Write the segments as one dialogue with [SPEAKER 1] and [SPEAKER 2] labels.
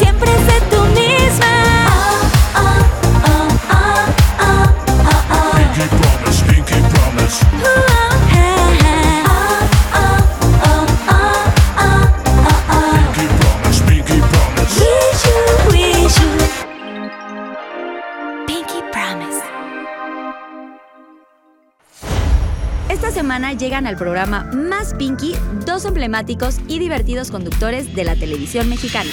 [SPEAKER 1] siempre sé tú misma. Oh, oh, oh, oh, oh, oh, oh.
[SPEAKER 2] Pinky promise, Pinky promise.
[SPEAKER 1] Uh, oh, ah, ah. Oh, oh, oh, oh, oh, oh.
[SPEAKER 2] Pinky promise, Pinky promise.
[SPEAKER 1] Wish you, wish you. Pinky Promise.
[SPEAKER 3] Esta semana llegan al programa Más Pinky dos emblemáticos y divertidos conductores de la televisión mexicana.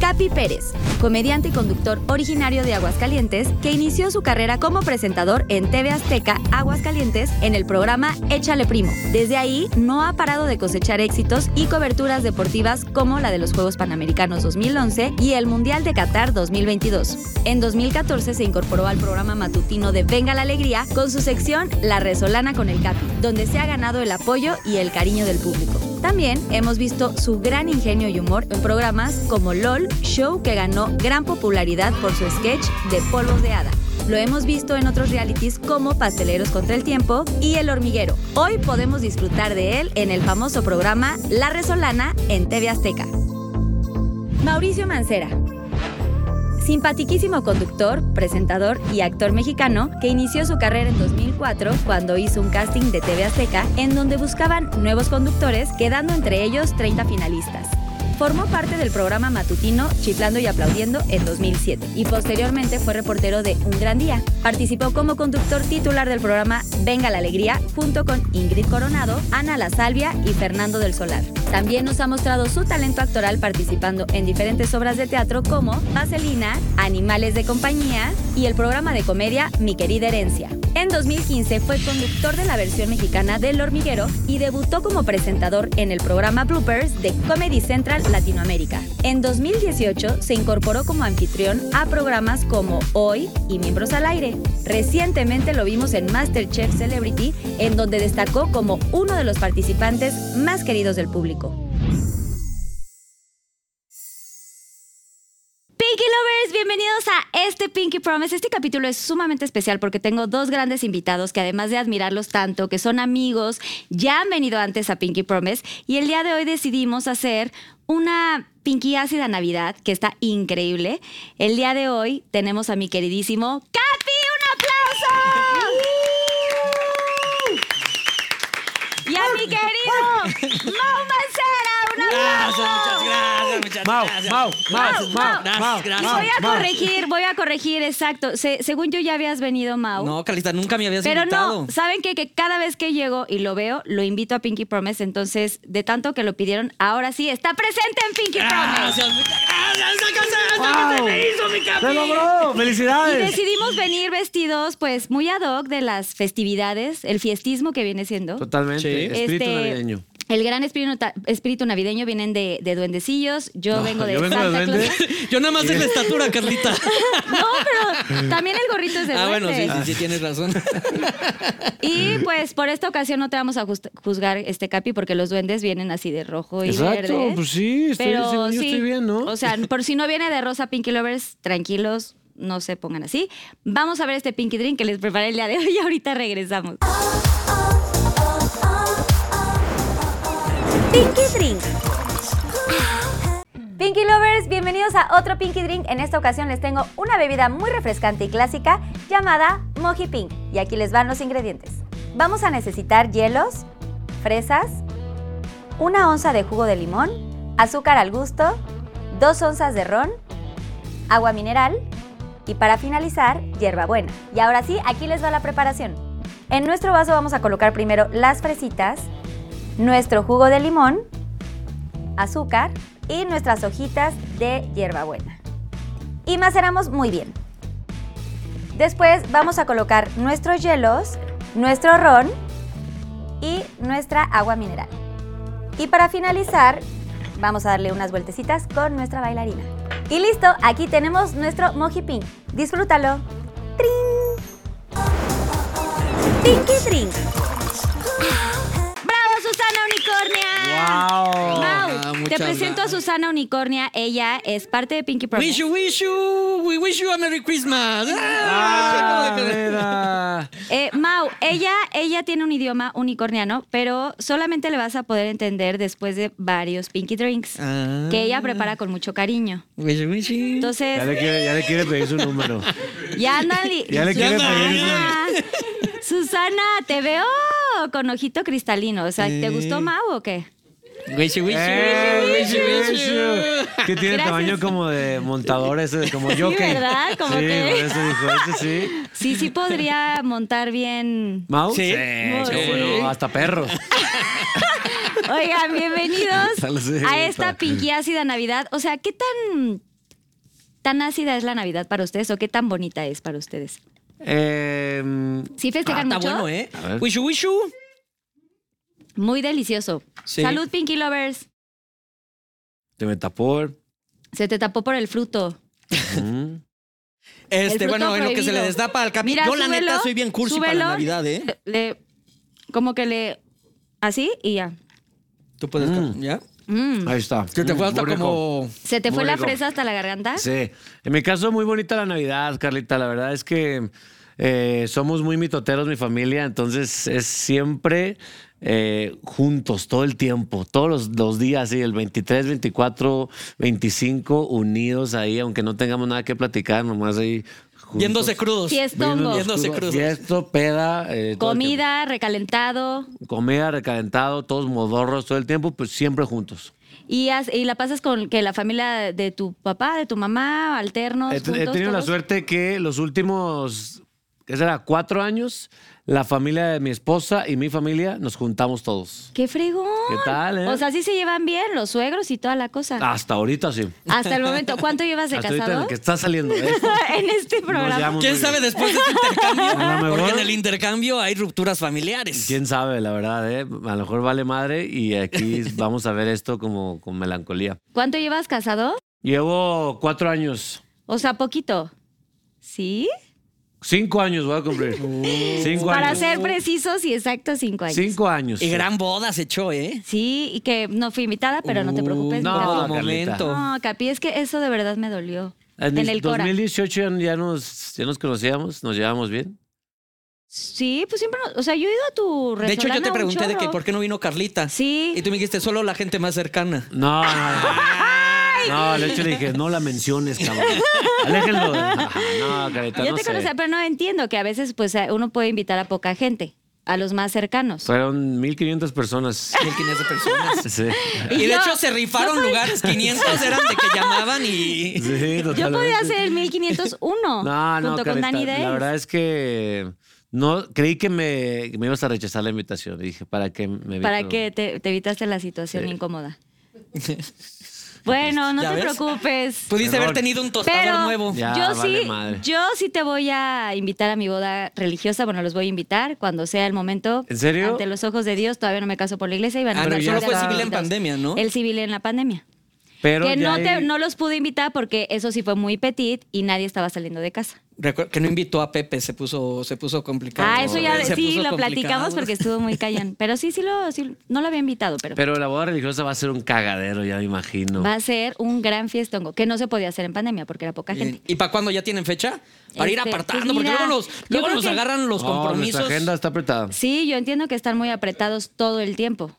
[SPEAKER 3] Capi Pérez, comediante y conductor originario de Aguascalientes, que inició su carrera como presentador en TV Azteca Aguascalientes en el programa Échale Primo. Desde ahí no ha parado de cosechar éxitos y coberturas deportivas como la de los Juegos Panamericanos 2011 y el Mundial de Qatar 2022. En 2014 se incorporó al programa matutino de Venga la Alegría con su sección La Resolana con el Capi, donde se ha ganado el apoyo y el cariño del público. También hemos visto su gran ingenio y humor en programas como LOL, show que ganó gran popularidad por su sketch de Polvos de Hada. Lo hemos visto en otros realities como Pasteleros contra el Tiempo y El Hormiguero. Hoy podemos disfrutar de él en el famoso programa La Resolana en TV Azteca. Mauricio Mancera, Simpatiquísimo conductor, presentador y actor mexicano que inició su carrera en 2004 cuando hizo un casting de TV Azteca en donde buscaban nuevos conductores, quedando entre ellos 30 finalistas. Formó parte del programa matutino Chiflando y Aplaudiendo en 2007 y posteriormente fue reportero de Un Gran Día. Participó como conductor titular del programa Venga la Alegría junto con Ingrid Coronado, Ana La Salvia y Fernando del Solar. También nos ha mostrado su talento actoral participando en diferentes obras de teatro como Vaselina, Animales de Compañía y el programa de comedia Mi Querida Herencia. En 2015 fue conductor de la versión mexicana del Hormiguero y debutó como presentador en el programa Bloopers de Comedy Central Latinoamérica. En 2018 se incorporó como anfitrión a programas como Hoy y Miembros al Aire. Recientemente lo vimos en Masterchef Celebrity, en donde destacó como uno de los participantes más queridos del público. Pinky Lovers, bienvenidos a este Pinky Promise. Este capítulo es sumamente especial porque tengo dos grandes invitados que además de admirarlos tanto, que son amigos, ya han venido antes a Pinky Promise y el día de hoy decidimos hacer una Pinky Ácida Navidad que está increíble. El día de hoy tenemos a mi queridísimo Capi, un aplauso. Y a mi querido Mau Mancera, un
[SPEAKER 4] Gracias,
[SPEAKER 3] aplauso.
[SPEAKER 4] muchas gracias, muchas
[SPEAKER 5] Mau,
[SPEAKER 4] gracias.
[SPEAKER 5] Mau,
[SPEAKER 3] Mau,
[SPEAKER 5] Mau,
[SPEAKER 3] Mau,
[SPEAKER 5] Mau, Mau,
[SPEAKER 4] gracias,
[SPEAKER 3] Voy a
[SPEAKER 5] Mau.
[SPEAKER 3] corregir, voy a corregir, exacto. Se- según yo ya habías venido, Mau.
[SPEAKER 4] No, Carlita, nunca me habías
[SPEAKER 3] pero
[SPEAKER 4] invitado.
[SPEAKER 3] no, saben qué? que cada vez que llego y lo veo, lo invito a Pinky Promise. Entonces, de tanto que lo pidieron, ahora sí está presente en Pinky Promise.
[SPEAKER 4] Gracias, muchas gracias. Esa cosa, esa cosa
[SPEAKER 5] Wow.
[SPEAKER 4] me hizo mi
[SPEAKER 5] ¡Se
[SPEAKER 4] capi.
[SPEAKER 5] logró!
[SPEAKER 3] Y
[SPEAKER 5] ¡Felicidades!
[SPEAKER 3] decidimos venir vestidos, pues, muy ad hoc de las festividades, el fiestismo que viene siendo.
[SPEAKER 5] Totalmente. Espíritu
[SPEAKER 3] Este,
[SPEAKER 5] navideño.
[SPEAKER 3] El gran espíritu, ta- espíritu navideño vienen de, de duendecillos. Yo vengo de
[SPEAKER 5] yo vengo de
[SPEAKER 3] Santa
[SPEAKER 5] duende.
[SPEAKER 3] Claus.
[SPEAKER 4] Yo nada más en la estatura, Carlita.
[SPEAKER 3] No, pero también el gorrito es de
[SPEAKER 4] Ah, bueno, sí,
[SPEAKER 3] duende.
[SPEAKER 4] sí, sí, tienes razón.
[SPEAKER 3] Y pues por esta ocasión no te vamos a juz- juzgar este capi porque los duendes vienen así de rojo y
[SPEAKER 5] Exacto,
[SPEAKER 3] verde.
[SPEAKER 5] pues sí, estoy,
[SPEAKER 3] Pero
[SPEAKER 5] según yo
[SPEAKER 3] sí,
[SPEAKER 5] estoy bien, ¿no?
[SPEAKER 3] O sea, por si no viene de rosa Pinky Lovers, tranquilos, no se pongan así. Vamos a ver este Pinky Drink que les preparé el día de hoy y ahorita regresamos.
[SPEAKER 1] Pinky Drink.
[SPEAKER 3] Pinky Lovers, bienvenidos a otro Pinky Drink. En esta ocasión les tengo una bebida muy refrescante y clásica llamada Moji Pink. Y aquí les van los ingredientes. Vamos a necesitar hielos, fresas, una onza de jugo de limón, azúcar al gusto, dos onzas de ron, agua mineral y para finalizar, hierbabuena. Y ahora sí, aquí les va la preparación. En nuestro vaso vamos a colocar primero las fresitas, nuestro jugo de limón, azúcar y nuestras hojitas de hierbabuena. Y maceramos muy bien. Después vamos a colocar nuestros hielos, nuestro ron y nuestra agua mineral. Y para finalizar, vamos a darle unas vueltecitas con nuestra bailarina. Y listo, aquí tenemos nuestro Moji Pink. Disfrútalo.
[SPEAKER 6] ¡Trin! Pinky Drink.
[SPEAKER 3] ¡Bravo, Susana Unicornia!
[SPEAKER 7] ¡Wow!
[SPEAKER 3] Mau,
[SPEAKER 5] Ah,
[SPEAKER 3] te
[SPEAKER 5] muchas
[SPEAKER 3] presento a
[SPEAKER 5] gracias.
[SPEAKER 3] Susana Unicornia. Ella es parte de Pinky Promise.
[SPEAKER 5] Wish you, wish you, we wish you a Merry Christmas. Ah,
[SPEAKER 7] ¡Ah, mira!
[SPEAKER 3] Eh, Mau, ella, ella tiene un idioma unicorniano, pero solamente le vas a poder entender después de varios Pinky Drinks
[SPEAKER 5] Ah.
[SPEAKER 3] que ella prepara con mucho cariño.
[SPEAKER 5] Wish you, wish you.
[SPEAKER 7] Ya
[SPEAKER 3] Entonces,
[SPEAKER 7] le, quiere, ya le quiere pedir su número.
[SPEAKER 3] ya andan li-
[SPEAKER 7] Ya le quiere
[SPEAKER 5] anda.
[SPEAKER 7] pedir su
[SPEAKER 3] Ah, Susana, te veo con ojito cristalino. O sea, ¿te
[SPEAKER 5] Eh.
[SPEAKER 3] gustó Mau o qué?
[SPEAKER 5] Wish you, wish you,
[SPEAKER 7] ¡Eh,
[SPEAKER 5] wish you, wish you, wish you.
[SPEAKER 7] Que tiene
[SPEAKER 3] Gracias.
[SPEAKER 7] tamaño como de montador ese, como
[SPEAKER 3] Sí,
[SPEAKER 7] jockey.
[SPEAKER 3] ¿verdad? Como
[SPEAKER 7] sí,
[SPEAKER 3] que-
[SPEAKER 7] por eso dijo, ese sí.
[SPEAKER 3] Sí, sí podría montar bien.
[SPEAKER 7] ¿Mau?
[SPEAKER 5] Sí.
[SPEAKER 7] sí,
[SPEAKER 5] Sí.
[SPEAKER 7] bueno, hasta perros.
[SPEAKER 3] Oigan, bienvenidos
[SPEAKER 7] Saludos.
[SPEAKER 3] a esta pinky ácida Navidad. O sea, ¿qué tan, tan ácida es la Navidad para ustedes o qué tan bonita es para ustedes?
[SPEAKER 7] Eh,
[SPEAKER 3] ¿Sí
[SPEAKER 5] Ah,
[SPEAKER 3] festejan
[SPEAKER 5] está
[SPEAKER 3] mucho?
[SPEAKER 5] bueno, ¿eh?
[SPEAKER 7] A ver.
[SPEAKER 5] Wish you, wish you.
[SPEAKER 3] Muy delicioso.
[SPEAKER 5] Sí.
[SPEAKER 3] Salud, Pinky Lovers.
[SPEAKER 7] te me tapó.
[SPEAKER 3] Se te tapó por el fruto.
[SPEAKER 7] Mm.
[SPEAKER 3] El
[SPEAKER 5] Este,
[SPEAKER 3] fruto
[SPEAKER 5] bueno, en lo que se le
[SPEAKER 3] prohibido.
[SPEAKER 5] destapa al capi.
[SPEAKER 3] Mira,
[SPEAKER 5] Yo, la
[SPEAKER 3] súbelo,
[SPEAKER 5] neta, soy bien cursi para la
[SPEAKER 3] súbelo.
[SPEAKER 5] Navidad, ¿eh?
[SPEAKER 3] Le- como que le. Así y ya.
[SPEAKER 5] Tú puedes. ¿Ya?
[SPEAKER 3] Mm.
[SPEAKER 7] Ahí está.
[SPEAKER 5] Que te
[SPEAKER 7] Mm,
[SPEAKER 5] fue hasta
[SPEAKER 7] muy rico.
[SPEAKER 5] como.
[SPEAKER 3] ¿Se te fue
[SPEAKER 7] Muy
[SPEAKER 3] la
[SPEAKER 7] rico.
[SPEAKER 3] fresa hasta la garganta?
[SPEAKER 7] Sí. En mi caso, muy bonita la Navidad, Carlita. La verdad es que eh, somos muy mitoteros, mi familia. Entonces, es siempre eh, juntos, todo el tiempo, todos los, los días, sí, el 23, 24, 25, unidos ahí, aunque no tengamos nada que platicar, nomás ahí. juntos.
[SPEAKER 5] Yéndose crudos.
[SPEAKER 3] Fiestongo.
[SPEAKER 5] Yéndose crudos.
[SPEAKER 7] Fiesto, peda. eh, todo el tiempo.
[SPEAKER 3] Comida, recalentado.
[SPEAKER 7] Comida, recalentado, todos modorros, todo el tiempo, pues siempre juntos.
[SPEAKER 3] Y, has- y la pasas con que la familia de tu papá, de tu mamá, alternos.
[SPEAKER 7] He, he tenido
[SPEAKER 3] juntos,
[SPEAKER 7] la
[SPEAKER 3] todos.
[SPEAKER 7] suerte que los últimos, ¿qué será? Cuatro años, la familia de mi esposa y mi familia nos juntamos todos.
[SPEAKER 3] ¡Qué fregón!
[SPEAKER 7] ¿Qué tal, eh?
[SPEAKER 3] O sea, sí se llevan bien los suegros y toda la cosa.
[SPEAKER 7] Hasta ahorita sí.
[SPEAKER 3] Hasta el momento. ¿Cuánto llevas de
[SPEAKER 7] Hasta ahorita en
[SPEAKER 3] casado?
[SPEAKER 7] el que está saliendo. ¿eh?
[SPEAKER 3] en este programa.
[SPEAKER 7] Nos llevamos
[SPEAKER 5] ¿Quién
[SPEAKER 7] muy
[SPEAKER 5] sabe
[SPEAKER 7] bien.
[SPEAKER 5] después de este intercambio?
[SPEAKER 7] A lo mejor-
[SPEAKER 5] Porque en el intercambio hay rupturas familiares.
[SPEAKER 7] ¿Quién sabe, la verdad? ¿eh? A lo mejor vale madre y aquí vamos a ver esto como con melancolía.
[SPEAKER 3] ¿Cuánto llevas casado?
[SPEAKER 7] Llevo cuatro años.
[SPEAKER 3] O sea, poquito. ¿Sí?
[SPEAKER 7] Cinco años voy a cumplir.
[SPEAKER 3] Uh.
[SPEAKER 7] Cinco
[SPEAKER 3] Para
[SPEAKER 7] años.
[SPEAKER 3] ser precisos y exactos, cinco años.
[SPEAKER 7] Cinco años.
[SPEAKER 5] Y gran boda se echó, ¿eh?
[SPEAKER 3] Sí, y que no fui invitada, pero no te
[SPEAKER 5] Uh,
[SPEAKER 3] preocupes.
[SPEAKER 7] no,
[SPEAKER 5] todo
[SPEAKER 3] Capi.
[SPEAKER 7] Carlita.
[SPEAKER 5] momento.
[SPEAKER 3] No, Capi, es que eso de verdad me dolió. En,
[SPEAKER 7] Ah, En,
[SPEAKER 3] el Cora.
[SPEAKER 7] 2018 ya, ya nos, ya nos conocíamos, nos llevábamos bien.
[SPEAKER 3] Sí, pues siempre. no- o sea, yo he ido a tu
[SPEAKER 5] De
[SPEAKER 3] restaurante.
[SPEAKER 5] hecho, yo te
[SPEAKER 3] un
[SPEAKER 5] pregunté de que
[SPEAKER 3] chorro.
[SPEAKER 5] por qué no vino Carlita.
[SPEAKER 3] Sí.
[SPEAKER 5] Y tú me dijiste solo la gente más cercana.
[SPEAKER 7] No, no, no. No, de hecho le dije, no la menciones, cabrón. Aléjenlo. No, carita,
[SPEAKER 3] Yo
[SPEAKER 7] no
[SPEAKER 3] te
[SPEAKER 7] sé.
[SPEAKER 3] conocía, pero no entiendo que a veces pues uno puede invitar a poca gente, a los más cercanos.
[SPEAKER 7] Fueron 1500 personas.
[SPEAKER 5] 1500 personas.
[SPEAKER 7] Sí.
[SPEAKER 5] Y, de
[SPEAKER 3] yo-
[SPEAKER 5] hecho se rifaron lugares, 500 eran de que llamaban y...
[SPEAKER 7] Sí, totalmente.
[SPEAKER 3] Yo podía hacer el 1501
[SPEAKER 7] No, no,
[SPEAKER 3] junto con
[SPEAKER 7] carita,
[SPEAKER 3] Dani Day.
[SPEAKER 7] La verdad es que no creí que me, que me ibas a rechazar la invitación. Y dije, ¿para qué me
[SPEAKER 3] Para
[SPEAKER 7] evito?
[SPEAKER 3] que te, te evitaste la situación
[SPEAKER 7] Sí.
[SPEAKER 3] incómoda. Bueno, no
[SPEAKER 5] ¿Ya
[SPEAKER 3] te
[SPEAKER 5] ves? Pues,
[SPEAKER 3] preocupes.
[SPEAKER 5] Pudiste haber
[SPEAKER 7] Error.
[SPEAKER 5] tenido un tostador
[SPEAKER 3] Pero
[SPEAKER 5] nuevo.
[SPEAKER 7] Ya,
[SPEAKER 3] yo
[SPEAKER 7] vale
[SPEAKER 3] sí,
[SPEAKER 7] madre.
[SPEAKER 3] yo sí te voy a invitar a mi boda religiosa. Bueno, los voy a invitar cuando sea el momento.
[SPEAKER 7] ¿En serio?
[SPEAKER 3] Ante los ojos de Dios, todavía no me caso por la iglesia. Y van a
[SPEAKER 5] Ah,
[SPEAKER 3] estar
[SPEAKER 5] no, solo
[SPEAKER 3] ya
[SPEAKER 5] fue
[SPEAKER 3] todos
[SPEAKER 5] civil en
[SPEAKER 3] invitados.
[SPEAKER 5] pandemia, ¿no?
[SPEAKER 3] El civil en la pandemia.
[SPEAKER 7] Pero
[SPEAKER 3] que
[SPEAKER 7] ya
[SPEAKER 3] no, te-
[SPEAKER 7] ahí-
[SPEAKER 3] no los pude invitar porque eso sí fue muy petit y nadie estaba saliendo de casa.
[SPEAKER 5] Recuer- que no invitó a Pepe, se puso, se puso complicado.
[SPEAKER 3] Ah, eso ya
[SPEAKER 5] Se
[SPEAKER 3] sí
[SPEAKER 5] puso
[SPEAKER 3] lo
[SPEAKER 5] complicado.
[SPEAKER 3] platicamos porque estuvo muy callón. Pero sí, sí lo, sí, no lo había invitado, pero,
[SPEAKER 7] Pero la boda religiosa va a ser un cagadero, ya me imagino.
[SPEAKER 3] va a ser un gran fiestongo que no se podía hacer en pandemia porque era poca gente.
[SPEAKER 5] Bien. ¿Y para cuándo ya tienen fecha? Para ir
[SPEAKER 3] Este,
[SPEAKER 5] apartando,
[SPEAKER 3] pues
[SPEAKER 5] porque
[SPEAKER 3] mira,
[SPEAKER 5] luego nos,
[SPEAKER 3] yo
[SPEAKER 5] luego
[SPEAKER 3] creo
[SPEAKER 5] nos
[SPEAKER 3] que-
[SPEAKER 5] agarran los
[SPEAKER 7] No,
[SPEAKER 5] compromisos.
[SPEAKER 7] Nuestra agenda está apretada.
[SPEAKER 3] Sí, yo entiendo que están muy apretados todo el tiempo.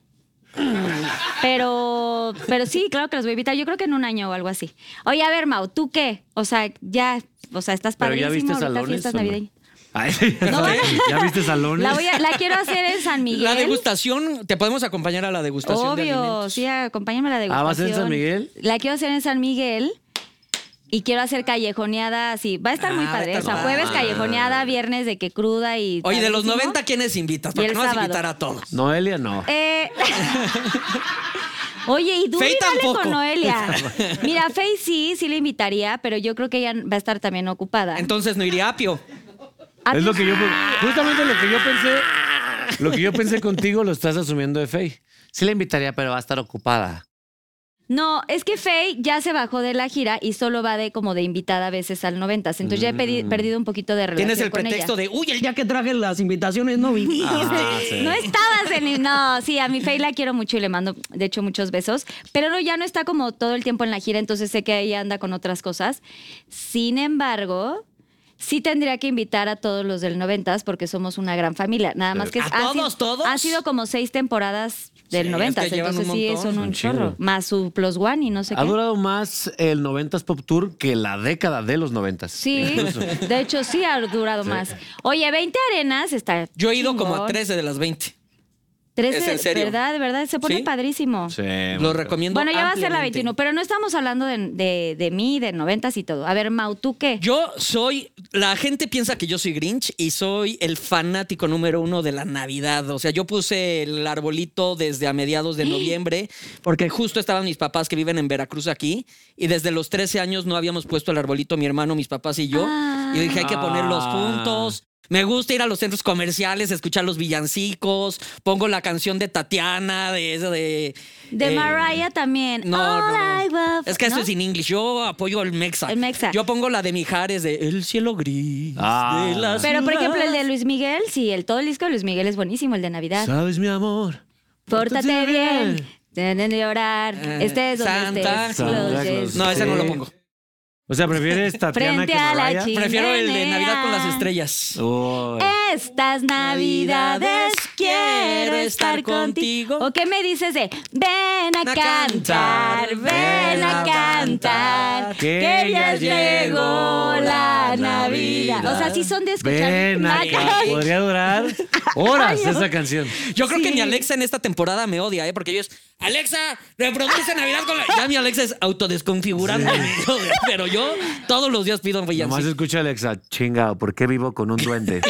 [SPEAKER 3] Pero, pero sí, claro que los voy a invitar. Yo creo que en un año o algo así. Oye, a ver, Mau, ¿tú qué? O sea, ya, o sea, estás
[SPEAKER 7] Pero ya
[SPEAKER 3] padrísimo.
[SPEAKER 7] viste
[SPEAKER 3] ahorita
[SPEAKER 7] salones.
[SPEAKER 3] fiestas
[SPEAKER 7] o no?
[SPEAKER 3] navideñas.
[SPEAKER 7] Ay, ya,
[SPEAKER 3] No, van
[SPEAKER 7] viste-
[SPEAKER 3] a-
[SPEAKER 7] ya viste salones.
[SPEAKER 3] La, voy a- la quiero hacer en San Miguel.
[SPEAKER 5] La degustación, te podemos acompañar a la degustación de
[SPEAKER 3] Obvio,
[SPEAKER 5] alimentos.
[SPEAKER 3] sí, acompáñame a la degustación.
[SPEAKER 7] Ah, ¿va a ser en San Miguel?
[SPEAKER 3] La quiero hacer en San Miguel. Y quiero hacer callejoneada así. Va a estar muy
[SPEAKER 5] Ah,
[SPEAKER 3] padre.
[SPEAKER 5] vete
[SPEAKER 3] O sea,
[SPEAKER 5] nomás.
[SPEAKER 3] jueves callejoneada, viernes de que cruda y.
[SPEAKER 5] Oye, de los
[SPEAKER 3] padrísimo.
[SPEAKER 5] 90, ¿quiénes invitas?
[SPEAKER 3] Y
[SPEAKER 5] Porque
[SPEAKER 3] el
[SPEAKER 5] no vas a
[SPEAKER 3] sábado.
[SPEAKER 5] invitar a todos.
[SPEAKER 7] Noelia no.
[SPEAKER 3] Eh, Oye, y Duri
[SPEAKER 5] Faye
[SPEAKER 3] vale
[SPEAKER 5] tampoco.
[SPEAKER 3] con Noelia. Mira, Faye sí, sí le invitaría, pero yo creo que ella va a estar también ocupada.
[SPEAKER 5] Entonces no iría Apio.
[SPEAKER 3] A
[SPEAKER 7] Es
[SPEAKER 3] ti-
[SPEAKER 7] lo que yo pe- justamente lo que yo pensé, lo que yo pensé contigo lo estás asumiendo de Fey. Sí la invitaría, pero va a estar ocupada.
[SPEAKER 3] No, es que Faye ya se bajó de la gira y solo va de como de invitada a veces al 90. Entonces ya he pedi- perdido un poquito de relación
[SPEAKER 5] Mm. Tienes el
[SPEAKER 3] con
[SPEAKER 5] pretexto
[SPEAKER 3] ella.
[SPEAKER 5] de, uy, el día que traje las invitaciones no viniste.
[SPEAKER 7] Ah, sí.
[SPEAKER 3] No estabas en el- No, sí, a mi Faye la quiero mucho y le mando, de hecho, muchos besos. Pero no, ya no está como todo el tiempo en la gira, entonces sé que ella anda con otras cosas. Sin embargo, sí tendría que invitar a todos los del 90 porque somos una gran familia. Nada más que
[SPEAKER 5] ¿A
[SPEAKER 3] ha sido-
[SPEAKER 5] todos, todos?
[SPEAKER 3] Han sido como seis temporadas del
[SPEAKER 5] Sí, es
[SPEAKER 3] 90,
[SPEAKER 5] que llevan
[SPEAKER 3] entonces
[SPEAKER 5] un
[SPEAKER 3] sí
[SPEAKER 5] montón.
[SPEAKER 3] son un,
[SPEAKER 7] Un chingo.
[SPEAKER 3] chorro. Más su plus one y no sé
[SPEAKER 7] Ha
[SPEAKER 3] qué.
[SPEAKER 7] durado más el 90s Pop Tour que la década de los 90s.
[SPEAKER 3] Sí,
[SPEAKER 7] Incluso.
[SPEAKER 3] de hecho sí ha durado más. Oye, 20 arenas está.
[SPEAKER 5] Yo he ido como a
[SPEAKER 3] chingón.
[SPEAKER 5] 13 de las 20.
[SPEAKER 3] Trece,
[SPEAKER 5] Es en serio.
[SPEAKER 3] ¿Verdad? ¿Verdad? Se pone
[SPEAKER 5] ¿Sí?
[SPEAKER 3] padrísimo.
[SPEAKER 7] Sí,
[SPEAKER 5] Lo recomiendo.
[SPEAKER 3] Bueno, ya va a ser la
[SPEAKER 5] ampliamente.
[SPEAKER 3] 21, pero no estamos hablando de, de, de mí, de noventas y todo. A ver, Mau, ¿tú qué?
[SPEAKER 5] Yo soy, la gente piensa que yo soy Grinch y soy el fanático número uno de la Navidad. O sea, yo puse el arbolito desde a mediados de noviembre, porque justo estaban mis papás que viven en Veracruz aquí, y desde los 13 años no habíamos puesto el arbolito, mi hermano, mis papás y yo. Y dije, hay que ponerlos
[SPEAKER 7] Ah.
[SPEAKER 5] juntos. Me gusta ir a los centros comerciales, escuchar los villancicos, pongo la canción de Tatiana, de esa de...
[SPEAKER 3] de
[SPEAKER 5] eh,
[SPEAKER 3] Mariah también.
[SPEAKER 5] no,
[SPEAKER 3] All
[SPEAKER 5] no,
[SPEAKER 3] I
[SPEAKER 5] no.
[SPEAKER 3] love-
[SPEAKER 5] Es que esto
[SPEAKER 3] ¿no?
[SPEAKER 5] es en inglés. Yo apoyo el Mexa.
[SPEAKER 3] El Mexa.
[SPEAKER 5] Yo pongo la de Mijares de El cielo gris.
[SPEAKER 7] Ah.
[SPEAKER 5] de las
[SPEAKER 3] Pero, por ejemplo, el de
[SPEAKER 5] nubes".
[SPEAKER 3] Luis Miguel, sí, el todo el disco de Luis Miguel es buenísimo, el de Navidad.
[SPEAKER 7] ¿Sabes, mi amor?
[SPEAKER 3] Pórtate bien. Deben de llorar.
[SPEAKER 5] Eh,
[SPEAKER 3] Estés donde
[SPEAKER 5] Santa
[SPEAKER 3] estés.
[SPEAKER 7] Claus.
[SPEAKER 3] closes.
[SPEAKER 5] No, ese no lo
[SPEAKER 7] Sí.
[SPEAKER 5] pongo.
[SPEAKER 7] O sea, ¿prefieres Tatiana
[SPEAKER 3] Frente
[SPEAKER 7] que
[SPEAKER 3] a la
[SPEAKER 7] Mariah?
[SPEAKER 3] chi- Eh,
[SPEAKER 5] Prefiero el de
[SPEAKER 3] Chimenea.
[SPEAKER 5] Navidad con las estrellas.
[SPEAKER 7] Uy.
[SPEAKER 3] Estas navidades quiero estar contigo. ¿O qué me dices de ven a,
[SPEAKER 5] A
[SPEAKER 3] cantar,
[SPEAKER 5] cantar,
[SPEAKER 3] ven a cantar, que ya llegó la Navidad? O sea, sí son de escuchar.
[SPEAKER 7] Ven acá.
[SPEAKER 3] Ay,
[SPEAKER 7] Podría durar horas esa canción.
[SPEAKER 5] Yo creo que
[SPEAKER 3] Sí.
[SPEAKER 5] mi Alexa en esta temporada me odia, ¿eh? Porque yo es, Alexa, reproduce Navidad con la... Ya mi Alexa es autodesconfigurándome. Pero yo todos los días pido un
[SPEAKER 7] Nomás
[SPEAKER 5] villancico.
[SPEAKER 7] escucha Alexa, chinga, ¿por qué vivo con un duende?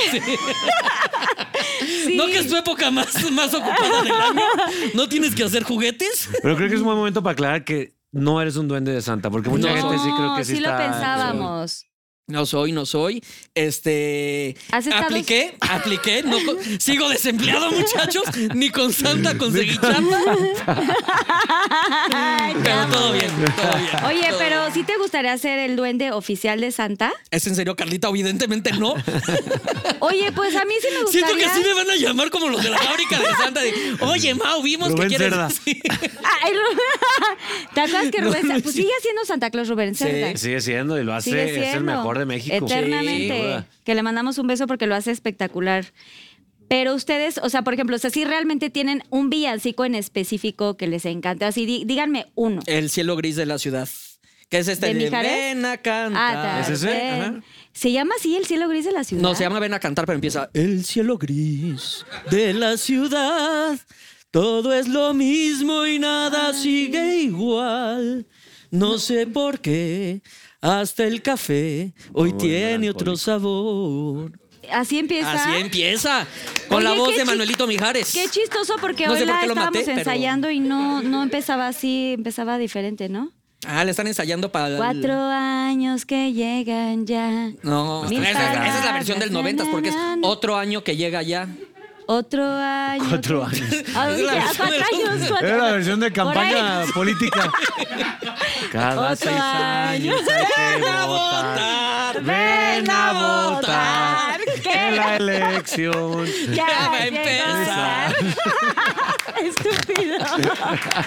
[SPEAKER 3] sí.
[SPEAKER 5] No que es tu época más, más ocupada del año. ¿No tienes que hacer juguetes?
[SPEAKER 7] Pero creo que es un buen momento para aclarar que no eres un duende de Santa, porque mucha
[SPEAKER 5] No.
[SPEAKER 7] gente sí creo que sí,
[SPEAKER 3] sí lo
[SPEAKER 7] está-
[SPEAKER 3] pensábamos.
[SPEAKER 5] No soy, no soy. Este.
[SPEAKER 3] ¿Has estado-
[SPEAKER 5] Apliqué, apliqué. No, co- sigo desempleado, muchachos. Ni con Santa conseguí chamba.
[SPEAKER 3] Ay, te
[SPEAKER 5] Pero
[SPEAKER 3] amo.
[SPEAKER 5] todo bien, todo bien.
[SPEAKER 3] Oye,
[SPEAKER 5] todo
[SPEAKER 3] pero
[SPEAKER 5] bien.
[SPEAKER 3] ¿sí te gustaría ser el duende oficial de Santa?
[SPEAKER 5] ¿Es en serio, Carlita? Evidentemente no.
[SPEAKER 3] Oye, pues a mí sí me gustaría.
[SPEAKER 5] Siento que sí me van a llamar como los de la fábrica de Santa. de, Oye, Mau, vimos
[SPEAKER 7] Rubén
[SPEAKER 5] que quieres.
[SPEAKER 7] Cerda.
[SPEAKER 5] Sí.
[SPEAKER 3] Ay, Rubén. ¿Te acuerdas que Rubén?
[SPEAKER 5] No, no,
[SPEAKER 3] pues
[SPEAKER 5] sí.
[SPEAKER 3] sigue siendo Santa Claus Rubén
[SPEAKER 5] Sí.
[SPEAKER 3] Cerda.
[SPEAKER 7] Sigue siendo y lo hace,
[SPEAKER 3] Sigue
[SPEAKER 7] es el
[SPEAKER 3] siendo.
[SPEAKER 7] mejor de México. Sin
[SPEAKER 3] Eternamente.
[SPEAKER 7] duda.
[SPEAKER 3] que le mandamos un beso porque lo hace espectacular. Pero ustedes, o sea, por ejemplo, o sea, si realmente tienen un villancico en específico que les encante, así di- díganme uno.
[SPEAKER 5] El cielo gris de la ciudad. ¿Qué es
[SPEAKER 3] ¿De
[SPEAKER 5] este?
[SPEAKER 3] Mijares?
[SPEAKER 5] Ven a
[SPEAKER 3] Ah,
[SPEAKER 5] cantar.
[SPEAKER 7] ¿Es ese?
[SPEAKER 3] tarde.
[SPEAKER 7] Ajá.
[SPEAKER 3] Se llama así el cielo gris de la ciudad.
[SPEAKER 5] No, se llama Ven a cantar, pero empieza. El cielo gris de la ciudad. Todo es lo mismo y nada sigue igual. No sé por qué. Hasta el café hoy
[SPEAKER 7] Muy
[SPEAKER 5] tiene
[SPEAKER 7] melancólico.
[SPEAKER 5] otro sabor.
[SPEAKER 3] Así empieza.
[SPEAKER 5] Así empieza. Con
[SPEAKER 3] Oye,
[SPEAKER 5] la voz
[SPEAKER 3] qué
[SPEAKER 5] de
[SPEAKER 3] chi-
[SPEAKER 5] Manuelito Mijares.
[SPEAKER 3] Qué chistoso porque
[SPEAKER 5] No
[SPEAKER 3] hoy
[SPEAKER 5] sé por
[SPEAKER 3] la
[SPEAKER 5] qué lo maté,
[SPEAKER 3] estábamos
[SPEAKER 5] pero-
[SPEAKER 3] ensayando y no, no empezaba así, empezaba diferente, ¿no?
[SPEAKER 5] Ah, le están ensayando para. el-
[SPEAKER 3] Cuatro años que llegan ya.
[SPEAKER 5] No,
[SPEAKER 3] Mil
[SPEAKER 5] esa, esa es la
[SPEAKER 3] palabras,
[SPEAKER 5] versión del
[SPEAKER 3] na,
[SPEAKER 5] 90 porque es
[SPEAKER 3] na, na.
[SPEAKER 5] otro año que llega ya.
[SPEAKER 3] Otro año.
[SPEAKER 7] Cuatro años.
[SPEAKER 3] Ah,
[SPEAKER 5] Es
[SPEAKER 3] dije, ah,
[SPEAKER 5] la versión
[SPEAKER 3] cuatro
[SPEAKER 5] del-
[SPEAKER 3] años, cuatro-
[SPEAKER 7] Era la versión de
[SPEAKER 3] Por ahí.
[SPEAKER 7] campaña política. Cada
[SPEAKER 3] Otro
[SPEAKER 7] seis
[SPEAKER 3] año.
[SPEAKER 7] años hay que
[SPEAKER 5] Ven a
[SPEAKER 7] votar.
[SPEAKER 5] votar.
[SPEAKER 7] Ven a votar.
[SPEAKER 3] ¿Qué?
[SPEAKER 7] En la elección.
[SPEAKER 3] Ya
[SPEAKER 5] Ya va a
[SPEAKER 3] llegó
[SPEAKER 5] empezar.
[SPEAKER 3] Santa. Estúpido.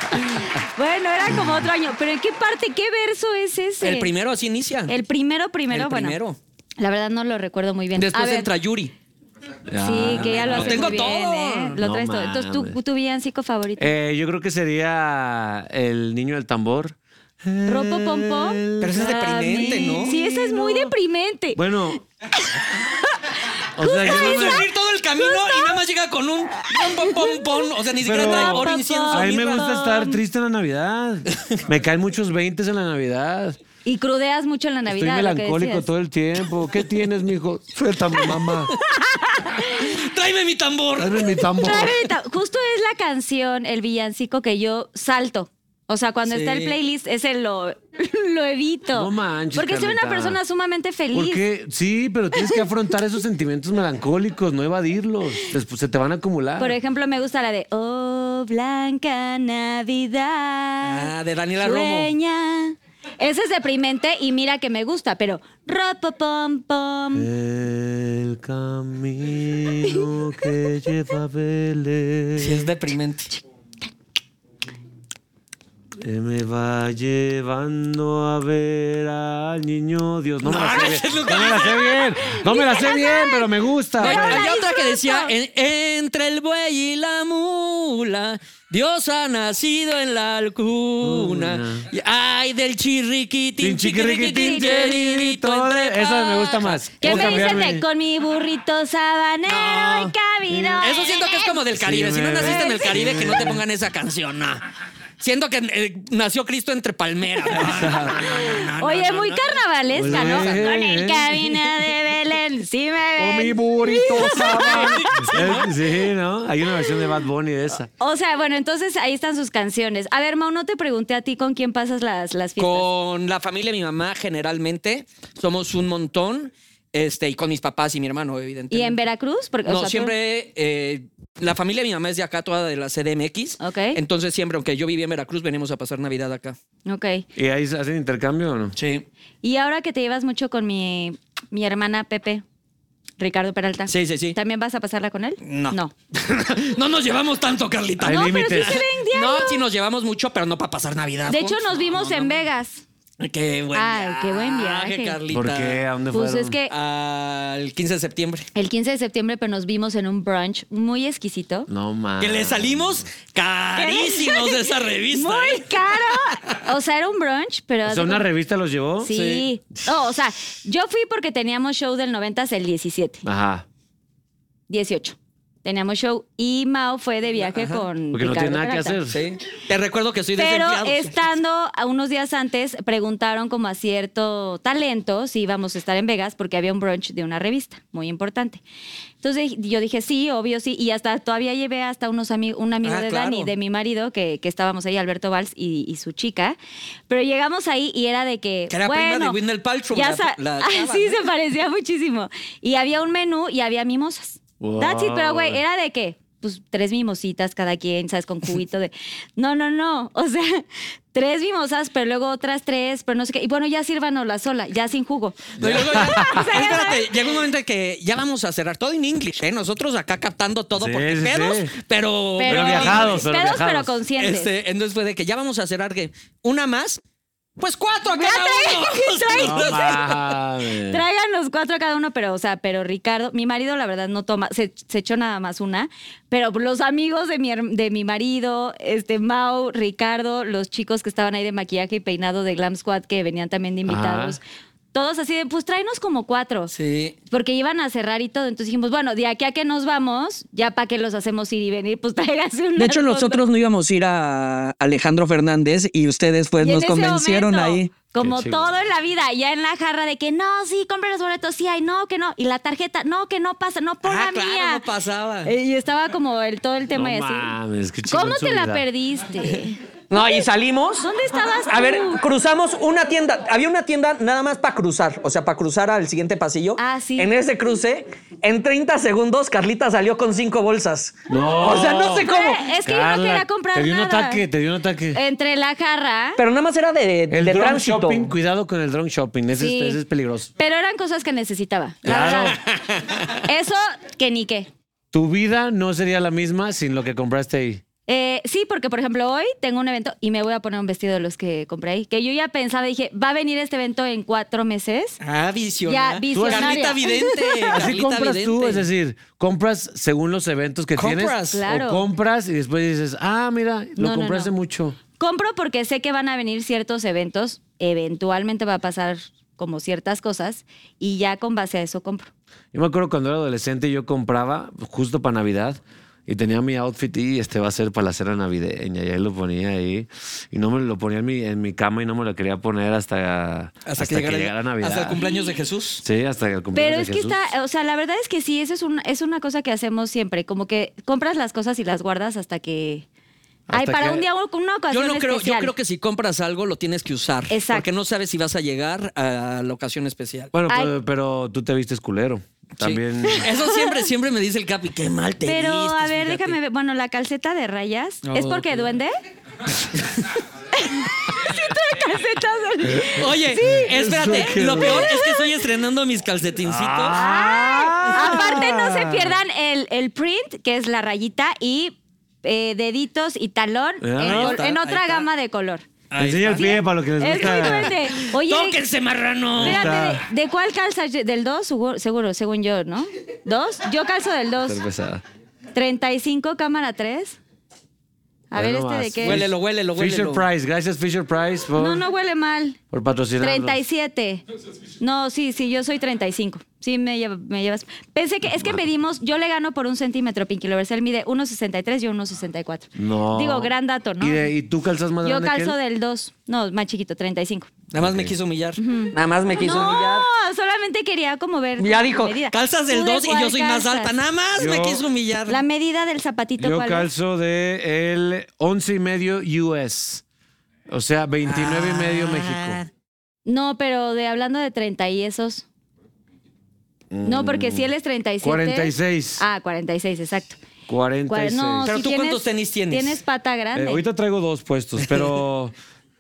[SPEAKER 3] bueno, era como otro año. Pero ¿en qué parte, qué verso es ese?
[SPEAKER 5] El primero así inicia.
[SPEAKER 3] El primero, primero,
[SPEAKER 5] El
[SPEAKER 3] bueno.
[SPEAKER 5] primero.
[SPEAKER 3] La verdad no lo recuerdo muy bien. A
[SPEAKER 5] Después
[SPEAKER 3] ver,
[SPEAKER 5] entra Yuri.
[SPEAKER 3] Sí, que ya lo
[SPEAKER 5] Lo
[SPEAKER 3] hace
[SPEAKER 5] tengo
[SPEAKER 3] muy bien,
[SPEAKER 5] todo.
[SPEAKER 3] ¿eh? Lo
[SPEAKER 7] Ah, No
[SPEAKER 3] traes todo. Entonces, ¿tú,
[SPEAKER 7] mames.
[SPEAKER 3] tu villancico favorito?
[SPEAKER 7] Eh, yo creo que sería el niño del tambor.
[SPEAKER 3] ¿Ropo Pompo?
[SPEAKER 5] Pero ese es deprimente, ¿no?
[SPEAKER 3] Sí, ese es muy deprimente.
[SPEAKER 7] Bueno. O sea, yo no me-
[SPEAKER 5] Puedes ir todo el camino y nada más llega con un pom pom pom pom. O sea, ni siquiera
[SPEAKER 7] Pero-
[SPEAKER 5] trae oro, incienso.
[SPEAKER 7] A mí me
[SPEAKER 5] mirra.
[SPEAKER 7] gusta estar triste en la Navidad. Me caen muchos veintes en la Navidad.
[SPEAKER 3] Y crudeas mucho en la
[SPEAKER 7] Estoy
[SPEAKER 3] Navidad. lo que
[SPEAKER 7] melancólico
[SPEAKER 3] decías.
[SPEAKER 7] todo el tiempo. ¿Qué tienes, mijo? Suéltame, mamá.
[SPEAKER 5] Tráeme mi tambor.
[SPEAKER 7] Dame mi tambor.
[SPEAKER 3] Trae ahorita- Justo es la canción, el villancico que yo salto. O sea, cuando
[SPEAKER 5] Sí.
[SPEAKER 3] está el playlist, ese lo, lo evito.
[SPEAKER 7] No manches,
[SPEAKER 3] Porque soy una
[SPEAKER 7] Carlita.
[SPEAKER 3] persona sumamente feliz.
[SPEAKER 7] Porque sí, pero tienes que afrontar esos sentimientos melancólicos, no evadirlos. Después se te van a acumular.
[SPEAKER 3] Por ejemplo, me gusta la de Oh, Oh, blanca Navidad.
[SPEAKER 5] Ah, de Daniela Romo.
[SPEAKER 3] Sueña. Ese es deprimente y mira que me gusta, pero ropopom pom.
[SPEAKER 7] El camino que lleva a Belén
[SPEAKER 5] Sí, es deprimente.
[SPEAKER 7] eh, me va llevando a ver al niño Dios. No me la
[SPEAKER 5] No,
[SPEAKER 7] sé
[SPEAKER 5] es
[SPEAKER 7] bien.
[SPEAKER 5] lo que
[SPEAKER 7] No me la sé bien. No me la sé bien, pero me gusta.
[SPEAKER 5] Hay
[SPEAKER 3] Pero la
[SPEAKER 5] otra que decía,
[SPEAKER 3] disfruto.
[SPEAKER 5] "En- entre el buey y la mula, Dios ha nacido en la alcuna.
[SPEAKER 7] Una.
[SPEAKER 5] Y- Ay, del chirriquitín,
[SPEAKER 7] Tin, chiquiriquitín,
[SPEAKER 5] chiquiriquitín, chiririquito,
[SPEAKER 7] todo
[SPEAKER 5] entre
[SPEAKER 7] Eso me gusta
[SPEAKER 5] patas".
[SPEAKER 7] más.
[SPEAKER 3] ¿Qué
[SPEAKER 7] Puedo
[SPEAKER 3] me dices
[SPEAKER 7] cambiarme.
[SPEAKER 3] de con mi burrito sabanero
[SPEAKER 5] No.
[SPEAKER 3] y cabido?
[SPEAKER 5] Eso siento que es como del Caribe. si no
[SPEAKER 7] me
[SPEAKER 5] naciste en
[SPEAKER 7] ves,
[SPEAKER 5] el
[SPEAKER 7] sí
[SPEAKER 5] Caribe,
[SPEAKER 7] me
[SPEAKER 5] que no te pongan esa canción. no. Siento que eh, nació Cristo entre palmeras. No, no, no, Ah, no, no,
[SPEAKER 3] Oye,
[SPEAKER 5] no,
[SPEAKER 3] muy
[SPEAKER 5] no.
[SPEAKER 3] carnavalesca, ¿no?
[SPEAKER 7] Pues, eh,
[SPEAKER 3] Con el
[SPEAKER 7] eh.
[SPEAKER 3] cabina de Belén, sí
[SPEAKER 7] Con
[SPEAKER 5] Oh,
[SPEAKER 3] me
[SPEAKER 7] mi
[SPEAKER 3] ven.
[SPEAKER 7] burrito sabanero. Sí, ¿no? Hay una versión de Bad Bunny de esa.
[SPEAKER 3] O sea, bueno, entonces ahí están sus canciones. A ver, Mau, no te pregunté a ti con quién pasas las, las fiestas.
[SPEAKER 5] Con la familia de mi mamá, generalmente, somos un montón. Este, y con mis papás y mi hermano, evidentemente.
[SPEAKER 3] ¿Y en Veracruz? Porque, o
[SPEAKER 5] No,
[SPEAKER 3] sea, tú-
[SPEAKER 5] siempre. eh, la familia de mi mamá es de acá, toda de la CDMX.
[SPEAKER 3] Ok.
[SPEAKER 5] Entonces, siempre, aunque yo vivía en Veracruz, venimos a pasar Navidad acá.
[SPEAKER 3] Ok.
[SPEAKER 7] ¿Y ahí hacen intercambio o no?
[SPEAKER 5] Sí.
[SPEAKER 3] Y ahora que te llevas mucho con mi, mi hermana Pepe, Ricardo Peralta.
[SPEAKER 5] Sí, sí, sí.
[SPEAKER 3] ¿También vas a pasarla con él?
[SPEAKER 5] No.
[SPEAKER 3] No.
[SPEAKER 5] no nos llevamos tanto, Carlita.
[SPEAKER 7] Hay
[SPEAKER 3] no, pero
[SPEAKER 7] límites.
[SPEAKER 3] sí se ven diario.
[SPEAKER 5] No, sí nos llevamos mucho, pero no para pasar Navidad.
[SPEAKER 3] De hecho,
[SPEAKER 5] juntos.
[SPEAKER 3] nos vimos en Vegas.
[SPEAKER 5] Qué buen
[SPEAKER 3] Ah, qué buen viaje.
[SPEAKER 5] Carlita.
[SPEAKER 7] ¿Por qué? ¿A dónde
[SPEAKER 3] Pues
[SPEAKER 7] fueron?
[SPEAKER 3] es que
[SPEAKER 5] Al 15 de septiembre.
[SPEAKER 3] el 15 de septiembre, pero nos vimos en un brunch muy exquisito.
[SPEAKER 7] No mames.
[SPEAKER 5] Que le salimos carísimos de esa revista.
[SPEAKER 3] Muy
[SPEAKER 5] ¿eh?
[SPEAKER 3] caro. O sea, era un brunch, pero.
[SPEAKER 7] O sea, ¿una revista los llevó?
[SPEAKER 3] Sí. No, o sea, yo fui porque teníamos show del 90 el 17,
[SPEAKER 7] Ajá.
[SPEAKER 3] 18. Teníamos show y Mao fue de viaje con.
[SPEAKER 7] Porque no
[SPEAKER 3] Ricardo
[SPEAKER 7] tiene nada que
[SPEAKER 3] Peralta.
[SPEAKER 7] hacer.
[SPEAKER 5] Sí. Te recuerdo que soy
[SPEAKER 3] Pero
[SPEAKER 5] desempleado.
[SPEAKER 3] estando a unos días antes, preguntaron como a cierto talento si íbamos a estar en Vegas porque había un brunch de una revista muy importante. Entonces yo dije, sí, obvio, sí. Y hasta todavía llevé hasta unos ami- un amigo
[SPEAKER 5] Ah,
[SPEAKER 3] de
[SPEAKER 5] claro.
[SPEAKER 3] Dani, de mi marido, que, que estábamos ahí, Alberto Valls y, y su chica. Pero llegamos ahí y era de que.
[SPEAKER 5] Que era prima
[SPEAKER 3] bueno,
[SPEAKER 5] de Gwyneth Paltrow,
[SPEAKER 3] ya
[SPEAKER 5] la-
[SPEAKER 3] sa-
[SPEAKER 5] la
[SPEAKER 3] Ay,
[SPEAKER 5] chava, ¿eh?
[SPEAKER 3] sí,
[SPEAKER 5] ¿no?
[SPEAKER 3] se parecía muchísimo. Y había un menú y había mimosas. That's it, pero güey,
[SPEAKER 7] Wow.
[SPEAKER 3] era de que, pues tres mimositas cada quien, ¿sabes? Con cubito de. No, no, no. O sea, tres mimosas, pero luego otras tres, pero no sé qué. Y bueno, ya sírvanosla sola, ya sin jugo.
[SPEAKER 5] No, y luego ya- espérate, llega un momento en que ya vamos a cerrar todo en inglés, ¿eh? Nosotros acá captando todo
[SPEAKER 7] Sí,
[SPEAKER 5] porque
[SPEAKER 7] sí,
[SPEAKER 5] pedos,
[SPEAKER 7] sí.
[SPEAKER 5] pero.
[SPEAKER 7] Pero viajados, pero
[SPEAKER 3] pedos,
[SPEAKER 7] viajados.
[SPEAKER 3] pero conscientes.
[SPEAKER 5] Este, entonces fue de que ya vamos a cerrar que una más, pues cuatro a
[SPEAKER 3] Ya
[SPEAKER 5] cada
[SPEAKER 3] trae-
[SPEAKER 5] uno.
[SPEAKER 3] trae-
[SPEAKER 7] No mames.
[SPEAKER 3] Tráiganos cuatro a cada uno, pero, o sea, pero Ricardo, mi marido, la verdad, no toma, se, se echó nada más una, pero los amigos de mi, her- de mi marido, este, Mau, Ricardo, los chicos que estaban ahí de maquillaje y peinado de Glam Squad que venían también de invitados, todos así de, pues tráenos como cuatro.
[SPEAKER 5] Sí.
[SPEAKER 3] Porque iban a cerrar y todo, entonces dijimos, bueno, de aquí a que nos vamos, ya para que los hacemos ir y venir, pues tráiganse una.
[SPEAKER 8] De hecho, nosotros no íbamos a ir a Alejandro Fernández y ustedes pues nos convencieron ahí.
[SPEAKER 3] Como
[SPEAKER 7] Qué chido.
[SPEAKER 3] todo en la vida, ya en la jarra de que no, sí, compra los boletos, sí, ay, no, que no. Y la tarjeta, no, que no pasa, no por
[SPEAKER 5] Ah,
[SPEAKER 3] la
[SPEAKER 5] claro,
[SPEAKER 3] mía.
[SPEAKER 5] no pasaba.
[SPEAKER 3] Eh, Y estaba como el, todo el tema
[SPEAKER 7] No
[SPEAKER 3] de así.
[SPEAKER 7] mames, qué chingón
[SPEAKER 3] ¿Cómo
[SPEAKER 7] su
[SPEAKER 3] te la
[SPEAKER 7] vida.
[SPEAKER 3] perdiste?
[SPEAKER 8] No, y salimos.
[SPEAKER 3] ¿Dónde estabas
[SPEAKER 8] A ver,
[SPEAKER 3] tú?
[SPEAKER 8] cruzamos una tienda. Había una tienda nada más para cruzar, o sea, para cruzar al siguiente pasillo.
[SPEAKER 3] Ah, sí.
[SPEAKER 8] En ese cruce, en 30 segundos, Carlita salió con cinco bolsas.
[SPEAKER 7] No.
[SPEAKER 8] O sea, no sé cómo.
[SPEAKER 3] Eh, Es que yo no
[SPEAKER 7] Carla,
[SPEAKER 3] quería comprar
[SPEAKER 7] Te dio un
[SPEAKER 3] nada. Eh,
[SPEAKER 7] ataque, te dio un ataque.
[SPEAKER 3] Entre la jarra.
[SPEAKER 8] Pero nada más era de,
[SPEAKER 7] el
[SPEAKER 8] de
[SPEAKER 7] drone
[SPEAKER 8] tránsito.
[SPEAKER 7] shopping, cuidado con el drone shopping, ese,
[SPEAKER 3] Sí.
[SPEAKER 7] es, ese es peligroso.
[SPEAKER 3] Pero eran cosas que necesitaba. la
[SPEAKER 7] Claro.
[SPEAKER 3] verdad. Eso que ni qué.
[SPEAKER 7] Tu vida no sería la misma sin lo que compraste ahí.
[SPEAKER 3] Eh, sí, porque por ejemplo hoy tengo un evento y me voy a poner un vestido de los que compré ahí. Que yo ya pensaba, dije, va a venir este evento en cuatro meses.
[SPEAKER 5] Ah, visionaria.
[SPEAKER 3] Ya, visionaria.
[SPEAKER 5] Carlita vidente.
[SPEAKER 7] Así
[SPEAKER 5] Carlita
[SPEAKER 7] compras tú,
[SPEAKER 5] vidente.
[SPEAKER 7] es decir, compras según los eventos que
[SPEAKER 5] Compras.
[SPEAKER 7] tienes.
[SPEAKER 3] Claro.
[SPEAKER 7] O compras y después dices, ah, mira,
[SPEAKER 3] No,
[SPEAKER 7] lo
[SPEAKER 3] no,
[SPEAKER 7] compré hace
[SPEAKER 3] no.
[SPEAKER 7] mucho.
[SPEAKER 3] Compro porque sé que van a venir ciertos eventos, eventualmente va a pasar como ciertas cosas y ya con base a eso compro.
[SPEAKER 7] Yo me acuerdo cuando era adolescente, yo compraba justo para Navidad y tenía mi outfit y este va a ser para la cena navideña. Y ahí lo ponía ahí. Y no me lo ponía en mi, en mi cama y no me lo quería poner hasta, hasta, que, llegara,
[SPEAKER 5] el-
[SPEAKER 7] Navidad.
[SPEAKER 5] Hasta el cumpleaños de Jesús.
[SPEAKER 7] Sí, hasta el cumpleaños.
[SPEAKER 3] Pero
[SPEAKER 7] de
[SPEAKER 3] es que
[SPEAKER 7] Jesús.
[SPEAKER 3] está, o sea, la verdad es que sí, eso es, un- es una cosa que hacemos siempre, como que compras las cosas y las guardas hasta que... Ay,
[SPEAKER 7] Hasta
[SPEAKER 3] para
[SPEAKER 7] que-
[SPEAKER 3] un día, una ocasión
[SPEAKER 5] Yo no creo, yo
[SPEAKER 3] especial.
[SPEAKER 5] creo que si compras algo lo tienes que usar.
[SPEAKER 3] Exacto.
[SPEAKER 5] Porque no sabes si vas a llegar a la ocasión especial.
[SPEAKER 7] Bueno,
[SPEAKER 3] Ay.
[SPEAKER 7] pero, pero tú te vistes culero. También.
[SPEAKER 5] Eso siempre, siempre me dice el Capi, qué mal te
[SPEAKER 3] Pero,
[SPEAKER 5] vistes,
[SPEAKER 3] a ver,
[SPEAKER 5] fíjate".
[SPEAKER 3] déjame ver. Bueno, la calceta de rayas.
[SPEAKER 5] No,
[SPEAKER 3] ¿Es porque
[SPEAKER 5] ok.
[SPEAKER 3] duende? sí, trae calcetas.
[SPEAKER 5] Oye, espérate, lo peor es que estoy estrenando mis calcetincitos.
[SPEAKER 3] Ah. Aparte, no
[SPEAKER 7] Ah.
[SPEAKER 3] se pierdan el, el print, que es la rayita, y eh, deditos y talón en,
[SPEAKER 7] Ahí
[SPEAKER 3] col-
[SPEAKER 5] está,
[SPEAKER 3] en
[SPEAKER 5] Ah, ahí
[SPEAKER 3] otra
[SPEAKER 5] está.
[SPEAKER 3] gama de color.
[SPEAKER 5] Ahí
[SPEAKER 7] Enseña el
[SPEAKER 5] está.
[SPEAKER 7] pie para lo que les
[SPEAKER 3] Es muy
[SPEAKER 7] gusta.
[SPEAKER 3] duende. Oye,
[SPEAKER 5] ¡Tóquense, marrano!
[SPEAKER 3] espérate, ¿de, de cuál calzas? ¿Del 2? Seguro, según yo, ¿no? ¿Dos? Yo calzo del 2.
[SPEAKER 7] Estar pesada.
[SPEAKER 3] 35, cámara 3. A
[SPEAKER 7] Ve
[SPEAKER 3] ver, este
[SPEAKER 7] nomás.
[SPEAKER 3] de qué.
[SPEAKER 5] Huélelo, huélelo,
[SPEAKER 7] Fisher
[SPEAKER 5] huélelo.
[SPEAKER 7] Price, gracias Fisher Price por,
[SPEAKER 3] No, no huele mal.
[SPEAKER 7] por patrocinar.
[SPEAKER 3] 37. No, sí, sí, yo soy 35. Sí, me, lleva- me llevas. Pensé que es que medimos, yo le gano por un centímetro Pinky Lovers. Él mide 1,63, yo 1,64.
[SPEAKER 7] No.
[SPEAKER 3] Digo, gran dato, ¿no?
[SPEAKER 7] ¿Y, de- y tú calzas más
[SPEAKER 3] yo
[SPEAKER 7] grande que él?
[SPEAKER 3] calzo del 2. No, más chiquito, 35.
[SPEAKER 5] Nada más me quiso humillar. Nada más me quiso humillar.
[SPEAKER 3] No, solamente quería como ver.
[SPEAKER 9] Ya
[SPEAKER 3] la
[SPEAKER 9] dijo,
[SPEAKER 3] medida.
[SPEAKER 5] Calzas del
[SPEAKER 3] ¿Tú de
[SPEAKER 5] 2 y yo
[SPEAKER 3] cuál
[SPEAKER 5] soy más
[SPEAKER 3] calzas?
[SPEAKER 5] alta. Nada más me
[SPEAKER 7] Yo-
[SPEAKER 5] quiso humillar.
[SPEAKER 3] La medida del zapatito,
[SPEAKER 7] Yo
[SPEAKER 3] ¿cuál es?
[SPEAKER 7] calzo de el 11 y medio US. O sea, 29 y
[SPEAKER 3] Ah.
[SPEAKER 7] medio México.
[SPEAKER 3] No, pero de hablando de 30 y esos. No, porque si él es 37.
[SPEAKER 7] 46.
[SPEAKER 3] Ah, 46, exacto.
[SPEAKER 7] 46.
[SPEAKER 3] No,
[SPEAKER 5] Pero
[SPEAKER 3] si
[SPEAKER 5] tú ¿cuántos tenis tienes?
[SPEAKER 3] Tienes pata
[SPEAKER 7] Eh,
[SPEAKER 3] grande.
[SPEAKER 7] ahorita traigo dos puestos, pero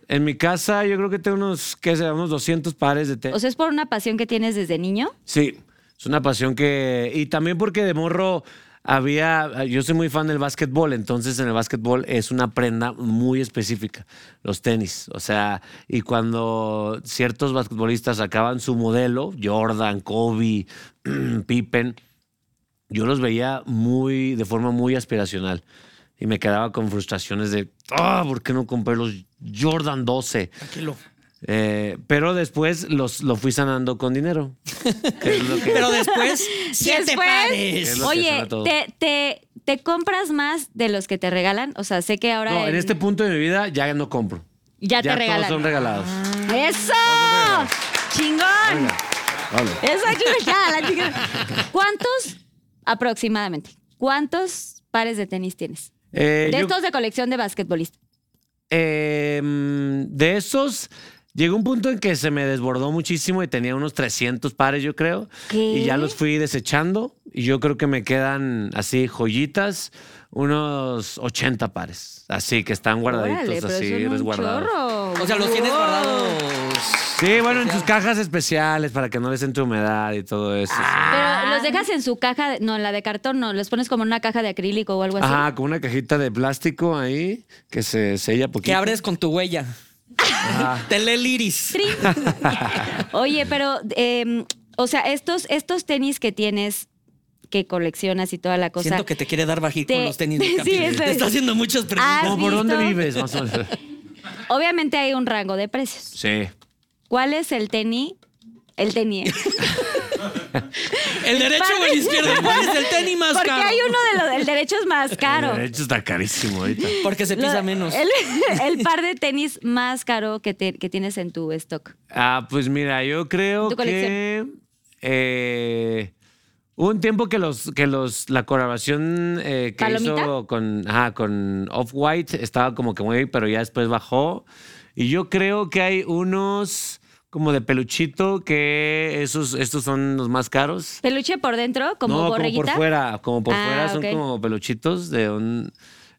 [SPEAKER 7] en mi casa yo creo que tengo unos, ¿qué será? Unos 200 pares de
[SPEAKER 3] O
[SPEAKER 7] tenis.
[SPEAKER 3] sea, es por una pasión que tienes desde niño.
[SPEAKER 7] Sí, es una pasión que... Y también porque de morro había... Yo soy muy fan del básquetbol, entonces en el básquetbol es una prenda muy específica, los tenis. O sea, y cuando ciertos basquetbolistas sacaban su modelo, Jordan, Kobe, Pippen, yo los veía muy, de forma muy aspiracional. Y me quedaba con frustraciones de, ah, ¿por qué no compré los Jordan 12?
[SPEAKER 5] Tranquilo.
[SPEAKER 7] Eh, pero después los, lo fui sanando con dinero. que es lo que-
[SPEAKER 5] Pero después, siete
[SPEAKER 3] Después,
[SPEAKER 5] pares.
[SPEAKER 7] lo que
[SPEAKER 3] Oye,
[SPEAKER 7] suena todo.
[SPEAKER 3] te, te, te compras más de los que te regalan. O sea, sé que ahora.
[SPEAKER 7] no, en
[SPEAKER 3] el-
[SPEAKER 7] este punto de mi vida ya no compro.
[SPEAKER 3] Ya te
[SPEAKER 7] todos
[SPEAKER 3] regalan. Ah.
[SPEAKER 7] son regalados.
[SPEAKER 3] ¡Eso! ¡Chingón! Eso ayuda ya, la chica. ¿Cuántos, aproximadamente, cuántos pares de tenis tienes?
[SPEAKER 7] Eh,
[SPEAKER 3] De
[SPEAKER 7] yo-
[SPEAKER 3] estos de colección de basquetbolista.
[SPEAKER 7] eh, mm, de esos, llegó un punto en que se me desbordó muchísimo y tenía unos 300 pares, yo creo.
[SPEAKER 3] ¿Qué?
[SPEAKER 7] Y ya los fui desechando. Y yo creo que me quedan así joyitas, unos 80 pares. Así que están guardaditos,
[SPEAKER 3] Órale, pero
[SPEAKER 7] así
[SPEAKER 3] son un
[SPEAKER 7] resguardados.
[SPEAKER 3] chorro.
[SPEAKER 5] O sea, los tienes
[SPEAKER 3] Wow.
[SPEAKER 5] guardados.
[SPEAKER 7] Sí, bueno, en sus cajas especiales para que no les entre humedad y todo eso. sí. Ah.
[SPEAKER 3] Pero los dejas en su caja, de- no, en la de cartón, no, los pones como en una caja de acrílico o algo así.
[SPEAKER 7] Ajá, con una cajita de plástico ahí que se sella poquito.
[SPEAKER 5] Que abres con tu huella. Te lee el iris.
[SPEAKER 3] Trin. Oye, pero, eh, o sea, estos, estos tenis que tienes, que coleccionas y toda la cosa.
[SPEAKER 5] Siento que te quiere dar bajir
[SPEAKER 3] te-
[SPEAKER 5] con los tenis. de
[SPEAKER 3] Sí,
[SPEAKER 5] Capi.
[SPEAKER 3] eso
[SPEAKER 5] Te
[SPEAKER 3] es.
[SPEAKER 5] está haciendo muchas preguntas.
[SPEAKER 3] ¿Has
[SPEAKER 7] Como por dónde
[SPEAKER 3] visto?
[SPEAKER 7] vives, más o menos.
[SPEAKER 3] Obviamente hay un rango de precios.
[SPEAKER 7] Sí.
[SPEAKER 3] ¿Cuál es el tenis? El tenis.
[SPEAKER 5] ¿El derecho o el izquierdo? ¿Cuál es el tenis más
[SPEAKER 3] Porque
[SPEAKER 5] caro?
[SPEAKER 3] hay uno de los, el derecho es más caro.
[SPEAKER 7] El derecho está carísimo
[SPEAKER 2] eh,
[SPEAKER 7] ahorita.
[SPEAKER 5] Porque se
[SPEAKER 3] Lo-
[SPEAKER 5] pisa menos.
[SPEAKER 3] El, el par de tenis más caro que, te- que tienes en tu stock.
[SPEAKER 7] Ah, pues mira, yo creo
[SPEAKER 3] ¿Tu
[SPEAKER 7] que.
[SPEAKER 3] colección?
[SPEAKER 7] eh, Hubo un tiempo que los, que los, la colaboración eh, que
[SPEAKER 3] ¿Palomita?
[SPEAKER 7] hizo con, ajá, con Off-White estaba como que muy, pero ya después bajó. Y yo creo que hay unos como de peluchito que esos, estos son los más caros.
[SPEAKER 3] Peluche por dentro, como
[SPEAKER 7] no,
[SPEAKER 3] borreguita.
[SPEAKER 7] como por fuera, como por
[SPEAKER 3] Ah,
[SPEAKER 7] fuera son
[SPEAKER 3] ok.
[SPEAKER 7] como peluchitos de un,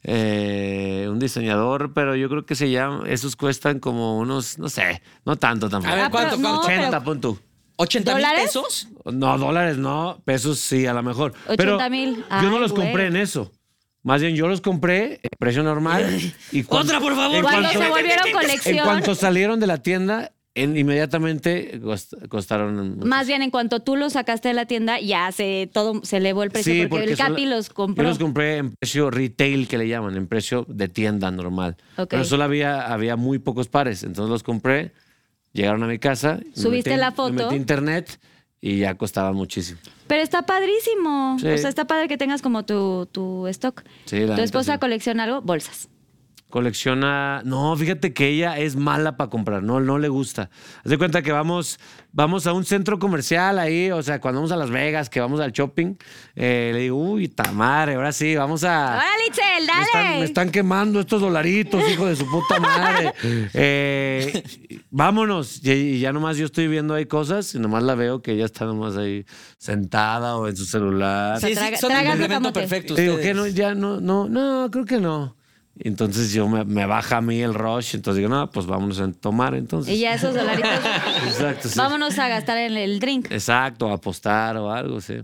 [SPEAKER 7] eh, un diseñador, pero yo creo que se llama, esos cuestan como unos, no sé, no tanto tampoco.
[SPEAKER 5] A ver,
[SPEAKER 3] Ah,
[SPEAKER 5] ¿cuánto,
[SPEAKER 3] pero no,
[SPEAKER 5] cuánto?
[SPEAKER 7] 80
[SPEAKER 3] pero-
[SPEAKER 7] pon tú.
[SPEAKER 5] 80 mil
[SPEAKER 3] ¿Dólares?
[SPEAKER 5] pesos.
[SPEAKER 7] No, dólares no, pesos sí, a lo mejor.
[SPEAKER 3] 80 mil.
[SPEAKER 7] Yo
[SPEAKER 3] Ay,
[SPEAKER 7] no los
[SPEAKER 3] güey.
[SPEAKER 7] compré en eso. Más bien, yo los compré en precio normal. Y cuando-
[SPEAKER 5] Otra, por favor.
[SPEAKER 7] en
[SPEAKER 3] Cuando
[SPEAKER 7] cuanto-
[SPEAKER 3] se volvieron
[SPEAKER 7] En
[SPEAKER 3] colección,
[SPEAKER 7] cuanto salieron de la tienda, en- inmediatamente cost- costaron.
[SPEAKER 3] más bien en cuanto tú los sacaste de la tienda, ya se todo se elevó el precio porque, el
[SPEAKER 7] son-
[SPEAKER 3] Capi los compró.
[SPEAKER 7] Yo los compré en precio retail, que le llaman, en precio de tienda normal.
[SPEAKER 3] Ok.
[SPEAKER 7] Pero solo había, había muy pocos pares, entonces los compré, llegaron a mi casa. me
[SPEAKER 3] Subiste
[SPEAKER 7] metí-
[SPEAKER 3] la
[SPEAKER 7] Me
[SPEAKER 3] foto.
[SPEAKER 7] metí a internet y ya costaba muchísimo.
[SPEAKER 3] Pero está padrísimo.
[SPEAKER 7] Sí.
[SPEAKER 3] O sea, está padre que tengas como tu, tu stock.
[SPEAKER 7] Sí, la
[SPEAKER 3] tu
[SPEAKER 7] neta,
[SPEAKER 3] esposa
[SPEAKER 7] sí.
[SPEAKER 3] colecciona algo, bolsas.
[SPEAKER 7] Colecciona. No, fíjate que ella es mala para comprar. No, no le gusta. Haz de cuenta que vamos, vamos a un centro comercial ahí. O sea, cuando vamos a Las Vegas, que vamos al shopping, eh, le digo, uy, ta madre, ahora sí, vamos a.
[SPEAKER 3] ¡Hola, Litzel!
[SPEAKER 7] Ah. Me están, me
[SPEAKER 3] ¡Dale!
[SPEAKER 7] están quemando estos dolaritos, hijo de su puta madre. Eh, vámonos. Y, y ya nomás yo estoy viendo ahí cosas y nomás la veo que ella está nomás ahí sentada o en su celular.
[SPEAKER 3] sea,
[SPEAKER 5] Sí, sí,
[SPEAKER 3] traga-
[SPEAKER 5] son el
[SPEAKER 3] tragando
[SPEAKER 5] complemento
[SPEAKER 3] camote.
[SPEAKER 5] perfecto.
[SPEAKER 7] Te digo
[SPEAKER 5] ustedes.
[SPEAKER 7] que no, ya no, no, no, creo que no. Entonces yo me, me baja a mí el rush, entonces digo, no, pues vámonos a tomar entonces.
[SPEAKER 3] Y ya esos dolaritos.
[SPEAKER 7] Exacto, sí.
[SPEAKER 3] Vámonos a gastar en el drink.
[SPEAKER 7] Exacto, a apostar o algo, sí.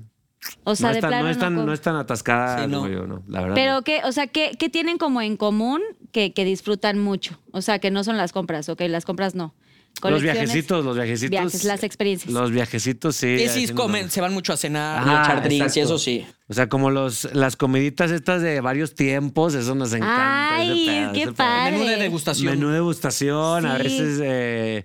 [SPEAKER 3] O sea,
[SPEAKER 7] no,
[SPEAKER 3] de
[SPEAKER 7] es tan,
[SPEAKER 3] plano.
[SPEAKER 7] no, es tan,
[SPEAKER 3] com-
[SPEAKER 7] no es tan atascada
[SPEAKER 5] Sí, no.
[SPEAKER 7] como yo, no, la verdad.
[SPEAKER 3] Pero que, o sea, ¿qué, qué tienen como en común que, que disfrutan mucho? O sea, que no son las compras, ok, las compras no.
[SPEAKER 7] no. los
[SPEAKER 3] Colecciones,
[SPEAKER 7] viajecitos, los viajecitos.
[SPEAKER 3] Viajes, las experiencias.
[SPEAKER 7] Los viajecitos, sí.
[SPEAKER 5] Y
[SPEAKER 7] ahí
[SPEAKER 5] sí,
[SPEAKER 7] sí
[SPEAKER 5] comen,
[SPEAKER 7] no.
[SPEAKER 5] se van mucho a cenar y
[SPEAKER 7] Ajá,
[SPEAKER 5] a echar drinks, y
[SPEAKER 7] Ah, exacto.
[SPEAKER 5] eso sí.
[SPEAKER 7] O sea, como los, las comiditas estas de varios tiempos, eso nos encanta. ese
[SPEAKER 3] Ay,
[SPEAKER 7] pedo,
[SPEAKER 3] qué
[SPEAKER 7] ese pedo.
[SPEAKER 3] padre.
[SPEAKER 5] Menú de degustación.
[SPEAKER 7] Menú de degustación, a
[SPEAKER 3] Sí.
[SPEAKER 7] veces eh,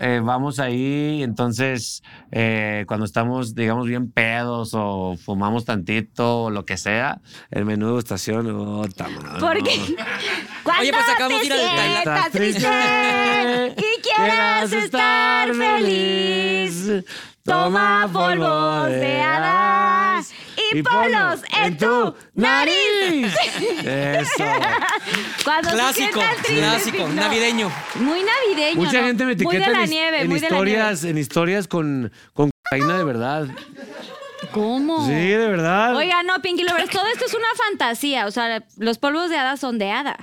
[SPEAKER 7] eh, vamos ahí, entonces eh, cuando estamos, digamos, bien pedos o fumamos tantito o lo que sea, el menú de degustación, oh, ta madre,
[SPEAKER 3] ¿Por
[SPEAKER 7] no.
[SPEAKER 3] qué? ¿Cuándo
[SPEAKER 5] Oye, pues acabamos
[SPEAKER 3] te
[SPEAKER 5] de ir al-
[SPEAKER 3] sientas
[SPEAKER 7] Ah, Estás
[SPEAKER 3] triste y quieras estar feliz? Toma polvos de hadas y ponlos en tu nariz.
[SPEAKER 7] Eso.
[SPEAKER 3] Cuando te
[SPEAKER 5] Clásico,
[SPEAKER 3] sientas triste,
[SPEAKER 5] clásico,
[SPEAKER 3] Pigno.
[SPEAKER 5] navideño.
[SPEAKER 3] Muy navideño.
[SPEAKER 7] Mucha
[SPEAKER 3] ¿no?
[SPEAKER 7] gente me etiqueta
[SPEAKER 3] muy de la
[SPEAKER 7] en, his-
[SPEAKER 3] nieve,
[SPEAKER 7] en
[SPEAKER 3] muy
[SPEAKER 7] historias, en historias con, con cocaína de verdad.
[SPEAKER 3] de la nieve. ¿Cómo?
[SPEAKER 7] Sí, de verdad.
[SPEAKER 3] Oiga, no, Pinky Lovers, todo esto es una fantasía. O sea, los polvos de hadas son de hada.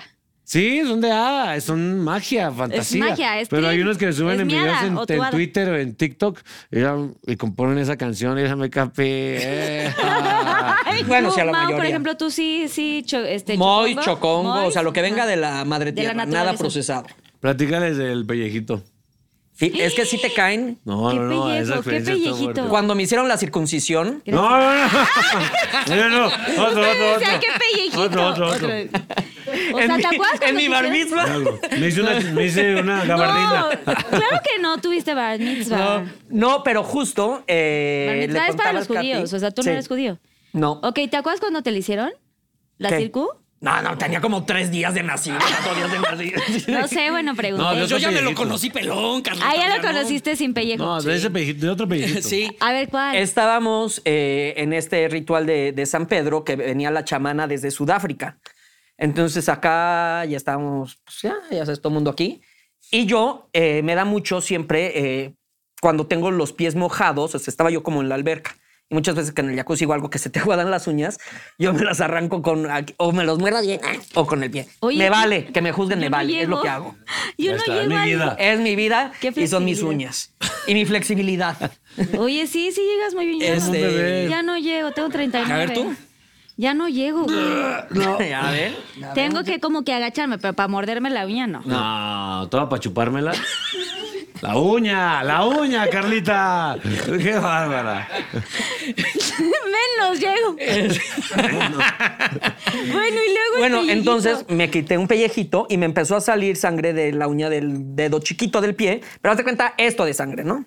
[SPEAKER 7] Sí, son de hada, son magia, fantasía.
[SPEAKER 3] magia, es
[SPEAKER 7] Pero hay
[SPEAKER 3] clean,
[SPEAKER 7] unos que suben
[SPEAKER 3] es
[SPEAKER 7] en
[SPEAKER 3] mi
[SPEAKER 7] videos
[SPEAKER 3] hada,
[SPEAKER 7] en,
[SPEAKER 3] o tu
[SPEAKER 7] en
[SPEAKER 3] hada.
[SPEAKER 7] Twitter o en TikTok y, ya- y componen esa canción y déjame capé. Ah.
[SPEAKER 3] Ay,
[SPEAKER 5] Bueno,
[SPEAKER 3] tú,
[SPEAKER 5] sí, a la
[SPEAKER 3] Mau, por
[SPEAKER 5] mayoría.
[SPEAKER 3] ejemplo, tú sí, sí, cho- este,
[SPEAKER 5] Moy,
[SPEAKER 3] chocongo.
[SPEAKER 5] chocongo,
[SPEAKER 3] Moy,
[SPEAKER 5] o sea, lo que venga
[SPEAKER 3] ajá.
[SPEAKER 5] de la madre
[SPEAKER 3] De la
[SPEAKER 5] tierra, nada
[SPEAKER 3] naturaleza.
[SPEAKER 5] procesado.
[SPEAKER 7] Platícales del pellejito.
[SPEAKER 5] Sí, es que sí te caen.
[SPEAKER 7] No,
[SPEAKER 3] Qué
[SPEAKER 7] no, no,
[SPEAKER 3] pellejo,
[SPEAKER 7] esa
[SPEAKER 3] qué
[SPEAKER 7] experiencia estuvo
[SPEAKER 3] pellejito.
[SPEAKER 7] fuerte.
[SPEAKER 5] Cuando me hicieron la circuncisión,
[SPEAKER 7] No, no, no. No, no, no. Otro,
[SPEAKER 3] Ustedes
[SPEAKER 7] otro,
[SPEAKER 3] decían,
[SPEAKER 7] otro.
[SPEAKER 3] "Qué pellejito".
[SPEAKER 7] Otro, otro, otro.
[SPEAKER 3] O sea, ¿te acuerdas
[SPEAKER 5] en
[SPEAKER 3] cuando
[SPEAKER 5] mi
[SPEAKER 3] te
[SPEAKER 5] bar
[SPEAKER 3] hicieron-
[SPEAKER 5] mitzvah.
[SPEAKER 7] Algo. Me hice una, me hice una
[SPEAKER 3] No,
[SPEAKER 7] gabardina.
[SPEAKER 3] claro que no tuviste bar mitzvah.
[SPEAKER 5] No, no, pero justo. Eh,
[SPEAKER 3] bar
[SPEAKER 5] le
[SPEAKER 3] mitzvah es para
[SPEAKER 5] contaba
[SPEAKER 3] los
[SPEAKER 5] a Katy-
[SPEAKER 3] judíos, o sea, tú
[SPEAKER 5] Sí.
[SPEAKER 3] no eres judío.
[SPEAKER 5] No.
[SPEAKER 3] Ok, ¿te acuerdas cuando te la hicieron? ¿La
[SPEAKER 5] ¿Qué?
[SPEAKER 3] circu?
[SPEAKER 5] No, no, tenía como tres días de nacido, cuatro días de nacido.
[SPEAKER 3] No sé, bueno, pregunté.
[SPEAKER 7] No,
[SPEAKER 5] Eh, Yo,
[SPEAKER 7] yo
[SPEAKER 5] ya me lo
[SPEAKER 7] pellejito.
[SPEAKER 5] conocí pelón, Carlos.
[SPEAKER 3] ah, ya lo
[SPEAKER 5] Fabiano.
[SPEAKER 3] conociste sin pellejo.
[SPEAKER 7] No, de ese pellejito, de otro pellejito.
[SPEAKER 5] Sí.
[SPEAKER 3] A ver, ¿cuál?
[SPEAKER 5] Estábamos eh, en este ritual de, de San Pedro que venía la chamana desde Sudáfrica. Entonces acá ya estábamos, pues ya, ya sabes, todo el mundo aquí. Y yo eh, me da mucho siempre eh, cuando tengo los pies mojados, o sea, estaba yo como en la alberca. Y muchas veces que en el jacuzzi o algo que se te guardan las uñas, yo me las arranco con, aquí, o me los muerdo bien, ah, o con el pie.
[SPEAKER 3] Oye,
[SPEAKER 5] me vale, que me juzguen,
[SPEAKER 3] yo
[SPEAKER 5] me
[SPEAKER 3] no
[SPEAKER 5] vale, es lo
[SPEAKER 3] llego.
[SPEAKER 5] que hago.
[SPEAKER 3] Yo no
[SPEAKER 7] Ahí está,
[SPEAKER 3] llego
[SPEAKER 7] mi
[SPEAKER 3] al-
[SPEAKER 7] vida.
[SPEAKER 5] Es mi vida
[SPEAKER 3] Qué
[SPEAKER 5] y son mis
[SPEAKER 3] flexibilidad.
[SPEAKER 5] uñas y mi flexibilidad.
[SPEAKER 3] Oye, sí, sí llegas muy bien. Yo
[SPEAKER 5] Este-
[SPEAKER 3] no-
[SPEAKER 5] Un bebé.
[SPEAKER 3] Ya no llego, tengo 39.
[SPEAKER 5] A ver, ¿tú?
[SPEAKER 3] Ya no llego, güey.
[SPEAKER 5] A ver.
[SPEAKER 3] Tengo que como que agacharme, pero para morderme la uña no.
[SPEAKER 7] No, toda para chupármela. La uña, la uña, Carlita. Qué bárbara.
[SPEAKER 3] Menos llego. bueno, y luego el
[SPEAKER 5] Bueno,
[SPEAKER 3] pellejito.
[SPEAKER 5] entonces me quité un pellejito y me empezó a salir sangre de la uña del dedo chiquito del pie. Pero hazte cuenta esto de sangre, ¿no?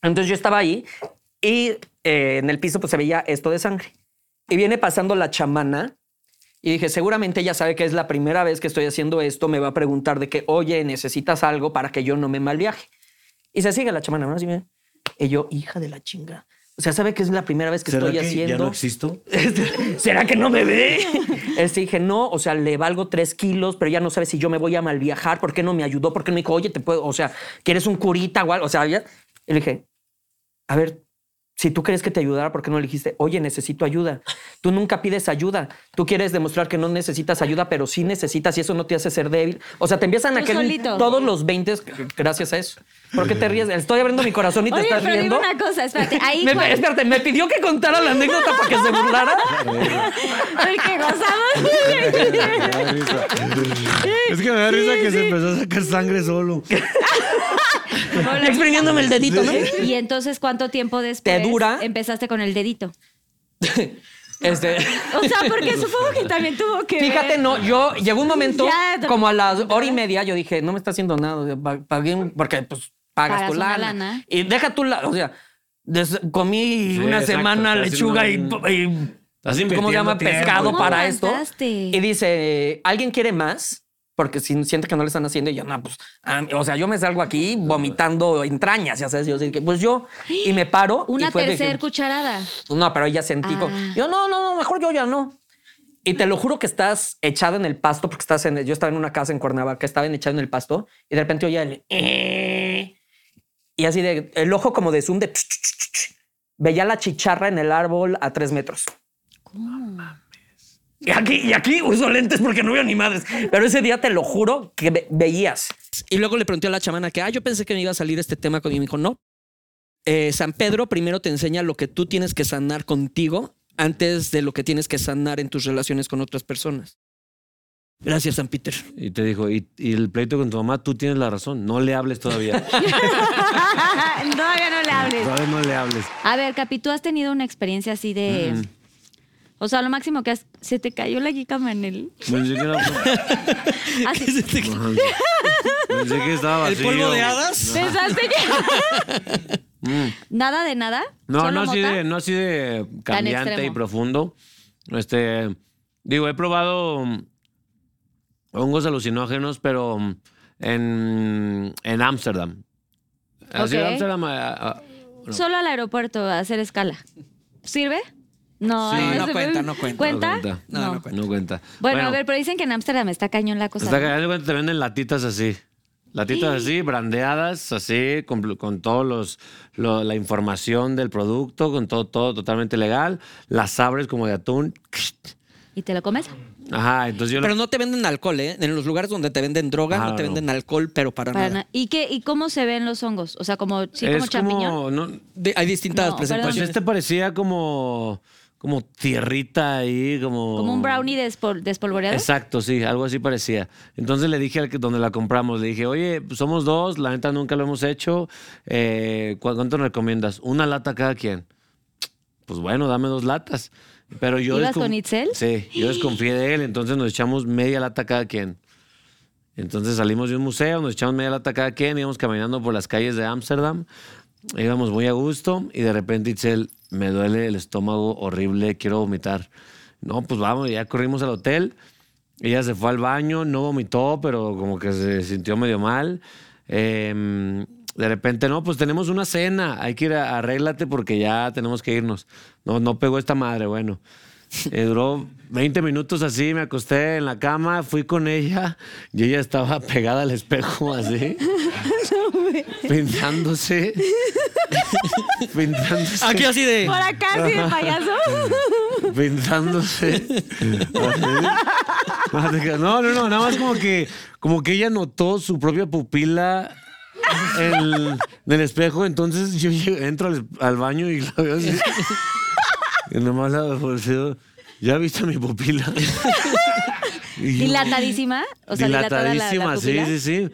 [SPEAKER 5] Entonces yo estaba ahí y eh, en el piso pues se veía esto de sangre. Y viene pasando la chamana y dije, seguramente ella sabe que es la primera vez que estoy haciendo esto, me va a preguntar de que, oye, necesitas algo para que yo no me malviaje. Y se sigue la chamana, ¿no? Así me- Y yo, hija de la chinga. O sea, sabe que es la primera vez que
[SPEAKER 7] ¿Será
[SPEAKER 5] estoy
[SPEAKER 7] que
[SPEAKER 5] haciendo.
[SPEAKER 7] ya no existo?
[SPEAKER 5] Este, ¿Será que no me ve? Este dije, no, o sea, le valgo tres kilos, pero ya no sabe si yo me voy a mal viajar, ¿por qué no me ayudó? ¿Por qué no me dijo, oye, te puedo, o sea, ¿quieres un curita o algo? O sea, ya. Y le dije, a ver, si tú crees que te ayudara, ¿por qué no le dijiste, oye, necesito ayuda? Tú nunca pides ayuda. Tú quieres demostrar que no necesitas ayuda, pero sí necesitas y eso no te hace ser débil. O sea, te empiezan
[SPEAKER 3] Tú
[SPEAKER 5] a querer
[SPEAKER 3] solito.
[SPEAKER 5] todos los 20 gracias a eso. ¿Por qué te ríes? Estoy abriendo mi corazón y te
[SPEAKER 3] Oye,
[SPEAKER 5] estás
[SPEAKER 3] pero dime
[SPEAKER 5] riendo.
[SPEAKER 3] una cosa, espérate. Ahí
[SPEAKER 5] Me-
[SPEAKER 3] cuando-
[SPEAKER 5] espérate, me pidió que contara la anécdota para que se burlara.
[SPEAKER 3] Porque gozamos.
[SPEAKER 7] Es que me da risa que
[SPEAKER 3] sí.
[SPEAKER 7] se empezó a sacar sangre solo.
[SPEAKER 5] exprimiéndome el dedito, ¿no?
[SPEAKER 3] y entonces, ¿cuánto tiempo después
[SPEAKER 5] Te dura.
[SPEAKER 3] empezaste con el dedito?
[SPEAKER 5] Este.
[SPEAKER 3] O sea, porque supongo que también tuvo que
[SPEAKER 5] Fíjate,
[SPEAKER 3] ver.
[SPEAKER 5] no, yo llegó un momento,
[SPEAKER 3] Ya, te-
[SPEAKER 5] como a las hora y media, yo dije, no me está haciendo nada, o sea, pa- pagué un- porque pues pagas,
[SPEAKER 3] Pagas
[SPEAKER 5] tu
[SPEAKER 3] una
[SPEAKER 5] lana.
[SPEAKER 3] lana.
[SPEAKER 5] Y deja tu la, o sea, des- comí
[SPEAKER 7] Sí,
[SPEAKER 5] una
[SPEAKER 7] exacto,
[SPEAKER 5] semana
[SPEAKER 7] estás
[SPEAKER 5] lechuga y,
[SPEAKER 7] haciendo
[SPEAKER 5] y-
[SPEAKER 7] Estás
[SPEAKER 5] ¿cómo se llama?
[SPEAKER 7] invirtiendo tiempo.
[SPEAKER 5] Pescado
[SPEAKER 3] ¿Cómo
[SPEAKER 5] para esto.
[SPEAKER 3] aguantaste?
[SPEAKER 5] Y dice, ¿alguien quiere más?
[SPEAKER 10] porque si siente que no le están haciendo y yo, no, pues, a mí- o sea, yo me salgo aquí vomitando entrañas, ya sabes, yo así que, pues yo, y me paro. y
[SPEAKER 3] Una
[SPEAKER 10] fue de que-
[SPEAKER 3] tercera cucharada.
[SPEAKER 10] Pues no, pero ella sentí como-
[SPEAKER 3] Ah.
[SPEAKER 10] Yo, no, no, no, mejor yo ya no. Y te lo juro que estás echada en el pasto, porque estás en. Yo estaba en una casa en Cuernavaca, estaba en- echada en el pasto, y de repente oía el. "Eh". Y así de. El ojo como de zoom de. Veía la chicharra en el árbol a tres metros. Y aquí, y aquí uso lentes porque no veo ni madres. Pero ese día te lo juro que ve- veías.
[SPEAKER 5] Y luego le pregunté a la chamana que, ah, yo pensé que me iba a salir este tema conmigo. Y me dijo, no. Eh, San Pedro primero te enseña lo que tú tienes que sanar contigo antes de lo que tienes que sanar en tus relaciones con otras personas. Gracias, San Peter.
[SPEAKER 7] Y te dijo, y, y el pleito con tu mamá, tú tienes la razón, no le hables todavía.
[SPEAKER 3] Todavía no le hables.
[SPEAKER 7] todavía no le hables.
[SPEAKER 3] A ver, Capi, tú has tenido una experiencia así de.
[SPEAKER 5] Mm.
[SPEAKER 7] Mm-mm.
[SPEAKER 3] O sea, lo máximo que has. Se te cayó la guica Manel.
[SPEAKER 7] Pensé que, era-
[SPEAKER 3] Así.
[SPEAKER 7] pensé que estaba
[SPEAKER 5] ¿El
[SPEAKER 7] vacío.
[SPEAKER 5] polvo de hadas?
[SPEAKER 3] ¿Pensaste que.? ¿Nada de nada?
[SPEAKER 7] No,
[SPEAKER 3] ¿Solo
[SPEAKER 7] no así,
[SPEAKER 3] mota?
[SPEAKER 7] de, no así de cambiante y
[SPEAKER 3] extremo.
[SPEAKER 7] profundo. Este, digo, he probado mm, hongos alucinógenos, pero mm, en en Ámsterdam. Así de
[SPEAKER 3] Ok.
[SPEAKER 7] Ámsterdam Ah, a- a-
[SPEAKER 3] Solo al aeropuerto a hacer escala. ¿Sirve? No,
[SPEAKER 7] Sí.
[SPEAKER 3] ay, se
[SPEAKER 7] No,
[SPEAKER 5] no cuenta,
[SPEAKER 3] puede.
[SPEAKER 5] no cuenta.
[SPEAKER 3] ¿Cuenta?
[SPEAKER 7] No cuenta.
[SPEAKER 5] No, no cuenta.
[SPEAKER 7] no cuenta.
[SPEAKER 3] Bueno, a ver, pues, pero dicen que en Ámsterdam está cañón la cosa.
[SPEAKER 7] Hasta
[SPEAKER 3] ¿no?
[SPEAKER 7] que haz de cuenta, te venden latitas así. Latitas así, brandeadas, así, con, pl- con todos los, lo- la información del producto, con todo, todo totalmente legal. Las abres como de atún.
[SPEAKER 3] ¿Y te lo comes?
[SPEAKER 7] Ajá, entonces yo lo-
[SPEAKER 5] Pero no te venden alcohol, ¿eh? En los lugares donde te venden droga,
[SPEAKER 7] Ah,
[SPEAKER 5] no te
[SPEAKER 7] no.
[SPEAKER 5] venden alcohol, pero para,
[SPEAKER 3] Para
[SPEAKER 5] nada.
[SPEAKER 3] na- ¿Y, qué, ¿Y cómo se ven los hongos? O sea, como, sí, como champiñón.
[SPEAKER 7] no-
[SPEAKER 5] De- hay distintas
[SPEAKER 3] No,
[SPEAKER 7] pues
[SPEAKER 5] presentaciones.
[SPEAKER 7] este parecía como, como tierrita ahí, como...
[SPEAKER 3] Como un brownie despol- despolvoreado.
[SPEAKER 7] Exacto, sí, algo así parecía. Entonces le dije al que donde la compramos, le dije, oye, pues somos dos, la neta nunca lo hemos hecho, eh, ¿cu- ¿cuánto nos recomiendas? Una lata cada quien. Pues bueno, dame dos latas. Pero yo
[SPEAKER 3] ¿Ibas
[SPEAKER 7] descon-
[SPEAKER 3] con Itzel?
[SPEAKER 7] Sí, yo desconfié de él, entonces nos echamos media lata cada quien. Entonces salimos de un museo, nos echamos media lata cada quien, íbamos caminando por las calles de Ámsterdam, íbamos muy a gusto y de repente Itzel, me duele el estómago horrible, quiero vomitar. No, pues vamos, ya corrimos al hotel, ella se fue al baño, no vomitó, pero como que se sintió medio mal. Em, de repente, no, pues tenemos una cena, hay que ir, a- arréglate porque ya tenemos que irnos. No, no pegó esta madre, bueno. Eh, duró 20 minutos así, me acosté en la cama, fui con ella y ella estaba pegada al espejo así, pintándose. pintándose.
[SPEAKER 5] Aquí así de.
[SPEAKER 3] Por acá, sí, de payaso.
[SPEAKER 7] Pintándose. Así. No, no, no, nada más como que, como que ella notó su propia pupila. En el, en el espejo, entonces yo llego- entro al, al baño y la veo así. Y nomás la volteo, ¿Ya viste mi pupila? Y yo-
[SPEAKER 3] Dilatadísima. O sea, dilatada la, la pupila.
[SPEAKER 7] sí, sí, sí.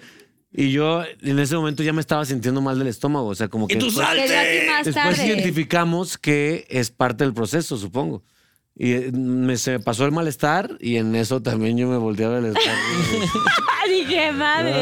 [SPEAKER 7] Y yo en ese momento ya me estaba sintiendo mal del estómago, o sea, como que
[SPEAKER 5] ¡Y tú
[SPEAKER 7] después-
[SPEAKER 3] Quedó aquí
[SPEAKER 5] salte!
[SPEAKER 3] más
[SPEAKER 7] Después
[SPEAKER 3] tarde.
[SPEAKER 7] identificamos que es parte del proceso, supongo. Y eh, me, se me pasó el malestar y en eso también yo me volteaba el estómago.
[SPEAKER 3] Dije, madre.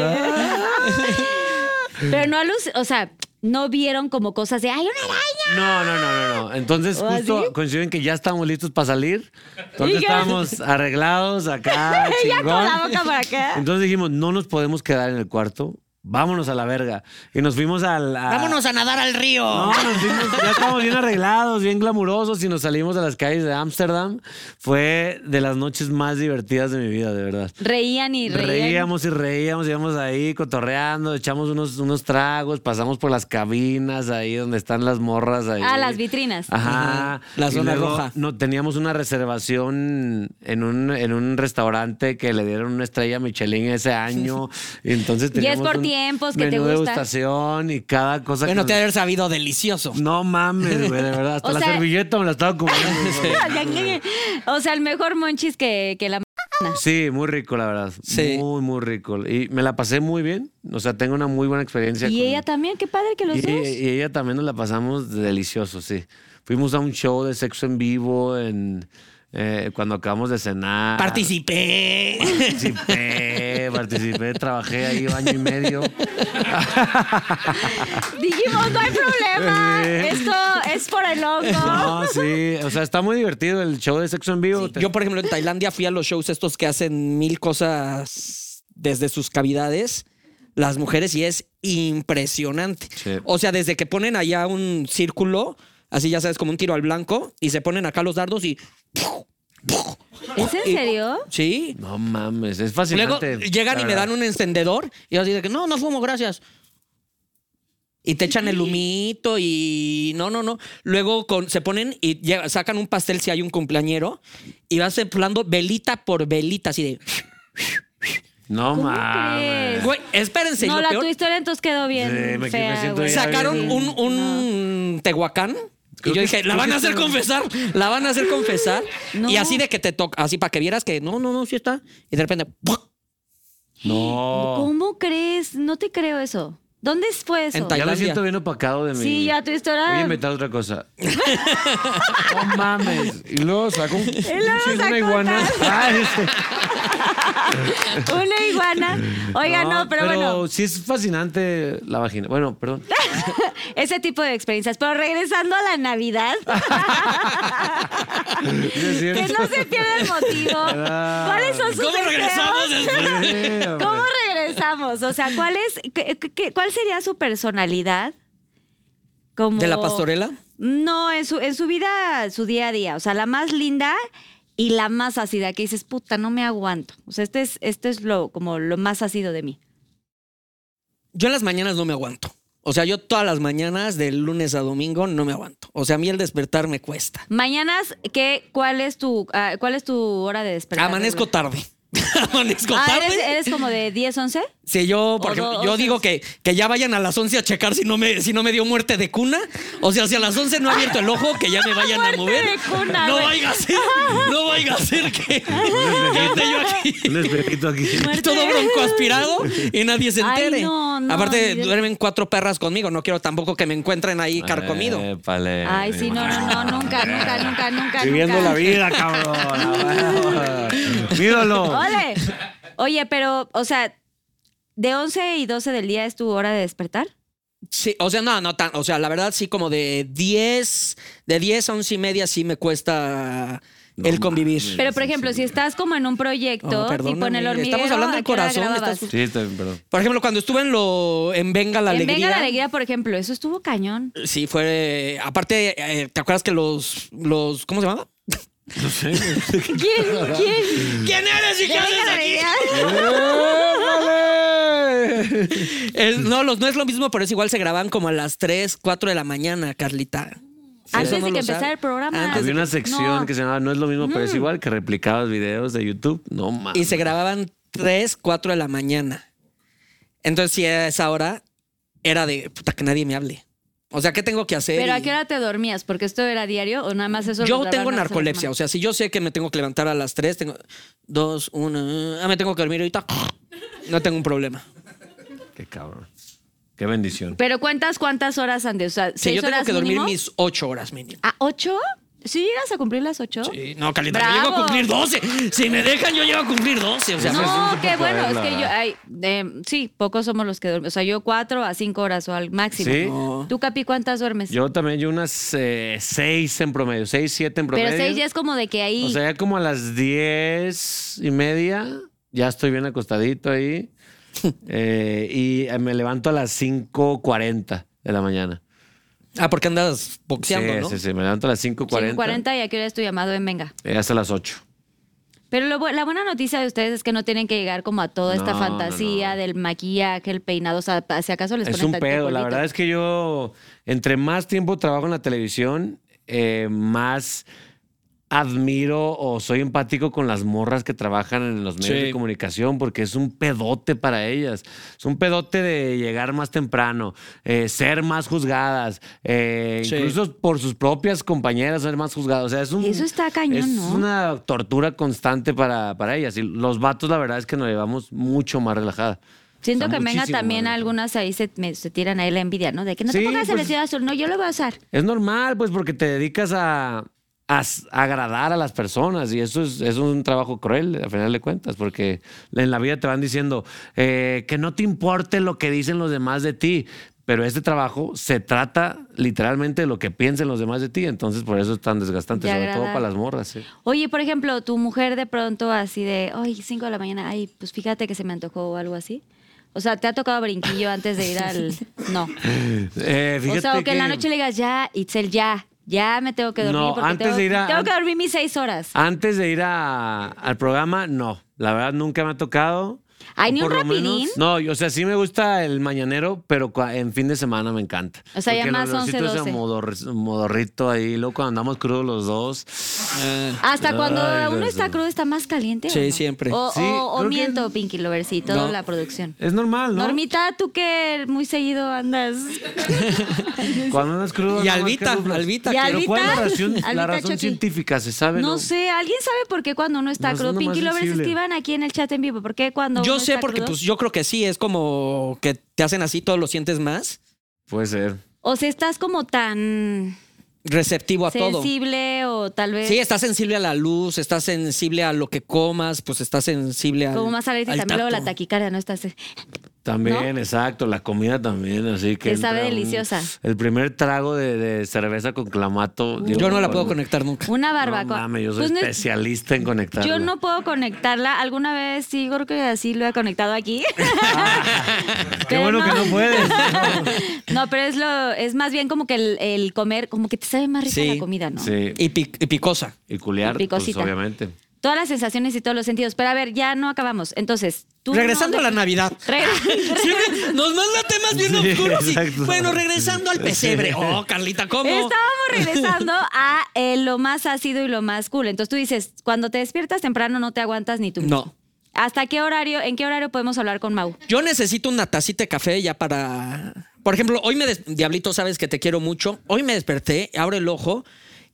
[SPEAKER 3] Pero no aluc- o sea, no vieron como cosas de, ay, una araña.
[SPEAKER 7] no, no, no, no, no. Entonces
[SPEAKER 3] ¿O
[SPEAKER 7] justo
[SPEAKER 3] así?
[SPEAKER 7] coinciden que ya estábamos listos para salir. Entonces
[SPEAKER 3] ¿Y qué?
[SPEAKER 7] estábamos arreglados acá,
[SPEAKER 3] Ya con
[SPEAKER 7] chingón.
[SPEAKER 3] la boca para acá.
[SPEAKER 7] Entonces dijimos, no nos podemos quedar en el cuarto. Vámonos a la verga. Y nos fuimos al... a-
[SPEAKER 5] ¡Vámonos a nadar al río!
[SPEAKER 7] No, nos dimos- ya estamos bien arreglados, bien glamurosos y nos salimos a las calles de Ámsterdam. Fue de las noches más divertidas de mi vida, de verdad.
[SPEAKER 3] Reían y reían.
[SPEAKER 7] Reíamos y reíamos, íbamos ahí cotorreando, echamos unos, unos tragos, pasamos por las cabinas ahí donde están las morras ahí.
[SPEAKER 3] Ah, las vitrinas.
[SPEAKER 7] Ajá.
[SPEAKER 5] La
[SPEAKER 7] Y
[SPEAKER 5] zona
[SPEAKER 7] luego,
[SPEAKER 5] roja.
[SPEAKER 7] No, teníamos una reservación en un, en un restaurante que le dieron una estrella Michelin ese año. Y entonces
[SPEAKER 3] Y es
[SPEAKER 7] teníamos
[SPEAKER 3] por
[SPEAKER 7] un
[SPEAKER 3] tiempos que te
[SPEAKER 7] menú de
[SPEAKER 3] gusta.
[SPEAKER 7] degustación y cada cosa
[SPEAKER 5] Bueno,
[SPEAKER 7] que
[SPEAKER 5] te
[SPEAKER 7] nos-
[SPEAKER 5] haber sabido delicioso.
[SPEAKER 7] no mames, güey, de verdad. Hasta
[SPEAKER 3] O
[SPEAKER 7] la
[SPEAKER 3] sea-
[SPEAKER 7] servilleta me la estaba comiendo. güey.
[SPEAKER 3] o sea, el mejor monchis que, que la...
[SPEAKER 7] Sí, muy rico, la verdad.
[SPEAKER 5] Sí.
[SPEAKER 7] Muy, muy rico. Y me la pasé muy bien. O sea, tengo una muy buena experiencia.
[SPEAKER 3] Y
[SPEAKER 7] con-
[SPEAKER 3] ella también, qué padre que los
[SPEAKER 7] y,
[SPEAKER 3] dos.
[SPEAKER 7] y ella también nos la pasamos delicioso, sí. Fuimos a un show de sexo en vivo en, eh, cuando acabamos de cenar.
[SPEAKER 5] Participé.
[SPEAKER 7] Participé, participé, trabajé ahí año y medio.
[SPEAKER 3] Dijimos, no hay problema. Esto es por el hongo.
[SPEAKER 7] No, sí. O sea, está muy divertido el show de sexo en vivo. Te-
[SPEAKER 5] Yo, por ejemplo, en Tailandia fui a los shows estos que hacen mil cosas desde sus cavidades las mujeres y es impresionante.
[SPEAKER 7] Sí.
[SPEAKER 5] O sea, desde que ponen allá un círculo, así ya sabes, como un tiro al blanco, y se ponen acá los dardos y...
[SPEAKER 3] ¿Es en
[SPEAKER 5] y-
[SPEAKER 3] serio?
[SPEAKER 5] Sí.
[SPEAKER 7] No mames,
[SPEAKER 5] Luego
[SPEAKER 7] es fascinante.
[SPEAKER 5] llegan
[SPEAKER 7] la
[SPEAKER 5] y me dan
[SPEAKER 7] verdad.
[SPEAKER 5] un encendedor y yo así de que no, no fumo, gracias. Y te echan el humito y no, no, no. Luego con, se ponen y lle- sacan un pastel si hay un cumpleañero y vas empleando velita por velita, así de.
[SPEAKER 7] No
[SPEAKER 3] ¿Cómo
[SPEAKER 7] mames.
[SPEAKER 3] crees?
[SPEAKER 5] Güey, espérense, y
[SPEAKER 3] no,
[SPEAKER 5] lo
[SPEAKER 3] la
[SPEAKER 5] peor,
[SPEAKER 3] tu historia entonces quedó bien.
[SPEAKER 7] Sí, me-
[SPEAKER 3] fea,
[SPEAKER 7] me siento
[SPEAKER 3] güey.
[SPEAKER 7] ya
[SPEAKER 5] sacaron
[SPEAKER 7] bien.
[SPEAKER 5] un, un Tehuacán.
[SPEAKER 7] Creo
[SPEAKER 5] y yo
[SPEAKER 7] que-
[SPEAKER 5] dije, la
[SPEAKER 7] creo
[SPEAKER 5] van
[SPEAKER 7] que
[SPEAKER 5] a hacer
[SPEAKER 7] está-
[SPEAKER 5] confesar, la van a hacer confesar.
[SPEAKER 3] No.
[SPEAKER 5] Y así de que te toca, así para que vieras que no, no, no, sí está. Y de repente, ¡puc!
[SPEAKER 7] No.
[SPEAKER 3] ¿Cómo crees? No te creo eso. ¿Dónde fue eso?
[SPEAKER 5] En
[SPEAKER 7] Ya me
[SPEAKER 5] Tailandia.
[SPEAKER 7] siento bien opacado de mí.
[SPEAKER 3] Sí, ya tu historia.
[SPEAKER 7] Voy a inventar otra cosa. No mames. Y luego sacó un,
[SPEAKER 3] luego
[SPEAKER 7] una
[SPEAKER 3] sacó
[SPEAKER 7] iguana. Ay, este, sí.
[SPEAKER 3] Una iguana. Oiga, no, pero, bueno,
[SPEAKER 7] sí es fascinante la vagina. Bueno, perdón.
[SPEAKER 3] ese tipo de experiencias. Pero regresando a la Navidad,
[SPEAKER 7] Sí, es
[SPEAKER 3] que
[SPEAKER 7] cierto.
[SPEAKER 3] no se pierda el motivo.
[SPEAKER 7] Ah.
[SPEAKER 3] ¿Cuáles son sus
[SPEAKER 5] ¿Cómo regresamos
[SPEAKER 3] deseos?
[SPEAKER 5] después?
[SPEAKER 7] Sí, hombre.
[SPEAKER 3] ¿Cómo regresamos? O sea, ¿cuál es, qué- qué- cuál sería su personalidad? Como-
[SPEAKER 5] ¿De la pastorela?
[SPEAKER 3] No, en su, en su vida, su día a día. O sea, la más linda y la más ácida, que dices, puta, no me aguanto. O sea, este es, este es lo, como lo más ácido de mí.
[SPEAKER 5] Yo en las mañanas no me aguanto. O sea, yo todas las mañanas, del lunes a domingo, no me aguanto. O sea, a mí el despertar me cuesta.
[SPEAKER 3] Mañanas, ¿qué, cuál, es tu, ah, ¿cuál es tu hora de despertar?
[SPEAKER 5] Amanezco tarde. Amanezco
[SPEAKER 3] Ah,
[SPEAKER 5] tarde.
[SPEAKER 3] ¿eres, eres como de 10, 11?
[SPEAKER 5] Si yo, por
[SPEAKER 3] O
[SPEAKER 5] ejemplo,
[SPEAKER 3] do-
[SPEAKER 5] yo
[SPEAKER 3] once.
[SPEAKER 5] digo que, que ya vayan a las 11 a checar si no, me, si no me dio muerte de cuna. O sea, si a las 11 no ha abierto el ojo, que ya me vayan a
[SPEAKER 3] Muerte
[SPEAKER 5] mover.
[SPEAKER 3] de cuna,
[SPEAKER 5] no
[SPEAKER 3] güey.
[SPEAKER 5] vaya a ser, no vaya a ser que, que esté yo aquí.
[SPEAKER 7] Un espejito aquí.
[SPEAKER 5] Todo bronco aspirado y nadie se
[SPEAKER 3] Ay,
[SPEAKER 5] entere.
[SPEAKER 3] no, no,
[SPEAKER 5] Aparte,
[SPEAKER 3] ni de-
[SPEAKER 5] duermen cuatro perras conmigo. No quiero tampoco que me encuentren
[SPEAKER 7] Eh,
[SPEAKER 5] ahí carcomido.
[SPEAKER 7] Épale.
[SPEAKER 3] Ay, sí, no, no, no, nunca, nunca, nunca, nunca.
[SPEAKER 7] Viviendo
[SPEAKER 3] nunca.
[SPEAKER 7] la vida, cabrón. Míralo.
[SPEAKER 3] ¡Ole! Oye, pero, o sea, ¿de 11 y 12 del día es tu hora de despertar?
[SPEAKER 5] Sí, o sea, no, no tan, o sea, la verdad sí como de 10, de 10 a 11 y media sí me cuesta el convivir.
[SPEAKER 3] Pero, por ejemplo, si estás como en un
[SPEAKER 5] Oh,
[SPEAKER 3] proyecto,
[SPEAKER 5] perdóname,
[SPEAKER 3] tipo en el hormiguero,
[SPEAKER 5] estamos hablando
[SPEAKER 3] ¿a
[SPEAKER 5] del
[SPEAKER 3] qué hora
[SPEAKER 5] corazón,
[SPEAKER 3] grababas?
[SPEAKER 5] estás-
[SPEAKER 7] Sí, también, perdón.
[SPEAKER 5] Por ejemplo, cuando estuve en lo en Venga la
[SPEAKER 3] En
[SPEAKER 5] Alegría.
[SPEAKER 3] Venga la Alegría, por ejemplo, eso estuvo cañón.
[SPEAKER 5] Sí, fue aparte eh, ¿te acuerdas que los los cómo se llamaba?
[SPEAKER 3] ¿Quién? ¿Quién?
[SPEAKER 5] ¿Quién eres y qué
[SPEAKER 3] Venga
[SPEAKER 5] haces
[SPEAKER 3] la
[SPEAKER 5] aquí?
[SPEAKER 3] Alegría.
[SPEAKER 5] Es- no, los no es lo mismo, pero es igual se graban como a las 3, 4 de la mañana, Carlita. Sí,
[SPEAKER 3] Antes
[SPEAKER 5] eso no
[SPEAKER 3] de
[SPEAKER 5] lo
[SPEAKER 3] que empezara
[SPEAKER 5] sabe.
[SPEAKER 3] el programa.
[SPEAKER 5] Antes de
[SPEAKER 7] Había una
[SPEAKER 5] que-
[SPEAKER 7] sección
[SPEAKER 3] No.
[SPEAKER 7] que se llamaba No es lo mismo, pero es igual que replicabas videos de YouTube. No mames.
[SPEAKER 5] y se grababan 3, 4 de la mañana. Entonces, si a esa hora era de puta que nadie me hable. O sea, ¿qué tengo que hacer?
[SPEAKER 3] ¿Pero a
[SPEAKER 5] Y-
[SPEAKER 3] qué hora te dormías? ¿Porque esto era diario o nada más eso? lo
[SPEAKER 5] Yo
[SPEAKER 3] grababan
[SPEAKER 5] tengo
[SPEAKER 3] una vez a la
[SPEAKER 5] narcolepsia. O sea, si yo sé que me tengo que levantar a las 3, tengo 2, 1, ah, me tengo que dormir ahorita. No tengo un problema.
[SPEAKER 7] Qué cabrón. Qué bendición.
[SPEAKER 3] Pero cuentas cuántas horas antes, o sea,
[SPEAKER 5] Si
[SPEAKER 3] seis
[SPEAKER 5] yo tengo
[SPEAKER 3] horas
[SPEAKER 5] que dormir
[SPEAKER 3] mínimo?
[SPEAKER 5] mis 8 horas mínimo.
[SPEAKER 3] ¿A ocho? ¿Sí llegas a cumplir las ocho?
[SPEAKER 5] Sí, no, Calita, yo
[SPEAKER 3] Bravo.
[SPEAKER 5] llego a cumplir 12. Si me dejan, yo llego a cumplir 12. O sea,
[SPEAKER 7] Eso es
[SPEAKER 3] No,
[SPEAKER 7] un
[SPEAKER 3] qué
[SPEAKER 7] poco
[SPEAKER 3] bueno,
[SPEAKER 7] de
[SPEAKER 3] es
[SPEAKER 7] la-
[SPEAKER 3] que yo, ay, eh, sí, pocos somos los que duermen. O sea, yo cuatro a cinco horas o al máximo.
[SPEAKER 7] ¿Sí?
[SPEAKER 3] ¿Tú, Capi, cuántas duermes?
[SPEAKER 7] Yo también, yo unas eh, seis en promedio, seis, siete en promedio.
[SPEAKER 3] Pero seis ya es como de que ahí.
[SPEAKER 7] O sea, ya como a las diez y media, ya estoy bien acostadito ahí. Eh, y eh, me levanto a las 5.40 de la mañana.
[SPEAKER 5] ah, porque andas boxeando,
[SPEAKER 7] sí,
[SPEAKER 5] ¿no?
[SPEAKER 7] sí, sí, me levanto a las 5.40.
[SPEAKER 3] 40 y a qué hora es tu llamado en venga.
[SPEAKER 7] eh, hasta las 8.
[SPEAKER 3] Pero lo bu- la buena noticia de ustedes es que no tienen que llegar como a toda esta
[SPEAKER 7] No,
[SPEAKER 3] fantasía
[SPEAKER 7] no, no.
[SPEAKER 3] del maquillaje, el peinado. O sea, pa- si acaso les
[SPEAKER 7] Es
[SPEAKER 3] ponen
[SPEAKER 7] un
[SPEAKER 3] tantito
[SPEAKER 7] pedo. La
[SPEAKER 3] polvito.
[SPEAKER 7] verdad es que yo, entre más tiempo trabajo en la televisión, eh, más admiro o soy empático con las morras que trabajan en los medios
[SPEAKER 5] Sí.
[SPEAKER 7] de comunicación porque es un pedote para ellas. Es un pedote de llegar más temprano, eh, ser más juzgadas, eh,
[SPEAKER 5] Sí.
[SPEAKER 7] incluso por sus propias compañeras ser más juzgadas. O sea, es un...
[SPEAKER 3] Eso está cañón,
[SPEAKER 7] es
[SPEAKER 3] ¿no?
[SPEAKER 7] una tortura constante para, para ellas. Y los vatos, la verdad es que nos llevamos mucho más relajada.
[SPEAKER 3] Siento
[SPEAKER 7] Está
[SPEAKER 3] que en venga
[SPEAKER 7] muchísimo
[SPEAKER 3] también
[SPEAKER 7] más relajada.
[SPEAKER 3] algunas ahí se, me- se tiran ahí la envidia, ¿no? De que no
[SPEAKER 7] Sí,
[SPEAKER 3] te pongas el
[SPEAKER 7] pues-
[SPEAKER 3] vestido azul, no, yo lo voy a usar.
[SPEAKER 7] Es normal, pues, porque te dedicas a, a s- a agradar a las personas y eso es, eso es un trabajo cruel, al final de cuentas, porque en la vida te van diciendo eh, que no te importe lo que dicen los demás de ti. Pero este trabajo se trata literalmente de lo que piensen los demás de ti, entonces por eso es tan desgastante,
[SPEAKER 3] De
[SPEAKER 7] sobre todo
[SPEAKER 3] agradar.
[SPEAKER 7] para las morras. ¿eh?
[SPEAKER 3] Oye, por ejemplo, tu mujer de pronto así de, ay, 5 de la mañana, ay, pues fíjate que se me antojó o algo así. O sea, ¿te ha tocado brinquillo antes de ir al...? No.
[SPEAKER 7] Eh,
[SPEAKER 3] O sea, o
[SPEAKER 7] fíjate
[SPEAKER 3] que, en la noche le digas, ya, Itzel, ya, ya me tengo que dormir.
[SPEAKER 7] No,
[SPEAKER 3] porque
[SPEAKER 7] antes
[SPEAKER 3] tengo,
[SPEAKER 7] de ir a- Ah.
[SPEAKER 3] Tengo que dormir mis seis horas.
[SPEAKER 7] Antes de ir a- al programa, no. La verdad, nunca me ha tocado.
[SPEAKER 3] Ay, ¿ni un
[SPEAKER 7] Por lo
[SPEAKER 3] rapidín?
[SPEAKER 7] no, yo- o sea, sí me gusta el mañanero, pero cua- en fin de semana me encanta.
[SPEAKER 3] O sea, ya
[SPEAKER 7] Porque el
[SPEAKER 3] más
[SPEAKER 7] olorcito
[SPEAKER 3] 11,
[SPEAKER 7] ese
[SPEAKER 3] 12.
[SPEAKER 7] modor- modorrito ahí, luego cuando andamos crudos los dos.
[SPEAKER 3] Hasta cuando
[SPEAKER 7] Ay,
[SPEAKER 3] uno
[SPEAKER 7] Dios
[SPEAKER 3] está
[SPEAKER 7] mío.
[SPEAKER 3] crudo está más caliente. ¿o
[SPEAKER 5] Sí,
[SPEAKER 3] no?
[SPEAKER 5] siempre.
[SPEAKER 3] O,
[SPEAKER 7] Sí,
[SPEAKER 3] o- o
[SPEAKER 7] creo que-
[SPEAKER 3] miento, Pinky Lovers y toda
[SPEAKER 5] No.
[SPEAKER 3] la producción.
[SPEAKER 7] Es normal, ¿no?
[SPEAKER 3] Normita, tú que muy seguido andas.
[SPEAKER 7] Cuando andas crudo.
[SPEAKER 5] Y
[SPEAKER 7] nada más
[SPEAKER 5] Albita,
[SPEAKER 7] que-
[SPEAKER 5] Albita.
[SPEAKER 3] Y
[SPEAKER 5] que-
[SPEAKER 7] Pero ¿cuál es la
[SPEAKER 3] Albita,
[SPEAKER 7] razón, la
[SPEAKER 3] Albita
[SPEAKER 7] razón
[SPEAKER 3] Chucky.
[SPEAKER 7] científica? ¿Se sabe?
[SPEAKER 3] No sé, ¿alguien sabe por qué cuando uno está
[SPEAKER 7] No, es
[SPEAKER 3] crudo?
[SPEAKER 7] uno más
[SPEAKER 3] Pinky Lovers
[SPEAKER 7] sensible.
[SPEAKER 3] escriban aquí en el chat en vivo. ¿Por qué cuando
[SPEAKER 5] Yo
[SPEAKER 3] uno
[SPEAKER 5] sé
[SPEAKER 3] está
[SPEAKER 5] porque
[SPEAKER 3] crudo?
[SPEAKER 5] pues yo creo que sí, es como que te hacen así, todo lo sientes más
[SPEAKER 7] Puede ser.
[SPEAKER 3] O si estás como tan
[SPEAKER 5] receptivo a todo.
[SPEAKER 3] sensible o tal vez...
[SPEAKER 5] Sí, estás sensible a la luz, estás sensible a lo que comas, pues estás sensible a.
[SPEAKER 3] como más alegre y también luego la taquicardia, ¿no? Estás...
[SPEAKER 7] También, exacto. La comida también, así que.
[SPEAKER 3] Que sabe
[SPEAKER 7] entra un-
[SPEAKER 3] deliciosa.
[SPEAKER 7] el primer trago de, de cerveza con clamato. digo,
[SPEAKER 5] Yo no la
[SPEAKER 7] con-
[SPEAKER 5] puedo conectar nunca.
[SPEAKER 3] Una barbacoa.
[SPEAKER 7] No mames, yo soy
[SPEAKER 3] Pues no es-
[SPEAKER 7] especialista en conectar.
[SPEAKER 3] Yo no puedo conectarla. Alguna vez sí, creo que así lo he conectado aquí.
[SPEAKER 7] Qué
[SPEAKER 3] Pero
[SPEAKER 7] bueno que no puedes.
[SPEAKER 3] No, pero es lo, es más bien como que el, el comer, como que te sabe más rica
[SPEAKER 5] Sí.
[SPEAKER 3] la comida, ¿no?
[SPEAKER 7] Sí.
[SPEAKER 5] Y, pic- y picosa.
[SPEAKER 7] Y culiar,
[SPEAKER 3] Y
[SPEAKER 7] pues
[SPEAKER 3] picosita.
[SPEAKER 7] obviamente.
[SPEAKER 3] Todas las sensaciones y todos los sentidos. Pero a ver, ya no acabamos. Entonces, tú.
[SPEAKER 5] Regresando
[SPEAKER 3] no-
[SPEAKER 5] a la Navidad.
[SPEAKER 3] Reg-
[SPEAKER 5] Siempre Nos manda temas bien
[SPEAKER 7] Sí,
[SPEAKER 5] oscuros. y-
[SPEAKER 7] exacto.
[SPEAKER 5] bueno, regresando al pesebre. Oh, Carlita, ¿cómo?
[SPEAKER 3] Estábamos regresando a eh, lo más ácido y lo más cool. Entonces tú dices, cuando te despiertas temprano no te aguantas ni tú. mismo.
[SPEAKER 5] No.
[SPEAKER 3] ¿Hasta qué horario, en qué horario podemos hablar con Mau?
[SPEAKER 5] Yo necesito una tacita de café ya para. Por ejemplo, hoy me. des- Diablito, sabes que te quiero mucho. Hoy me desperté, abro el ojo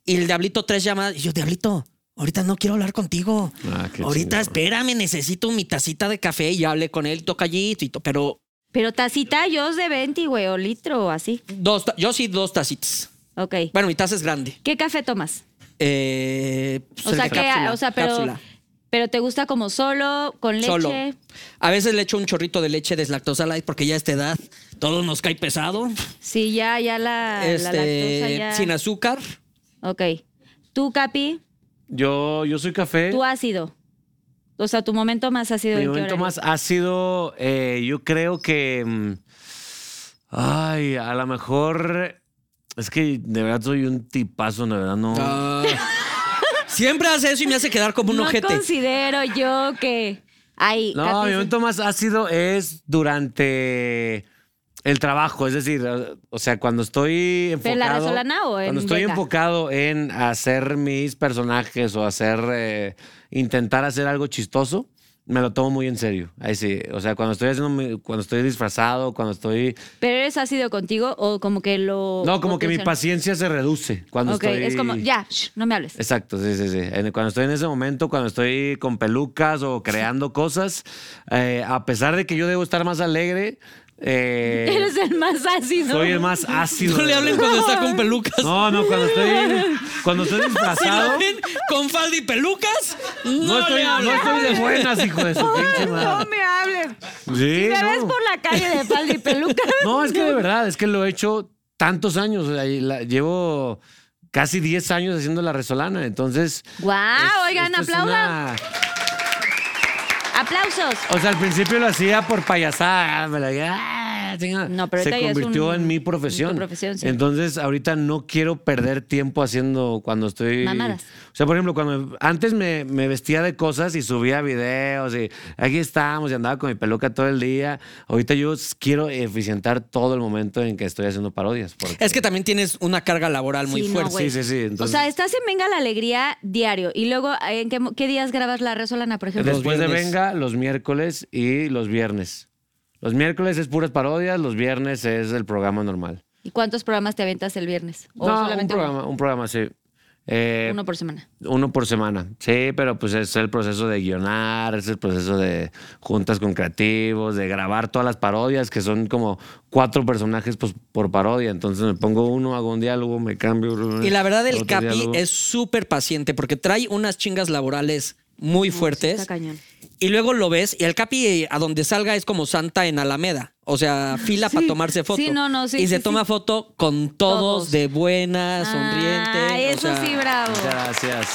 [SPEAKER 5] y el Diablito tres llamadas. Y yo, Diablito, ahorita no quiero hablar contigo.
[SPEAKER 7] Ah, qué
[SPEAKER 5] ahorita
[SPEAKER 7] chingón.
[SPEAKER 5] espérame, necesito mi tacita de café. Y yo hablé con él, tocallito y to- Pero
[SPEAKER 3] Pero tacita yo es de 20, güey, o litro o así.
[SPEAKER 5] dos, ta- yo sí dos tacitas.
[SPEAKER 3] Ok.
[SPEAKER 5] Bueno, mi taza es grande.
[SPEAKER 3] ¿Qué café tomas?
[SPEAKER 5] Eh, pues,
[SPEAKER 3] O
[SPEAKER 5] el
[SPEAKER 3] sea,
[SPEAKER 5] de
[SPEAKER 3] que,
[SPEAKER 5] cápsula,
[SPEAKER 3] o sea, pero,
[SPEAKER 5] cápsula.
[SPEAKER 3] pero te gusta como solo, con leche.
[SPEAKER 5] Solo. A veces le echo un chorrito de leche deslactosa light porque ya a esta edad todo nos cae pesado.
[SPEAKER 3] Sí, ya, ya Ah, la, la lactosa
[SPEAKER 5] este,
[SPEAKER 3] ya.
[SPEAKER 5] sin azúcar.
[SPEAKER 3] ok. Tú, Capi,
[SPEAKER 7] Yo, yo soy café.
[SPEAKER 3] tú ácido. O sea, tu momento más ácido.
[SPEAKER 7] ¿Eh?
[SPEAKER 3] ¿en
[SPEAKER 7] Mi
[SPEAKER 3] qué
[SPEAKER 7] momento
[SPEAKER 3] horario?
[SPEAKER 7] más ácido, eh, yo creo que. mm, Ay, a lo mejor. Es que de verdad soy un tipazo, de verdad no.
[SPEAKER 5] Ah. Siempre hace eso y me hace quedar como un
[SPEAKER 3] no
[SPEAKER 5] ojete.
[SPEAKER 3] considero yo que. Ay,
[SPEAKER 7] No,
[SPEAKER 3] Capi,
[SPEAKER 7] mi
[SPEAKER 3] sí.
[SPEAKER 7] momento más ácido es durante el trabajo, es decir, o sea, cuando estoy enfocado.
[SPEAKER 3] ¿Pero en la resolana o en
[SPEAKER 7] Cuando estoy
[SPEAKER 3] Venga?
[SPEAKER 7] enfocado en hacer mis personajes o hacer eh, intentar hacer algo chistoso, me lo tomo muy en serio. Ahí sí, o sea, cuando estoy haciendo mi- cuando estoy disfrazado, cuando estoy
[SPEAKER 3] ¿Pero eres ácido contigo o como que lo.?
[SPEAKER 7] No, como que mi
[SPEAKER 3] condicionas?
[SPEAKER 7] paciencia se reduce cuando
[SPEAKER 3] Ok,
[SPEAKER 7] estoy Este,
[SPEAKER 3] es como, ya, shh, no me hables.
[SPEAKER 7] Exacto, sí, sí, sí. En- Cuando estoy en ese momento, cuando estoy con pelucas o creando cosas, eh, a pesar de que yo debo estar más alegre, eh,
[SPEAKER 3] Eres el más ácido.
[SPEAKER 7] soy el más ácido.
[SPEAKER 5] No le hablen cuando está con pelucas.
[SPEAKER 7] No, no, cuando estoy, cuando estoy
[SPEAKER 5] Si lo
[SPEAKER 7] disfrazado,
[SPEAKER 5] ven con falda y pelucas, no,
[SPEAKER 7] no estoy,
[SPEAKER 5] le hablen.
[SPEAKER 7] no estoy de buenas, hijo de su pinche madre.
[SPEAKER 3] me hables.
[SPEAKER 7] Sí,
[SPEAKER 3] Me ves
[SPEAKER 7] no.
[SPEAKER 3] por la calle de falda y peluca.
[SPEAKER 7] No, es que de verdad, es que lo he hecho tantos años. o sea, y la- llevo casi 10 años haciendo la resolana, entonces...
[SPEAKER 3] ¡Guau!
[SPEAKER 7] es-
[SPEAKER 3] oigan,
[SPEAKER 7] esto es
[SPEAKER 3] aplaudan.
[SPEAKER 7] una-
[SPEAKER 3] ¡Aplausos!
[SPEAKER 7] O sea, al principio lo hacía por payasada, me la ah, chinga.
[SPEAKER 3] No, pero
[SPEAKER 7] se
[SPEAKER 3] ahorita ya es
[SPEAKER 7] convirtió
[SPEAKER 3] un-
[SPEAKER 7] en mi
[SPEAKER 3] en tu
[SPEAKER 7] profesión.
[SPEAKER 3] profesión, sí.
[SPEAKER 7] Entonces, ahorita no quiero perder tiempo haciendo cuando estoy.
[SPEAKER 3] Mamadas.
[SPEAKER 7] O sea, por ejemplo, cuando antes me, me vestía de cosas y subía videos y aquí estábamos y andaba con mi peluca todo el día. Ahorita yo s- quiero eficientar todo el momento en que estoy haciendo parodias. porque-
[SPEAKER 5] Es que también tienes una carga laboral muy
[SPEAKER 3] Sí, no,
[SPEAKER 5] fuerte.
[SPEAKER 3] güey.
[SPEAKER 7] Sí, sí, sí, entonces-
[SPEAKER 3] O sea, estás en Venga la Alegría diario. Y luego, ¿en qué, mo- qué días grabas la Resolana, por ejemplo?
[SPEAKER 7] Después de
[SPEAKER 5] viernes.
[SPEAKER 7] Venga, los miércoles y los viernes. Los miércoles es puras parodias, los viernes es el programa normal.
[SPEAKER 3] ¿Y cuántos programas te aventas el viernes? ¿O
[SPEAKER 7] no, un
[SPEAKER 3] solamente uno?
[SPEAKER 7] programa, un programa, sí. Eh,
[SPEAKER 3] Uno por semana.
[SPEAKER 7] uno por semana. Sí, pero pues es el proceso de guionar, es el proceso de juntas con creativos, de grabar todas las parodias, que son como cuatro personajes pues, por parodia. Entonces me pongo uno, hago un diálogo, me cambio.
[SPEAKER 5] Y la verdad, el
[SPEAKER 7] otro
[SPEAKER 5] Capi
[SPEAKER 7] diálogo.
[SPEAKER 5] es súper paciente porque trae unas chingas laborales muy
[SPEAKER 3] Está
[SPEAKER 5] fuertes.
[SPEAKER 3] cañón.
[SPEAKER 5] Y luego lo ves y el Capi eh, a donde salga es como Santa en Alameda. O sea, fila para tomarse foto.
[SPEAKER 3] sí, no, no, sí,
[SPEAKER 5] Y se
[SPEAKER 3] sí,
[SPEAKER 5] toma
[SPEAKER 3] sí.
[SPEAKER 5] foto con todos,
[SPEAKER 3] Todos.
[SPEAKER 5] de buena, sonriente.
[SPEAKER 3] Ay,
[SPEAKER 5] o
[SPEAKER 3] eso
[SPEAKER 5] sea,
[SPEAKER 3] sí, bravo.
[SPEAKER 7] Muchas gracias.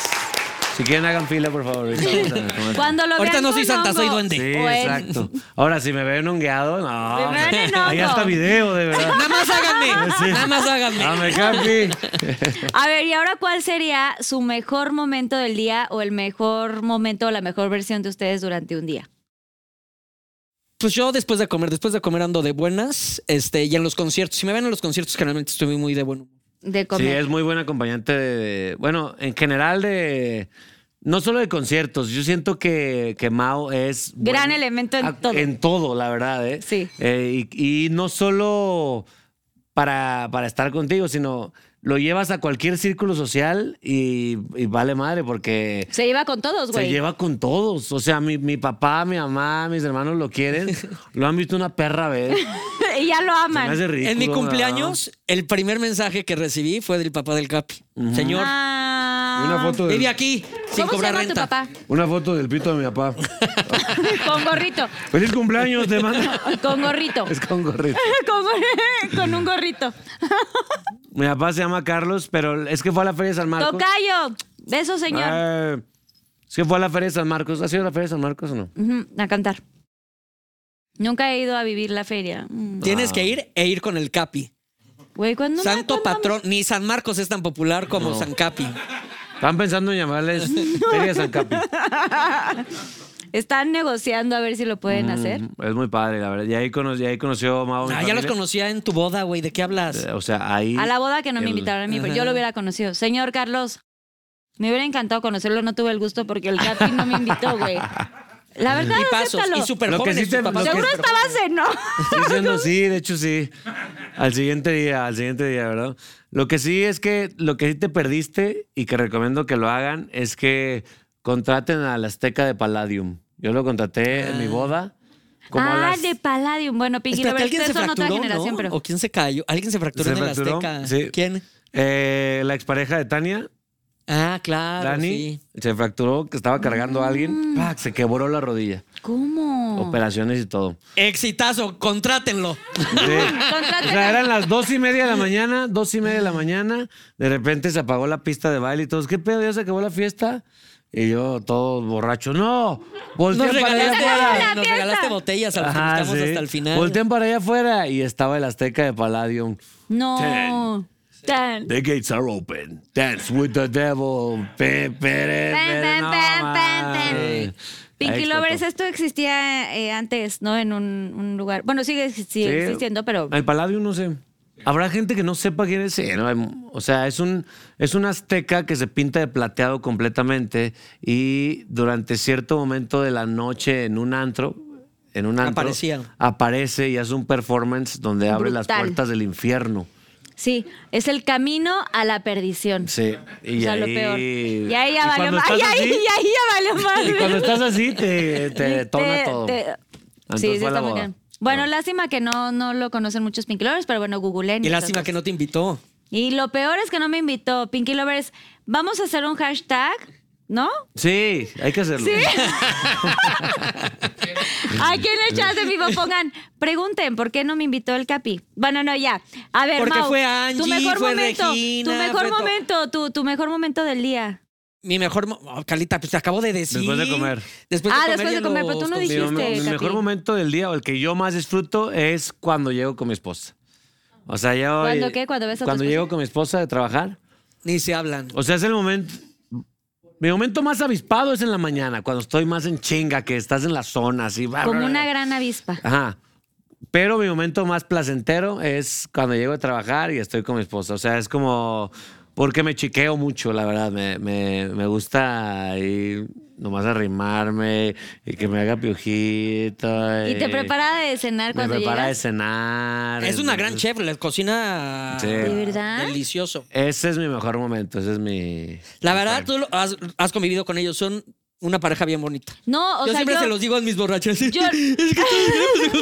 [SPEAKER 7] Si quieren, hagan fila, por favor. Ahorita vamos a comer.
[SPEAKER 3] Cuando lo
[SPEAKER 5] Ahorita
[SPEAKER 3] vean
[SPEAKER 5] no soy
[SPEAKER 3] con
[SPEAKER 5] santa, soy
[SPEAKER 3] hongo.
[SPEAKER 5] duende.
[SPEAKER 7] Sí,
[SPEAKER 3] O en-
[SPEAKER 7] exacto. Ahora, si me ven hongueado,
[SPEAKER 3] Me
[SPEAKER 7] no.
[SPEAKER 3] ven
[SPEAKER 7] hombre.
[SPEAKER 3] en
[SPEAKER 7] Ahí
[SPEAKER 3] hongo.
[SPEAKER 7] hasta video, de verdad.
[SPEAKER 5] Nada más háganme.
[SPEAKER 7] Sí.
[SPEAKER 5] Nada más háganme.
[SPEAKER 7] Dame, Capi.
[SPEAKER 3] A ver, ¿y ahora cuál sería su mejor momento del día o el mejor momento o la mejor versión de ustedes durante un día?
[SPEAKER 5] Pues yo después de comer, después de comer ando de buenas, este, y en los conciertos. Si me ven en los conciertos, generalmente estoy muy de buen humor.
[SPEAKER 3] De
[SPEAKER 7] Sí,
[SPEAKER 3] comer.
[SPEAKER 7] es muy buen acompañante de, bueno, en general de, no solo de conciertos, yo siento que, que Mao es...
[SPEAKER 3] Gran
[SPEAKER 7] buen-
[SPEAKER 3] elemento en
[SPEAKER 7] a-
[SPEAKER 3] todo.
[SPEAKER 7] En todo, la verdad, ¿eh?
[SPEAKER 3] Sí.
[SPEAKER 7] Eh, y, y no solo para, para estar contigo, sino lo llevas a cualquier círculo social y, y vale madre porque...
[SPEAKER 3] Se lleva con todos,
[SPEAKER 7] Se
[SPEAKER 3] güey.
[SPEAKER 7] lleva con todos. O sea, mi, mi papá, mi mamá, mis hermanos lo quieren. Lo han visto una perra vez.
[SPEAKER 3] y ya lo
[SPEAKER 7] Se me
[SPEAKER 3] aman.
[SPEAKER 7] hace ridículo,
[SPEAKER 5] en mi
[SPEAKER 7] ¿no?
[SPEAKER 5] cumpleaños, el primer mensaje que recibí fue del papá del Capi. Señor,
[SPEAKER 3] Ah.
[SPEAKER 7] Y Una foto, del-
[SPEAKER 5] vive aquí sin
[SPEAKER 3] ¿Cómo se
[SPEAKER 5] cobrar
[SPEAKER 3] llama
[SPEAKER 5] renta.
[SPEAKER 3] tu papá?
[SPEAKER 7] una foto del pito de mi papá.
[SPEAKER 3] Con gorrito.
[SPEAKER 7] ¡Feliz cumpleaños! Te mando.
[SPEAKER 3] Con gorrito.
[SPEAKER 7] Es con gorrito.
[SPEAKER 3] con, gor- con un gorrito.
[SPEAKER 7] Mi papá se llama Carlos, pero es que fue a la Feria de San Marcos.
[SPEAKER 3] Tocayo. Besos, señor.
[SPEAKER 7] Eh, es que fue a la Feria de San Marcos. ¿Has ido a la Feria de San Marcos o no?
[SPEAKER 3] Ujú, A cantar. Nunca he ido a vivir la feria. Mm.
[SPEAKER 7] Ah.
[SPEAKER 5] Tienes que ir e ir con el Capi.
[SPEAKER 3] Güey, ¿cuándo me-
[SPEAKER 5] Santo
[SPEAKER 3] cuándo me-
[SPEAKER 5] patrón, ni San Marcos es tan popular como San Capi.
[SPEAKER 7] Ah, Están pensando en llamarles Feria de San Capi.
[SPEAKER 3] Están negociando a ver si lo pueden hacer.
[SPEAKER 7] Mm, Es muy padre, la verdad. Y ahí, cono- y ahí conoció Mao. mi
[SPEAKER 5] Ah, ya los
[SPEAKER 7] familia.
[SPEAKER 5] conocía en tu boda, güey. ¿De qué hablas?
[SPEAKER 7] Eh, O sea, ahí.
[SPEAKER 3] A la boda que no me
[SPEAKER 7] el-
[SPEAKER 3] invitaron a mí, pero
[SPEAKER 5] Ajá.
[SPEAKER 3] yo lo hubiera conocido. Señor Carlos, me hubiera encantado conocerlo, no tuve el gusto porque el Capi no me invitó, güey. La verdad,
[SPEAKER 5] Y pasos,
[SPEAKER 3] acéptalo.
[SPEAKER 5] y súper
[SPEAKER 7] Lo que
[SPEAKER 5] jóvenes.
[SPEAKER 7] sí te-
[SPEAKER 5] tus papás
[SPEAKER 7] lo
[SPEAKER 3] Seguro
[SPEAKER 5] súper
[SPEAKER 3] estabas en no.
[SPEAKER 7] Sí, sí, no, sí, de hecho sí. Al siguiente día, al siguiente día, ¿verdad? Lo que sí es que lo que sí te perdiste y que recomiendo que lo hagan es que contraten a la Azteca de Palladium. Yo lo contraté en mi boda. Como a
[SPEAKER 3] Ah,
[SPEAKER 7] las-
[SPEAKER 3] de Palladium. Bueno, Pinky,
[SPEAKER 5] Espérate,
[SPEAKER 3] Lovers,
[SPEAKER 5] alguien se
[SPEAKER 3] ustedes son otra
[SPEAKER 5] fracturó,
[SPEAKER 3] generación,
[SPEAKER 5] ¿no?
[SPEAKER 3] pero.
[SPEAKER 5] ¿O quién se cayó? ¿Alguien se fracturó
[SPEAKER 7] ¿Se
[SPEAKER 5] en el
[SPEAKER 7] fracturó?
[SPEAKER 5] Azteca?
[SPEAKER 7] Sí.
[SPEAKER 5] ¿Quién?
[SPEAKER 7] Eh, la expareja de Tania,
[SPEAKER 5] Ah, claro,
[SPEAKER 7] Dani,
[SPEAKER 5] sí.
[SPEAKER 7] se fracturó, que estaba cargando a alguien, ¡pac! se quebró la rodilla.
[SPEAKER 3] ¿Cómo?
[SPEAKER 7] Operaciones y todo.
[SPEAKER 5] Exitazo, contrátenlo.
[SPEAKER 7] Sí. O sea, eran las dos y media de la mañana, dos y media de la mañana. De repente se apagó la pista de baile y todos, ¿qué pedo? ¿Ya se acabó la fiesta? Y yo, todo borracho, ¡no!
[SPEAKER 5] Nos
[SPEAKER 7] ¡Voltean para allá
[SPEAKER 5] regalaste,
[SPEAKER 7] afuera!
[SPEAKER 5] nos regalaste botellas a los que
[SPEAKER 7] Ajá,
[SPEAKER 5] buscamos
[SPEAKER 7] sí.
[SPEAKER 5] hasta el final.
[SPEAKER 7] Voltean para allá afuera. Y estaba el Azteca de Palladium.
[SPEAKER 3] No. Tan.
[SPEAKER 7] The gates are open. Dance with the devil. Pe,
[SPEAKER 3] Pen,
[SPEAKER 7] pere, pere.
[SPEAKER 3] pen,
[SPEAKER 7] No,
[SPEAKER 3] pen,
[SPEAKER 7] mames.
[SPEAKER 3] pen, pen.
[SPEAKER 7] Ahí
[SPEAKER 3] Pinky
[SPEAKER 7] explotó.
[SPEAKER 3] Lovers, esto existía eh, antes, ¿no? En un, un lugar. Bueno, sigue, exi- sigue
[SPEAKER 7] Sí.
[SPEAKER 3] existiendo, pero.
[SPEAKER 7] El Palladium no sé. Habrá gente que no sepa quién es. Sí, no, hay- O sea, es un, es un azteca que se pinta de plateado completamente y durante cierto momento de la noche en un antro, en un antro,
[SPEAKER 5] Aparecía.
[SPEAKER 7] aparece y hace un performance donde abre las
[SPEAKER 3] Brutal.
[SPEAKER 7] puertas del infierno.
[SPEAKER 3] Sí, es el camino a la perdición.
[SPEAKER 7] Sí. Y
[SPEAKER 3] o sea,
[SPEAKER 7] ahí,
[SPEAKER 3] lo peor. Y ahí ya
[SPEAKER 7] y
[SPEAKER 3] valió
[SPEAKER 7] cuando
[SPEAKER 3] más. Y
[SPEAKER 7] estás
[SPEAKER 3] ahí,
[SPEAKER 7] así-
[SPEAKER 3] y ahí ya valió más.
[SPEAKER 7] y cuando estás así, te, te detona todo.
[SPEAKER 3] Sí, sí,
[SPEAKER 7] fue la
[SPEAKER 3] está muy
[SPEAKER 7] boda.
[SPEAKER 3] bien. Bueno, lástima que no, no lo conocen muchos Pinky Lovers, pero bueno, googleen.
[SPEAKER 5] Y lástima que no te invitó.
[SPEAKER 3] Y lo peor es que no me invitó. Pinky Lovers, vamos a hacer un hashtag, ¿no?
[SPEAKER 7] Sí, hay que hacerlo.
[SPEAKER 3] Aquí en el chat de vivo pongan, pregunten, ¿por qué no me invitó el Capi? Bueno, no, ya. A ver,
[SPEAKER 5] Porque
[SPEAKER 3] Mau,
[SPEAKER 5] fue Angie,
[SPEAKER 3] tu mejor
[SPEAKER 5] fue
[SPEAKER 3] momento,
[SPEAKER 5] Regina,
[SPEAKER 3] tu mejor
[SPEAKER 5] fue to-
[SPEAKER 3] momento, tu, tu mejor momento del día.
[SPEAKER 5] Mi mejor. mo- oh, Carlita, pues te acabo de decir.
[SPEAKER 7] Después de comer.
[SPEAKER 5] Después
[SPEAKER 3] Ah,
[SPEAKER 5] de comer.
[SPEAKER 3] después
[SPEAKER 5] y
[SPEAKER 3] de
[SPEAKER 5] en
[SPEAKER 3] comer, pero tú
[SPEAKER 5] los
[SPEAKER 3] no
[SPEAKER 5] conciertos.
[SPEAKER 7] Mi,
[SPEAKER 3] dijiste,
[SPEAKER 7] mom- mi
[SPEAKER 3] Capi?
[SPEAKER 7] mejor momento del día o el que yo más disfruto es cuando llego con mi esposa. O sea, yo.
[SPEAKER 3] ¿Cuándo qué? ¿Cuando ves a tu
[SPEAKER 7] Cuando
[SPEAKER 3] esposa?
[SPEAKER 7] llego con mi esposa de trabajar.
[SPEAKER 5] Ni se hablan.
[SPEAKER 7] O sea, es el momento. Mi momento más avispado es en la mañana, cuando estoy más en chinga, que estás en la zona, así. bla, bla,
[SPEAKER 3] Como
[SPEAKER 7] bla.
[SPEAKER 3] una gran avispa.
[SPEAKER 7] Ajá. Pero mi momento más placentero es cuando llego a trabajar y estoy con mi esposa. O sea, es como. Porque me chiqueo mucho, la verdad. Me, me- me gusta ahí nomás arrimarme y que me haga piojito.
[SPEAKER 3] Y te prepara de
[SPEAKER 7] Eh, me
[SPEAKER 3] cenar cuando
[SPEAKER 7] prepara de
[SPEAKER 3] llegas.
[SPEAKER 7] cenar.
[SPEAKER 5] Es una gran
[SPEAKER 7] Entonces,
[SPEAKER 5] chef, le cocina.
[SPEAKER 7] Sí.
[SPEAKER 3] ¿De verdad?
[SPEAKER 5] Delicioso.
[SPEAKER 7] Ese es mi mejor momento. Ese es mi.
[SPEAKER 5] La verdad, tú lo- has, has convivido con ellos. Son una pareja bien bonita.
[SPEAKER 3] No, o
[SPEAKER 5] yo
[SPEAKER 3] sea,
[SPEAKER 5] siempre
[SPEAKER 3] yo,
[SPEAKER 5] se los digo a mis borrachas.
[SPEAKER 3] yo-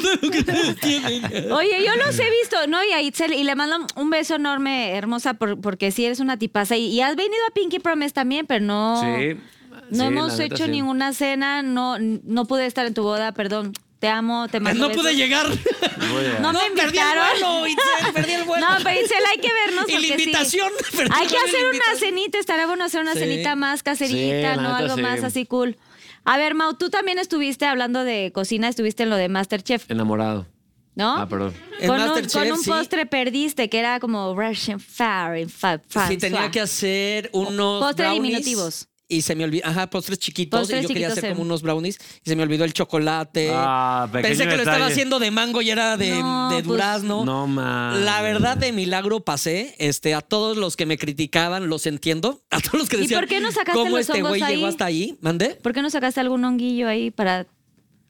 [SPEAKER 3] Oye, yo los he visto, ¿no? Y a Itzel, y le mando un beso enorme, hermosa, por- porque sí eres una tipaza. Y, y has venido a Pinky Promise también, pero no.
[SPEAKER 7] Sí.
[SPEAKER 3] No
[SPEAKER 7] Sí,
[SPEAKER 3] hemos
[SPEAKER 7] la neta,
[SPEAKER 3] hecho
[SPEAKER 7] sí.
[SPEAKER 3] ninguna cena, no, no pude estar en tu boda, perdón. Te amo, te mando
[SPEAKER 5] No
[SPEAKER 3] besos.
[SPEAKER 5] pude llegar.
[SPEAKER 7] Voy a-
[SPEAKER 3] No me
[SPEAKER 5] Perdí el
[SPEAKER 3] invitaron.
[SPEAKER 5] vuelo, Itzel, perdí el vuelo.
[SPEAKER 3] No, pero Itzel, hay que vernos.
[SPEAKER 5] Y la
[SPEAKER 3] porque sí.
[SPEAKER 5] invitación, perdí
[SPEAKER 3] Hay que
[SPEAKER 5] la
[SPEAKER 3] hacer una
[SPEAKER 5] invitación.
[SPEAKER 3] cenita, estaría bueno hacer una
[SPEAKER 5] Sí.
[SPEAKER 3] cenita más
[SPEAKER 7] Sí,
[SPEAKER 3] caserita,
[SPEAKER 7] la
[SPEAKER 3] ¿no?
[SPEAKER 7] neta,
[SPEAKER 3] Algo
[SPEAKER 7] sí.
[SPEAKER 3] más así cool. A ver, Mau, tú también estuviste hablando de cocina, estuviste en lo de Masterchef,
[SPEAKER 7] Enamorado.
[SPEAKER 3] ¿no?
[SPEAKER 7] Ah, perdón.
[SPEAKER 5] En
[SPEAKER 3] Con un,
[SPEAKER 5] Masterchef,
[SPEAKER 3] con un
[SPEAKER 5] sí.
[SPEAKER 3] postre perdiste, que era como Russian Fire in fa-
[SPEAKER 5] Sí,
[SPEAKER 3] Francois.
[SPEAKER 5] tenía que hacer unos
[SPEAKER 3] Postres
[SPEAKER 5] brownies
[SPEAKER 3] diminutivos.
[SPEAKER 5] Y se me olvidó, ajá, postres chiquitos.
[SPEAKER 3] Postres
[SPEAKER 5] y yo quería
[SPEAKER 3] chiquitos
[SPEAKER 5] hacer
[SPEAKER 3] en-
[SPEAKER 5] como unos brownies y se me olvidó el chocolate.
[SPEAKER 7] Ah, pequeño
[SPEAKER 5] Pensé que lo estaba
[SPEAKER 7] detalle.
[SPEAKER 5] haciendo de mango y era de,
[SPEAKER 3] No,
[SPEAKER 5] de
[SPEAKER 3] pues-
[SPEAKER 5] durazno.
[SPEAKER 7] No mames.
[SPEAKER 5] La verdad, de milagro pasé. Este, a todos los que me criticaban, los entiendo. A todos los que
[SPEAKER 3] ¿Y
[SPEAKER 5] decían,
[SPEAKER 3] por qué no sacaste
[SPEAKER 5] ¿cómo
[SPEAKER 3] los
[SPEAKER 5] este
[SPEAKER 3] hongos
[SPEAKER 5] güey
[SPEAKER 3] ahí?
[SPEAKER 5] llegó hasta ahí? ¿Mandé?
[SPEAKER 3] ¿Por qué no sacaste algún honguillo ahí para...?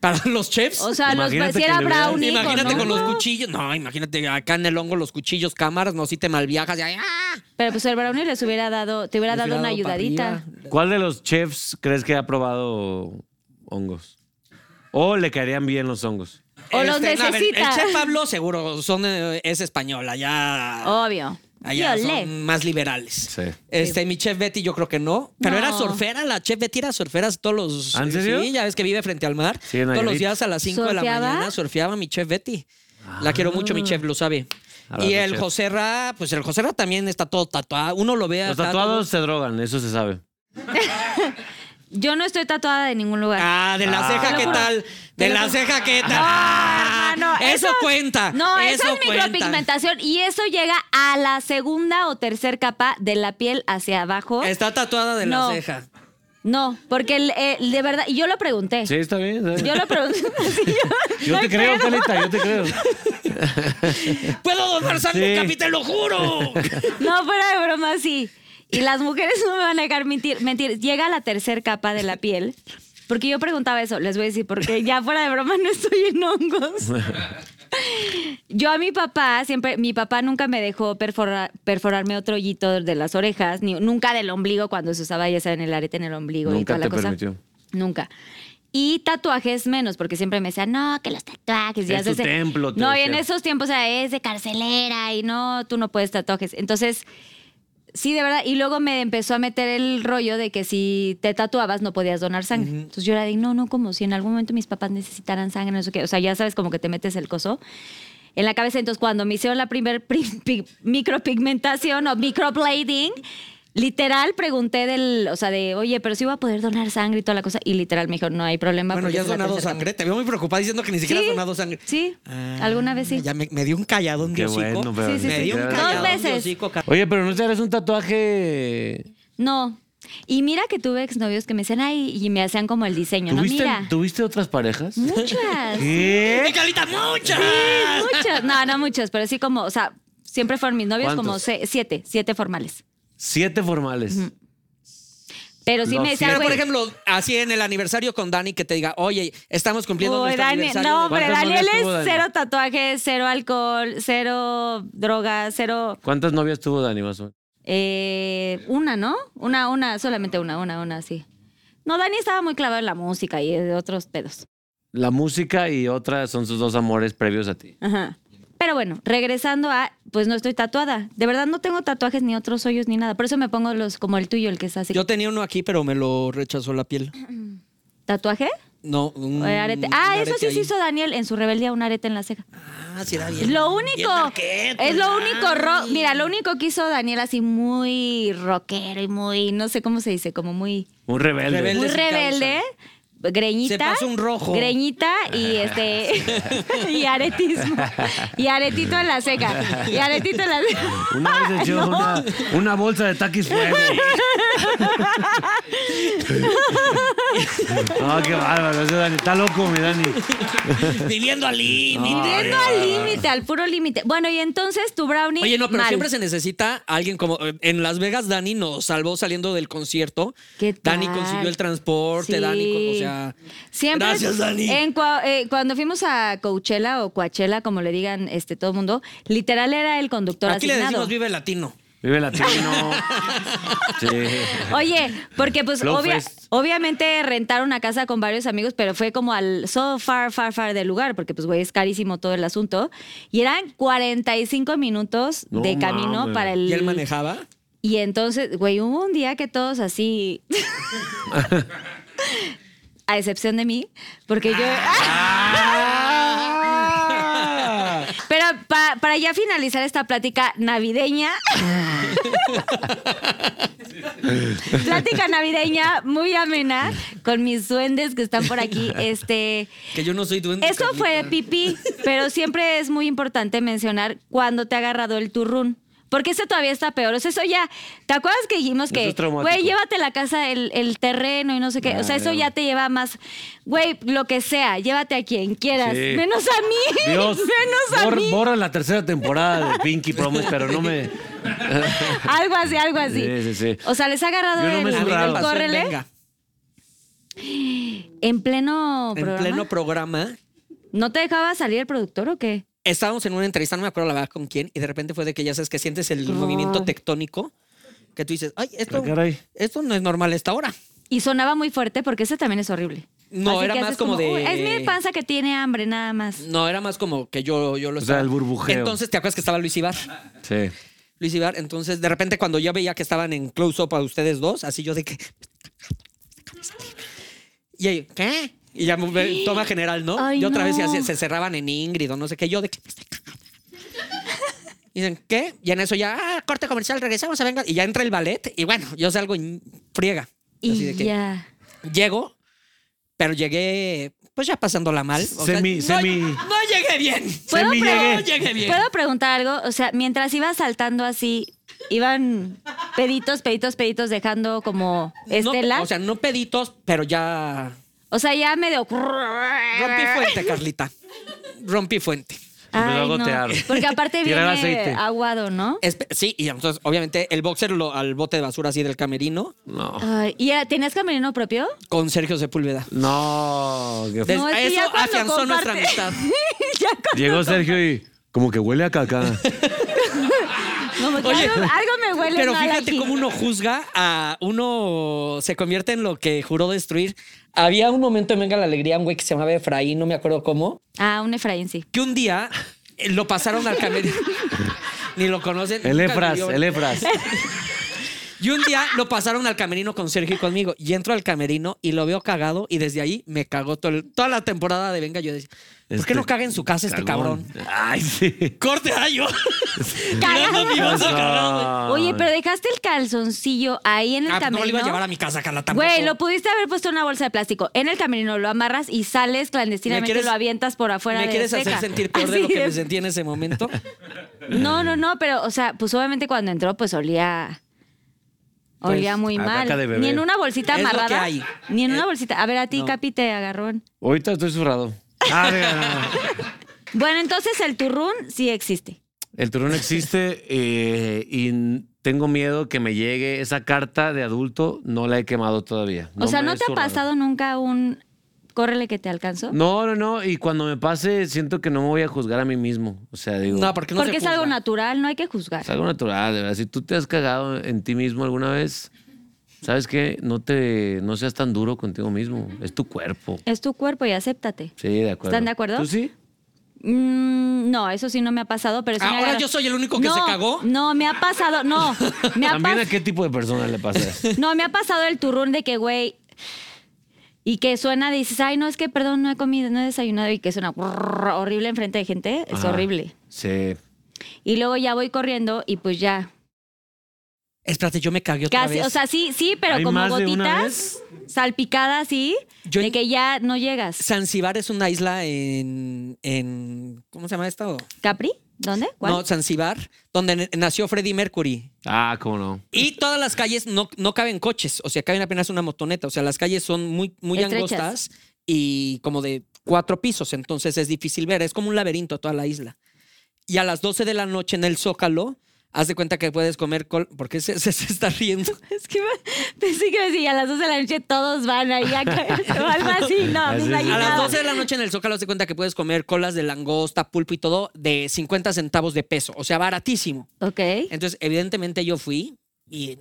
[SPEAKER 5] Para los chefs.
[SPEAKER 3] O sea, los,
[SPEAKER 7] Imagínate
[SPEAKER 3] si
[SPEAKER 7] que
[SPEAKER 3] era
[SPEAKER 7] le hubieran-
[SPEAKER 3] brownie
[SPEAKER 5] imagínate con, los
[SPEAKER 3] hongo.
[SPEAKER 5] cuchillos. No, imagínate acá en el hongo, los cuchillos, cámaras, no, si te malviajas. y ahí, ¡ah!
[SPEAKER 3] Pero pues el brownie les hubiera dado, te hubiera
[SPEAKER 5] Les
[SPEAKER 3] dado
[SPEAKER 5] hubiera
[SPEAKER 3] una
[SPEAKER 5] dado pa'
[SPEAKER 3] ayudadita.
[SPEAKER 5] arriba.
[SPEAKER 7] ¿Cuál de los chefs crees que ha probado hongos? ¿O le caerían bien los hongos?
[SPEAKER 3] O los
[SPEAKER 5] Este, no, a ver,
[SPEAKER 3] necesita.
[SPEAKER 5] el chef Pablo seguro son, eh, es español, allá,
[SPEAKER 3] Obvio.
[SPEAKER 5] allá
[SPEAKER 3] Yo le.
[SPEAKER 5] Ah, son más liberales.
[SPEAKER 7] Sí.
[SPEAKER 5] Este, mi chef Betty yo creo que no, pero
[SPEAKER 3] No.
[SPEAKER 5] era surfera, la chef Betty era surfera todos los...
[SPEAKER 7] ¿Ah, en serio?
[SPEAKER 5] Sí, ya ves que vive frente al mar.
[SPEAKER 7] Sí, en
[SPEAKER 5] todos los
[SPEAKER 7] Nayarit.
[SPEAKER 5] días a las 5 de la
[SPEAKER 3] ¿Surfeaba? Ah.
[SPEAKER 5] mañana surfeaba mi chef Betty. La quiero mucho, mi chef, lo sabe.
[SPEAKER 7] A la
[SPEAKER 5] Y
[SPEAKER 7] de
[SPEAKER 5] el
[SPEAKER 7] chef.
[SPEAKER 5] José Ra, pues el José Ra también está todo tatuado. Uno lo ve
[SPEAKER 7] Los
[SPEAKER 5] acá,
[SPEAKER 7] tatuados se drogan, eso se sabe.
[SPEAKER 3] Yo no estoy tatuada de ningún lugar.
[SPEAKER 5] Ah, de la
[SPEAKER 7] Ah.
[SPEAKER 5] ceja,
[SPEAKER 7] Te lo
[SPEAKER 5] ¿qué
[SPEAKER 7] juro.
[SPEAKER 5] tal? De la ceja, ¿qué tal?
[SPEAKER 3] No, hermano,
[SPEAKER 5] eso, cuenta.
[SPEAKER 3] No, eso, es
[SPEAKER 5] cuenta.
[SPEAKER 3] micropigmentación y eso llega a la segunda o tercer capa de la piel hacia abajo.
[SPEAKER 5] Está tatuada de
[SPEAKER 3] No.
[SPEAKER 5] la ceja.
[SPEAKER 3] No, porque el, eh, de verdad, y yo lo pregunté.
[SPEAKER 7] Sí, está bien. está bien.
[SPEAKER 3] Yo lo pregunté. Sí, yo-
[SPEAKER 7] Yo te
[SPEAKER 3] Ay,
[SPEAKER 7] creo,
[SPEAKER 3] perdón.
[SPEAKER 7] Carlita, yo te creo.
[SPEAKER 5] ¡Puedo donar sangre,
[SPEAKER 7] Sí.
[SPEAKER 5] Capi, te lo juro!
[SPEAKER 3] No, fuera de broma, sí. Y las mujeres no me van a dejar mentir. mentir. Llega a la tercer capa de la piel. Porque yo preguntaba eso, les voy a decir, porque ya fuera de broma no estoy en hongos. Yo a mi papá siempre, mi papá nunca me dejó perfora- perforarme otro hoyito de las orejas, ni, nunca del ombligo cuando se usaba, ya saben, el arete en el ombligo y
[SPEAKER 7] Nunca
[SPEAKER 3] toda la
[SPEAKER 7] te
[SPEAKER 3] cosa.
[SPEAKER 7] permitió.
[SPEAKER 3] Nunca. Y tatuajes menos, porque siempre me decían, no, que los tatuajes. ya
[SPEAKER 7] Es tu
[SPEAKER 3] se-
[SPEAKER 7] templo, te
[SPEAKER 3] No, y en
[SPEAKER 7] decían.
[SPEAKER 3] esos tiempos o sea, es de carcelera y no, tú no puedes tatuajes. Entonces, sí, de verdad. Y luego me empezó a meter el rollo de que si te tatuabas no podías donar sangre. Entonces yo era de, no, no, como si en algún momento mis papás necesitaran sangre, no sé qué. O sea, ya sabes, como que te metes el coso en la cabeza. Entonces, cuando me hicieron la primer pri- pi- micropigmentación o microblading, literal pregunté del, o sea, de, oye, pero si voy a poder donar sangre y toda la cosa. Y literal me dijo, no hay problema.
[SPEAKER 5] Bueno,
[SPEAKER 3] porque
[SPEAKER 5] ya
[SPEAKER 3] es
[SPEAKER 5] has
[SPEAKER 3] la
[SPEAKER 5] donado
[SPEAKER 3] tercera
[SPEAKER 5] sangre. Te veo muy preocupada diciendo que ni siquiera has donado sangre.
[SPEAKER 3] Sí,
[SPEAKER 5] Ah,
[SPEAKER 3] alguna vez sí.
[SPEAKER 5] Ya me, me dio un calladón de
[SPEAKER 7] Qué
[SPEAKER 5] hocico.
[SPEAKER 7] bueno, pero
[SPEAKER 3] Sí, sí,
[SPEAKER 5] me
[SPEAKER 3] sí.
[SPEAKER 5] dio un
[SPEAKER 3] Dos
[SPEAKER 5] calladón de
[SPEAKER 3] veces.
[SPEAKER 5] hocico. ca-
[SPEAKER 7] Oye, pero no te harás un tatuaje.
[SPEAKER 3] No. Y mira que tuve exnovios que me decían, ay, y me hacían como el diseño, ¿no?
[SPEAKER 7] ¿Tuviste,
[SPEAKER 3] Mira.
[SPEAKER 7] ¿Tuviste otras parejas?
[SPEAKER 3] Muchas.
[SPEAKER 5] ¡Eh,
[SPEAKER 7] ¿Qué?
[SPEAKER 5] Carlita, muchas!
[SPEAKER 3] muchas. No, no muchas, pero sí como, o sea, siempre fueron mis novios como
[SPEAKER 7] ¿Cuántos?
[SPEAKER 3] se- siete, siete formales.
[SPEAKER 7] Siete formales.
[SPEAKER 3] Pero sí
[SPEAKER 7] Lo
[SPEAKER 3] me decían,
[SPEAKER 5] Pero, por
[SPEAKER 3] güey,
[SPEAKER 5] ejemplo, así en el aniversario con Dani, que te diga, oye, estamos cumpliendo
[SPEAKER 3] Uy,
[SPEAKER 5] nuestro
[SPEAKER 3] Dani-
[SPEAKER 5] aniversario.
[SPEAKER 3] no,
[SPEAKER 5] de-
[SPEAKER 3] pero
[SPEAKER 7] ¿Cuántas
[SPEAKER 3] Daniel
[SPEAKER 7] novias
[SPEAKER 3] es
[SPEAKER 7] tuvo, Dani?
[SPEAKER 3] cero tatuajes, cero alcohol, cero drogas, cero
[SPEAKER 7] ¿Cuántas novias tuvo Dani más o menos?
[SPEAKER 3] eh, una, ¿no? Una, una, solamente una, una, una, sí. No, Dani estaba muy clavado en la música y en otros pedos.
[SPEAKER 7] La música y otra son sus dos amores previos a ti.
[SPEAKER 3] Ajá. Pero bueno, regresando a, pues no estoy tatuada. De verdad no tengo tatuajes ni otros hoyos ni nada. Por eso me pongo los como el tuyo, el que es así.
[SPEAKER 5] Yo tenía uno aquí, pero me lo rechazó la piel.
[SPEAKER 3] ¿Tatuaje?
[SPEAKER 5] No, un,
[SPEAKER 3] O arete.
[SPEAKER 5] Mm, un
[SPEAKER 3] Ah,
[SPEAKER 5] arete
[SPEAKER 3] eso sí
[SPEAKER 5] ahí.
[SPEAKER 3] se hizo Daniel en su rebeldía, un arete en la ceja.
[SPEAKER 5] Ah, sí, era
[SPEAKER 3] Es
[SPEAKER 5] bien.
[SPEAKER 3] lo
[SPEAKER 5] bien
[SPEAKER 3] único.
[SPEAKER 5] arqueto,
[SPEAKER 3] Es lo
[SPEAKER 5] Dani.
[SPEAKER 3] único rock. Mira, lo único que hizo Daniel así muy rockero y muy, no sé cómo se dice, como muy,
[SPEAKER 7] Un rebelde.
[SPEAKER 5] Rebelde.
[SPEAKER 3] muy
[SPEAKER 5] sin
[SPEAKER 3] rebelde. Greñita.
[SPEAKER 5] Se pasa un rojo.
[SPEAKER 3] Greñita y este. y aretismo. Y aretito en la ceja. Y aretito en la ceja.
[SPEAKER 7] Una vez echó una, una bolsa de taquis fuego. No, Ah, qué bárbaro. Ese Dani está loco, mi Dani.
[SPEAKER 5] Viviendo al límite.
[SPEAKER 3] Yendo al límite, al puro límite. Bueno, y entonces tu brownie.
[SPEAKER 5] Oye, no, pero
[SPEAKER 3] mal.
[SPEAKER 5] siempre se necesita alguien como. En Las Vegas, Dani nos salvó saliendo del concierto.
[SPEAKER 3] ¿Qué
[SPEAKER 5] Dani
[SPEAKER 3] tal?
[SPEAKER 5] consiguió el transporte,
[SPEAKER 3] Sí.
[SPEAKER 5] Dani, con- o sea.
[SPEAKER 3] Siempre.
[SPEAKER 5] Gracias, Dani.
[SPEAKER 3] en cua- eh, cuando fuimos a Coachella o Coachella, como le digan este todo el mundo, literal era el conductor
[SPEAKER 5] Aquí le
[SPEAKER 3] asignado.
[SPEAKER 5] decimos vive latino.
[SPEAKER 7] Vive latino. Sí.
[SPEAKER 3] Oye, porque pues
[SPEAKER 7] Flow
[SPEAKER 3] obvia-
[SPEAKER 7] Fest.
[SPEAKER 3] obviamente rentar una casa con varios amigos, pero fue como al so far, far, far del lugar, porque pues güey, es carísimo todo el asunto. Y eran 45 minutos
[SPEAKER 7] No
[SPEAKER 3] de camino
[SPEAKER 7] mames.
[SPEAKER 3] para el...
[SPEAKER 5] Y él manejaba.
[SPEAKER 3] Y entonces, güey, hubo un día que todos así. a excepción de mí, porque yo. Pero pa- para ya finalizar esta plática navideña. plática navideña muy amena con mis duendes que están por aquí. Este.
[SPEAKER 5] Que yo no soy duende.
[SPEAKER 3] Esto fue
[SPEAKER 5] Carlita.
[SPEAKER 3] pipí, pero siempre es muy importante mencionar cuando te ha agarrado el turrún. Porque ese todavía está peor. O sea, eso ya. ¿Te acuerdas que dijimos
[SPEAKER 7] Eso
[SPEAKER 3] que,
[SPEAKER 7] es traumático.
[SPEAKER 3] güey, llévate la casa, el, el terreno y no sé qué? O sea, eso ya te lleva más. Güey, lo que sea, llévate a quien quieras.
[SPEAKER 7] Sí.
[SPEAKER 3] Menos a mí.
[SPEAKER 7] Dios,
[SPEAKER 3] menos a
[SPEAKER 7] bor-
[SPEAKER 3] mí.
[SPEAKER 7] borra la tercera temporada de Pinky Promise, pero no me.
[SPEAKER 3] Algo así, algo así.
[SPEAKER 7] Sí, sí, sí.
[SPEAKER 3] O sea, les ha agarrado
[SPEAKER 7] Yo no me he
[SPEAKER 3] el,
[SPEAKER 7] surrado.
[SPEAKER 3] el
[SPEAKER 5] Pasó el
[SPEAKER 3] córrele
[SPEAKER 5] Venga,
[SPEAKER 3] en pleno
[SPEAKER 5] en
[SPEAKER 3] programa.
[SPEAKER 5] pleno programa.
[SPEAKER 3] ¿No te dejaba salir el productor o qué?
[SPEAKER 5] Estábamos en una entrevista, no me acuerdo la verdad con quién, y de repente fue de que ya sabes que sientes el movimiento tectónico que tú dices, ay, esto,
[SPEAKER 7] Ah, caray.
[SPEAKER 5] esto no es normal a esta hora.
[SPEAKER 3] Y sonaba muy fuerte porque ese también es horrible.
[SPEAKER 5] No, era
[SPEAKER 3] que
[SPEAKER 5] más
[SPEAKER 3] haces
[SPEAKER 5] como de- Mm,
[SPEAKER 3] "Uy, Es mi panza que tiene hambre, nada más.
[SPEAKER 5] No, era más como que yo, yo lo
[SPEAKER 7] O sea,
[SPEAKER 5] estaba-
[SPEAKER 7] el burbujeo.
[SPEAKER 5] Entonces, ¿te acuerdas que estaba Luis Ibar?
[SPEAKER 7] Sí.
[SPEAKER 5] Luis Ibar, entonces de repente cuando yo veía que estaban en close-up a ustedes dos, así yo de que... Y ahí, ¿qué? Y ya me- me- toma general, ¿no?
[SPEAKER 3] Ay,
[SPEAKER 5] y otra vez ya
[SPEAKER 3] no.
[SPEAKER 5] se, se cerraban en Ingrid o no sé qué, yo de que... Y Dicen, ¿qué? Y en eso ya, ah, corte comercial, regresamos, venga. Y ya entra el ballet y bueno, yo salgo en friega. Así
[SPEAKER 3] Y
[SPEAKER 5] de que
[SPEAKER 3] ya.
[SPEAKER 5] llego, pero llegué pues ya pasándola mal. O sea,
[SPEAKER 7] Semi-
[SPEAKER 5] no-
[SPEAKER 7] semi- Eh.
[SPEAKER 5] no llegué bien.
[SPEAKER 3] ¿Puedo,
[SPEAKER 7] Semi
[SPEAKER 3] pre-
[SPEAKER 5] No llegué bien.
[SPEAKER 3] ¿Puedo preguntar algo? O sea, mientras iba saltando así, iban peditos, peditos, peditos, dejando como
[SPEAKER 5] No,
[SPEAKER 3] estela.
[SPEAKER 5] o sea, no peditos, pero ya.
[SPEAKER 3] ya medio.
[SPEAKER 5] Rompí fuente, Carlita. Rompí fuente.
[SPEAKER 3] Ay,
[SPEAKER 7] Empezó a
[SPEAKER 3] no.
[SPEAKER 7] gotear.
[SPEAKER 3] Porque aparte
[SPEAKER 7] Tirar
[SPEAKER 3] viene
[SPEAKER 7] aceite.
[SPEAKER 3] aguado, ¿no?
[SPEAKER 5] Espe- sí, y entonces, obviamente, el boxer lo- al bote de basura así del camerino
[SPEAKER 7] No.
[SPEAKER 3] Ay, ¿Y eh, tenías camerino propio?
[SPEAKER 5] con Sergio Sepúlveda.
[SPEAKER 7] No. qué f-
[SPEAKER 5] Des-
[SPEAKER 3] No, es que ya
[SPEAKER 5] eso
[SPEAKER 3] cuando
[SPEAKER 5] afianzó nuestra
[SPEAKER 3] comparte-
[SPEAKER 5] amistad.
[SPEAKER 3] Ya con-
[SPEAKER 7] Llegó Sergio y. Como que huele a caca.
[SPEAKER 3] como que
[SPEAKER 5] Oye,
[SPEAKER 3] algo, algo me huele
[SPEAKER 5] Pero
[SPEAKER 3] mal
[SPEAKER 5] fíjate
[SPEAKER 3] aquí.
[SPEAKER 5] cómo uno juzga a uno se convierte en lo que juró destruir. Había un momento en Venga la Alegría, un güey que se llamaba Efraín, no me acuerdo cómo,
[SPEAKER 3] Ah, un Efraín, sí.
[SPEAKER 5] que un día eh, lo pasaron al camerino. Ni lo conocen.
[SPEAKER 7] El
[SPEAKER 5] nunca
[SPEAKER 7] Efras,
[SPEAKER 5] vivió.
[SPEAKER 7] el Efras.
[SPEAKER 5] Y un día lo pasaron al camerino con Sergio y conmigo. Y entro al camerino y lo veo cagado. Y desde ahí me cagó todo el- toda la temporada de Venga. Yo decía, ¿por qué
[SPEAKER 7] Este
[SPEAKER 5] no caga en su casa este cabrón?
[SPEAKER 7] Ay, sí.
[SPEAKER 5] ¡Corte a yo!
[SPEAKER 3] Cagado.
[SPEAKER 5] Tirando mi bolsa al cagado.
[SPEAKER 3] Este Oye, pero dejaste el calzoncillo ahí en el
[SPEAKER 5] Ah,
[SPEAKER 3] camerino.
[SPEAKER 5] no lo iba a llevar a mi casa, Carla, tampoco.
[SPEAKER 3] Güey, lo pudiste haber puesto en una bolsa de plástico. En el camerino lo amarras y sales clandestinamente
[SPEAKER 5] ¿Me quieres-
[SPEAKER 3] y lo avientas por afuera
[SPEAKER 5] ¿Me
[SPEAKER 3] de
[SPEAKER 5] quieres
[SPEAKER 3] Azteca.
[SPEAKER 5] hacer sentir peor de
[SPEAKER 3] Así
[SPEAKER 5] lo que me
[SPEAKER 3] es.
[SPEAKER 5] sentí en ese momento?
[SPEAKER 3] No, no, no, pero, o sea, pues obviamente cuando entró, pues olía.
[SPEAKER 5] Pues,
[SPEAKER 3] Olía muy
[SPEAKER 7] a
[SPEAKER 3] mal.
[SPEAKER 7] caca de bebé.
[SPEAKER 3] Ni en una bolsita
[SPEAKER 5] Es lo
[SPEAKER 3] amarrada.
[SPEAKER 5] que hay.
[SPEAKER 3] Ni en
[SPEAKER 5] Eh,
[SPEAKER 3] una bolsita. A ver, a ti, Capi, te agarrón.
[SPEAKER 7] Ahorita estoy zurrado. Ah, de-
[SPEAKER 3] Bueno, entonces el turrún sí existe.
[SPEAKER 7] El turrón existe eh, y n- tengo miedo que me llegue esa carta de adulto. No la he quemado todavía.
[SPEAKER 3] O sea,
[SPEAKER 7] me
[SPEAKER 3] ¿no
[SPEAKER 7] he
[SPEAKER 3] te ha
[SPEAKER 7] zurrado.
[SPEAKER 3] pasado nunca un córrele que te alcanzó?
[SPEAKER 7] No, no, no. Y cuando me pase, siento que no me voy a juzgar a mí mismo. O sea, digo.
[SPEAKER 5] No, porque no
[SPEAKER 3] Porque es
[SPEAKER 5] se
[SPEAKER 3] algo
[SPEAKER 5] juzga.
[SPEAKER 3] natural, no hay que juzgar.
[SPEAKER 7] Es algo natural, de verdad. Si tú te has cagado en ti mismo alguna vez, ¿sabes qué? No, te, no seas tan duro contigo mismo. Es tu cuerpo.
[SPEAKER 3] Es tu cuerpo y acéptate.
[SPEAKER 7] Sí, de acuerdo.
[SPEAKER 3] ¿Están de acuerdo?
[SPEAKER 7] ¿Tú sí?
[SPEAKER 3] Mm, no, eso sí no me ha pasado, pero sí me
[SPEAKER 5] Ah, ¿Ahora
[SPEAKER 3] agarra-
[SPEAKER 5] yo soy el único que se cagó?
[SPEAKER 3] No, me ha pasado, no. Me ha,
[SPEAKER 7] ¿También a
[SPEAKER 3] pas-
[SPEAKER 7] qué tipo de persona le pasa?
[SPEAKER 3] no, me ha pasado el turrón de que, güey, y que suena, dices, ay, no, es que perdón, no he comido, no he desayunado, y que suena brrr, horrible enfrente de gente, es
[SPEAKER 7] Ajá.
[SPEAKER 3] horrible.
[SPEAKER 7] Sí.
[SPEAKER 3] Y luego ya voy corriendo y pues ya.
[SPEAKER 5] Espérate, yo me cagué otra
[SPEAKER 3] Casi,
[SPEAKER 5] vez.
[SPEAKER 3] o sea, sí, sí, pero
[SPEAKER 7] ¿Hay
[SPEAKER 3] como
[SPEAKER 7] más de una
[SPEAKER 3] gotitas salpicadas, sí,
[SPEAKER 5] Yo
[SPEAKER 3] de
[SPEAKER 5] en-
[SPEAKER 3] que ya no llegas.
[SPEAKER 5] Zanzíbar es una isla en, en... ¿Cómo se llama esto?
[SPEAKER 3] ¿Capri? ¿Dónde? ¿Cuál?
[SPEAKER 5] No, Zanzíbar, donde n- nació Freddie Mercury.
[SPEAKER 7] Ah, cómo no.
[SPEAKER 5] Y todas las calles no, no caben coches, o sea, caben apenas una motoneta. O sea, las calles son muy, muy
[SPEAKER 3] Estrechas.
[SPEAKER 5] angostas y como de cuatro pisos, entonces es difícil ver. Es como un laberinto toda la isla. Y a las 12 de la noche en el Zócalo, haz de cuenta que puedes comer col. ¿Por qué se, se- se está riendo?
[SPEAKER 3] Es que me- pensé que me decía, a las 12 de la noche todos van ahí a caer o algo así. No,
[SPEAKER 7] Así es.
[SPEAKER 3] desayunado.
[SPEAKER 5] A las 12 de la noche en el Zócalo, haz de cuenta que puedes comer colas de langosta, pulpo y todo de 50 centavos de peso. O sea, baratísimo.
[SPEAKER 3] Ok.
[SPEAKER 5] Entonces, evidentemente yo fui y.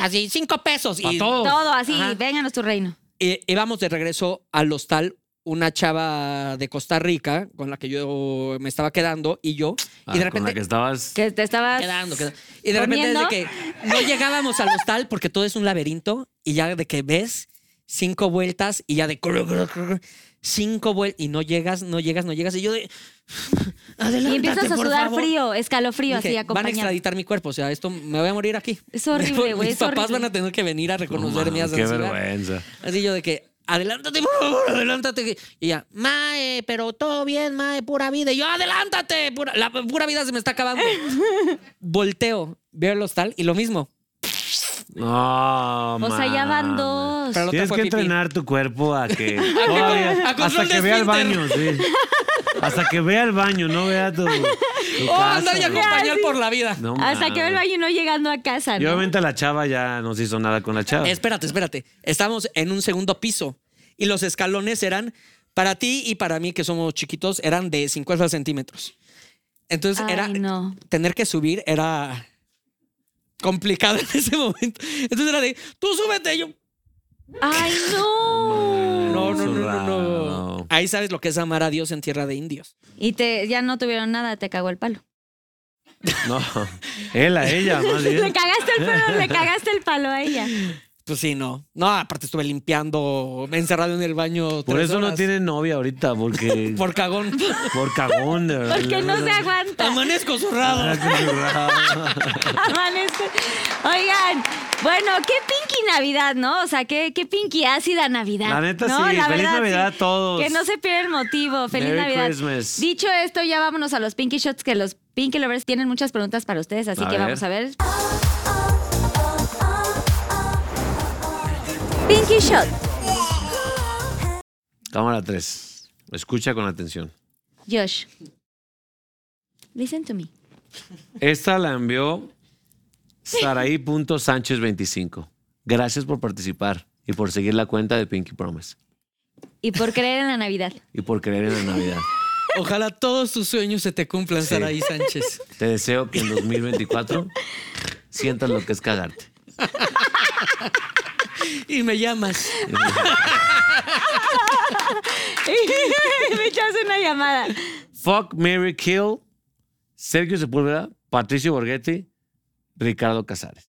[SPEAKER 5] Así, cinco pesos.
[SPEAKER 7] Pa'
[SPEAKER 5] y
[SPEAKER 7] todo.
[SPEAKER 3] Todo así,
[SPEAKER 5] Ajá.
[SPEAKER 3] vénganos tu reino.
[SPEAKER 5] eh, íbamos de regreso al hostal una chava de Costa Rica con la que yo me estaba quedando y yo. y de
[SPEAKER 7] Ah, Con la
[SPEAKER 5] repente
[SPEAKER 7] que estabas.
[SPEAKER 3] Que te estabas.
[SPEAKER 5] quedando, quedando. Y de repente desde
[SPEAKER 3] comiendo.
[SPEAKER 5] que no llegábamos al hostal porque todo es un laberinto y ya de que ves cinco vueltas y ya de cru, cru, cru, cru, cinco vueltas y no llegas, no llegas, no llegas y yo de
[SPEAKER 3] Y
[SPEAKER 5] adelante.
[SPEAKER 3] empiezas a sudar frío, escalofrío, así
[SPEAKER 5] Dije, van a
[SPEAKER 3] acompañado.
[SPEAKER 5] extraditar mi cuerpo, o sea, esto me voy a morir aquí.
[SPEAKER 3] Es horrible, güey,
[SPEAKER 5] Mis
[SPEAKER 3] es
[SPEAKER 5] papás
[SPEAKER 3] horrible.
[SPEAKER 5] van a tener que venir a
[SPEAKER 7] No,
[SPEAKER 5] reconocer mi
[SPEAKER 7] mames, Qué
[SPEAKER 5] ascensividad.
[SPEAKER 7] vergüenza.
[SPEAKER 5] Así yo de que, adelántate, por favor, adelántate. Y ella, mae, pero todo bien, mae, pura vida. Y yo, adelántate, pura, la pura vida se me está acabando. Volteo, veo el hostal y lo mismo.
[SPEAKER 7] No,
[SPEAKER 3] O sea, ya van
[SPEAKER 7] mames.
[SPEAKER 3] dos.
[SPEAKER 5] Pero la otra
[SPEAKER 7] Tienes
[SPEAKER 5] fue
[SPEAKER 7] que
[SPEAKER 5] pipí.
[SPEAKER 7] entrenar tu cuerpo a que.
[SPEAKER 5] a
[SPEAKER 7] todavía,
[SPEAKER 5] control
[SPEAKER 7] hasta
[SPEAKER 5] de
[SPEAKER 7] que vea el
[SPEAKER 5] esfínter.
[SPEAKER 7] baño, sí. Hasta que vea el baño, no vea tu. tu
[SPEAKER 5] O andar y
[SPEAKER 7] casa, güey.
[SPEAKER 5] acompañar por la vida.
[SPEAKER 7] No
[SPEAKER 3] Hasta que ve el
[SPEAKER 7] mames.
[SPEAKER 3] baño y no llegando a casa.
[SPEAKER 7] Y
[SPEAKER 3] ¿no?
[SPEAKER 7] obviamente la chava ya no se hizo nada con la chava.
[SPEAKER 5] Espérate, espérate. Estamos en un segundo piso y los escalones eran, para ti y para mí, que somos chiquitos, eran de 50 centímetros. Entonces
[SPEAKER 3] Ay,
[SPEAKER 5] pues, era
[SPEAKER 3] no.
[SPEAKER 5] tener que subir era complicado en ese momento. Entonces era de, tú súbete, yo.
[SPEAKER 3] Ay, no.
[SPEAKER 5] No, no, no, no, no.
[SPEAKER 7] No.
[SPEAKER 5] Ahí sabes lo que es amar a Dios en tierra de indios.
[SPEAKER 3] Y te, ya no tuvieron nada, te cagó el palo.
[SPEAKER 7] No. Él a ella, más
[SPEAKER 3] Le
[SPEAKER 7] bien.
[SPEAKER 3] cagaste el palo, le cagaste el palo a ella.
[SPEAKER 5] Pues sí, no. No, aparte estuve limpiando, encerrado en el baño.
[SPEAKER 7] Por
[SPEAKER 5] tres
[SPEAKER 7] eso no
[SPEAKER 5] horas.
[SPEAKER 7] tiene novia ahorita, porque.
[SPEAKER 5] Por
[SPEAKER 7] por,
[SPEAKER 5] cagón.
[SPEAKER 7] cagón, de verdad.
[SPEAKER 3] Porque no se aguanta.
[SPEAKER 5] Amanezco zurrado.
[SPEAKER 3] Amanece. Oigan, bueno, qué pinky Navidad, ¿no? O sea, qué, qué pinky ácida Navidad.
[SPEAKER 7] La neta
[SPEAKER 3] ¿no?
[SPEAKER 7] sí,
[SPEAKER 3] La
[SPEAKER 7] feliz
[SPEAKER 3] verdad,
[SPEAKER 7] Navidad
[SPEAKER 3] sí.
[SPEAKER 7] a todos.
[SPEAKER 3] Que no se pierda el motivo. Feliz
[SPEAKER 7] Merry
[SPEAKER 3] Navidad.
[SPEAKER 7] Christmas.
[SPEAKER 3] Dicho esto, ya vámonos a los pinky shots, que los pinky lovers tienen muchas preguntas para ustedes, así
[SPEAKER 7] A
[SPEAKER 3] que
[SPEAKER 7] ver.
[SPEAKER 3] vamos a ver.
[SPEAKER 1] Pinky Shot.
[SPEAKER 7] Cámara 3. Escucha con atención.
[SPEAKER 3] Josh. Listen to me.
[SPEAKER 7] Esta la envió Saraí.sánchez25. Gracias por participar y por seguir la cuenta de Pinky Promise
[SPEAKER 3] Y por creer en la Navidad.
[SPEAKER 7] y por creer en la Navidad.
[SPEAKER 5] Ojalá todos tus sueños se te cumplan,
[SPEAKER 7] Sí.
[SPEAKER 5] Saraí Sánchez.
[SPEAKER 7] Te deseo que en 2024 sientas lo que es cagarte.
[SPEAKER 5] Y me llamas.
[SPEAKER 3] Me echas una llamada.
[SPEAKER 7] Fuck Mary Kill, Sergio Sepúlveda, Patricio Borghetti, Ricardo Casares.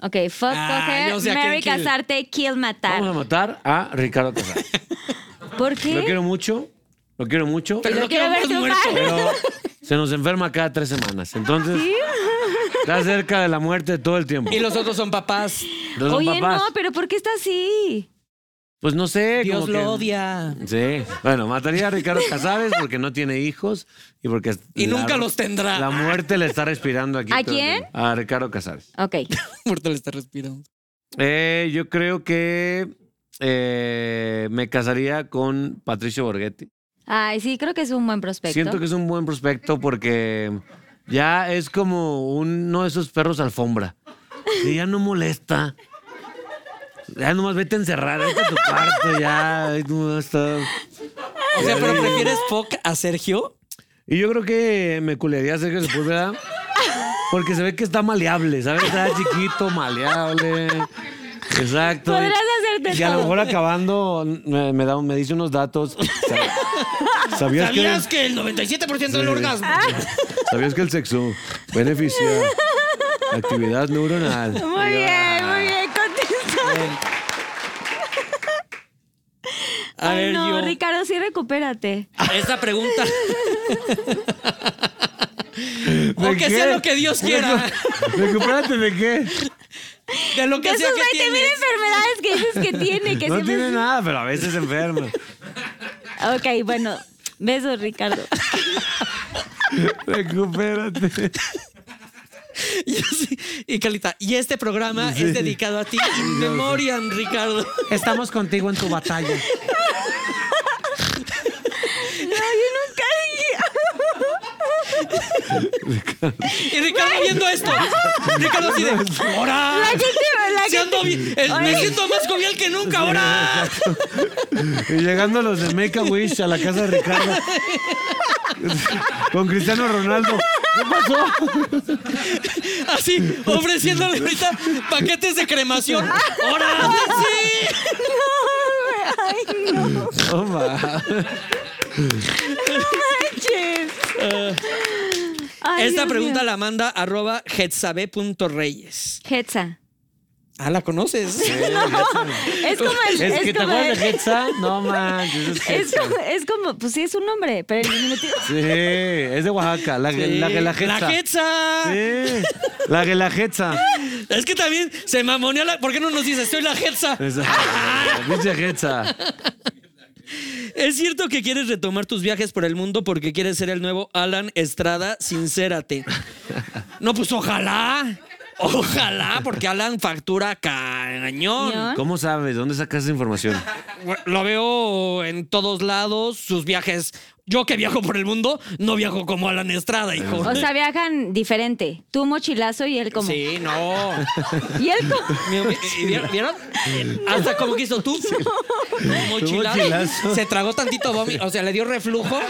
[SPEAKER 3] Ok, fuck,
[SPEAKER 5] Ah, yo sé
[SPEAKER 3] coger,
[SPEAKER 5] a quién
[SPEAKER 3] Mary,
[SPEAKER 5] kill.
[SPEAKER 3] casarte, kill,
[SPEAKER 7] Vamos
[SPEAKER 3] matar.
[SPEAKER 7] a matar a Ricardo Casares.
[SPEAKER 3] ¿Por qué?
[SPEAKER 7] Lo quiero mucho, lo quiero mucho,
[SPEAKER 5] Pero lo
[SPEAKER 3] quiero ver
[SPEAKER 5] quiero más
[SPEAKER 3] tu
[SPEAKER 5] muerto.
[SPEAKER 7] pero se nos enferma cada tres semanas. Entonces, está cerca de la muerte todo el tiempo.
[SPEAKER 5] Y los otros son papás.
[SPEAKER 7] Los
[SPEAKER 3] Oye,
[SPEAKER 7] papás.
[SPEAKER 3] no, pero ¿por qué está así?
[SPEAKER 7] Pues no sé.
[SPEAKER 5] Dios
[SPEAKER 7] como
[SPEAKER 5] lo
[SPEAKER 7] que-
[SPEAKER 5] odia.
[SPEAKER 7] Sí. Bueno, mataría a Ricardo Casares porque no tiene hijos y porque.
[SPEAKER 5] Y
[SPEAKER 7] la-
[SPEAKER 5] nunca los tendrá.
[SPEAKER 7] La muerte le está respirando aquí.
[SPEAKER 3] ¿A
[SPEAKER 7] todo el
[SPEAKER 3] quién?
[SPEAKER 7] tiempo. A Ricardo Casares.
[SPEAKER 3] Ok.
[SPEAKER 5] Muerto le está respirando.
[SPEAKER 7] Eh, yo creo que eh, me casaría con Patricio Borghetti.
[SPEAKER 3] Ay, sí, creo que es un buen prospecto.
[SPEAKER 7] Siento que es un buen prospecto porque ya es como uno de esos perros alfombra. Que ya no molesta. Ya nomás vete a encerrar, vete a tu cuarto, ya. ahí no está.
[SPEAKER 5] O sea, pero prefieres Foc a Sergio.
[SPEAKER 7] Y yo creo que me culearía a Sergio Sepúlveda. Porque se ve que está maleable, ¿sabes? Está chiquito, maleable. Exacto.
[SPEAKER 3] Podrás hacerte
[SPEAKER 7] Y a lo
[SPEAKER 3] todo.
[SPEAKER 7] mejor acabando me, me da, me dice unos datos. Sab- ¿Sabías,
[SPEAKER 5] ¿Sabías que el 97% del orgasmo?
[SPEAKER 7] ¿Sabías que el sexo beneficia actividad neuronal?
[SPEAKER 3] Muy bien, muy bien, contestó.
[SPEAKER 5] A
[SPEAKER 3] Ay,
[SPEAKER 5] ver,
[SPEAKER 3] no,
[SPEAKER 5] yo.
[SPEAKER 3] Ricardo, sí, recupérate.
[SPEAKER 5] Esa pregunta. o
[SPEAKER 7] ¿De
[SPEAKER 5] que
[SPEAKER 7] qué?
[SPEAKER 5] sea lo que Dios quiera.
[SPEAKER 7] Recupérate de qué.
[SPEAKER 5] De lo
[SPEAKER 3] De
[SPEAKER 5] que sea
[SPEAKER 3] esos
[SPEAKER 5] que
[SPEAKER 3] 20 mil
[SPEAKER 5] tienes.
[SPEAKER 3] enfermedades que dices que tiene, que
[SPEAKER 7] no
[SPEAKER 3] siempre-
[SPEAKER 7] tiene nada, pero a veces se enferma.
[SPEAKER 3] Ok, bueno, besos, Ricardo.
[SPEAKER 7] Recupérate.
[SPEAKER 5] Y así- Y Calita, y este programa es dedicado a ti. In memoriam, Ricardo.
[SPEAKER 7] Estamos contigo en tu batalla.
[SPEAKER 3] No, yo nunca dije.
[SPEAKER 5] Y Ricardo viendo esto. Ricardo así de. ¡Hora!
[SPEAKER 3] La gente, la
[SPEAKER 5] Se ando
[SPEAKER 3] gente-
[SPEAKER 5] bien- el- me siento más jovial que nunca ahora.
[SPEAKER 7] Y llegando los de Make a Wish a la casa de Ricardo. Con Cristiano Ronaldo. ¿Qué pasó?
[SPEAKER 5] Así, ofreciéndole ahorita paquetes de cremación. ¡Ahora! ¡Sí!
[SPEAKER 3] No, güey, ay, no.
[SPEAKER 7] No ma.
[SPEAKER 3] Ay,
[SPEAKER 5] Esta
[SPEAKER 3] Dios
[SPEAKER 5] pregunta
[SPEAKER 3] mío.
[SPEAKER 5] la manda arroba jetsabe.reyes.
[SPEAKER 3] Hetza.
[SPEAKER 5] Ah, la conoces.
[SPEAKER 3] Es como el.
[SPEAKER 7] Es
[SPEAKER 3] es
[SPEAKER 7] que te
[SPEAKER 3] como el-
[SPEAKER 7] acuerdas de Hetza. No manches. Es,
[SPEAKER 3] es
[SPEAKER 7] Hetza.
[SPEAKER 3] como, es como- pues sí, es un nombre, pero el diminutivo.
[SPEAKER 7] Sí, es de Oaxaca. La, que la, la Hetza.
[SPEAKER 5] La Jetsa.
[SPEAKER 7] Sí, la que la Hetza.
[SPEAKER 5] Es que también se mamonea la. ¿Por qué no nos dices? Soy la Jetsa.
[SPEAKER 7] Esa- Pinche Hetza.
[SPEAKER 5] ¿Es cierto que quieres retomar tus viajes por el mundo porque quieres ser el nuevo Alan Estrada? Sincérate. No, pues ojalá. Ojalá, porque Alan factura cañón.
[SPEAKER 7] ¿Cómo sabes? ¿Dónde sacas esa información?
[SPEAKER 5] Lo veo en todos lados, sus viajes. Yo que viajo por el mundo, no viajo como Alan Estrada, hijo.
[SPEAKER 3] O sea, viajan diferente. Tú mochilazo y él como.
[SPEAKER 5] Sí, no.
[SPEAKER 3] Y él como.
[SPEAKER 5] Mi- mi- ¿Vieron? ¿Vieron? Hasta como quiso tú. Mochilazo.
[SPEAKER 7] mochilazo.
[SPEAKER 5] Se tragó tantito vómito. O sea, le dio reflujo.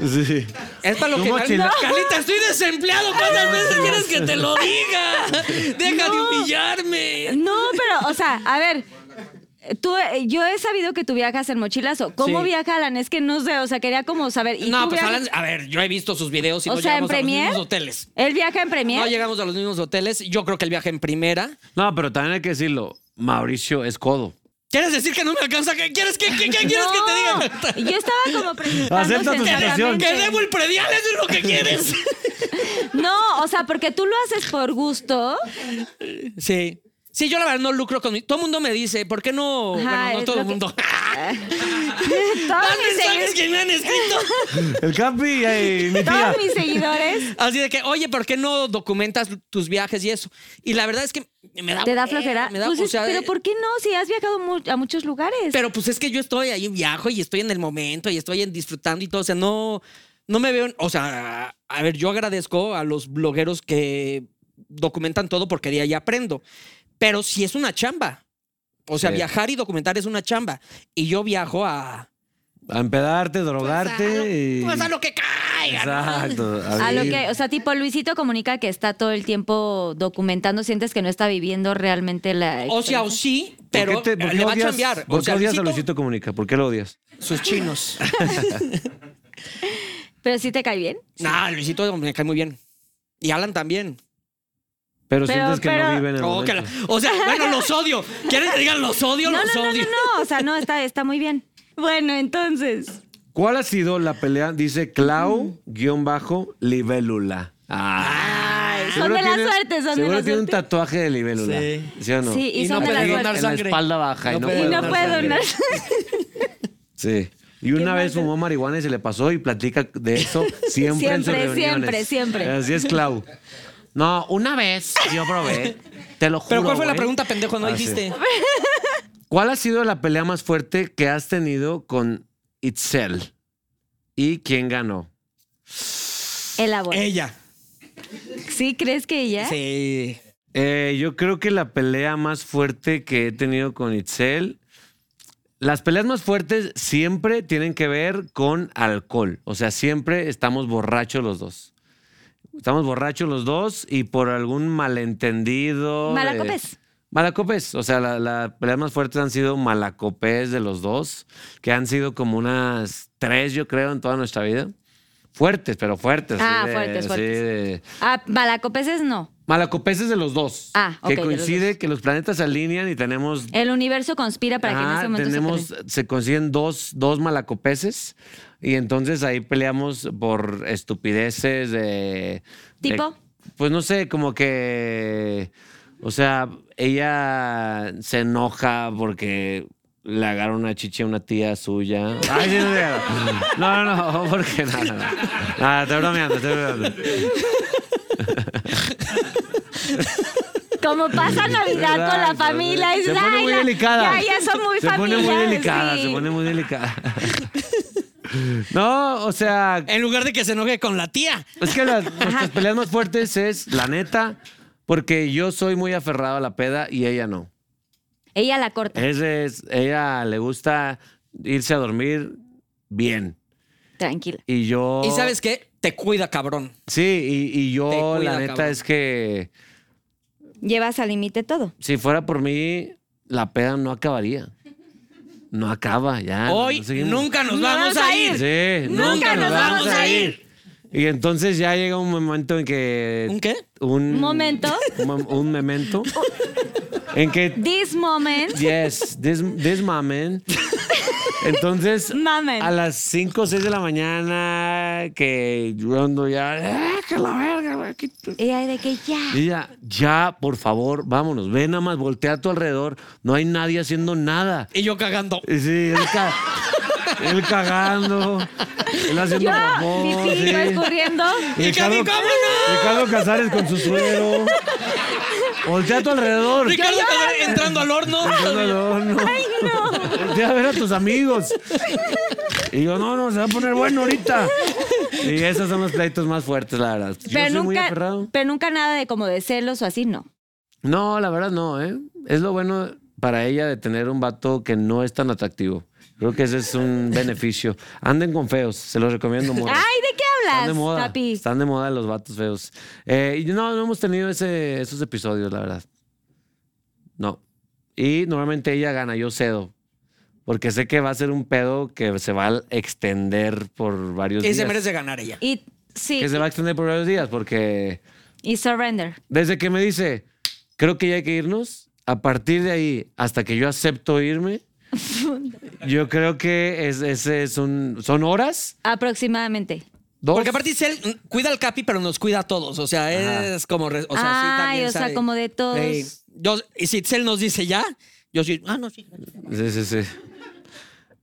[SPEAKER 7] Sí.
[SPEAKER 5] Es para lo
[SPEAKER 7] Tú
[SPEAKER 5] que.
[SPEAKER 7] mochila-
[SPEAKER 5] Carlita, estoy desempleado. ¿Cuántas veces quieres que te lo diga? Deja de
[SPEAKER 3] No.
[SPEAKER 5] humillarme.
[SPEAKER 3] No, pero, o sea, a ver. Tú, eh, yo he sabido que tú viajas en mochilazo. ¿Cómo
[SPEAKER 5] Sí.
[SPEAKER 3] viaja Alan? Es que no sé, o sea, quería como saber. ¿y
[SPEAKER 5] No,
[SPEAKER 3] tú
[SPEAKER 5] pues
[SPEAKER 3] viajas-
[SPEAKER 5] Alan, a ver, yo he visto sus videos y
[SPEAKER 3] O
[SPEAKER 5] no
[SPEAKER 3] sea, en
[SPEAKER 5] llegamos a los
[SPEAKER 3] Premier.
[SPEAKER 5] mismos hoteles.
[SPEAKER 3] Él viaja en Premier.
[SPEAKER 5] No llegamos a los mismos hoteles. Yo creo que el viaje en primera.
[SPEAKER 7] No, pero también hay que decirlo. Mauricio es codo.
[SPEAKER 5] ¿Quieres decir que no me alcanza? ¿Qué quieres, que- que- que quieres
[SPEAKER 3] No,
[SPEAKER 5] que te diga?
[SPEAKER 3] Yo estaba como preguntando
[SPEAKER 7] Acepta tu situación.
[SPEAKER 5] Que debo el predial, eso es lo que quieres.
[SPEAKER 3] No, o sea, porque tú lo haces por gusto.
[SPEAKER 5] Sí. Sí, yo la verdad no lucro con mi. Todo el mundo me dice, ¿por qué no?
[SPEAKER 3] Ajá,
[SPEAKER 5] bueno,
[SPEAKER 3] es
[SPEAKER 5] no todo
[SPEAKER 3] lo
[SPEAKER 5] el
[SPEAKER 3] que-
[SPEAKER 5] mundo.
[SPEAKER 3] Todos
[SPEAKER 5] Más
[SPEAKER 3] mis,
[SPEAKER 5] mensajes
[SPEAKER 3] segui-
[SPEAKER 5] que me han escrito.
[SPEAKER 7] El Capi y mi tía.
[SPEAKER 3] todos mis seguidores
[SPEAKER 5] Así de que, oye, ¿por qué no documentas tus viajes y eso? Y la verdad es que me da.
[SPEAKER 3] te da
[SPEAKER 5] hueva,
[SPEAKER 3] flojera.
[SPEAKER 5] Me da, eh?
[SPEAKER 3] Pues
[SPEAKER 5] o
[SPEAKER 3] es-
[SPEAKER 5] sea,
[SPEAKER 3] pero ¿por qué no? Si has viajado mu- a muchos lugares.
[SPEAKER 5] Pero pues es que yo estoy ahí, viajo y estoy en el momento y estoy en disfrutando y todo. O sea, no, no me veo. en- O sea, a ver, yo agradezco a los blogueros que documentan todo porque de ahí aprendo. Pero si es una chamba. O sea,
[SPEAKER 7] Sí.
[SPEAKER 5] viajar y documentar es una chamba. Y yo viajo a.
[SPEAKER 7] A empedarte, drogarte. y-
[SPEAKER 5] Pues a lo que caiga. ¿no?
[SPEAKER 7] Exacto.
[SPEAKER 3] A lo
[SPEAKER 7] vivir.
[SPEAKER 3] que, o sea, tipo Luisito comunica que está todo el tiempo documentando, sientes que no está viviendo realmente la.
[SPEAKER 5] O sea, o
[SPEAKER 3] experiencia.
[SPEAKER 5] sí,
[SPEAKER 7] ¿Por qué
[SPEAKER 5] pero
[SPEAKER 7] te- por qué
[SPEAKER 5] le va
[SPEAKER 7] odias-
[SPEAKER 5] a cambiar.
[SPEAKER 7] ¿Por
[SPEAKER 5] o sea,
[SPEAKER 7] qué odias a
[SPEAKER 5] Luisito,
[SPEAKER 7] Luisito Comunica? ¿Por qué lo odias?
[SPEAKER 5] Sus chinos.
[SPEAKER 3] Pero sí te cae bien.
[SPEAKER 5] nah, Luisito me cae muy bien. Y Alan también.
[SPEAKER 7] Pero,
[SPEAKER 3] Pero-
[SPEAKER 7] sientes que no
[SPEAKER 3] pero-
[SPEAKER 7] viven en el
[SPEAKER 5] Oh, que la-
[SPEAKER 7] momento.
[SPEAKER 5] o sea, bueno, los odio. ¿Quieren que digan los odio?
[SPEAKER 3] No, no,
[SPEAKER 5] los
[SPEAKER 3] no, no,
[SPEAKER 5] odio.
[SPEAKER 3] no. O sea, no, está, está muy bien. Bueno, entonces.
[SPEAKER 7] ¿Cuál ha sido la pelea? Dice Clau-libélula. Ah,
[SPEAKER 3] son
[SPEAKER 7] Seguro
[SPEAKER 3] de la
[SPEAKER 7] tiene-
[SPEAKER 3] suerte, son de
[SPEAKER 7] seguro
[SPEAKER 3] la
[SPEAKER 7] tiene un
[SPEAKER 3] suerte.
[SPEAKER 7] tatuaje de libélula.
[SPEAKER 5] Sí.
[SPEAKER 7] Sí. o no?
[SPEAKER 3] Sí, y,
[SPEAKER 5] Y
[SPEAKER 3] son
[SPEAKER 5] no
[SPEAKER 3] de la
[SPEAKER 5] puede
[SPEAKER 3] suerte.
[SPEAKER 5] donar
[SPEAKER 7] en
[SPEAKER 5] sangre.
[SPEAKER 7] la espalda baja.
[SPEAKER 5] No
[SPEAKER 7] y no
[SPEAKER 5] puede
[SPEAKER 7] puede
[SPEAKER 3] Y no
[SPEAKER 5] donar
[SPEAKER 3] puede
[SPEAKER 5] sangre.
[SPEAKER 3] donar.
[SPEAKER 7] Sí. Y una vez fumó marihuana y se le pasó y platica de eso siempre, en sus
[SPEAKER 3] Siempre,
[SPEAKER 7] reuniones.
[SPEAKER 3] siempre, siempre.
[SPEAKER 7] Así es, Clau. No, una vez yo probé. Te lo juro.
[SPEAKER 5] Pero ¿cuál fue la
[SPEAKER 7] güey.
[SPEAKER 5] pregunta, pendejo? No
[SPEAKER 7] Ah, sí.
[SPEAKER 5] dijiste.
[SPEAKER 7] ¿Cuál ha sido la pelea más fuerte que has tenido con Itzel? ¿Y quién ganó?
[SPEAKER 3] Elabora.
[SPEAKER 5] Ella.
[SPEAKER 3] ¿Sí crees que ella?
[SPEAKER 5] Sí.
[SPEAKER 7] Eh, yo creo que la pelea más fuerte que he tenido con Itzel. Las peleas más fuertes siempre tienen que ver con alcohol. O sea, siempre estamos borrachos los dos. Estamos borrachos los dos y por algún malentendido. de-
[SPEAKER 3] Malacopés.
[SPEAKER 7] Malacopés. O sea, las la las peleas más fuertes han sido malacopés de los dos, que han sido como unas tres, yo creo, en toda nuestra vida. Fuertes, pero fuertes.
[SPEAKER 3] Ah,
[SPEAKER 7] así de-
[SPEAKER 3] fuertes,
[SPEAKER 7] así
[SPEAKER 3] fuertes.
[SPEAKER 7] de-
[SPEAKER 3] Ah, malacopeses no.
[SPEAKER 7] Malacopeses de los dos.
[SPEAKER 3] Ah, ok, de
[SPEAKER 7] Que
[SPEAKER 3] los
[SPEAKER 7] coincide que los planetas se alinean y tenemos.
[SPEAKER 3] El universo conspira para que en
[SPEAKER 7] Ajá,
[SPEAKER 3] ese momento
[SPEAKER 7] Ah, tenemos,
[SPEAKER 3] se peleen.
[SPEAKER 7] se, consiguen dos, dos malacopeses y entonces ahí peleamos por estupideces de.
[SPEAKER 3] ¿Tipo?
[SPEAKER 7] de- pues no sé, como que. O sea, ella se enoja porque le agarra una chicha a una tía suya. Ay, sí, no, sí, no, no, no, porque nada, no, no. Nada, estoy bromeando, estoy bromeando.
[SPEAKER 3] Como pasa Navidad con la
[SPEAKER 7] Exacto,
[SPEAKER 3] familia.
[SPEAKER 7] sí.
[SPEAKER 3] y
[SPEAKER 7] Se pone
[SPEAKER 3] ay,
[SPEAKER 7] muy
[SPEAKER 3] ya-
[SPEAKER 7] delicada.
[SPEAKER 3] Ya, ya son muy
[SPEAKER 7] se pone muy
[SPEAKER 3] familiares,
[SPEAKER 7] delicada,
[SPEAKER 3] sí.
[SPEAKER 7] se pone muy delicada. No, o sea,
[SPEAKER 5] En lugar de que se enoje con la tía.
[SPEAKER 7] es que las, nuestras peleas más fuertes es la neta, porque yo soy muy aferrado a la peda y ella no.
[SPEAKER 3] Ella la corta.
[SPEAKER 7] Ese es, ella le gusta irse a dormir bien.
[SPEAKER 3] Tranquila.
[SPEAKER 7] Y yo.
[SPEAKER 5] ¿Y sabes qué? Te cuida, cabrón.
[SPEAKER 7] Sí, y, y
[SPEAKER 5] Te
[SPEAKER 7] yo,
[SPEAKER 5] cuida,
[SPEAKER 7] la neta,
[SPEAKER 5] cabrón.
[SPEAKER 7] es que
[SPEAKER 3] Llevas al límite todo.
[SPEAKER 7] si fuera por mí, la peda no acabaría. no acaba ya.
[SPEAKER 5] Hoy
[SPEAKER 7] Ah, no seguimos.
[SPEAKER 5] nunca nos
[SPEAKER 3] No
[SPEAKER 5] vamos, a ir.
[SPEAKER 7] Sí,
[SPEAKER 5] Nunca nos vamos a
[SPEAKER 7] ir. Y entonces ya llega un momento en que.
[SPEAKER 5] ¿Un qué?
[SPEAKER 7] Un
[SPEAKER 3] ¿Momento?
[SPEAKER 7] Un, mom- un memento. en que.
[SPEAKER 3] This moment.
[SPEAKER 7] Yes, this, this moment. Entonces,
[SPEAKER 3] Moment.
[SPEAKER 7] a las 5 o 6 de la mañana, que yo ando ya, "Ah, que la verga, güey, aquí t-
[SPEAKER 3] Y ahí de que ya.
[SPEAKER 7] y ya, ya, por favor, vámonos, ven nada más, voltea a tu alrededor, no hay nadie haciendo nada.
[SPEAKER 5] Y yo cagando.
[SPEAKER 7] Y Sí, él, ca- él cagando, él haciendo
[SPEAKER 3] Yo,
[SPEAKER 7] popó,
[SPEAKER 3] pipí,
[SPEAKER 7] sí.
[SPEAKER 3] yo escurriendo.
[SPEAKER 7] Ricardo,
[SPEAKER 5] ¡Ricardo, vámonos!
[SPEAKER 7] Ricardo Casares con su suero. Voltea a tu alrededor.
[SPEAKER 5] Ricardo Cadena entrando al horno.
[SPEAKER 7] No, no, no. Voltea a ver a tus amigos. Y yo, no, no, se va a poner bueno ahorita. Y esos son los pleitos más fuertes, la verdad. Yo soy
[SPEAKER 3] Pero
[SPEAKER 7] muy
[SPEAKER 3] nunca,
[SPEAKER 7] aferrado.
[SPEAKER 3] pero nunca nada de como de celos o así, no.
[SPEAKER 7] No, la verdad no, ¿eh? Es lo bueno para ella de tener un vato que no es tan atractivo. Creo que ese es un beneficio. Anden con feos, se los recomiendo mucho.
[SPEAKER 3] Ay, ¿de qué
[SPEAKER 7] Están
[SPEAKER 3] hablas,
[SPEAKER 7] de moda.
[SPEAKER 3] papi?
[SPEAKER 7] Están de moda los vatos feos. Eh, y no, no hemos tenido ese, esos episodios, la verdad. No. Y normalmente ella gana, yo cedo. Porque sé que va a ser un pedo que se va a extender por varios
[SPEAKER 5] Y
[SPEAKER 7] días.
[SPEAKER 5] se merece ganar ella.
[SPEAKER 3] Y sí,
[SPEAKER 7] Que se va a extender por varios días, porque
[SPEAKER 3] y surrender.
[SPEAKER 7] desde que me dice, creo que ya hay que irnos, a partir de ahí, hasta que yo acepto irme, yo creo que es, ese es un, son horas.
[SPEAKER 3] Aproximadamente.
[SPEAKER 7] Dos.
[SPEAKER 5] Porque aparte dice él mm, cuida al Capi, pero nos cuida a todos. O sea, es como. re- O sea, sí,
[SPEAKER 3] Ay,
[SPEAKER 5] también
[SPEAKER 3] o sea,
[SPEAKER 5] sabe.
[SPEAKER 3] como de todos.
[SPEAKER 5] Sí. Yo, y si Itzel nos dice ya, yo sí. Ah, no, sí.
[SPEAKER 7] Sí, sí, sí.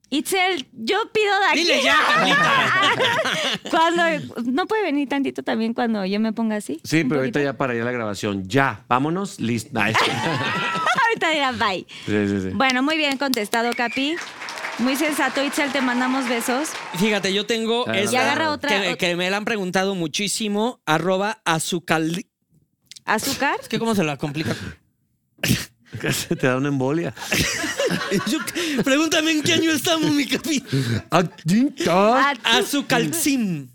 [SPEAKER 3] Itzel, yo pido de aquí.
[SPEAKER 5] Dile ya, Carlita.
[SPEAKER 3] Cuando no puede venir tantito también cuando yo me ponga así.
[SPEAKER 7] Sí,
[SPEAKER 3] Un
[SPEAKER 7] pero ahorita
[SPEAKER 3] poquito.
[SPEAKER 7] ya para allá la grabación. Ya, vámonos, listo. Ay,
[SPEAKER 3] ahorita dirá bye.
[SPEAKER 7] sí, sí, sí.
[SPEAKER 3] Bueno, muy bien contestado, Capi. Muy sensato, Itzel, te mandamos besos.
[SPEAKER 5] Fíjate, yo tengo.
[SPEAKER 7] Claro.
[SPEAKER 5] esta
[SPEAKER 7] Y
[SPEAKER 3] agarra otra-
[SPEAKER 5] Que, que me la han preguntado muchísimo. Arroba azucal.
[SPEAKER 3] Azúcar.
[SPEAKER 5] Es que cómo se la complica.
[SPEAKER 7] Casi te da una embolia.
[SPEAKER 5] Yo- pregúntame en qué año estamos, mi Capi.
[SPEAKER 3] Ah,
[SPEAKER 5] Azucalcim.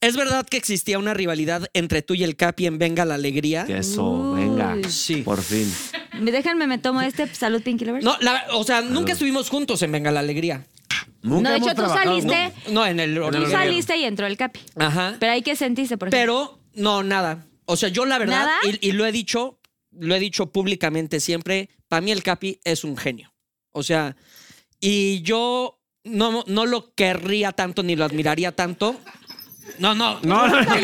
[SPEAKER 5] ¿Es verdad que existía una rivalidad entre tú y el Capi en Venga la Alegría?
[SPEAKER 7] Eso,
[SPEAKER 3] Uy.
[SPEAKER 7] venga.
[SPEAKER 5] Sí.
[SPEAKER 7] Por fin.
[SPEAKER 3] Déjenme, me tomo este. Salud, Pinky Lovers.
[SPEAKER 5] No, la- o sea, nunca estuvimos juntos en Venga la Alegría.
[SPEAKER 7] Nunca
[SPEAKER 3] de
[SPEAKER 7] hemos
[SPEAKER 3] hecho, tú
[SPEAKER 7] trabajado,
[SPEAKER 3] saliste.
[SPEAKER 5] No, en el
[SPEAKER 3] Tú saliste y entró el Capi.
[SPEAKER 5] Ajá.
[SPEAKER 3] Pero hay que sentirse, por ejemplo.
[SPEAKER 5] Pero, no, nada. O sea, yo la verdad,
[SPEAKER 3] ¿Nada?
[SPEAKER 5] y, y lo he dicho, lo he dicho públicamente siempre, para mí el Capi es un genio. O sea, y yo no, no lo querría tanto ni lo admiraría tanto. No, no,
[SPEAKER 7] No, no, no.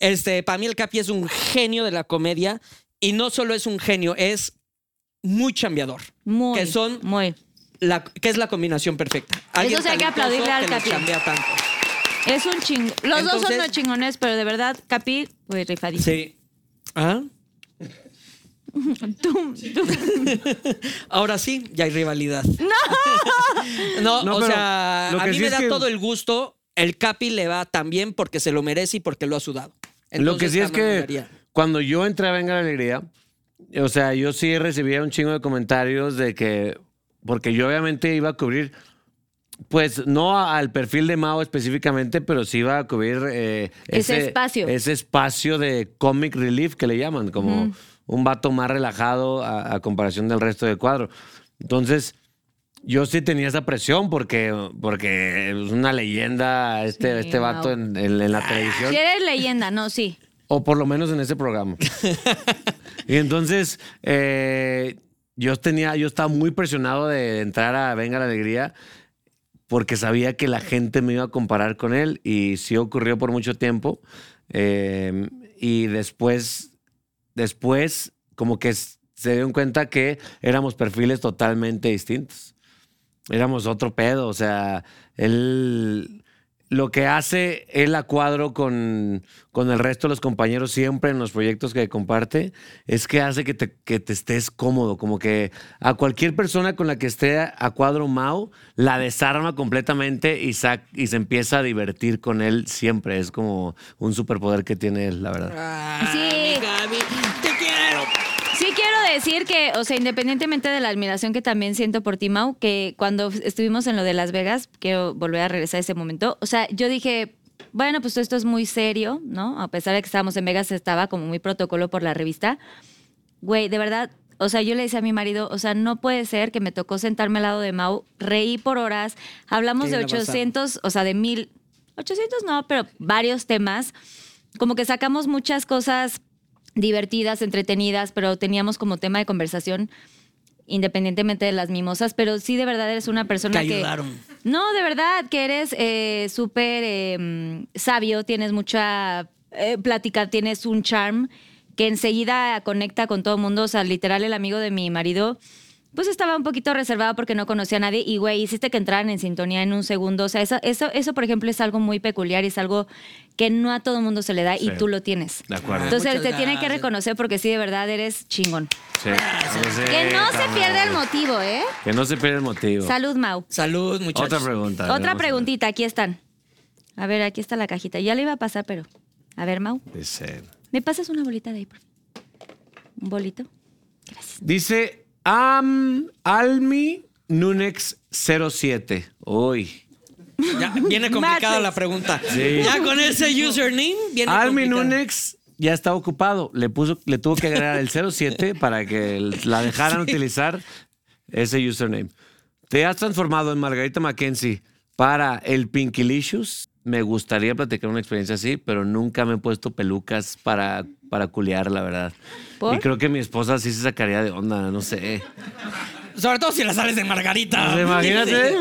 [SPEAKER 5] Este, para mí el Capi es un genio de la comedia y no solo es un genio, es muy chambeador.
[SPEAKER 3] muy,
[SPEAKER 5] que son
[SPEAKER 3] muy.
[SPEAKER 5] la, que es la combinación perfecta.
[SPEAKER 3] sí hay que
[SPEAKER 5] talentoso
[SPEAKER 3] aplaudirle al
[SPEAKER 5] que le
[SPEAKER 3] Capi.
[SPEAKER 5] chambea tanto.
[SPEAKER 3] Es un ching. Los dos son
[SPEAKER 5] Entonces-
[SPEAKER 3] los chingones, pero de verdad, Capi, muy rifadísimo.
[SPEAKER 5] Sí. ¿Ah?
[SPEAKER 3] Tum, tum.
[SPEAKER 5] Ahora sí, ya hay rivalidad. No,
[SPEAKER 7] No,
[SPEAKER 5] o
[SPEAKER 7] pero
[SPEAKER 5] sea,
[SPEAKER 7] lo
[SPEAKER 5] a
[SPEAKER 7] que
[SPEAKER 5] mí
[SPEAKER 7] sí
[SPEAKER 5] me
[SPEAKER 7] es
[SPEAKER 5] da
[SPEAKER 7] que-
[SPEAKER 5] todo el gusto. El Capi le va también porque se lo merece y porque lo ha sudado.
[SPEAKER 7] lo que
[SPEAKER 5] Entonces,
[SPEAKER 7] sí es
[SPEAKER 5] también
[SPEAKER 7] que
[SPEAKER 5] ganaría.
[SPEAKER 7] cuando yo entré a Venga la Alegría, o sea, yo sí recibía un chingo de comentarios de que, porque yo obviamente iba a cubrir, pues no a- al perfil de Mao específicamente, pero sí iba a cubrir eh,
[SPEAKER 3] Ese espacio.
[SPEAKER 7] Ese espacio de comic relief que le llaman, como un vato más relajado a, a comparación del resto del cuadro. Entonces... Yo sí tenía esa presión porque, porque es una leyenda este,
[SPEAKER 3] Sí, Ah,
[SPEAKER 7] este vato
[SPEAKER 3] Mau.
[SPEAKER 7] en, en- en la televisión.
[SPEAKER 3] Si eres leyenda, no, sí.
[SPEAKER 7] O por lo menos en ese programa. y entonces, eh, yo tenía, yo estaba muy presionado de entrar a Venga la Alegría porque sabía que la gente me iba a comparar con él y sí ocurrió por mucho tiempo. Eh, y después, después, como que s- se dieron cuenta que éramos perfiles totalmente distintos. Éramos otro pedo, o sea, él lo que hace él a cuadro con, con el resto de los compañeros siempre en los proyectos que comparte es que hace que te, que te estés cómodo, como que a cualquier persona con la que esté a, a cuadro Mao la desarma completamente y, sac- y se empieza a divertir con él siempre. Es como un superpoder que tiene él, la verdad.
[SPEAKER 5] Ah,
[SPEAKER 3] Sí.
[SPEAKER 5] mi Capi, te quiero.
[SPEAKER 3] Sí quiero decir que, o sea, independientemente de la admiración que también siento por ti, Mau, que cuando estuvimos en lo de Las Vegas, quiero volver a regresar a ese momento, o sea, yo dije, bueno, pues esto es muy serio, ¿no? A pesar de que estábamos en Vegas, estaba como muy protocolo por la revista. Güey, de verdad, o sea, yo le decía a mi marido, o sea, no puede ser que me tocó sentarme al lado de Mau, reí por horas, hablamos
[SPEAKER 5] Sí,
[SPEAKER 3] de
[SPEAKER 5] la pasamos.
[SPEAKER 3] 800, o sea, de mil, 800 no, pero varios temas, como que sacamos muchas cosas divertidas, entretenidas, pero teníamos como tema de conversación independientemente de las mimosas, pero sí de verdad eres una persona
[SPEAKER 5] Te
[SPEAKER 3] que...
[SPEAKER 5] ayudaron.
[SPEAKER 3] No, de verdad, que eres eh, súper eh, sabio, tienes mucha eh, plática, tienes un charm que enseguida conecta con todo el mundo. O sea, literal, el amigo de mi marido, pues estaba un poquito reservado porque no conocía a nadie y, güey, hiciste que entraran en sintonía en un segundo. O sea, eso, eso, eso por ejemplo, es algo muy peculiar y es algo que no a todo el mundo se le da
[SPEAKER 7] Sí.
[SPEAKER 3] y tú lo tienes.
[SPEAKER 7] De acuerdo.
[SPEAKER 3] Entonces,
[SPEAKER 5] Muchas
[SPEAKER 3] te tiene que
[SPEAKER 5] gracias.
[SPEAKER 3] reconocer porque sí, de verdad, eres chingón.
[SPEAKER 7] Sí. Sí,
[SPEAKER 3] que no se
[SPEAKER 7] está
[SPEAKER 3] pierda el
[SPEAKER 7] mal.
[SPEAKER 3] motivo, ¿eh?
[SPEAKER 7] Que no se pierda el motivo.
[SPEAKER 3] Salud, Mau.
[SPEAKER 5] Salud, muchachos.
[SPEAKER 7] Otra pregunta. vamos a
[SPEAKER 3] Otra
[SPEAKER 7] ver.
[SPEAKER 3] preguntita, aquí están. A ver, aquí está la cajita. Ya le iba a pasar, pero. A ver, Mau.
[SPEAKER 7] Dice,
[SPEAKER 3] ¿Me pasas una bolita de ahí, por favor? ¿Un bolito?
[SPEAKER 7] dice Am Almi Nunex 07. Uy.
[SPEAKER 5] Ya, viene complicada
[SPEAKER 3] Matrix.
[SPEAKER 5] la pregunta.
[SPEAKER 7] Sí.
[SPEAKER 5] Ya con ese username viene
[SPEAKER 7] Almi
[SPEAKER 5] complicada.
[SPEAKER 7] Nunex ya está ocupado. Le puso, le tuvo que agregar el 07 para que el- la dejaran utilizar ese username. Te has transformado en Margarita Mackenzie para el Pinkilicious. Me gustaría platicar una experiencia así, pero nunca me he puesto pelucas para, para culiar, la verdad.
[SPEAKER 3] ¿Por?
[SPEAKER 7] Y creo que mi esposa sí se sacaría de onda, no sé.
[SPEAKER 5] Sobre todo si la sales de Margarita.
[SPEAKER 3] Ah,
[SPEAKER 7] Pues imagínate.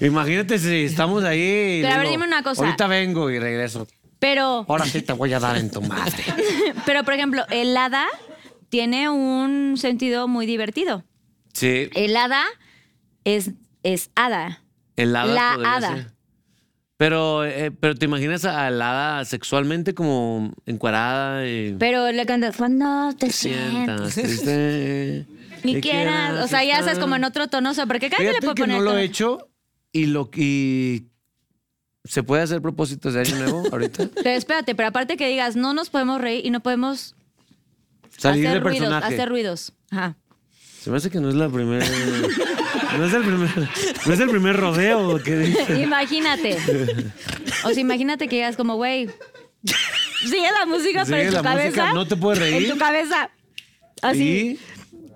[SPEAKER 7] Imagínate si estamos ahí. y
[SPEAKER 3] Pero a ver,
[SPEAKER 7] digo,
[SPEAKER 3] dime una cosa.
[SPEAKER 7] Ahorita vengo y regreso.
[SPEAKER 3] Pero,
[SPEAKER 7] Ahora sí te voy a dar en tu madre.
[SPEAKER 3] pero por ejemplo, el hada tiene un sentido muy divertido.
[SPEAKER 7] Sí.
[SPEAKER 3] El hada es, es hada.
[SPEAKER 7] El hada.
[SPEAKER 3] La
[SPEAKER 7] podría
[SPEAKER 3] hada.
[SPEAKER 7] ser. Pero, eh, pero te imaginas a a la hada sexualmente como encuadrada y.
[SPEAKER 3] Pero le cantas, cuando te sientas.
[SPEAKER 7] Sientas, triste,
[SPEAKER 3] Pues, Ni
[SPEAKER 7] y
[SPEAKER 3] quieras. O sea, ya
[SPEAKER 7] estar".
[SPEAKER 3] sabes como en otro tono. O sea, porque cada vez le
[SPEAKER 7] Fíjate
[SPEAKER 3] puedo
[SPEAKER 7] que
[SPEAKER 3] poner.
[SPEAKER 7] no lo
[SPEAKER 3] tono.
[SPEAKER 7] he hecho y lo y se puede hacer propósitos de año nuevo ahorita.
[SPEAKER 3] Pero espérate, pero aparte que digas, no nos podemos reír y no podemos
[SPEAKER 7] Salir
[SPEAKER 3] hacer
[SPEAKER 7] de
[SPEAKER 3] ruidos,
[SPEAKER 7] personaje.
[SPEAKER 3] hacer ruidos. Ajá.
[SPEAKER 7] Se me hace que no es la primera. No es el primer, no es el primer rodeo que dice.
[SPEAKER 3] Imagínate. O sea, imagínate que llegas como, güey. Sigue la música,
[SPEAKER 7] Sigue
[SPEAKER 3] pero en tu
[SPEAKER 7] la
[SPEAKER 3] cabeza.
[SPEAKER 7] música, no te puedes reír.
[SPEAKER 3] En tu cabeza. Así.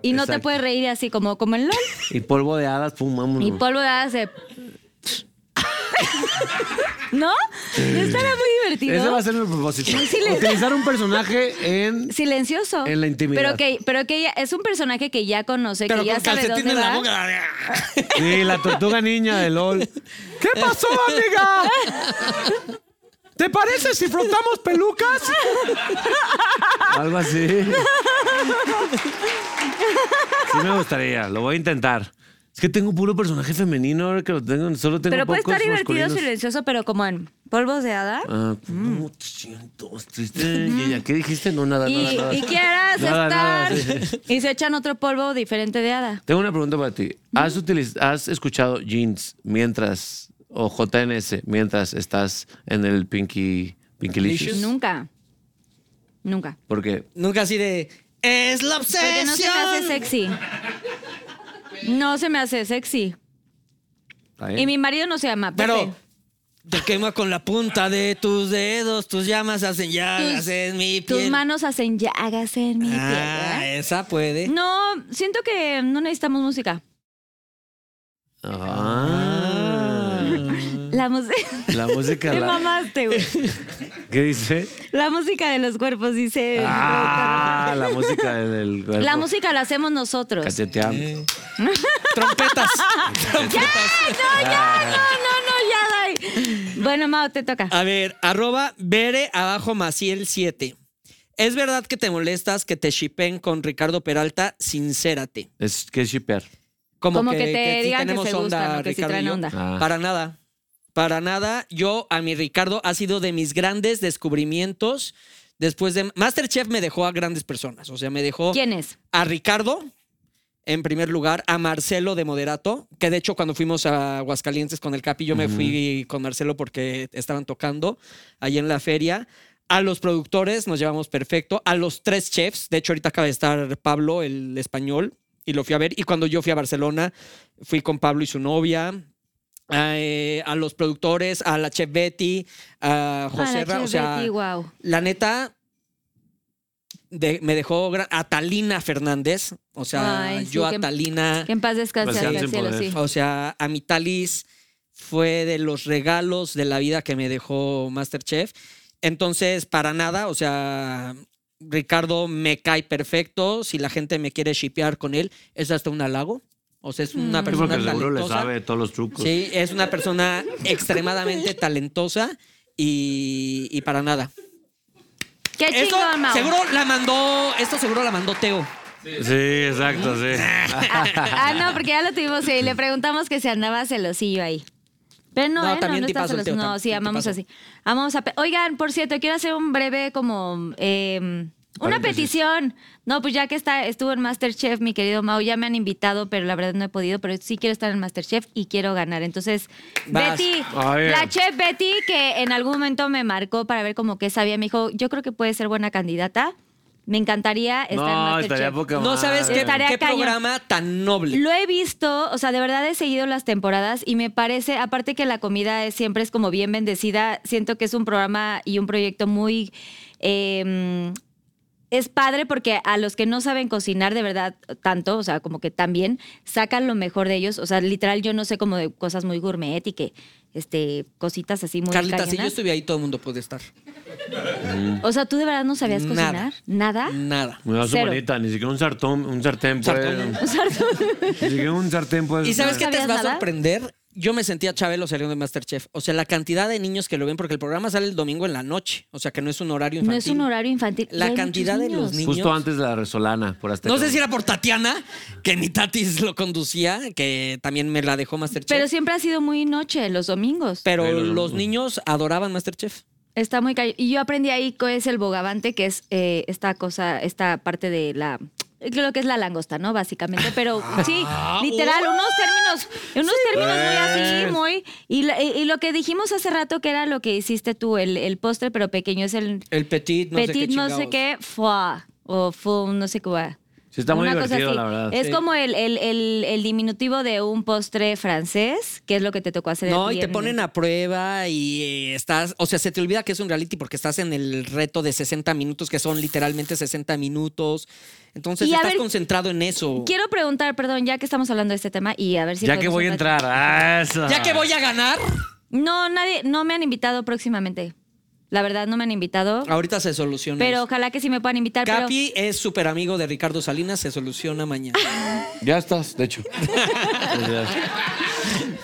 [SPEAKER 3] Y, no te
[SPEAKER 7] exacto.
[SPEAKER 3] puedes reír así como, como en LOL.
[SPEAKER 7] Y, y polvo de hadas, pum, vámonos.
[SPEAKER 3] Y polvo de hadas de- ¿No? ¿No estará muy divertido?
[SPEAKER 7] Ese va a ser el propósito.
[SPEAKER 3] Sí, le-
[SPEAKER 7] Utilizar un personaje en.
[SPEAKER 3] Silencioso.
[SPEAKER 7] En la intimidad.
[SPEAKER 3] Pero que, pero que ella- es un personaje que ya conoce,
[SPEAKER 5] Pero
[SPEAKER 3] que ya
[SPEAKER 5] con
[SPEAKER 3] sabe
[SPEAKER 5] calcetín
[SPEAKER 3] dónde
[SPEAKER 5] en la
[SPEAKER 3] va.
[SPEAKER 5] boca.
[SPEAKER 7] Sí, eh, la tortuga niña de LOL. ¿Qué pasó, amiga? ¿Te parece si frotamos pelucas? Algo así. Sí me gustaría, lo voy a intentar. Es que tengo puro personaje femenino ahora que lo tengo, solo tengo
[SPEAKER 3] Pero puede estar
[SPEAKER 7] pocos
[SPEAKER 3] divertido,
[SPEAKER 7] masculinos.
[SPEAKER 3] silencioso, pero como en polvos de hada.
[SPEAKER 7] Ah,
[SPEAKER 3] Mm.
[SPEAKER 7] ¿Cómo te siento? ¿Triste? ¿Y ella qué dijiste? No, nada, nada,
[SPEAKER 3] y,
[SPEAKER 7] nada.
[SPEAKER 3] y quieras
[SPEAKER 7] Nada, nada,
[SPEAKER 3] estar.
[SPEAKER 7] sí.
[SPEAKER 3] Y se echan otro polvo diferente de hada.
[SPEAKER 7] Tengo una pregunta para ti. ¿Has, utiliz- has escuchado jeans mientras, o JNS, mientras estás en el Pinky, Pinky
[SPEAKER 3] Nunca. Nunca.
[SPEAKER 7] Porque
[SPEAKER 5] Nunca así de. Es la
[SPEAKER 3] Porque
[SPEAKER 5] obsesión.
[SPEAKER 3] no se me hace sexy. No se me hace sexy.
[SPEAKER 7] ¿está bien?
[SPEAKER 3] Y mi marido no se llama Pepe.
[SPEAKER 5] Pero te quema con la punta de tus dedos, tus llamas hacen llagas
[SPEAKER 3] Tus-
[SPEAKER 5] en mi piel.
[SPEAKER 3] Tus manos hacen llagas en mi piel.
[SPEAKER 5] Ah,
[SPEAKER 3] ¿verdad?
[SPEAKER 5] esa puede.
[SPEAKER 3] No, siento que no necesitamos música.
[SPEAKER 7] Ah.
[SPEAKER 3] La música.
[SPEAKER 7] la música.
[SPEAKER 3] Te
[SPEAKER 7] la-
[SPEAKER 3] mamaste, güey.
[SPEAKER 7] ¿Qué dice?
[SPEAKER 3] La música de los cuerpos, dice. el
[SPEAKER 7] Ah, la música del.
[SPEAKER 3] productor.
[SPEAKER 7] del-
[SPEAKER 3] La música la hacemos nosotros.
[SPEAKER 7] Cacheteando.
[SPEAKER 5] Trompetas.
[SPEAKER 3] ¡No, ya! ¡No, no,
[SPEAKER 7] Ah.
[SPEAKER 3] no! ¡Ya, Dai! Bueno, Mao, te toca.
[SPEAKER 5] A ver, arroba bere abajo maciel 7. ¿Es verdad que te molestas que te shipen con Ricardo Peralta? Sincérate.
[SPEAKER 7] Es que es shipper.
[SPEAKER 3] Como que te
[SPEAKER 5] sí
[SPEAKER 3] digan que
[SPEAKER 5] tenemos
[SPEAKER 3] se gustan o que sí
[SPEAKER 5] Ricardo y
[SPEAKER 3] traen
[SPEAKER 5] yo.
[SPEAKER 3] onda.
[SPEAKER 7] Ah.
[SPEAKER 5] Para nada. Para nada. Yo a mi Ricardo ha sido de mis grandes descubrimientos. Después de Masterchef me dejó a grandes personas. O sea, me dejó
[SPEAKER 3] ¿Quién es?
[SPEAKER 5] a Ricardo, en primer lugar, a Marcelo de Moderato, que de hecho cuando fuimos a Aguascalientes con el Capi, yo me fui con Marcelo porque estaban tocando ahí en la feria. A los productores nos llevamos perfecto, a los tres chefs, de hecho ahorita acaba de estar Pablo, el español, y lo fui a ver. Y cuando yo fui a Barcelona, fui con Pablo y su novia. A, eh, a los productores, a la chef Betty, a José
[SPEAKER 3] Ah, la
[SPEAKER 5] o sea,
[SPEAKER 3] Chef Betty, guau.
[SPEAKER 5] la neta, de- me dejó gran- Atalina Fernández. O sea,
[SPEAKER 3] Ay, sí,
[SPEAKER 5] yo
[SPEAKER 3] que-
[SPEAKER 5] Atalina.
[SPEAKER 3] Que en paz descanse,
[SPEAKER 7] Descanse
[SPEAKER 3] Adela
[SPEAKER 7] en
[SPEAKER 3] Cielo,
[SPEAKER 7] poder.
[SPEAKER 3] sí.
[SPEAKER 5] O sea, a mi Talis fue de los regalos de la vida que me dejó Masterchef. Entonces, para nada, o sea, Ricardo me cae perfecto. Si la gente me quiere shipear con él, es hasta un halago. O sea, es una
[SPEAKER 3] Mm.
[SPEAKER 7] Sí,
[SPEAKER 5] persona
[SPEAKER 7] porque seguro le
[SPEAKER 5] talentosa.
[SPEAKER 7] sabe pues. todos los trucos.
[SPEAKER 5] Sí, es una persona extremadamente talentosa y, y para nada.
[SPEAKER 3] Qué
[SPEAKER 5] Esto
[SPEAKER 3] chingón, Mau.
[SPEAKER 5] seguro la mandó, esto seguro la mandó Teo.
[SPEAKER 7] Sí, exacto, sí.
[SPEAKER 3] Ah, ah, no, porque ya lo tuvimos y le preguntamos que se andaba celosillo ahí. Pero no,
[SPEAKER 5] No,
[SPEAKER 3] eh, no,
[SPEAKER 5] también
[SPEAKER 3] no,
[SPEAKER 5] te
[SPEAKER 3] está
[SPEAKER 5] paso el
[SPEAKER 3] celoso.
[SPEAKER 5] teo,
[SPEAKER 3] No,
[SPEAKER 5] también
[SPEAKER 3] sí,
[SPEAKER 5] te
[SPEAKER 3] amamos
[SPEAKER 5] paso.
[SPEAKER 3] así. Amamos a... Pe- Oigan, por cierto, quiero hacer un breve como... eh, una petición. No, pues ya que está, estuvo en Masterchef, mi querido Mau, ya me han invitado, pero la verdad no he podido, pero sí quiero estar en Masterchef y quiero ganar. Entonces,
[SPEAKER 5] Vas.
[SPEAKER 3] Betty,
[SPEAKER 7] A ver.
[SPEAKER 3] la chef Betty, que en algún momento me marcó para ver como qué sabía, me dijo, yo creo que puede ser buena candidata. Me encantaría estar en
[SPEAKER 7] No,
[SPEAKER 3] Masterchef.
[SPEAKER 7] estaría poca
[SPEAKER 5] No sabes
[SPEAKER 7] madre.
[SPEAKER 5] qué,
[SPEAKER 3] Estaría
[SPEAKER 5] qué
[SPEAKER 3] cañón.
[SPEAKER 5] programa tan noble.
[SPEAKER 3] Lo he visto, o sea, de verdad he seguido las temporadas y me parece, aparte que la comida es- siempre es como bien bendecida, siento que es un programa y un proyecto muy... eh, es padre porque a los que no saben cocinar de verdad tanto, o sea, como que también sacan lo mejor de ellos. O sea, literal, yo no sé como de cosas muy gourmet y que, este, cositas así muy
[SPEAKER 5] Carlita, si yo
[SPEAKER 3] cañonas.
[SPEAKER 5] estuviera ahí, todo el mundo puede estar.
[SPEAKER 3] O sea, ¿tú de verdad no sabías
[SPEAKER 5] Nada.
[SPEAKER 3] cocinar? ¿Nada?
[SPEAKER 5] Nada.
[SPEAKER 7] Me da su
[SPEAKER 3] Cero.
[SPEAKER 7] manita, ni siquiera un sartón, un sartén puede.
[SPEAKER 5] Sartón.
[SPEAKER 7] Un sartén. Ni siquiera un sartén pues. puede.
[SPEAKER 5] ¿Y sabes
[SPEAKER 3] ¿No
[SPEAKER 5] qué te
[SPEAKER 3] sabías
[SPEAKER 5] va a
[SPEAKER 3] nada?
[SPEAKER 5] sorprender? Yo me sentía Chabelo saliendo de Masterchef. O sea, la cantidad de niños que lo ven, porque el programa sale el domingo en la noche. O sea, que no es un horario
[SPEAKER 3] No
[SPEAKER 5] infantil.
[SPEAKER 3] es un horario infantil.
[SPEAKER 5] La
[SPEAKER 3] Y hay
[SPEAKER 5] cantidad
[SPEAKER 3] muchos
[SPEAKER 5] de los niños.
[SPEAKER 7] Justo antes de la resolana, por hasta
[SPEAKER 5] No sé si era por Tatiana, que mi Tatis lo conducía, que también me la dejó Masterchef.
[SPEAKER 3] Pero
[SPEAKER 5] Pero,
[SPEAKER 3] siempre ha sido muy noche, los domingos.
[SPEAKER 7] Pero-
[SPEAKER 5] los niños adoraban Masterchef.
[SPEAKER 3] Está muy callado. Y yo aprendí ahí qué es el bogavante, que es eh, esta cosa, esta parte de la. Creo que es la langosta, ¿no? Básicamente. Pero sí,
[SPEAKER 5] Ah,
[SPEAKER 3] literal,
[SPEAKER 5] oh.
[SPEAKER 3] unos términos, unos términos muy
[SPEAKER 5] Pues.
[SPEAKER 3] así, muy. Y, la- y- y lo que dijimos hace rato que era lo que hiciste tú, el, el postre, pero pequeño, es el
[SPEAKER 5] El petit, no sé
[SPEAKER 3] petit,
[SPEAKER 5] qué
[SPEAKER 3] no sé
[SPEAKER 5] chingados.
[SPEAKER 3] qué, foie, o fou, no sé qué. va.
[SPEAKER 7] Sí, está muy
[SPEAKER 3] Una cosa
[SPEAKER 7] divertido,
[SPEAKER 3] así.
[SPEAKER 7] la verdad.
[SPEAKER 3] Es como el, el- el- el diminutivo de un postre francés, que es lo que te tocó hacer. a
[SPEAKER 5] No,
[SPEAKER 3] ti
[SPEAKER 5] y te
[SPEAKER 3] en-
[SPEAKER 5] ponen a prueba y eh, estás, o sea, se te olvida que es un reality porque estás en el reto de 60 minutos, que son literalmente 60 minutos. Entonces
[SPEAKER 3] Y a
[SPEAKER 5] estás
[SPEAKER 3] ver,
[SPEAKER 5] concentrado en eso.
[SPEAKER 3] Quiero preguntar, perdón, ya que estamos hablando de este tema y a ver si
[SPEAKER 7] ya que
[SPEAKER 3] podemos
[SPEAKER 7] voy a
[SPEAKER 3] entrar-
[SPEAKER 7] entrar. Ah, eso.
[SPEAKER 5] Ya que voy a ganar,
[SPEAKER 3] No, nadie, no me han invitado próximamente. La verdad, no me han
[SPEAKER 7] Ah,
[SPEAKER 3] invitado.
[SPEAKER 5] ahorita se soluciona.
[SPEAKER 3] Pero
[SPEAKER 5] eso.
[SPEAKER 3] ojalá que sí me puedan invitar. pero-
[SPEAKER 5] Capi es súper amigo de Ricardo Salinas, se soluciona mañana.
[SPEAKER 7] Ya estás, de hecho.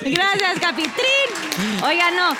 [SPEAKER 3] Gracias, Capitrín. Oiga, no.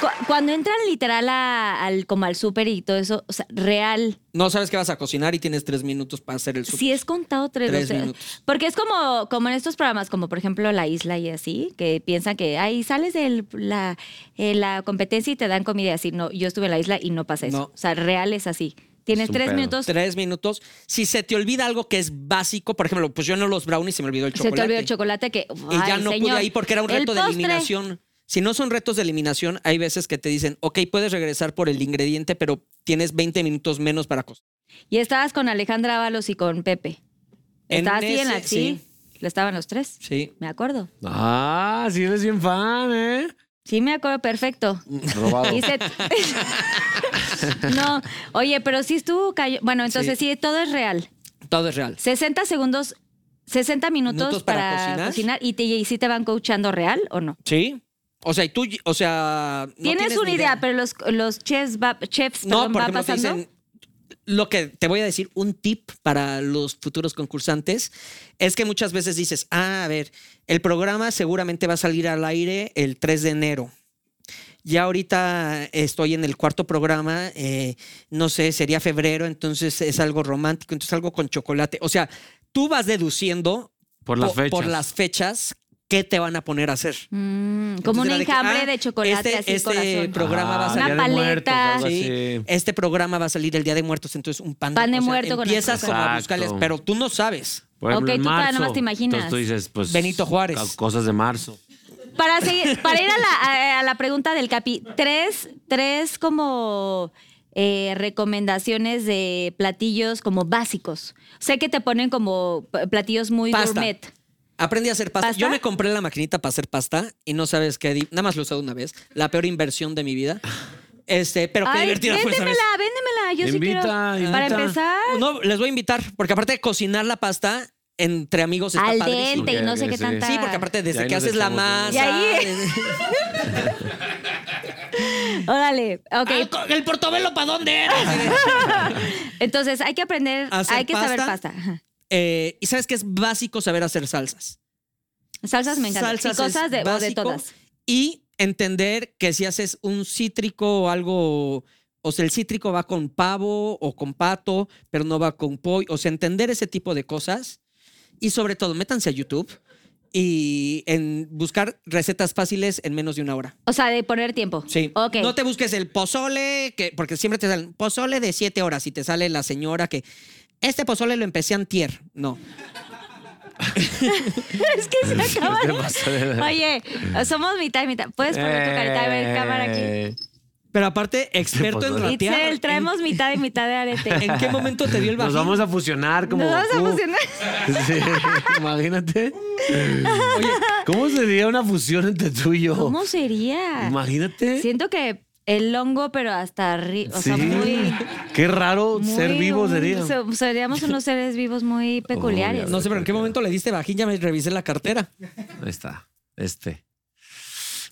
[SPEAKER 3] cu- Cuando entran literal a- al, como al súper y todo eso, o sea, real,
[SPEAKER 5] No sabes qué vas a cocinar y tienes tres minutos para hacer el súper.
[SPEAKER 3] si es contado tres,
[SPEAKER 5] Tres
[SPEAKER 3] o sea,
[SPEAKER 5] minutos.
[SPEAKER 3] Porque es como, como en estos programas, como por ejemplo La Isla y así, que piensan que, ay, sales de la, eh, la competencia y te dan comida y así. No, yo estuve en La Isla y no pasa eso.
[SPEAKER 5] No.
[SPEAKER 3] O sea, real es así. Tienes
[SPEAKER 7] Es un
[SPEAKER 3] tres
[SPEAKER 7] pedo.
[SPEAKER 3] minutos
[SPEAKER 5] Tres minutos. Si se te olvida algo que es básico, por ejemplo, pues yo no los brownies, se me olvidó el
[SPEAKER 3] Se
[SPEAKER 5] chocolate.
[SPEAKER 3] te olvidó el chocolate que.
[SPEAKER 5] Y ya
[SPEAKER 3] ay,
[SPEAKER 5] no
[SPEAKER 3] señor,
[SPEAKER 5] pude ahí porque era un
[SPEAKER 3] el
[SPEAKER 5] reto de
[SPEAKER 3] postre.
[SPEAKER 5] eliminación. Si no son retos de eliminación, hay veces que te dicen, ok, puedes regresar por el ingrediente, pero tienes 20 minutos menos para cocinar.
[SPEAKER 3] Y estabas con Alejandra Ábalos y con Pepe.
[SPEAKER 5] En
[SPEAKER 3] Estabas así en la.
[SPEAKER 5] ese,
[SPEAKER 3] Sí. ¿Le estaban los tres?
[SPEAKER 5] Sí.
[SPEAKER 3] Me acuerdo.
[SPEAKER 7] Ah, sí eres bien fan, ¿eh?
[SPEAKER 3] Sí, me acuerdo perfecto.
[SPEAKER 7] Robado.
[SPEAKER 5] Oh.
[SPEAKER 3] Dice- no, oye, pero sí estuvo. callo- Bueno, entonces sí. todo es real.
[SPEAKER 5] Todo es real.
[SPEAKER 3] 60 segundos, 60 minutos,
[SPEAKER 5] Minutos para
[SPEAKER 3] para, cocinar.
[SPEAKER 5] cocinar.
[SPEAKER 3] ¿Y, te, y sí te van coachando real o no?
[SPEAKER 5] Sí. O sea, y tú, o sea. no
[SPEAKER 3] tienes, una
[SPEAKER 5] ni
[SPEAKER 3] idea, pero los, los chefs, va, chefs
[SPEAKER 5] No,
[SPEAKER 3] perdón,
[SPEAKER 5] por
[SPEAKER 3] va
[SPEAKER 5] ejemplo, te
[SPEAKER 3] pasando.
[SPEAKER 5] dicen. Lo que te voy a decir, un tip para los futuros concursantes, es que muchas veces dices, ah, a ver, el programa seguramente va a salir al aire el 3 de enero. Ya ahorita estoy en el cuarto programa, eh, no sé, sería febrero, entonces es algo romántico, entonces algo con chocolate. O sea, tú vas deduciendo
[SPEAKER 7] Por las fechas.
[SPEAKER 5] por las fechas qué te van a poner a hacer.
[SPEAKER 3] Mm, como
[SPEAKER 5] Entonces
[SPEAKER 3] un
[SPEAKER 5] era de que,
[SPEAKER 3] enjambre
[SPEAKER 5] ah,
[SPEAKER 3] de chocolate
[SPEAKER 5] este-
[SPEAKER 3] así
[SPEAKER 5] este
[SPEAKER 3] corazón.
[SPEAKER 5] programa va a
[SPEAKER 7] Ah,
[SPEAKER 5] salir.
[SPEAKER 7] Día de
[SPEAKER 3] Una
[SPEAKER 7] Muertos,
[SPEAKER 3] paleta.
[SPEAKER 7] algo
[SPEAKER 5] Sí,
[SPEAKER 7] así.
[SPEAKER 5] Este programa va a salir el Día de Muertos, entonces un pan de,
[SPEAKER 3] Pan de muerto con
[SPEAKER 5] Empiezas
[SPEAKER 7] azúcar.
[SPEAKER 5] como a
[SPEAKER 7] Exacto.
[SPEAKER 5] buscarles, pero tú no sabes.
[SPEAKER 7] Por ejemplo,
[SPEAKER 3] Ok,
[SPEAKER 7] en
[SPEAKER 3] tú todavía
[SPEAKER 7] marzo,
[SPEAKER 3] nomás te imaginas.
[SPEAKER 7] Entonces tú dices, pues.
[SPEAKER 5] Benito Juárez.
[SPEAKER 7] ca- Cosas de marzo.
[SPEAKER 3] Para, seguir- para ir a la, a- a la pregunta del Capi, tres, tres como eh, recomendaciones de platillos como básicos. Sé que te ponen como p- platillos muy
[SPEAKER 5] Pasta.
[SPEAKER 3] gourmet.
[SPEAKER 5] Aprendí a hacer pasta.
[SPEAKER 3] ¿Pasta?
[SPEAKER 5] Yo me compré la maquinita para hacer pasta y no sabes qué. di- Nada más lo he usado una vez. La peor inversión de mi vida. Este, pero qué
[SPEAKER 3] Ay,
[SPEAKER 5] divertida fue esa vez.
[SPEAKER 3] véndemela, véndemela. Yo sí
[SPEAKER 7] Invita,
[SPEAKER 3] quiero.
[SPEAKER 7] invita.
[SPEAKER 3] Para empezar,
[SPEAKER 5] No, pues les voy a invitar, porque aparte de cocinar la pasta entre amigos está
[SPEAKER 3] al
[SPEAKER 5] padrísimo.
[SPEAKER 3] dente y
[SPEAKER 7] Ok,
[SPEAKER 3] no
[SPEAKER 7] ok,
[SPEAKER 3] sé qué
[SPEAKER 7] sí.
[SPEAKER 3] tanta.
[SPEAKER 5] Sí, porque aparte
[SPEAKER 7] Y
[SPEAKER 5] desde
[SPEAKER 7] ahí
[SPEAKER 5] que
[SPEAKER 7] nos
[SPEAKER 5] haces la
[SPEAKER 7] echamos, ¿no?
[SPEAKER 5] masa.
[SPEAKER 3] Y ahí- Órale, ok.
[SPEAKER 5] Ah, ¿El portobelo para dónde era?
[SPEAKER 3] Entonces, hay que aprender,
[SPEAKER 5] Hacer
[SPEAKER 3] hay que saber
[SPEAKER 5] pasta.
[SPEAKER 3] pasta. Ajá.
[SPEAKER 5] Eh, y sabes que es básico saber hacer salsas.
[SPEAKER 3] Salsas me encantan.
[SPEAKER 5] Salsas
[SPEAKER 3] sí, cosas
[SPEAKER 5] es
[SPEAKER 3] de, o de
[SPEAKER 5] básico.
[SPEAKER 3] todas.
[SPEAKER 5] Y entender que si haces un cítrico o algo, o sea, el cítrico va con pavo o con pato, pero no va con pollo. O sea, entender ese tipo de cosas. Y sobre todo, métanse a YouTube y en buscar recetas fáciles en menos de una hora.
[SPEAKER 3] O sea, de poner tiempo.
[SPEAKER 5] Sí.
[SPEAKER 3] Ok.
[SPEAKER 5] No te busques el pozole, que, porque siempre te salen pozole de siete horas y te sale la señora que este pozole lo empecé antier. No.
[SPEAKER 3] es que se acaba.
[SPEAKER 7] ¿Qué pasa?
[SPEAKER 3] Oye, somos mitad y mitad. Puedes poner tu carita de ver cámara aquí.
[SPEAKER 7] Eh,
[SPEAKER 5] Pero aparte, experto en
[SPEAKER 7] pozole.
[SPEAKER 5] ratear.
[SPEAKER 3] Itzel, traemos mitad y mitad de arete.
[SPEAKER 5] ¿En qué momento te dio el
[SPEAKER 7] Nos
[SPEAKER 5] bajín?
[SPEAKER 7] vamos a fusionar como.
[SPEAKER 3] Nos vamos a
[SPEAKER 7] Goku.
[SPEAKER 3] fusionar.
[SPEAKER 7] Sí, imagínate. ¿Cómo sería una fusión entre tú y yo?
[SPEAKER 3] ¿Cómo sería?
[SPEAKER 7] Imagínate.
[SPEAKER 3] Siento que el hongo, pero hasta arriba. O sea,
[SPEAKER 7] Sí.
[SPEAKER 3] muy.
[SPEAKER 7] Qué raro
[SPEAKER 3] Pues muy
[SPEAKER 7] ser vivo
[SPEAKER 3] un-
[SPEAKER 7] sería.
[SPEAKER 3] se- Seríamos unos seres vivos muy peculiares.
[SPEAKER 5] No sé, pero ¿en qué momento le diste bajín? Ya me revisé la cartera.
[SPEAKER 7] Ahí está. Este.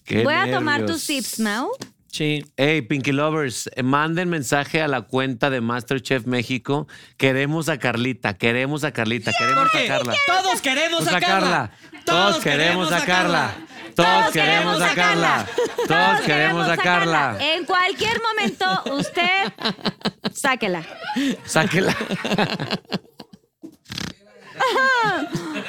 [SPEAKER 7] Qué
[SPEAKER 3] Voy a tomar
[SPEAKER 7] nervios.
[SPEAKER 3] tus tips, Mau.
[SPEAKER 5] Sí.
[SPEAKER 7] Hey, Pinky Lovers, eh, manden mensaje a la cuenta de Masterchef México. Queremos a Carlita, queremos a Carlita, queremos
[SPEAKER 5] Porque
[SPEAKER 7] a Carla.
[SPEAKER 5] todos queremos
[SPEAKER 7] Queremos a Carla. Todos queremos a Carla.
[SPEAKER 3] Todos
[SPEAKER 7] Todos queremos a Carla. Todos queremos a Carla.
[SPEAKER 3] En cualquier momento, usted sáquela.
[SPEAKER 7] Sáquela.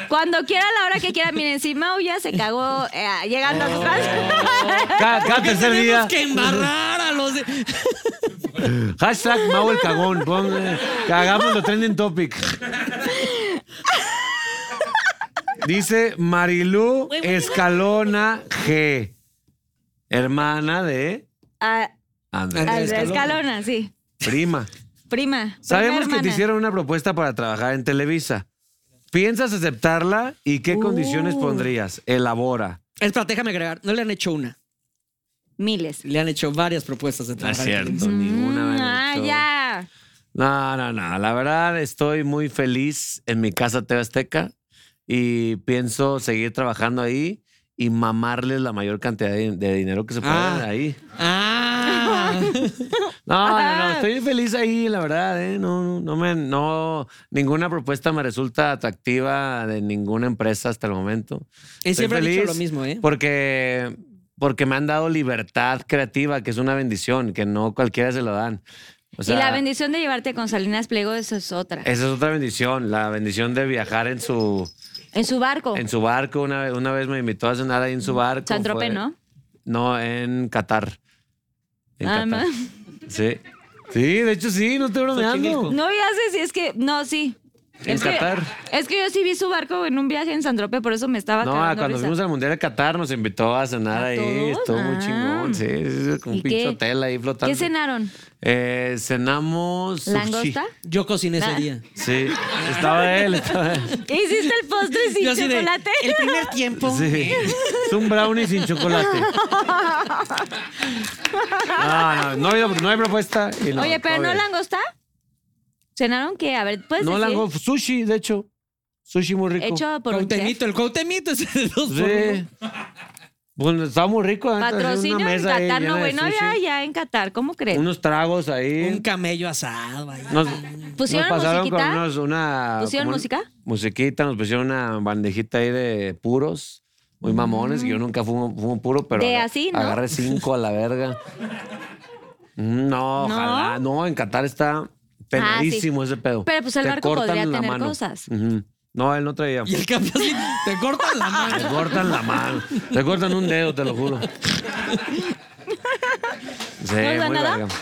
[SPEAKER 3] Cuando quiera, a la hora que quiera. Miren, si Mau ya se cagó eh, llegando
[SPEAKER 7] Oh.
[SPEAKER 3] a su casa.
[SPEAKER 7] Cada, cada tercer día.
[SPEAKER 5] Tenemos que embarrar a los de...
[SPEAKER 7] Hashtag Mau el cagón. Pon, eh, hagámoslo trending topic. Dice Marilú Escalona G. Hermana de
[SPEAKER 3] A-
[SPEAKER 7] Andrés.
[SPEAKER 3] Al
[SPEAKER 5] Escalona.
[SPEAKER 3] escalona, sí.
[SPEAKER 7] Prima.
[SPEAKER 3] Prima.
[SPEAKER 7] Sabemos
[SPEAKER 3] prima
[SPEAKER 7] que te
[SPEAKER 3] hermana.
[SPEAKER 7] hicieron una propuesta para trabajar en Televisa. ¿Piensas aceptarla y qué
[SPEAKER 3] Uh.
[SPEAKER 7] condiciones pondrías? Elabora.
[SPEAKER 5] Espera, déjame agregar. No le han hecho una.
[SPEAKER 3] Miles.
[SPEAKER 5] Le han hecho varias propuestas de trabajar.
[SPEAKER 3] Mm,
[SPEAKER 7] ninguna.
[SPEAKER 3] ah, ya.
[SPEAKER 7] No, no, no. La verdad, estoy muy feliz en mi casa TV Azteca y pienso seguir trabajando ahí y mamarles la mayor cantidad de, de dinero que se pueda
[SPEAKER 5] Ah.
[SPEAKER 7] ahí.
[SPEAKER 5] Ah.
[SPEAKER 7] No, no, no, estoy feliz ahí, la verdad, ¿eh? No, no, no me, no, ninguna propuesta me resulta atractiva de ninguna empresa hasta el momento.
[SPEAKER 5] Y
[SPEAKER 7] Estoy
[SPEAKER 5] siempre he dicho
[SPEAKER 7] feliz
[SPEAKER 5] lo mismo, ¿eh?
[SPEAKER 7] Porque, porque me han dado libertad creativa, que es una bendición, que no cualquiera se lo dan. O sea,
[SPEAKER 3] y la bendición de llevarte con Salinas Pliego, eso es otra.
[SPEAKER 7] Esa es otra bendición, la bendición de viajar en su,
[SPEAKER 3] en su barco.
[SPEAKER 7] en su barco. Una, vez- una vez me invitó a cenar ahí en su barco.
[SPEAKER 3] San Tropez,
[SPEAKER 7] fue-
[SPEAKER 3] ¿no?
[SPEAKER 7] No, en Qatar. En
[SPEAKER 3] Ah,
[SPEAKER 7] Qatar.
[SPEAKER 3] no.
[SPEAKER 7] Sí. Sí, de hecho sí, no estoy bromeando.
[SPEAKER 3] No, ya sé si es que. No, sí.
[SPEAKER 7] En
[SPEAKER 3] es
[SPEAKER 7] Qatar.
[SPEAKER 3] Que, es que yo sí vi su barco en un viaje en San Tropez, por eso me estaba
[SPEAKER 7] No,
[SPEAKER 3] cagando
[SPEAKER 7] cuando
[SPEAKER 3] risa.
[SPEAKER 7] fuimos al Mundial de Qatar nos invitó a cenar
[SPEAKER 3] ¿A
[SPEAKER 7] ahí.
[SPEAKER 3] todos?
[SPEAKER 7] Estuvo muy
[SPEAKER 3] Ah.
[SPEAKER 7] chingón, sí. sí, sí, Con
[SPEAKER 3] ¿Y
[SPEAKER 7] un pinche
[SPEAKER 3] qué?
[SPEAKER 7] hotel ahí flotando.
[SPEAKER 3] ¿Qué cenaron?
[SPEAKER 7] Eh, cenamos. sushi.
[SPEAKER 3] ¿Langosta?
[SPEAKER 5] Yo cociné
[SPEAKER 3] Ah,
[SPEAKER 5] ese día.
[SPEAKER 7] Sí, estaba él, estaba él.
[SPEAKER 3] ¿Hiciste el postre sin
[SPEAKER 5] Yo así de,
[SPEAKER 3] chocolate?
[SPEAKER 7] eh,
[SPEAKER 5] el primer tiempo.
[SPEAKER 7] Sí. Es un brownie sin chocolate. No, no, no hay, no hay propuesta. y no,
[SPEAKER 3] Oye, pero
[SPEAKER 7] todo
[SPEAKER 3] ¿no
[SPEAKER 7] bien.
[SPEAKER 3] langosta? ¿Cenaron qué? A ver, ¿puedes
[SPEAKER 7] No
[SPEAKER 3] decir?
[SPEAKER 7] lango, sushi, de hecho. Sushi muy rico.
[SPEAKER 3] Hecho por un chef.
[SPEAKER 5] Coutemito, el coutemito es de dos por
[SPEAKER 7] Sí.
[SPEAKER 5] uno.
[SPEAKER 7] Bueno, estaba muy rico. ¿eh? Hacía una
[SPEAKER 3] Patrocinio en
[SPEAKER 7] mesa ahí
[SPEAKER 3] Qatar, no,
[SPEAKER 7] llena
[SPEAKER 3] güey.
[SPEAKER 7] de
[SPEAKER 3] No
[SPEAKER 7] sushi.
[SPEAKER 3] había allá en Qatar, ¿cómo crees?
[SPEAKER 7] Unos tragos ahí.
[SPEAKER 5] Un camello asado. ahí.
[SPEAKER 7] Nos,
[SPEAKER 3] ¿Pusieron
[SPEAKER 7] nos pasaron
[SPEAKER 3] musiquita?
[SPEAKER 7] con unos- una.
[SPEAKER 3] ¿Pusieron
[SPEAKER 7] como un-
[SPEAKER 3] música?
[SPEAKER 7] Musiquita, nos pusieron una bandejita ahí de puros, muy mamones, que yo nunca fumo, fumo puro, pero.
[SPEAKER 3] Mm. De
[SPEAKER 7] aga-
[SPEAKER 3] así, ¿no?
[SPEAKER 7] Agarré cinco a la verga. Mm, No,
[SPEAKER 3] ¿No?
[SPEAKER 7] ojalá. No, en Qatar está penadísimo ese pedo.
[SPEAKER 3] Pero, pues, el
[SPEAKER 7] Te
[SPEAKER 3] barco
[SPEAKER 7] cortan
[SPEAKER 3] podría
[SPEAKER 7] la
[SPEAKER 3] tener
[SPEAKER 7] mano.
[SPEAKER 3] cosas.
[SPEAKER 7] Ujú. No, él no traía.
[SPEAKER 5] Y el camello así, te corta la mano.
[SPEAKER 7] Te cortan la mano. Te cortan un dedo, te lo juro. Sí,
[SPEAKER 3] ¿No os da
[SPEAKER 7] muy
[SPEAKER 3] nada?
[SPEAKER 7] verga.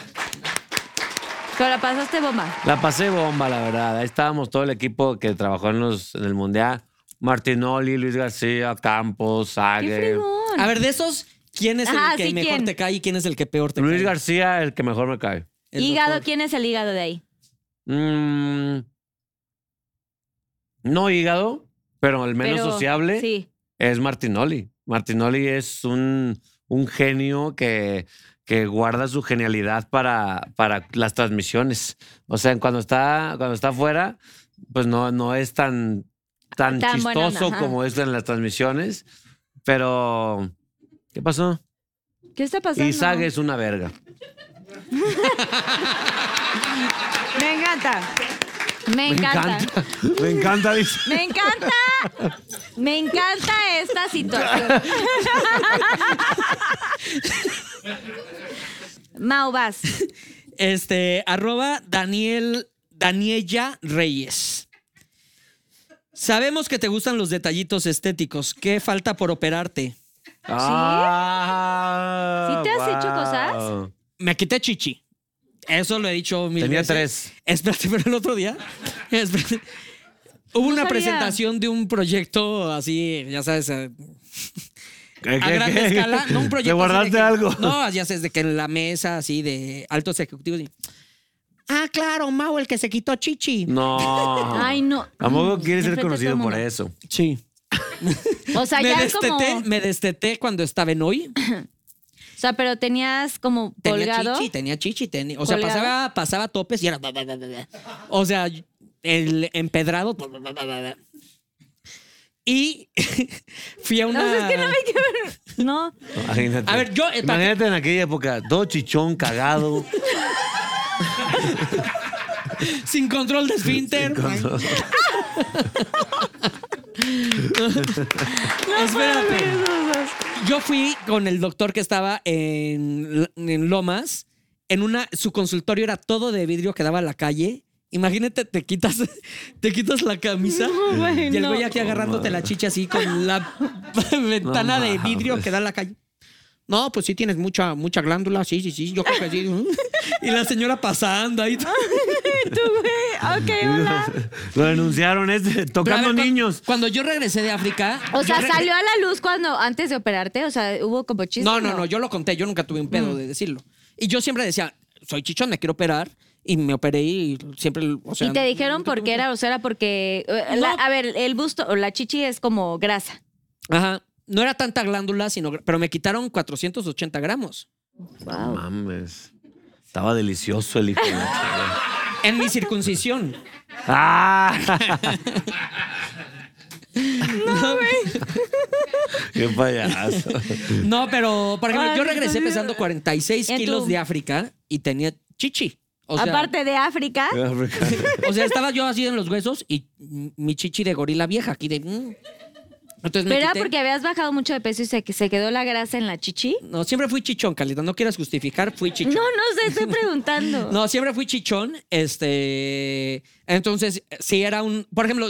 [SPEAKER 3] Pero la pasaste bomba.
[SPEAKER 7] La pasé bomba, la verdad. Ahí estábamos todo el equipo que trabajó en, los, en el Mundial. Martinoli, Luis García, Campos,
[SPEAKER 3] ¡Qué
[SPEAKER 7] Sague.
[SPEAKER 3] fregón!
[SPEAKER 5] A
[SPEAKER 7] Ah,
[SPEAKER 5] ver, de esos, ¿quién es el
[SPEAKER 3] Ajá,
[SPEAKER 5] que
[SPEAKER 3] sí,
[SPEAKER 5] mejor
[SPEAKER 3] ¿quién?
[SPEAKER 5] te cae y quién es el que peor te
[SPEAKER 7] Luis
[SPEAKER 5] cae?
[SPEAKER 7] García, el que mejor me cae.
[SPEAKER 5] El
[SPEAKER 3] hígado,
[SPEAKER 5] doctor.
[SPEAKER 3] ¿quién es el hígado de ahí?
[SPEAKER 7] Mm, no hígado, pero el menos
[SPEAKER 3] Pero-
[SPEAKER 7] sociable
[SPEAKER 3] Sí.
[SPEAKER 7] es Martinoli. Martinoli es un, un genio que, que guarda su genialidad para, para las transmisiones. O sea, cuando está, cuando está afuera, pues no, no es tan, tan,
[SPEAKER 3] Tan buena onda,
[SPEAKER 7] chistoso
[SPEAKER 3] ajá.
[SPEAKER 7] como es en las transmisiones. Pero, ¿qué pasó?
[SPEAKER 3] ¿Qué está pasando?
[SPEAKER 7] Isaac es una verga.
[SPEAKER 1] Me encanta.
[SPEAKER 3] Me encanta.
[SPEAKER 7] Me encanta, dice.
[SPEAKER 3] Me encanta. Me encanta esta situación. Mau, vas.
[SPEAKER 5] Este, arroba Daniel, Daniela Reyes. Sabemos que te gustan los detallitos estéticos. ¿Qué falta por operarte?
[SPEAKER 7] Ah,
[SPEAKER 3] ¿Sí te has hecho
[SPEAKER 7] guau.
[SPEAKER 5] Me quité chichi. Eso lo he dicho mil
[SPEAKER 7] Tenía
[SPEAKER 5] veces. tres. Espérate, pero el otro día. espérate, hubo una
[SPEAKER 3] sabía.
[SPEAKER 5] presentación de un proyecto así, ya sabes, eh,
[SPEAKER 7] ¿Qué,
[SPEAKER 5] a
[SPEAKER 7] qué,
[SPEAKER 5] gran
[SPEAKER 7] qué?
[SPEAKER 5] escala. No, un proyecto
[SPEAKER 7] ¿Te
[SPEAKER 5] así
[SPEAKER 7] guardaste
[SPEAKER 5] de que-
[SPEAKER 7] algo?
[SPEAKER 5] No, ya sabes, de que en la mesa así de altos ejecutivos. y, ah, claro, Mau, el que se quitó chichi.
[SPEAKER 7] No.
[SPEAKER 3] Ay, no.
[SPEAKER 5] Mm,
[SPEAKER 7] Tampoco quiere ser
[SPEAKER 3] Enfrente de
[SPEAKER 7] conocido
[SPEAKER 3] todo
[SPEAKER 7] por
[SPEAKER 3] mundo.
[SPEAKER 7] eso.
[SPEAKER 5] Sí.
[SPEAKER 3] O sea,
[SPEAKER 5] me,
[SPEAKER 3] ya
[SPEAKER 5] desteté,
[SPEAKER 3] como.
[SPEAKER 5] me desteté cuando estaba en hoy.
[SPEAKER 3] O sea, pero tenías como
[SPEAKER 5] Tenía
[SPEAKER 3] colgado.
[SPEAKER 5] chichi, tenía chichi. tenía- o sea,
[SPEAKER 3] Colgado.
[SPEAKER 5] pasaba, pasaba topes y era. bla, bla, bla, bla, bla. O sea, el empedrado. bla, bla, bla, bla, bla. Y fui a una.
[SPEAKER 3] No, pues es que no me quiero ver. No.
[SPEAKER 7] Imagínate.
[SPEAKER 5] A ver, yo, eh, para-
[SPEAKER 7] Imagínate en aquella época, todo chichón, cagado.
[SPEAKER 5] Sin control de esfínter. Espérate. Yo fui con el doctor que estaba en, en Lomas. En una, su consultorio era todo de vidrio que daba a la calle. Imagínate, te quitas, te quitas la camisa y el güey aquí agarrándote la chicha así con la ventana de vidrio que da a la calle. No, pues sí tienes mucha, mucha glándula, sí, sí, sí, yo creo que sí. Y la señora pasando ahí.
[SPEAKER 7] Lo denunciaron este,
[SPEAKER 5] Pero a
[SPEAKER 7] tocando
[SPEAKER 5] ver, cu-
[SPEAKER 7] niños.
[SPEAKER 5] Cuando yo regresé de África.
[SPEAKER 3] O
[SPEAKER 5] yo
[SPEAKER 3] sea,
[SPEAKER 5] regre-
[SPEAKER 3] salió a la luz cuando antes de operarte. O sea, hubo como chistes.
[SPEAKER 5] No, no, no, yo lo conté, yo nunca tuve un
[SPEAKER 3] Mm.
[SPEAKER 5] pedo de decirlo. Y yo siempre decía, soy chichón, me quiero operar. Y me operé y siempre. O sea,
[SPEAKER 3] y te dijeron por qué era, o sea, era porque. eh, la- a ver, el busto o la chichi es como grasa.
[SPEAKER 5] Ajá. No era tanta glándula, sino. gra- Pero me quitaron 480 gramos. Ah.
[SPEAKER 7] No Mames. Estaba delicioso el hijo. de la chingada.
[SPEAKER 5] En mi circuncisión.
[SPEAKER 7] ¡Ah! ¡Qué payaso!
[SPEAKER 5] No, pero, por ejemplo,
[SPEAKER 3] Ay,
[SPEAKER 5] yo regresé
[SPEAKER 3] entonces-
[SPEAKER 5] pesando 46
[SPEAKER 3] En tu-
[SPEAKER 5] kilos de África y tenía chichi. O sea,
[SPEAKER 3] Aparte de África.
[SPEAKER 5] O sea, estaba yo así en los huesos y mm, mi chichi de gorila vieja aquí de. mm. Entonces me
[SPEAKER 3] Pero era
[SPEAKER 5] quité-
[SPEAKER 3] porque habías bajado mucho de peso y se, que se quedó la grasa en la chichi.
[SPEAKER 5] No, siempre fui chichón, Calita. No quieras justificar, fui chichón.
[SPEAKER 3] No, no sé, estoy preguntando.
[SPEAKER 5] No, siempre fui chichón. Este. Entonces, si era un. Por ejemplo,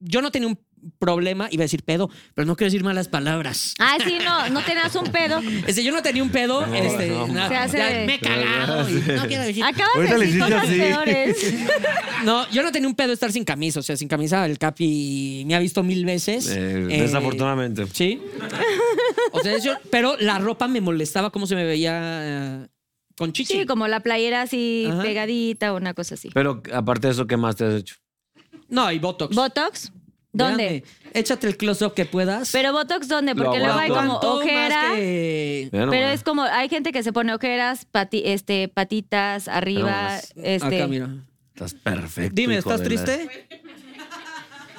[SPEAKER 5] yo no tenía un problema, iba a decir pedo, pero no quiero decir malas palabras.
[SPEAKER 3] Ah, sí, no, no tenías un pedo.
[SPEAKER 5] Este, yo no tenía un pedo. este,
[SPEAKER 7] no,
[SPEAKER 5] na-
[SPEAKER 3] Se hace
[SPEAKER 5] ya
[SPEAKER 3] de-
[SPEAKER 5] me he cagado. y no quiero decir.
[SPEAKER 3] Acabas
[SPEAKER 7] Ahorita
[SPEAKER 3] de
[SPEAKER 7] le
[SPEAKER 3] decir
[SPEAKER 7] hiciste
[SPEAKER 3] cosas
[SPEAKER 7] así.
[SPEAKER 3] peores.
[SPEAKER 5] No, yo no tenía un pedo estar sin camisa. O sea, sin camisa, el Capi me ha visto mil veces.
[SPEAKER 7] Eh,
[SPEAKER 5] Eh,
[SPEAKER 7] desafortunadamente.
[SPEAKER 5] Sí. O sea, yo- pero la ropa me molestaba cómo se me veía eh, con chichi.
[SPEAKER 3] Sí, como la playera así
[SPEAKER 5] Ajá.
[SPEAKER 3] pegadita o una cosa así.
[SPEAKER 7] Pero aparte de eso, ¿qué más te has hecho?
[SPEAKER 5] No, y Botox.
[SPEAKER 3] ¿Botox? ¿Dónde?
[SPEAKER 5] Véame, échate el close-up que puedas.
[SPEAKER 3] Pero Botox, ¿dónde? Porque
[SPEAKER 7] Lo
[SPEAKER 3] luego hay como
[SPEAKER 5] Aguanto más
[SPEAKER 3] ojera.
[SPEAKER 5] que-
[SPEAKER 7] Mira
[SPEAKER 3] Pero
[SPEAKER 7] nomás.
[SPEAKER 3] es como, hay gente que se pone ojeras, pati- este, patitas, arriba,
[SPEAKER 7] nomás.
[SPEAKER 3] este.
[SPEAKER 5] Acá, mira.
[SPEAKER 7] Estás perfecto.
[SPEAKER 5] Dime,
[SPEAKER 7] hijo
[SPEAKER 5] ¿estás
[SPEAKER 7] de la-
[SPEAKER 5] triste?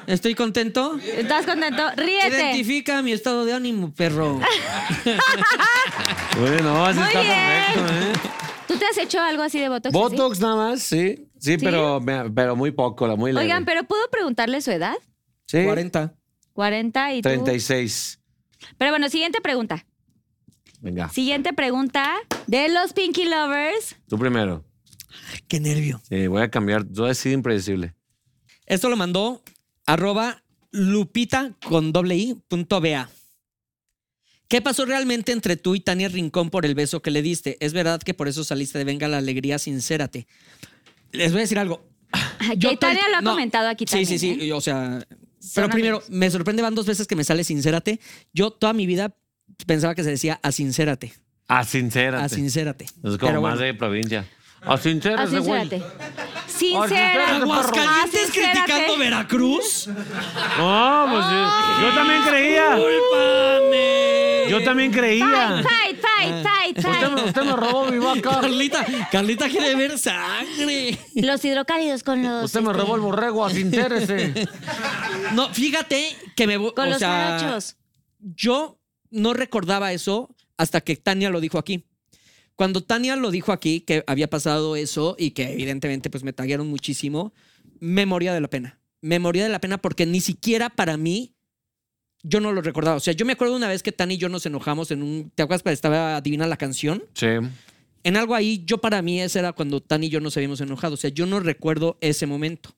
[SPEAKER 5] ¿Estoy contento?
[SPEAKER 3] ¿Estás contento? Ríete.
[SPEAKER 5] Identifica mi estado de ánimo, perro.
[SPEAKER 7] Bueno, así
[SPEAKER 3] Muy
[SPEAKER 7] está
[SPEAKER 3] bien.
[SPEAKER 7] perfecto, ¿eh?
[SPEAKER 3] ¿Tú te has hecho algo así de Botox?
[SPEAKER 7] Botox nada más, sí. Sí, Pero, me- pero muy poco, la muy
[SPEAKER 3] así?
[SPEAKER 7] leve.
[SPEAKER 3] Oigan, pero ¿puedo preguntarle su edad?
[SPEAKER 7] sí,
[SPEAKER 5] 40.
[SPEAKER 3] 40 y tú.
[SPEAKER 7] 36.
[SPEAKER 3] Pero bueno, siguiente pregunta.
[SPEAKER 7] Venga,
[SPEAKER 3] Siguiente pregunta de los Pinky Lovers.
[SPEAKER 7] tú primero.
[SPEAKER 5] Qué nervio.
[SPEAKER 7] Sí, voy a cambiar. Yo he sido impredecible.
[SPEAKER 5] Esto lo mandó arroba lupita con doble i punto BA. ¿Qué pasó realmente entre tú y Tania Rincón por el beso que le diste? Es verdad que por eso saliste de Venga la Alegría, sincérate. Les voy a decir algo.
[SPEAKER 3] Yo
[SPEAKER 5] todo el-
[SPEAKER 3] Tania lo ha
[SPEAKER 5] no.
[SPEAKER 3] comentado aquí
[SPEAKER 5] Sí,
[SPEAKER 3] también.
[SPEAKER 5] sí, sí.
[SPEAKER 3] ¿eh?
[SPEAKER 5] y, O sea, pero primero,
[SPEAKER 3] amigos.
[SPEAKER 5] me sorprende, van dos veces que me sale sincérate. Yo toda mi vida pensaba que se decía a sincérate.
[SPEAKER 7] Ah, sincérate.
[SPEAKER 5] A sincérate.
[SPEAKER 7] Es como
[SPEAKER 5] Pero
[SPEAKER 7] más
[SPEAKER 5] bueno.
[SPEAKER 7] de provincia. A sincérate,
[SPEAKER 3] Así,
[SPEAKER 7] güey.
[SPEAKER 3] Ah, sincérate.
[SPEAKER 7] sincérate,
[SPEAKER 3] Sincérate.
[SPEAKER 5] Ah, Aguascalientes
[SPEAKER 3] Ah, sincérate.
[SPEAKER 5] criticando Veracruz.
[SPEAKER 7] No, pues sí. yo también creía.
[SPEAKER 5] Discúlpame.
[SPEAKER 7] Yo también creía.
[SPEAKER 5] Ah.
[SPEAKER 3] Fight, fight, fight,
[SPEAKER 7] Usted, me- usted me robó mi vaca.
[SPEAKER 5] Carlita, Carlita quiere ver sangre.
[SPEAKER 3] Los hidrocálidos con los.
[SPEAKER 7] Usted me
[SPEAKER 3] este,
[SPEAKER 7] robó el borrego, asintérese.
[SPEAKER 5] No, fíjate que me. vo-
[SPEAKER 3] Con
[SPEAKER 5] o
[SPEAKER 3] los
[SPEAKER 5] sea,
[SPEAKER 3] jarochos.
[SPEAKER 5] Yo no recordaba eso hasta que Tania lo dijo aquí. Cuando Tania lo dijo aquí, que había pasado eso y que evidentemente pues me taguearon muchísimo, me moría de la pena. Me moría de la pena porque ni siquiera para mí yo no lo recordaba. O sea, yo me acuerdo una vez que Tania y yo nos enojamos en un... ¿Te acuerdas cuando estaba Adivina la canción?
[SPEAKER 7] Sí.
[SPEAKER 5] En algo ahí, yo para mí ese era cuando Tani y yo nos habíamos enojado. O sea, yo no recuerdo ese momento.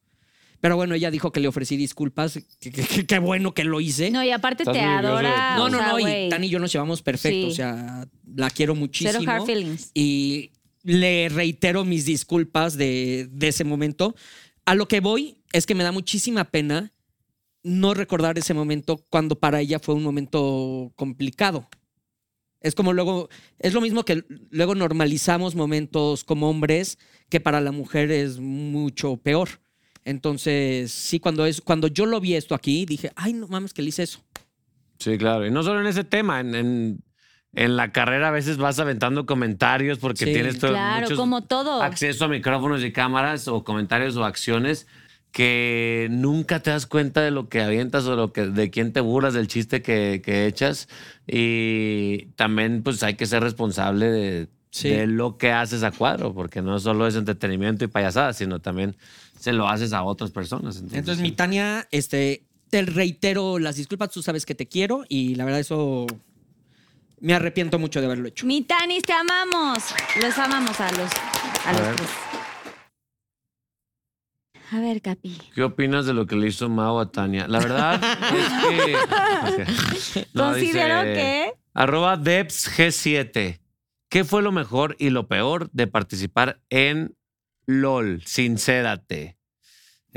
[SPEAKER 5] Pero bueno, ella dijo que le ofrecí disculpas. Qué que, que- qué bueno que lo hice.
[SPEAKER 3] No, y aparte
[SPEAKER 7] Estás
[SPEAKER 3] te
[SPEAKER 7] muy orgulloso de
[SPEAKER 3] adora.
[SPEAKER 7] ti.
[SPEAKER 3] Ah,
[SPEAKER 5] No,
[SPEAKER 3] o
[SPEAKER 5] no,
[SPEAKER 3] sea,
[SPEAKER 5] no,
[SPEAKER 3] güey.
[SPEAKER 5] y Tani y yo nos llevamos perfecto,
[SPEAKER 3] Sí.
[SPEAKER 5] o sea, la quiero muchísimo.
[SPEAKER 3] Cero hard feelings.
[SPEAKER 5] Y le reitero mis disculpas de, de ese momento. A lo que voy es que me da muchísima pena no recordar ese momento cuando para ella fue un momento complicado. Es como luego, es lo mismo que luego normalizamos momentos como hombres que para la mujer es mucho peor. Entonces, sí, cuando, es, cuando yo lo vi esto aquí, dije, ay, no mames, que le hice eso.
[SPEAKER 7] Sí, claro. Y no solo en ese tema, en, en, en la carrera a veces vas aventando comentarios porque
[SPEAKER 5] Sí.
[SPEAKER 7] tienes todo-
[SPEAKER 3] Claro,
[SPEAKER 7] muchos
[SPEAKER 3] como todo.
[SPEAKER 7] acceso a micrófonos y cámaras o comentarios o acciones que nunca te das cuenta de lo que avientas o lo que, de quién te burlas, del chiste que, que echas. Y también pues hay que ser responsable de,
[SPEAKER 5] Sí.
[SPEAKER 7] de lo que haces a cuadro, porque no solo es entretenimiento y payasadas, sino también se lo haces a otras personas. Entonces,
[SPEAKER 5] Entonces,
[SPEAKER 7] sí.
[SPEAKER 5] mi Tania, este, te reitero las disculpas, tú sabes que te quiero y la verdad eso me arrepiento mucho de haberlo hecho.
[SPEAKER 3] Mi Tanis, te amamos. Los amamos a los, a los
[SPEAKER 7] ver.
[SPEAKER 3] tres. A ver, Capi.
[SPEAKER 7] ¿Qué opinas de lo que le hizo Mao a Tania? La verdad es que. No,
[SPEAKER 3] Considero
[SPEAKER 7] dice,
[SPEAKER 3] que.
[SPEAKER 7] Arroba Debs G7. ¿Qué fue lo mejor y lo peor de participar en LOL? Sincérate.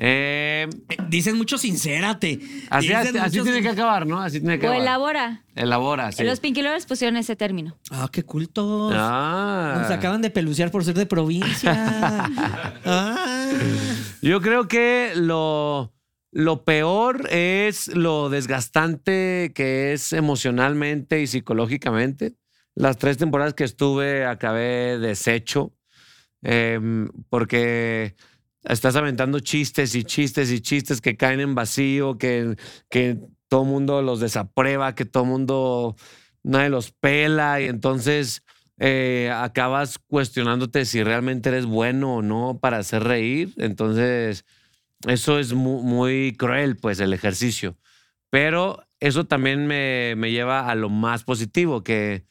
[SPEAKER 7] Eh,
[SPEAKER 5] Dicen mucho sincérate.
[SPEAKER 7] así
[SPEAKER 5] Dicen
[SPEAKER 7] así
[SPEAKER 5] mucho
[SPEAKER 7] tiene
[SPEAKER 5] sin-
[SPEAKER 7] que acabar, ¿no? Así tiene que
[SPEAKER 3] O
[SPEAKER 7] acabar.
[SPEAKER 3] elabora.
[SPEAKER 7] Elabora, sí.
[SPEAKER 3] Los Pinky Lovers pusieron ese término.
[SPEAKER 5] Ah, qué cultos. Nos
[SPEAKER 7] Ah.
[SPEAKER 5] acaban de peluciar por ser de provincia. Ah.
[SPEAKER 7] Yo creo que lo, lo peor es lo desgastante que es emocionalmente y psicológicamente. Las tres temporadas que estuve acabé deshecho em, porque estás aventando chistes y chistes y chistes que caen en vacío, que, que todo mundo los desaprueba, que todo mundo nadie los pela y entonces eh, acabas cuestionándote si realmente eres bueno o no para hacer reír. Entonces, eso es mu- muy, cruel, pues, el ejercicio. Pero eso también me, me lleva a lo más positivo, que,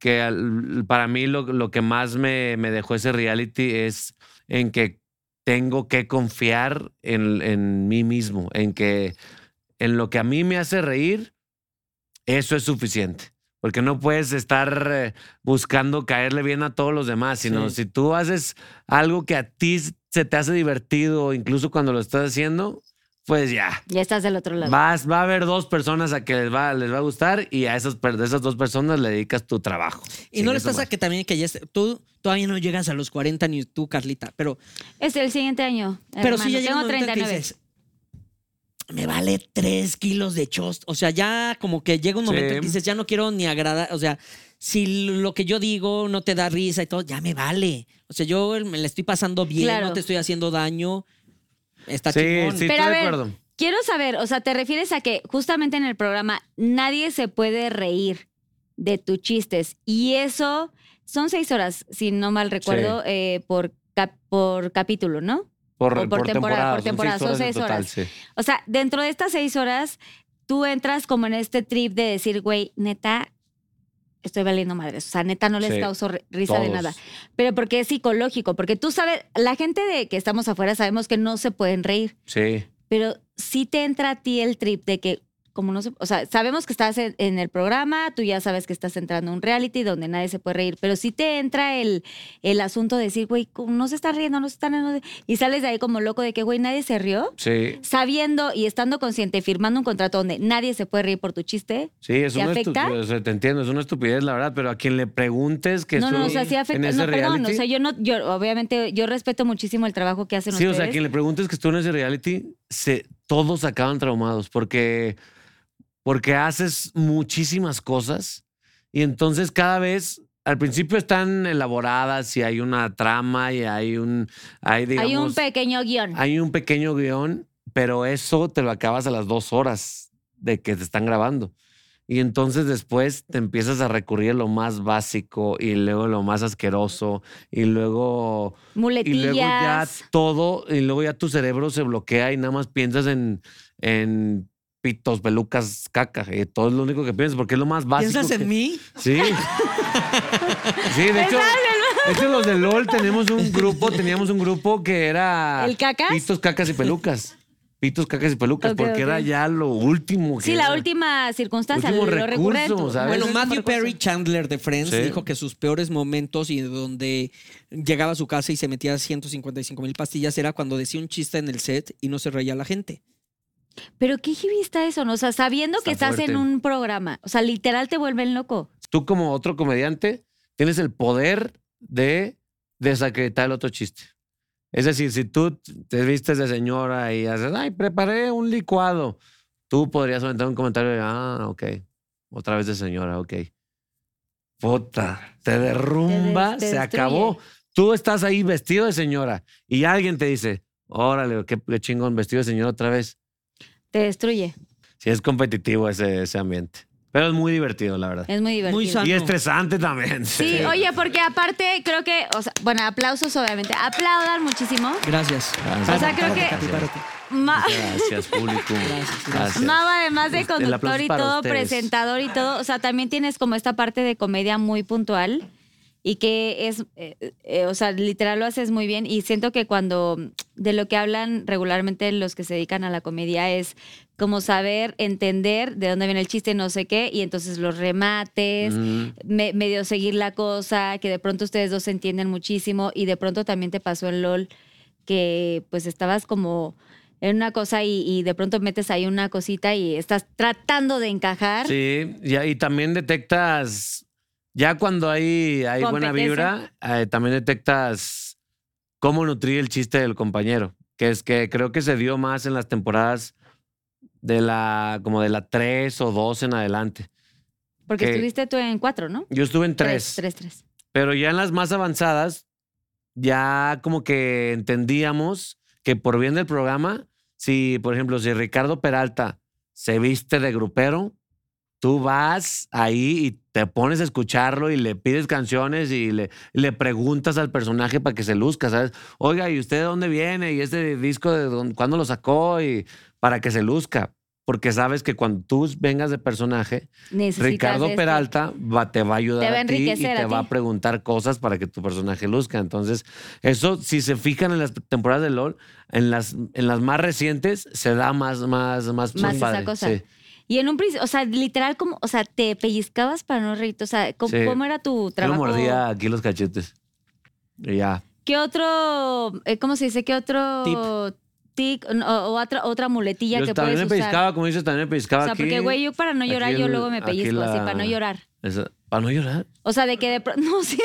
[SPEAKER 7] que al- para mí lo, lo que más me, me dejó ese reality es en que tengo que confiar en, en mí mismo, en que en lo que a mí me hace reír, eso es suficiente. Porque no puedes estar eh, buscando caerle bien a todos los demás, sino
[SPEAKER 5] Sí.
[SPEAKER 7] si tú haces algo que a ti se te hace divertido, incluso cuando lo estás haciendo, pues ya.
[SPEAKER 3] Ya estás del otro lado.
[SPEAKER 7] Vas, va a haber dos personas a que les va, les va a gustar y a esas, per- de esas dos personas le dedicas tu trabajo.
[SPEAKER 5] Y no
[SPEAKER 7] Sin
[SPEAKER 5] les
[SPEAKER 7] eso
[SPEAKER 5] pasa
[SPEAKER 7] más.
[SPEAKER 5] que también que ya est- tú todavía no llegas a los 40 ni tú, Carlita, pero
[SPEAKER 3] Es el siguiente año.
[SPEAKER 5] Pero
[SPEAKER 3] hermano.
[SPEAKER 5] sí ya llega un
[SPEAKER 3] Tengo
[SPEAKER 5] momento en que
[SPEAKER 3] 39.
[SPEAKER 5] dices, me vale tres kilos de chost. O sea, ya como que llega un momento
[SPEAKER 7] Sí.
[SPEAKER 5] en que dices, ya no quiero ni agradar. O sea, si lo que yo digo no te da risa y todo, ya me vale. O sea, yo me la estoy pasando bien,
[SPEAKER 3] Claro.
[SPEAKER 5] no te estoy haciendo daño. Está
[SPEAKER 7] Sí,
[SPEAKER 5] chingón.
[SPEAKER 7] sí,
[SPEAKER 3] Pero
[SPEAKER 7] estoy
[SPEAKER 3] a
[SPEAKER 7] de
[SPEAKER 3] ver,
[SPEAKER 7] acuerdo.
[SPEAKER 3] quiero saber, o sea, te refieres a que justamente en el programa nadie se puede reír de tus chistes. Y eso son seis horas, si no mal recuerdo, eh, por, cap- por capítulo, ¿no?
[SPEAKER 7] Por,
[SPEAKER 3] o por
[SPEAKER 7] por
[SPEAKER 3] temporada,
[SPEAKER 7] temporada,
[SPEAKER 3] por
[SPEAKER 7] son
[SPEAKER 3] temporada, son
[SPEAKER 7] seis
[SPEAKER 3] seis
[SPEAKER 7] horas. en
[SPEAKER 3] horas.
[SPEAKER 7] total, sí.
[SPEAKER 3] O sea, dentro de estas seis horas, tú entras como en este trip de decir, güey, neta, estoy valiendo madres. O sea, neta, no les
[SPEAKER 7] Sí,
[SPEAKER 3] causo ri- risa de
[SPEAKER 7] todos.
[SPEAKER 3] nada. Pero porque es psicológico, porque tú sabes, la gente de que estamos afuera sabemos que no se pueden reír,
[SPEAKER 7] Sí.
[SPEAKER 3] pero sí te entra a ti el trip de que, como no se, o sea, sabemos que estás en, en el programa, tú ya sabes que estás entrando a un reality donde nadie se puede reír, pero sí te entra el, el asunto de decir, güey, ¿cómo no se está riendo, no se están riendo. Y sales de ahí como loco de que, güey, nadie se rió
[SPEAKER 7] Sí,
[SPEAKER 3] sabiendo y estando consciente, firmando un contrato donde nadie se puede reír por tu chiste.
[SPEAKER 7] sí, es
[SPEAKER 3] ¿Te
[SPEAKER 7] una
[SPEAKER 3] afecta?
[SPEAKER 7] estupidez. te entiendo, es una estupidez, la verdad, pero a quien le preguntes que
[SPEAKER 3] no, no,
[SPEAKER 7] estuvo
[SPEAKER 3] o sea, sí
[SPEAKER 7] en
[SPEAKER 3] afecta.
[SPEAKER 7] ese
[SPEAKER 3] No, perdón, o
[SPEAKER 7] reality-
[SPEAKER 3] sea, yo no, yo obviamente, yo respeto muchísimo el trabajo que hacen
[SPEAKER 7] Sí, o
[SPEAKER 3] ustedes.
[SPEAKER 7] sea, quien le preguntes que estuvo en ese reality, se, todos acaban traumados porque, porque haces muchísimas cosas y entonces cada vez al principio están elaboradas y hay una trama y hay un, hay, digamos,
[SPEAKER 3] Hay un pequeño guión.
[SPEAKER 7] hay un pequeño guión, pero eso te lo acabas a las dos horas de que te están grabando. Y entonces después te empiezas a recurrir a lo más básico y luego lo más asqueroso y luego... Y
[SPEAKER 3] Muletillas.
[SPEAKER 7] luego ya todo, y luego ya tu cerebro se bloquea y nada más piensas en, en pitos, pelucas, caca. Y todo es lo único que piensas porque es lo más básico.
[SPEAKER 5] ¿Piensas
[SPEAKER 7] que-
[SPEAKER 5] en mí?
[SPEAKER 7] Sí. sí, de hecho, de hecho, los de LOL tenemos un grupo, teníamos un grupo que era
[SPEAKER 3] ¿El cacas?
[SPEAKER 7] pitos, cacas y pelucas. Pitos, cacas y pelucas,
[SPEAKER 3] Ok,
[SPEAKER 7] porque era
[SPEAKER 3] ok.
[SPEAKER 7] ya lo último. que
[SPEAKER 3] Sí, la
[SPEAKER 7] era.
[SPEAKER 3] última circunstancia,
[SPEAKER 7] Último
[SPEAKER 3] lo, lo
[SPEAKER 7] recurso,
[SPEAKER 3] recurrente.
[SPEAKER 7] ¿sabes?
[SPEAKER 5] Bueno,
[SPEAKER 7] Esa es
[SPEAKER 5] Matthew Perry Chandler de Friends
[SPEAKER 7] Sí.
[SPEAKER 5] dijo que sus peores momentos y donde llegaba a su casa y se metía 155 mil pastillas era cuando decía un chiste en el set y no se reía la gente.
[SPEAKER 3] Pero qué heavy está eso, ¿no? O sea, sabiendo que
[SPEAKER 7] Está
[SPEAKER 3] estás
[SPEAKER 7] fuerte.
[SPEAKER 3] en un programa. O sea, literal te vuelven loco.
[SPEAKER 7] Tú, como otro comediante, tienes el poder de desacreditar el otro chiste. Es decir, si tú te vistes de señora y haces, ay, preparé un licuado, tú podrías aventar un comentario de, ah, ok, otra vez de señora, ok. Puta, te derrumba,
[SPEAKER 3] Te des- te
[SPEAKER 7] se
[SPEAKER 3] destruye.
[SPEAKER 7] acabó. Tú estás ahí vestido de señora y alguien te dice, órale, qué, qué chingón, vestido de señora otra vez.
[SPEAKER 3] Te destruye.
[SPEAKER 7] Sí, es competitivo ese, ese ambiente. Pero es muy divertido, la verdad.
[SPEAKER 3] Es muy divertido.
[SPEAKER 5] Muy sano.
[SPEAKER 7] Y estresante también.
[SPEAKER 3] Sí, oye, porque aparte creo que, o sea, bueno, aplausos obviamente. Aplaudan muchísimo.
[SPEAKER 5] Gracias.
[SPEAKER 7] Gracias.
[SPEAKER 3] O sea, creo que-
[SPEAKER 5] Párate, párate.
[SPEAKER 3] Ma-
[SPEAKER 7] Gracias, público. Gracias. Este,
[SPEAKER 3] Mau, además de
[SPEAKER 7] El aplauso
[SPEAKER 3] conductor y
[SPEAKER 7] para
[SPEAKER 3] todo,
[SPEAKER 7] ustedes.
[SPEAKER 3] presentador y todo, o sea, también tienes como esta parte de comedia muy puntual y que es, eh, eh, o sea, literal lo haces muy bien y siento que cuando de lo que hablan regularmente los que se dedican a la comedia es como saber entender de dónde viene el chiste, no sé qué, y entonces los remates,
[SPEAKER 7] Ujú.
[SPEAKER 3] me- medio seguir la cosa, que de pronto ustedes dos se entienden muchísimo y de pronto también te pasó en LOL que pues estabas como en una cosa y, y de pronto metes ahí una cosita y estás tratando de encajar.
[SPEAKER 7] Sí, y, y también detectas, ya cuando hay, hay buena vibra,
[SPEAKER 3] Competencia.
[SPEAKER 7] eh, también detectas cómo nutrir el chiste del compañero, que es que creo que se dio más en las temporadas de la, como de la 3 o 2 en adelante.
[SPEAKER 3] porque
[SPEAKER 7] que-
[SPEAKER 3] estuviste tú en cuatro, ¿no?
[SPEAKER 7] Yo estuve en 3.
[SPEAKER 3] Tres, tres. tres.
[SPEAKER 7] Pero ya en las más avanzadas, ya como que entendíamos que por bien del programa, si, por ejemplo, si Ricardo Peralta se viste de grupero, tú vas ahí y te pones a escucharlo y le pides canciones y le, le preguntas al personaje para que se luzca, ¿sabes? Oiga, ¿y usted de dónde viene? ¿Y este disco de dónde- cuándo lo sacó? Y para que se luzca. Porque sabes que cuando tú vengas de personaje,
[SPEAKER 3] Necesitas
[SPEAKER 7] Ricardo
[SPEAKER 3] esto.
[SPEAKER 7] Peralta va- te va a ayudar
[SPEAKER 3] Te va a
[SPEAKER 7] a, ti y
[SPEAKER 3] enriquecer
[SPEAKER 7] te
[SPEAKER 3] a
[SPEAKER 7] va
[SPEAKER 3] ti.
[SPEAKER 7] a preguntar cosas para que tu personaje luzca. Entonces, eso, si se fijan en las temporadas de LOL, en las, en las más recientes, se da más, más, más,
[SPEAKER 3] Más esa
[SPEAKER 7] padre,
[SPEAKER 3] cosa.
[SPEAKER 7] sí.
[SPEAKER 3] Y en un principio, o sea, literal como, o sea, te pellizcabas para no reírte, o sea, ¿cómo,
[SPEAKER 7] Sí.
[SPEAKER 3] cómo era tu
[SPEAKER 7] Yo me
[SPEAKER 3] trabajo?
[SPEAKER 7] mordía aquí los cachetes. Y ya.
[SPEAKER 3] ¿Qué otro, eh, cómo se dice? ¿Qué otro tic, o, o otra, otra muletilla
[SPEAKER 7] Yo
[SPEAKER 3] que
[SPEAKER 7] también
[SPEAKER 3] puedes
[SPEAKER 7] me
[SPEAKER 3] usar?
[SPEAKER 7] pellizcaba, como dices, también
[SPEAKER 3] O
[SPEAKER 7] me pellizcaba
[SPEAKER 3] sea,
[SPEAKER 7] aquí.
[SPEAKER 3] porque güey, yo para no llorar,
[SPEAKER 7] aquí
[SPEAKER 3] yo
[SPEAKER 7] el-
[SPEAKER 3] luego me
[SPEAKER 7] aquí
[SPEAKER 3] pellizco así,
[SPEAKER 7] la-
[SPEAKER 3] para no llorar.
[SPEAKER 7] Esa- ¿Para no llorar?
[SPEAKER 3] O sea, de que de pronto, no, sí.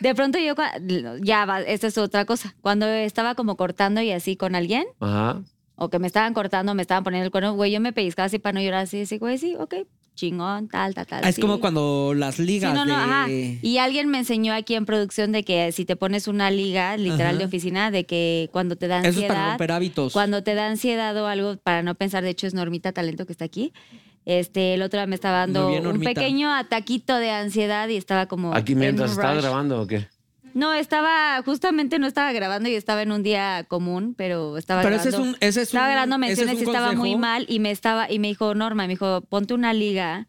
[SPEAKER 3] De pronto yo, cua- ya va, esta es otra cosa. Cuando estaba como cortando y así con alguien,
[SPEAKER 7] Ajá.
[SPEAKER 3] o que me estaban cortando, me estaban poniendo el cuerno, güey, yo me pellizcaba así para no llorar, así, así, güey, sí, ok, chingón, tal, tal, tal.
[SPEAKER 5] Ah, es
[SPEAKER 3] sí.
[SPEAKER 5] como cuando las
[SPEAKER 3] Sí,
[SPEAKER 5] ligas
[SPEAKER 3] no, no, ajá.
[SPEAKER 5] de...
[SPEAKER 3] Y alguien me enseñó aquí en producción de que si te pones una liga, literal,
[SPEAKER 5] Ajá.
[SPEAKER 3] de oficina, de que cuando te da
[SPEAKER 5] Eso
[SPEAKER 3] ansiedad...
[SPEAKER 5] es para romper hábitos.
[SPEAKER 3] Cuando te da ansiedad o algo para no pensar, de hecho es Normita Talento que está aquí. Este, el otro día me estaba dando
[SPEAKER 5] Muy bien,
[SPEAKER 3] un
[SPEAKER 5] Normita.
[SPEAKER 3] pequeño ataquito de ansiedad y estaba como
[SPEAKER 7] Aquí
[SPEAKER 3] en
[SPEAKER 7] mientras
[SPEAKER 3] un
[SPEAKER 7] estaba
[SPEAKER 3] rush.
[SPEAKER 7] grabando o qué.
[SPEAKER 3] No, estaba justamente no estaba grabando y estaba en un día común, pero estaba
[SPEAKER 5] Pero ese
[SPEAKER 3] grabando.
[SPEAKER 5] es un... Ese es
[SPEAKER 3] estaba
[SPEAKER 5] un-
[SPEAKER 3] grabando
[SPEAKER 5] ese es
[SPEAKER 3] menciones
[SPEAKER 5] un
[SPEAKER 3] y estaba muy
[SPEAKER 5] consejo.
[SPEAKER 3] mal y me estaba y me dijo Norma, me dijo, "Ponte una liga."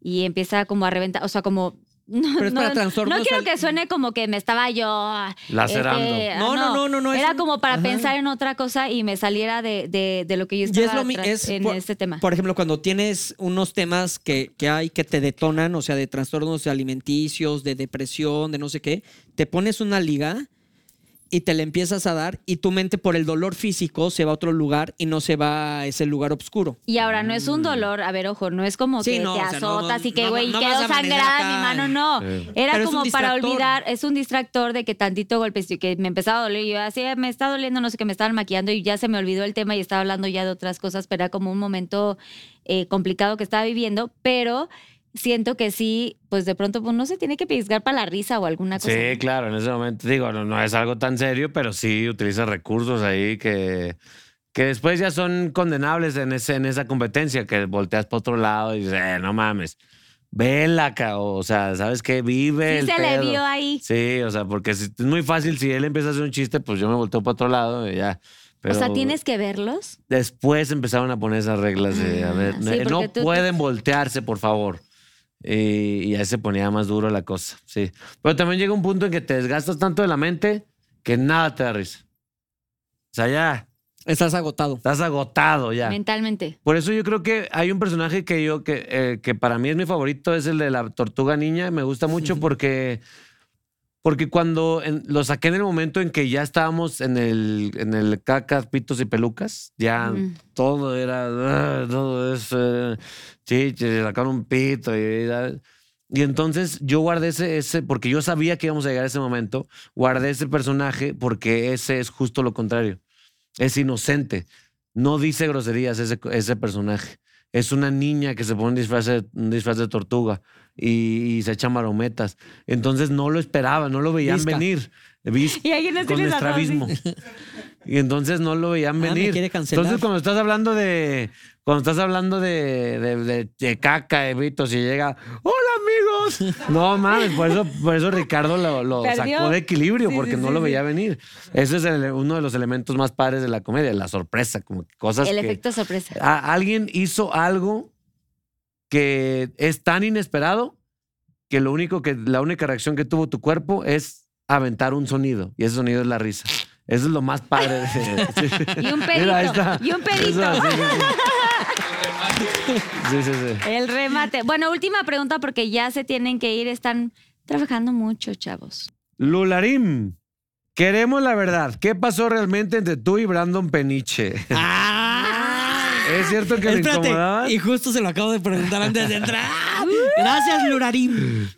[SPEAKER 3] Y empieza como a reventar, o sea, como no,
[SPEAKER 5] Pero es para
[SPEAKER 3] no-
[SPEAKER 5] trastornos
[SPEAKER 3] no quiero
[SPEAKER 5] al-
[SPEAKER 3] que suene como que me estaba yo
[SPEAKER 7] Lacerando.
[SPEAKER 3] este,
[SPEAKER 5] No,
[SPEAKER 3] ah,
[SPEAKER 5] no, no, no, no, es
[SPEAKER 3] Era
[SPEAKER 5] un-
[SPEAKER 3] como para
[SPEAKER 5] Ajá.
[SPEAKER 3] pensar en otra cosa y me saliera de, de- de lo que yo
[SPEAKER 5] Y
[SPEAKER 3] estaba
[SPEAKER 5] es lo mi-
[SPEAKER 3] tra-
[SPEAKER 5] es
[SPEAKER 3] en
[SPEAKER 5] por,
[SPEAKER 3] este tema.
[SPEAKER 5] Por ejemplo, cuando tienes unos temas que, que hay que te detonan, o sea, de trastornos alimenticios, de depresión, de no sé qué, te pones una liga y te la empiezas a dar y tu mente por el dolor físico se va a otro lugar y no se va a ese lugar oscuro.
[SPEAKER 3] Y ahora no es un dolor, a ver, ojo, no es como
[SPEAKER 5] Mm. Sí,
[SPEAKER 3] que
[SPEAKER 5] no,
[SPEAKER 3] te
[SPEAKER 5] o sea, no,
[SPEAKER 3] azotas y que,
[SPEAKER 5] no,
[SPEAKER 3] güey,
[SPEAKER 5] no vas
[SPEAKER 3] quedó
[SPEAKER 5] a amanecer
[SPEAKER 3] sangrada
[SPEAKER 5] acá.
[SPEAKER 3] mi mano, no.
[SPEAKER 7] Sí.
[SPEAKER 3] Era
[SPEAKER 5] Pero es
[SPEAKER 3] como
[SPEAKER 5] un
[SPEAKER 3] para
[SPEAKER 5] distractor.
[SPEAKER 3] olvidar, es un distractor de que tantito golpes y que me empezaba a doler. Y yo así, "Ah, me está doliendo, no sé qué, me estaban maquillando y ya se me olvidó el tema y estaba hablando ya de otras cosas, pero era como un momento eh, complicado que estaba viviendo, pero siento que sí, pues de pronto pues, no se tiene que pisgar para la risa o alguna cosa.
[SPEAKER 7] Sí, claro, en ese momento digo, no, no es algo tan serio, pero sí utiliza recursos ahí que, que después ya son condenables en, ese, en esa competencia, que volteas para otro lado y dices, "Eh, no mames, vela, ca- o sea, ¿sabes qué? Vive.
[SPEAKER 3] Sí
[SPEAKER 7] el
[SPEAKER 3] se le
[SPEAKER 7] pedo".
[SPEAKER 3] vio ahí.
[SPEAKER 7] Sí, o sea, porque si- es muy fácil, si él empieza a hacer un chiste, pues yo me volteo para otro lado y ya. Pero
[SPEAKER 3] o sea, tienes que verlos.
[SPEAKER 7] Después empezaron a poner esas reglas de,
[SPEAKER 3] Ah,
[SPEAKER 7] a ver,
[SPEAKER 3] sí,
[SPEAKER 7] no
[SPEAKER 3] porque tú-
[SPEAKER 7] pueden voltearse, por favor. Y, y ahí se ponía más duro la cosa, sí. Pero también llega un punto en que te desgastas tanto de la mente que nada te da risa. O sea, ya,
[SPEAKER 10] Estás agotado.
[SPEAKER 7] estás agotado ya.
[SPEAKER 3] Mentalmente.
[SPEAKER 7] Por eso yo creo que hay un personaje que yo que, eh, que para mí es mi favorito, es el de la tortuga niña. Me gusta mucho porque, porque cuando en- lo saqué en el momento en que ya estábamos en el, en el cacas, pitos y pelucas, ya
[SPEAKER 3] Mm.
[SPEAKER 7] todo era "Ah, todo eso, eh, chiches, sacaron un pito y, ya". y entonces yo guardé ese, ese, porque yo sabía que íbamos a llegar a ese momento, guardé ese personaje porque ese es justo lo contrario. Es inocente. No dice groserías ese, ese personaje. Es una niña que se pone un disfraz de, un disfraz de tortuga y, y se echa marometas. Entonces no lo esperaba, no lo veían
[SPEAKER 10] Visca.
[SPEAKER 7] venir. Vis-
[SPEAKER 3] Y alguien
[SPEAKER 5] este
[SPEAKER 3] así
[SPEAKER 7] con
[SPEAKER 3] les hablaba así.
[SPEAKER 7] estrabismo. Y entonces no lo veían
[SPEAKER 10] Ah, me
[SPEAKER 7] venir.
[SPEAKER 10] quiere cancelar.
[SPEAKER 7] Entonces cuando estás hablando de cuando estás hablando de, de, de- de caca, de Vitos y llega, "Hola, amigos." No mames, por eso por eso Ricardo lo, lo
[SPEAKER 3] Perdió.
[SPEAKER 7] sacó de equilibrio
[SPEAKER 3] Sí,
[SPEAKER 7] porque
[SPEAKER 3] sí,
[SPEAKER 7] no
[SPEAKER 3] sí,
[SPEAKER 7] lo
[SPEAKER 3] sí.
[SPEAKER 7] veía venir. Ese es el- uno de los elementos más padres de la comedia, la sorpresa, como que cosas
[SPEAKER 3] El
[SPEAKER 7] que-
[SPEAKER 3] efecto sorpresa.
[SPEAKER 7] a- alguien hizo algo que es tan inesperado que lo único que la única reacción que tuvo tu cuerpo es aventar un sonido y ese sonido es la risa. Eso es lo más padre. de- sí.
[SPEAKER 3] Y un
[SPEAKER 7] Mira, ahí
[SPEAKER 3] perito.
[SPEAKER 7] está.
[SPEAKER 3] Y un perito.
[SPEAKER 7] Eso, sí, sí, sí. Sí, sí, sí.
[SPEAKER 3] El remate. Bueno, última pregunta porque ya se tienen que ir. Están trabajando mucho, chavos.
[SPEAKER 7] Lularim, queremos la verdad. ¿Qué pasó realmente entre tú y Brandon Peniche?
[SPEAKER 10] ¡Ah!
[SPEAKER 7] ¿Es cierto que le
[SPEAKER 10] Espérate,
[SPEAKER 7] incomodaban?
[SPEAKER 10] y justo se lo acabo de preguntar antes de entrar. Gracias, Lurarín.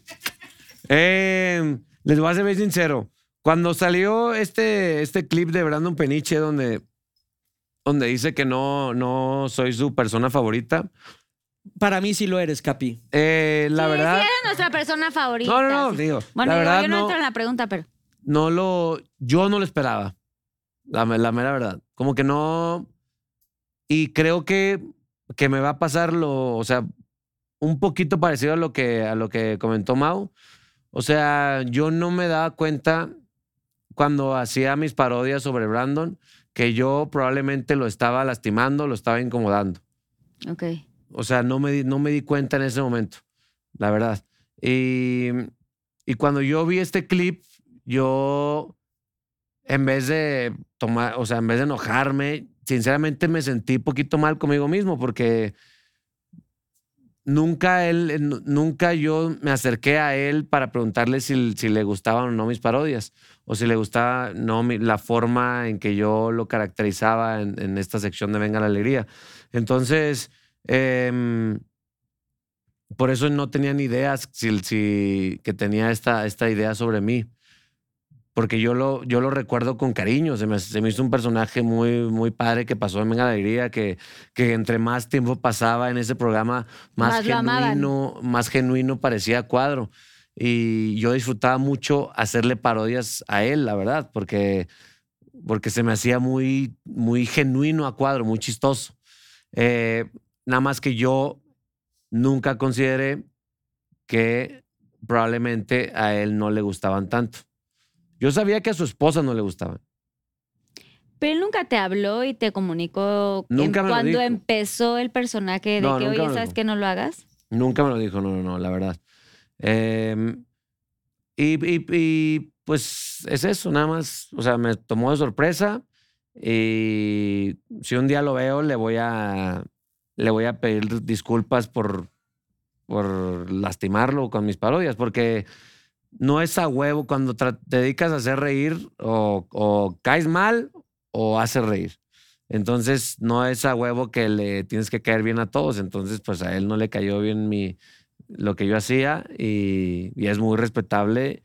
[SPEAKER 7] Eh, les voy a ser bien sincero. Cuando salió este, este clip de Brandon Peniche donde, donde dice que no, no soy su persona favorita,
[SPEAKER 10] Para mí sí lo eres, Capi.
[SPEAKER 7] eh, la
[SPEAKER 3] Sí,
[SPEAKER 7] verdad,
[SPEAKER 3] sí, era nuestra persona favorita.
[SPEAKER 7] No, no, no,
[SPEAKER 3] sí.
[SPEAKER 7] digo,
[SPEAKER 3] Bueno,
[SPEAKER 7] la
[SPEAKER 3] digo,
[SPEAKER 7] verdad
[SPEAKER 3] yo no,
[SPEAKER 7] no-
[SPEAKER 3] entro en la pregunta, pero.
[SPEAKER 7] no lo, yo no lo esperaba. La, me- la mera verdad. Como que no. Y creo que, que me va a pasar lo, o sea, un poquito parecido a lo que, a lo que comentó Mau. O sea, yo no me daba cuenta cuando hacía mis parodias sobre Brandon que yo probablemente lo estaba lastimando, lo estaba incomodando.
[SPEAKER 3] Ok.
[SPEAKER 7] O sea, no me, di- no me di cuenta en ese momento, la verdad. Y, y cuando yo vi este clip, yo, en vez de tomar, o sea, en vez de enojarme, sinceramente me sentí poquito mal conmigo mismo porque nunca él, n- nunca yo me acerqué a él para preguntarle si, si le gustaban o no mis parodias o si le gustaba no mi- la forma en que yo lo caracterizaba en, en esta sección de Venga la Alegría. Entonces, em, por eso no tenía ni ideas si, si- que tenía esta, esta idea sobre mí. Porque yo lo, yo lo recuerdo con cariño. Se me, se me hizo un personaje muy, muy padre que pasó en Venga la Alegría, que, que entre más tiempo pasaba en ese programa, más,
[SPEAKER 3] Más lo amaban.
[SPEAKER 7] genuino, más genuino parecía cuadro. Y yo disfrutaba mucho hacerle parodias a él, la verdad, porque, porque se me hacía muy, muy genuino a cuadro, muy chistoso. Eh, nada más que yo nunca consideré que probablemente a él no le gustaban tanto. Yo sabía que a su esposa no le gustaban.
[SPEAKER 3] Pero él nunca te habló y te comunicó en-
[SPEAKER 7] Nunca me lo
[SPEAKER 3] cuando
[SPEAKER 7] dijo.
[SPEAKER 3] empezó el personaje de
[SPEAKER 7] No,
[SPEAKER 3] que,
[SPEAKER 7] nunca me
[SPEAKER 3] oye,
[SPEAKER 7] lo
[SPEAKER 3] ¿sabes
[SPEAKER 7] dijo.
[SPEAKER 3] que no lo hagas?
[SPEAKER 7] Nunca me lo dijo, no, no, no, la verdad. Eh, y, y- y, pues es eso, nada más. O sea, me tomó de sorpresa y si un día lo veo, le voy a, le voy a pedir disculpas por, por lastimarlo con mis parodias, porque no es a huevo cuando tra- te dedicas a hacer reír o, o caes mal o haces reír. Entonces, no es a huevo que le tienes que caer bien a todos. Entonces, pues a él no le cayó bien mi, lo que yo hacía y, y es muy respetable.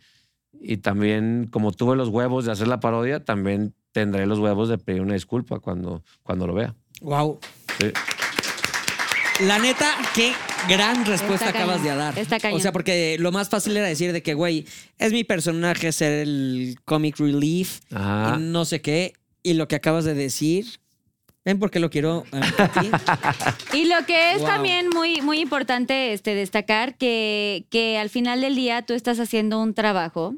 [SPEAKER 7] Y también, como tuve los huevos de hacer la parodia, también tendré los huevos de pedir una disculpa cuando, cuando lo vea.
[SPEAKER 10] Wow.
[SPEAKER 7] Sí.
[SPEAKER 5] La neta, qué gran respuesta
[SPEAKER 3] Está
[SPEAKER 5] acabas
[SPEAKER 3] cañón,
[SPEAKER 5] de dar.
[SPEAKER 3] está cañón.
[SPEAKER 5] O sea, porque lo más fácil era decir de que, güey, es mi personaje ser el comic relief
[SPEAKER 7] Ajá.
[SPEAKER 5] y no sé qué. Y lo que acabas de decir, ven porque lo quiero eh, a ti.
[SPEAKER 3] Y lo que es
[SPEAKER 5] Wow.
[SPEAKER 3] también muy, muy importante este, destacar, que, que al final del día tú estás haciendo un trabajo.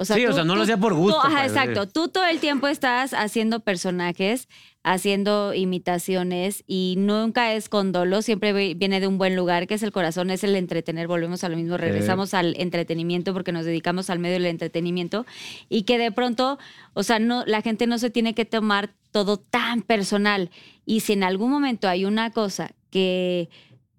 [SPEAKER 3] O
[SPEAKER 7] Sí, o sea, no lo hacía por gusto,
[SPEAKER 3] tú- ajá,
[SPEAKER 7] pues,
[SPEAKER 3] exacto.
[SPEAKER 7] sí.
[SPEAKER 3] Tú todo el tiempo estás haciendo personajes, haciendo imitaciones y nunca es con dolo, siempre vi- viene de un buen lugar, que es el corazón, es el entretener. Volvemos a lo mismo, regresamos al entretenimiento porque nos dedicamos al medio del entretenimiento y que de pronto, o sea, no, la gente no se tiene que tomar todo tan personal. Y si en algún momento hay una cosa que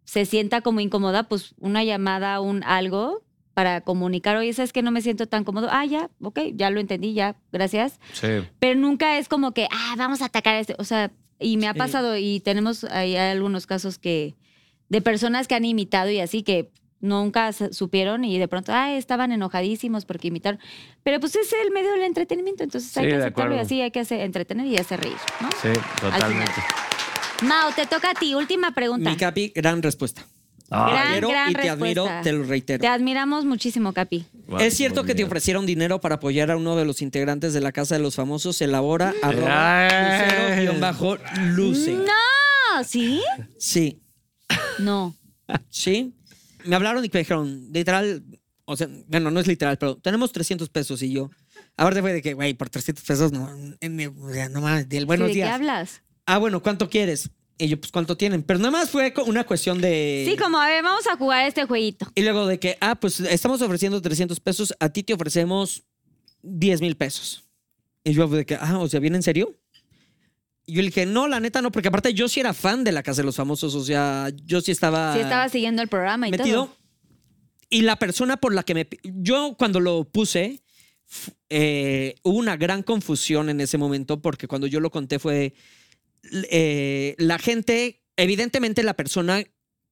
[SPEAKER 3] se sienta como incómoda, pues una llamada, un algo para comunicar, oye, es que no me siento tan cómodo. Ah, ya, ok, ya lo entendí, ya, gracias.
[SPEAKER 7] Sí.
[SPEAKER 3] Pero nunca es como que, ah, vamos a atacar a este. O sea, y me ha
[SPEAKER 5] Sí.
[SPEAKER 3] pasado, y tenemos ahí algunos casos que, de personas que han imitado y así que nunca s- supieron y de pronto, ah, estaban enojadísimos porque imitaron. Pero pues es el medio del entretenimiento, entonces hay
[SPEAKER 7] Sí,
[SPEAKER 3] que
[SPEAKER 7] de
[SPEAKER 3] aceptarlo y
[SPEAKER 7] acuerdo.
[SPEAKER 3] así hay que hacer, entretener y hacer reír, ¿no?
[SPEAKER 7] Sí, totalmente.
[SPEAKER 3] Mao, te toca a ti, última pregunta.
[SPEAKER 5] Mi Capi, gran respuesta.
[SPEAKER 7] Ah,
[SPEAKER 3] Gran,
[SPEAKER 5] Quiero
[SPEAKER 3] gran
[SPEAKER 5] y te admiro,
[SPEAKER 3] respuesta.
[SPEAKER 5] te lo reitero.
[SPEAKER 3] Te admiramos muchísimo, Capi.
[SPEAKER 7] guau,
[SPEAKER 5] ¿Es cierto
[SPEAKER 7] muy
[SPEAKER 5] que te
[SPEAKER 7] bien.
[SPEAKER 5] ofrecieron dinero para apoyar a uno de los integrantes de la Casa de los Famosos? Elabora arroba
[SPEAKER 7] Mm. Ay.
[SPEAKER 5] lucero-luce.
[SPEAKER 3] Ah, ¿sí?
[SPEAKER 5] Sí,
[SPEAKER 3] No.
[SPEAKER 5] sí. Me hablaron y me dijeron, literal, o sea, bueno, no es literal, pero tenemos 300 pesos y yo. Aparte fue de que, güey, por 300 pesos no, eh, o sea, no más, del buenos
[SPEAKER 3] ¿De qué
[SPEAKER 5] días.
[SPEAKER 3] hablas?
[SPEAKER 5] Ah, bueno, ¿cuánto quieres? Y yo, pues, ¿cuánto tienen? Pero nada más fue co- una cuestión de...
[SPEAKER 3] Sí, como, a ver, vamos a jugar este jueguito.
[SPEAKER 5] Y luego de que, ah, pues estamos ofreciendo 300 pesos, a ti te ofrecemos 10 mil pesos. Y yo de que, ah, o sea, ¿viene en serio? Y yo le dije, no, la neta no, porque aparte yo sí era fan de la Casa de los Famosos, o sea, yo sí estaba,
[SPEAKER 3] Sí, estaba siguiendo el programa y
[SPEAKER 5] Ah. metido.
[SPEAKER 3] todo.
[SPEAKER 5] Y la persona por la que me... pi- Yo cuando lo puse, f- eh, hubo una gran confusión en ese momento, porque cuando yo lo conté fue, l- eh, la gente, evidentemente la persona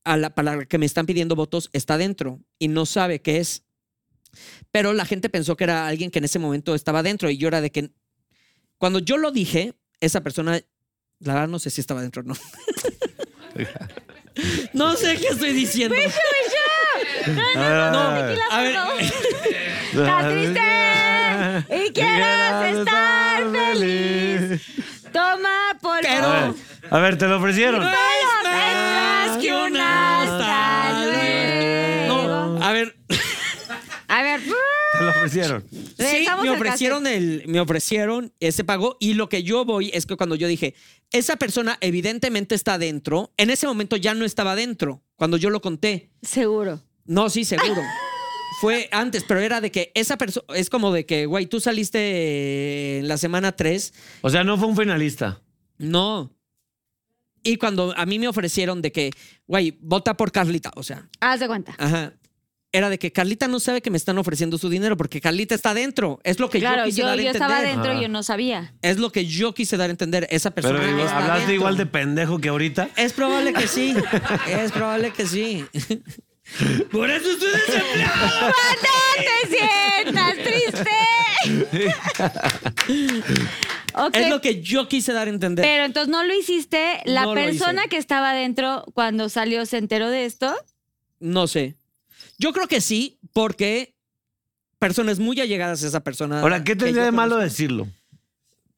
[SPEAKER 5] a la, para la que me están pidiendo votos está dentro y no sabe qué es. Pero la gente pensó que era alguien que en ese momento estaba dentro y yo era de que... Cuando yo lo dije, esa persona, la verdad no sé si estaba dentro o no. no sé qué estoy diciendo. A ver,
[SPEAKER 3] ¡La tristeza! ¡Y quieras estar feliz! Toma por
[SPEAKER 7] A ver, a ver, te lo ofrecieron.
[SPEAKER 5] más que un hasta
[SPEAKER 3] luego.
[SPEAKER 5] No, a ver.
[SPEAKER 3] A ver,
[SPEAKER 7] Te lo ofrecieron.
[SPEAKER 5] Sí,
[SPEAKER 3] Regresamos
[SPEAKER 5] me
[SPEAKER 3] al
[SPEAKER 5] ofrecieron el, me ofrecieron ese pago y lo que yo voy es que cuando yo dije, esa persona evidentemente está dentro, en ese momento ya no estaba dentro, cuando yo lo conté.
[SPEAKER 3] seguro.
[SPEAKER 5] No, sí, seguro. Fue antes, pero era de que esa persona, es como de que, güey, tú saliste en la semana 3,
[SPEAKER 7] O sea, no fue un finalista.
[SPEAKER 5] no. Y cuando a mí me ofrecieron de que, güey, vota por Carlita, o sea,
[SPEAKER 3] Haz de cuenta.
[SPEAKER 5] Ajá. Era de que Carlita no sabe que me están ofreciendo su dinero porque Carlita está dentro. Es lo que
[SPEAKER 3] Claro,
[SPEAKER 5] yo quise
[SPEAKER 3] yo,
[SPEAKER 5] dar a
[SPEAKER 3] yo
[SPEAKER 5] entender.
[SPEAKER 3] estaba dentro y
[SPEAKER 7] Ah.
[SPEAKER 3] yo no sabía.
[SPEAKER 5] Es lo que yo quise dar a entender. Esa persona
[SPEAKER 7] Pero igual-
[SPEAKER 5] está
[SPEAKER 7] hablaste
[SPEAKER 5] dentro.
[SPEAKER 7] igual de pendejo que ahorita.
[SPEAKER 5] Es probable que sí. es probable que sí. Por eso estoy desempleado.
[SPEAKER 3] ¡Cuando te sientas triste! ok,
[SPEAKER 5] Es lo que yo quise dar a entender.
[SPEAKER 3] pero entonces no lo hiciste. La
[SPEAKER 5] No lo
[SPEAKER 3] persona
[SPEAKER 5] hice.
[SPEAKER 3] que estaba dentro cuando salió se enteró de esto.
[SPEAKER 5] No sé. Yo creo que sí porque personas muy allegadas a esa
[SPEAKER 3] Ah,
[SPEAKER 5] persona.
[SPEAKER 7] Ahora, ¿qué
[SPEAKER 5] que
[SPEAKER 7] tendría
[SPEAKER 5] yo
[SPEAKER 7] de malo
[SPEAKER 5] conozco-
[SPEAKER 7] decirlo?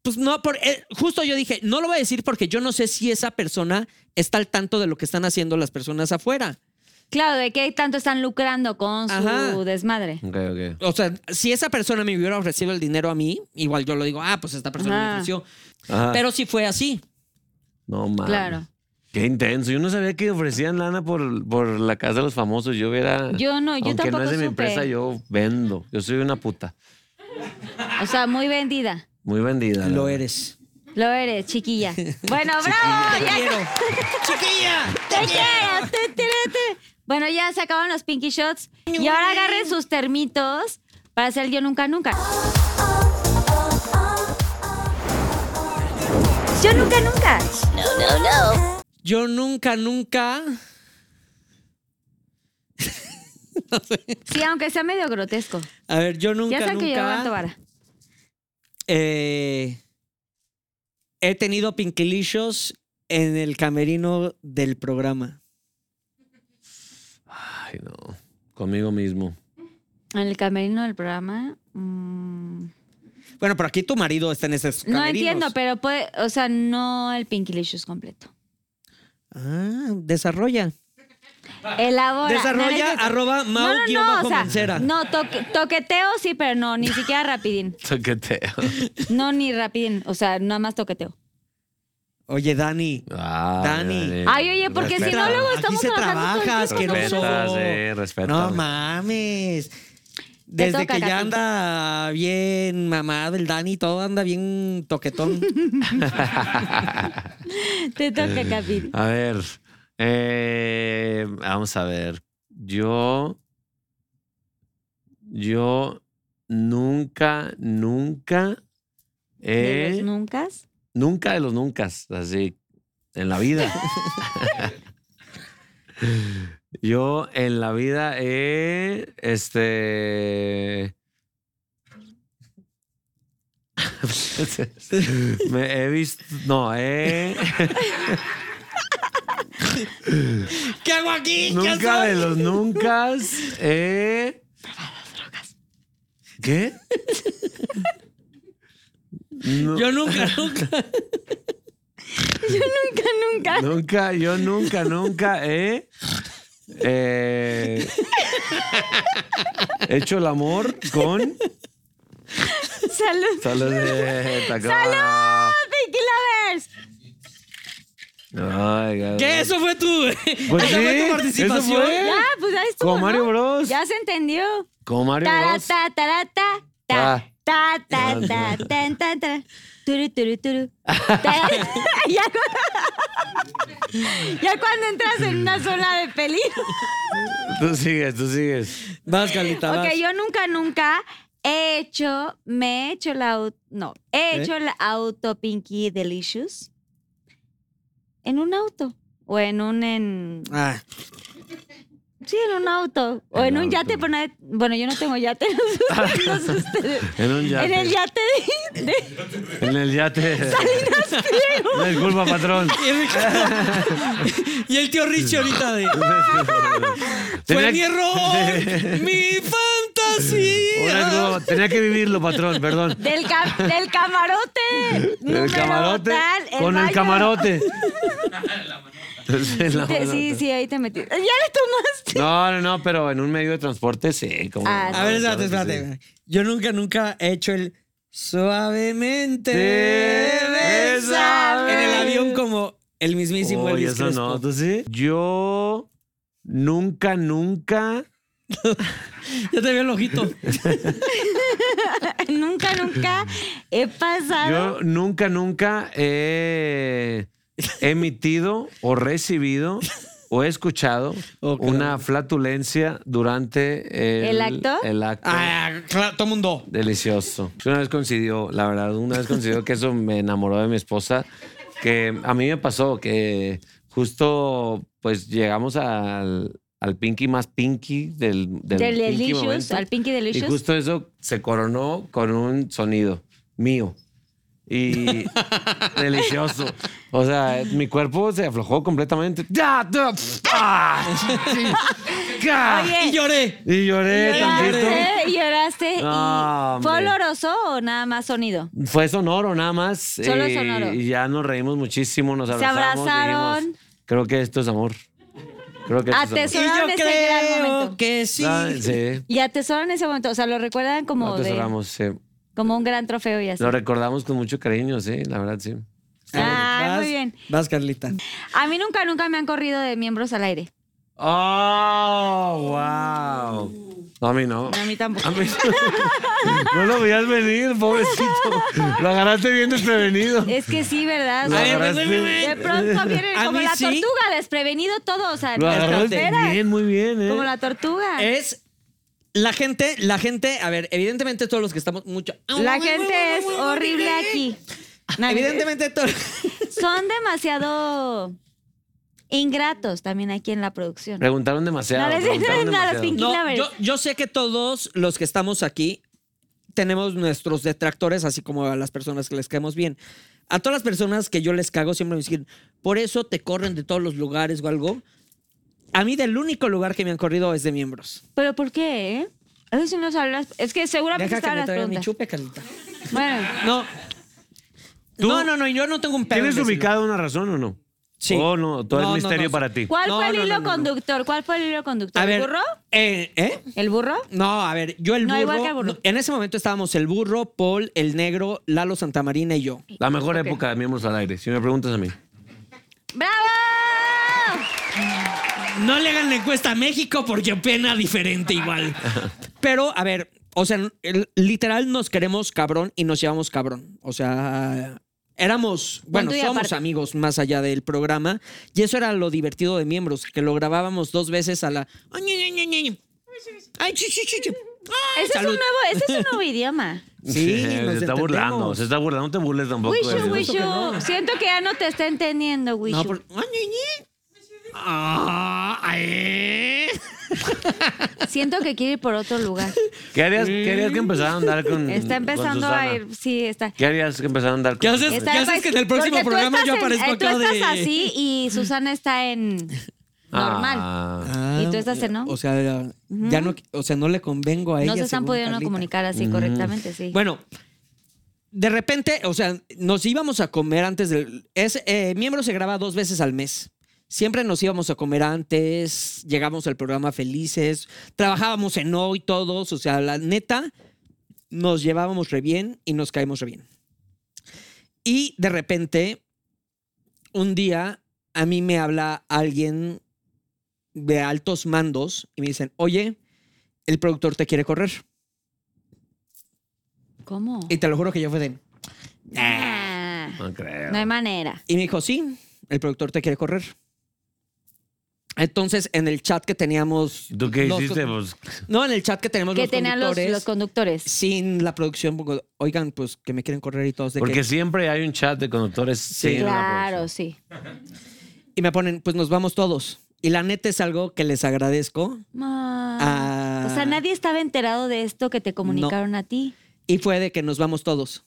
[SPEAKER 5] Pues no, por, eh, justo yo dije, no lo voy a decir porque yo no sé si esa persona está al tanto de lo que están haciendo las personas afuera.
[SPEAKER 3] Claro, de qué tanto están lucrando con su
[SPEAKER 5] Ajá.
[SPEAKER 3] desmadre.
[SPEAKER 7] Ok, ok.
[SPEAKER 5] O sea, si esa persona me hubiera ofrecido el dinero a mí, igual yo lo digo, ah, pues esta persona me
[SPEAKER 3] Ah.
[SPEAKER 5] ofreció.
[SPEAKER 7] Ajá.
[SPEAKER 5] Pero sí fue así.
[SPEAKER 7] no mames.
[SPEAKER 3] Claro.
[SPEAKER 7] Qué intenso. Yo no sabía que ofrecían lana por, por la casa de los famosos. Yo hubiera.
[SPEAKER 3] Yo no, yo
[SPEAKER 7] aunque
[SPEAKER 3] tampoco
[SPEAKER 7] no es de mi
[SPEAKER 3] supe.
[SPEAKER 7] empresa, yo vendo. Yo soy una puta.
[SPEAKER 3] O sea, muy vendida.
[SPEAKER 7] Muy vendida. la
[SPEAKER 5] Lo
[SPEAKER 7] verdad.
[SPEAKER 5] eres.
[SPEAKER 3] Lo eres, chiquilla. Bueno, bravo.
[SPEAKER 5] Te
[SPEAKER 3] ya-
[SPEAKER 5] quiero. Chiquilla,
[SPEAKER 3] te quiero, te- te- te- te. Bueno, ya se acabaron los pinky shots. Y ahora agarren sus termitos para hacer el yo nunca nunca.
[SPEAKER 11] Yo nunca, nunca.
[SPEAKER 5] Yo nunca, nunca.
[SPEAKER 3] Sí, aunque sea medio grotesco.
[SPEAKER 5] A ver, yo nunca,
[SPEAKER 3] ya saben que yo aguanto
[SPEAKER 5] nunca.
[SPEAKER 3] vara.
[SPEAKER 5] eh, he tenido pinquilillos en el camerino del programa.
[SPEAKER 7] Ay, no. Conmigo mismo.
[SPEAKER 3] En el camerino del programa. mm,
[SPEAKER 5] Bueno, pero aquí tu marido está en ese
[SPEAKER 3] No entiendo, pero puede. O sea, no el Pinkilicious completo.
[SPEAKER 5] Ah, desarrolla.
[SPEAKER 3] Elabora. No,
[SPEAKER 5] Desarrolla
[SPEAKER 3] no,
[SPEAKER 5] arroba
[SPEAKER 3] no,
[SPEAKER 5] mao guión
[SPEAKER 3] no, no,
[SPEAKER 5] bajo
[SPEAKER 3] o sea,
[SPEAKER 5] Mancera.
[SPEAKER 3] no, toque- toqueteo sí, pero no, ni siquiera rapidín.
[SPEAKER 7] Toqueteo.
[SPEAKER 3] No, ni rapidín. O sea, nada más toqueteo.
[SPEAKER 5] Oye, Dani.
[SPEAKER 7] Ah,
[SPEAKER 5] Dani.
[SPEAKER 3] Ay, oye, porque si no,
[SPEAKER 5] Respeta.
[SPEAKER 3] luego
[SPEAKER 5] Aquí
[SPEAKER 3] estamos
[SPEAKER 5] se
[SPEAKER 3] trabajando todo el
[SPEAKER 5] trabajas,
[SPEAKER 3] tiempo
[SPEAKER 5] que no
[SPEAKER 3] con-
[SPEAKER 7] Respetas,
[SPEAKER 5] soy-
[SPEAKER 7] eh, respetas.
[SPEAKER 5] No mames. Desde
[SPEAKER 3] toca,
[SPEAKER 5] que ya
[SPEAKER 3] Katy.
[SPEAKER 5] anda bien mamada el Dani, todo anda bien toquetón.
[SPEAKER 3] Te toca, Capi.
[SPEAKER 7] A ver. eh, vamos a ver. Yo. Yo nunca, nunca.
[SPEAKER 3] ¿De los
[SPEAKER 7] he-
[SPEAKER 3] nunca?
[SPEAKER 7] Nunca de los nunca. Así. En la vida. Yo en la vida he. Este. Me he visto. No, he.
[SPEAKER 5] ¿Qué hago aquí? ¿Qué
[SPEAKER 7] Nunca
[SPEAKER 5] soy?
[SPEAKER 7] de los nunca. Eh. ¿Qué? Nu-
[SPEAKER 5] Yo nunca, nunca.
[SPEAKER 3] Nunca, nunca.
[SPEAKER 7] nunca, yo nunca, nunca he eh, hecho el amor con.
[SPEAKER 3] Salud.
[SPEAKER 7] Salud. eh, tacón.
[SPEAKER 3] ¡Salud, Pinky Lovers!
[SPEAKER 7] Ay, God.
[SPEAKER 5] ¿Qué? Eso fue tu.
[SPEAKER 7] Pues
[SPEAKER 5] esa fue
[SPEAKER 7] sí,
[SPEAKER 5] tu
[SPEAKER 7] eso
[SPEAKER 5] participación.
[SPEAKER 7] fue.
[SPEAKER 3] Ya, pues ahí estuvo.
[SPEAKER 7] Con Mario
[SPEAKER 3] ¿no?
[SPEAKER 7] Bros.
[SPEAKER 3] Ya se entendió.
[SPEAKER 7] Con Mario Bros.
[SPEAKER 3] Tarata, tarata,
[SPEAKER 7] Ah.
[SPEAKER 3] ta, ta, ta, ta, tan, tan, tan. Turu, turu, turu. Ta- ya, cu- ya cuando entras en una zona de peligro.
[SPEAKER 7] Tú sigues, tú sigues.
[SPEAKER 5] Vas, Carlita,
[SPEAKER 3] Ok,
[SPEAKER 5] vas.
[SPEAKER 3] yo nunca, nunca he hecho, me he hecho la, au- no, he
[SPEAKER 5] ¿Eh?
[SPEAKER 3] hecho el auto Pinky Delicious en un auto o en un, en,
[SPEAKER 5] Ah,
[SPEAKER 3] sí, en un auto o en,
[SPEAKER 7] En
[SPEAKER 3] un
[SPEAKER 7] auto.
[SPEAKER 3] yate, pero no he- bueno, yo no tengo yate, no sé ustedes, no sé ustedes.
[SPEAKER 7] En un
[SPEAKER 3] En el yate de, de-
[SPEAKER 7] En el yate. Disculpa, patrón.
[SPEAKER 5] y, Ricardo- y el tío Richie ahorita de.
[SPEAKER 7] Tenía-
[SPEAKER 5] ¡Fue mi error! ¡Mi fantasía!
[SPEAKER 7] Ahora no, tenía que vivirlo, patrón, perdón.
[SPEAKER 3] del, ca- del camarote.
[SPEAKER 7] El
[SPEAKER 3] número
[SPEAKER 7] camarote.
[SPEAKER 3] tal,
[SPEAKER 7] con
[SPEAKER 3] baño.
[SPEAKER 7] el camarote. En la
[SPEAKER 3] Te- Sí,
[SPEAKER 7] manota.
[SPEAKER 3] sí, ahí te metí. Ya le tomaste.
[SPEAKER 7] No, no, no, pero en un medio de transporte sí. Como,
[SPEAKER 3] Ah,
[SPEAKER 5] A ver, espérate,
[SPEAKER 7] claro que
[SPEAKER 5] espérate. Yo nunca, nunca he hecho el suavemente.
[SPEAKER 7] Sí,
[SPEAKER 5] besame.
[SPEAKER 7] bésame.
[SPEAKER 5] En el avión como el
[SPEAKER 7] sí.
[SPEAKER 5] mismísimo
[SPEAKER 7] Oye,
[SPEAKER 5] Elvis
[SPEAKER 7] eso
[SPEAKER 5] Crespo.
[SPEAKER 7] no, ¿tú sí? Yo nunca, nunca.
[SPEAKER 5] Ya te veo el ojito.
[SPEAKER 3] Nunca, nunca he pasado.
[SPEAKER 7] Yo nunca, nunca he emitido o recibido o he escuchado
[SPEAKER 5] Oh, claro.
[SPEAKER 7] una flatulencia durante el,
[SPEAKER 3] ¿El acto?
[SPEAKER 7] el acto.
[SPEAKER 5] Ah, claro, todo mundo.
[SPEAKER 7] Delicioso. Una vez coincidió, la verdad, una vez coincidió que eso me enamoró de mi esposa, que a mí me pasó que justo pues llegamos al, al pinky más pinky del, del
[SPEAKER 3] del
[SPEAKER 7] pinky
[SPEAKER 3] Delicious,
[SPEAKER 7] momento.
[SPEAKER 3] al Pinky
[SPEAKER 7] Y
[SPEAKER 3] Delicious.
[SPEAKER 7] justo eso se coronó con un sonido mío. Y delicioso. O sea, mi cuerpo se aflojó completamente. ¡Ya! ¡Ah! ¡Sí! ¡Ah!
[SPEAKER 3] Oye,
[SPEAKER 5] Y lloré.
[SPEAKER 7] Y lloré tantito.
[SPEAKER 3] lloraste, lloraste y
[SPEAKER 7] No,
[SPEAKER 3] ¿fue
[SPEAKER 7] hombre.
[SPEAKER 3] oloroso o nada más sonido?
[SPEAKER 7] Fue sonoro nada más.
[SPEAKER 3] Solo
[SPEAKER 7] y,
[SPEAKER 3] sonoro.
[SPEAKER 7] y ya nos reímos muchísimo, nos
[SPEAKER 3] Se
[SPEAKER 7] abrazamos.
[SPEAKER 3] abrazaron.
[SPEAKER 7] dijimos, Creo que esto es amor. Creo que esto es
[SPEAKER 5] Y yo
[SPEAKER 3] Atesoraron ese gran
[SPEAKER 5] creo
[SPEAKER 3] momento.
[SPEAKER 5] que sí.
[SPEAKER 7] amor. Ah, sí.
[SPEAKER 3] Y atesoran ese momento, o sea, lo recuerdan como,
[SPEAKER 7] Lo
[SPEAKER 3] de-
[SPEAKER 7] atesoramos, sí.
[SPEAKER 3] como un gran trofeo y así.
[SPEAKER 7] Lo recordamos con mucho cariño, sí, la verdad, sí.
[SPEAKER 3] Ah,
[SPEAKER 5] Vas-
[SPEAKER 3] muy bien.
[SPEAKER 5] Vas, Carlita.
[SPEAKER 3] A mí nunca, nunca me han corrido de miembros al aire.
[SPEAKER 7] ¡Oh, wow! No, a mí no.
[SPEAKER 3] A mí tampoco.
[SPEAKER 7] A mí no. No lo veías venir, pobrecito. Lo agarraste bien desprevenido.
[SPEAKER 3] Es que sí, ¿verdad?
[SPEAKER 7] Lo
[SPEAKER 5] A ver,
[SPEAKER 7] agarraste-
[SPEAKER 5] ven, ven,
[SPEAKER 3] De pronto vienen
[SPEAKER 5] A
[SPEAKER 3] como
[SPEAKER 5] mí
[SPEAKER 3] la
[SPEAKER 5] sí.
[SPEAKER 3] tortuga, desprevenido todo, o sea,
[SPEAKER 7] Lo
[SPEAKER 3] la
[SPEAKER 7] agarraste
[SPEAKER 3] frontera,
[SPEAKER 7] bien, muy bien, ¿eh?
[SPEAKER 3] como la tortuga.
[SPEAKER 5] Es la gente, la gente, a ver, evidentemente todos los que estamos mucho.
[SPEAKER 3] La gente es horrible aquí. Nadie-
[SPEAKER 5] Evidentemente todos.
[SPEAKER 3] Son demasiado ingratos también aquí en la producción.
[SPEAKER 7] Preguntaron demasiado.
[SPEAKER 3] No les dicen
[SPEAKER 7] preguntaron
[SPEAKER 3] nada a
[SPEAKER 7] demasiado.
[SPEAKER 3] las pinky
[SPEAKER 5] No,
[SPEAKER 3] lovers.
[SPEAKER 5] yo, yo sé que todos los que estamos aquí tenemos nuestros detractores, así como a las personas que les caemos bien. A todas las personas que yo les cago siempre me dicen, por eso te corren de todos los lugares o algo. A mí del único lugar que me han corrido es de miembros.
[SPEAKER 3] ¿Pero por qué? eh? Eso sí no sabrás. Es que seguramente
[SPEAKER 5] Deja que
[SPEAKER 3] estaban
[SPEAKER 5] me
[SPEAKER 3] las
[SPEAKER 5] traigan mi
[SPEAKER 3] preguntas.
[SPEAKER 5] chupe, Carlita.
[SPEAKER 3] Bueno,
[SPEAKER 5] No. No, no, no, yo no tengo un pedo.
[SPEAKER 7] ¿Tienes
[SPEAKER 5] en decirlo.
[SPEAKER 7] ubicado una razón o no?
[SPEAKER 5] Sí.
[SPEAKER 7] Oh, no, todo
[SPEAKER 5] No, no,
[SPEAKER 7] es misterio
[SPEAKER 5] no.
[SPEAKER 7] para ti.
[SPEAKER 3] ¿cuál
[SPEAKER 5] No,
[SPEAKER 3] fue el
[SPEAKER 5] no,
[SPEAKER 3] hilo
[SPEAKER 5] no, no, no.
[SPEAKER 3] conductor? ¿Cuál fue el hilo conductor?
[SPEAKER 5] A ver,
[SPEAKER 3] ¿El burro?
[SPEAKER 5] Eh, ¿eh?
[SPEAKER 3] ¿El burro?
[SPEAKER 5] No, a ver, yo el
[SPEAKER 3] No,
[SPEAKER 5] burro.
[SPEAKER 3] igual que el burro.
[SPEAKER 5] no, En ese momento estábamos el burro, Paul, el negro, Lalo Santamarina y yo.
[SPEAKER 7] La mejor época de miembros al aire, si me preguntas a mí.
[SPEAKER 3] ¡Bravo!
[SPEAKER 5] No le hagan la encuesta a México porque pena diferente igual. Pero, a ver, o sea, el- literal nos queremos cabrón y nos llevamos cabrón. O sea, éramos, bueno,
[SPEAKER 3] Punto y
[SPEAKER 5] somos
[SPEAKER 3] aparte.
[SPEAKER 5] amigos más allá del programa. Y eso era lo divertido de miembros, que lo grabábamos dos veces a la... Ay, ay, ay, ay, ay. Ay, chi, chi, chi, chi.
[SPEAKER 3] Ese
[SPEAKER 5] Ay,
[SPEAKER 3] es, un
[SPEAKER 5] salud.
[SPEAKER 3] nuevo, ese es un nuevo idioma.
[SPEAKER 5] Sí,
[SPEAKER 7] se
[SPEAKER 5] nos
[SPEAKER 7] está
[SPEAKER 5] entendemos.
[SPEAKER 7] burlando, se está burlando. No te burles tampoco.
[SPEAKER 3] Wishu,
[SPEAKER 7] de-
[SPEAKER 3] wishu. Siento que ya no te está entendiendo, Wishu.
[SPEAKER 5] No, por- Ay, ay, ay. Ah, eh. ay.
[SPEAKER 3] Siento que quiere ir por otro lugar.
[SPEAKER 7] ¿Qué harías, qué harías que empezara a andar con
[SPEAKER 3] Está
[SPEAKER 7] con
[SPEAKER 3] empezando
[SPEAKER 7] Susana?
[SPEAKER 3] a ir. Sí, está.
[SPEAKER 7] ¿Qué harías que empezara a andar con
[SPEAKER 5] ¿Qué haces?
[SPEAKER 3] está
[SPEAKER 5] Ya
[SPEAKER 3] en
[SPEAKER 5] sabes
[SPEAKER 3] paz.
[SPEAKER 5] que en el próximo
[SPEAKER 3] Porque tú
[SPEAKER 5] programa yo
[SPEAKER 3] estás en-
[SPEAKER 5] aparezco
[SPEAKER 3] eh,
[SPEAKER 5] acá
[SPEAKER 3] Tú estás
[SPEAKER 5] de-
[SPEAKER 3] así y Susana está en normal.
[SPEAKER 7] Ah.
[SPEAKER 3] Y tú estás en no.
[SPEAKER 5] O sea, ya- ya no, o sea, no le convengo a ella.
[SPEAKER 3] no se Mm. están
[SPEAKER 5] según
[SPEAKER 3] pudiendo
[SPEAKER 5] Carlita.
[SPEAKER 3] comunicar así correctamente, sí.
[SPEAKER 5] Bueno, de repente, o sea, nos íbamos a comer antes del. Es, eh, miembro se graba dos veces al mes. Siempre nos íbamos a comer antes, llegamos al programa felices, trabajábamos en hoy todos, o sea, la neta, nos llevábamos re bien y nos caímos re bien. Y de repente, un día, a mí me habla alguien de altos mandos y me dicen, oye, el productor te quiere correr.
[SPEAKER 3] ¿Cómo?
[SPEAKER 5] Y te lo juro que yo fue de.
[SPEAKER 3] Ah,
[SPEAKER 7] No creo.
[SPEAKER 3] no hay manera.
[SPEAKER 5] Y me dijo, sí, el productor te quiere correr. Entonces, en el chat que teníamos.
[SPEAKER 7] ¿Y ¿Tú qué
[SPEAKER 5] los-
[SPEAKER 7] hiciste? Pues,
[SPEAKER 5] No, en el chat que teníamos
[SPEAKER 3] Que
[SPEAKER 5] los
[SPEAKER 3] tenían los,
[SPEAKER 5] conductores.
[SPEAKER 3] los conductores.
[SPEAKER 5] sin la producción, porque, oigan, pues que me quieren correr y todos de
[SPEAKER 7] porque
[SPEAKER 5] que.
[SPEAKER 7] siempre hay un chat de conductores. Sí,
[SPEAKER 3] Claro, sí.
[SPEAKER 5] Y me ponen, pues nos vamos todos. Y la neta es algo que les agradezco.
[SPEAKER 3] Ah.
[SPEAKER 5] Ah.
[SPEAKER 3] O sea, nadie estaba enterado de esto que te comunicaron a ti.
[SPEAKER 5] Y fue de que nos vamos todos.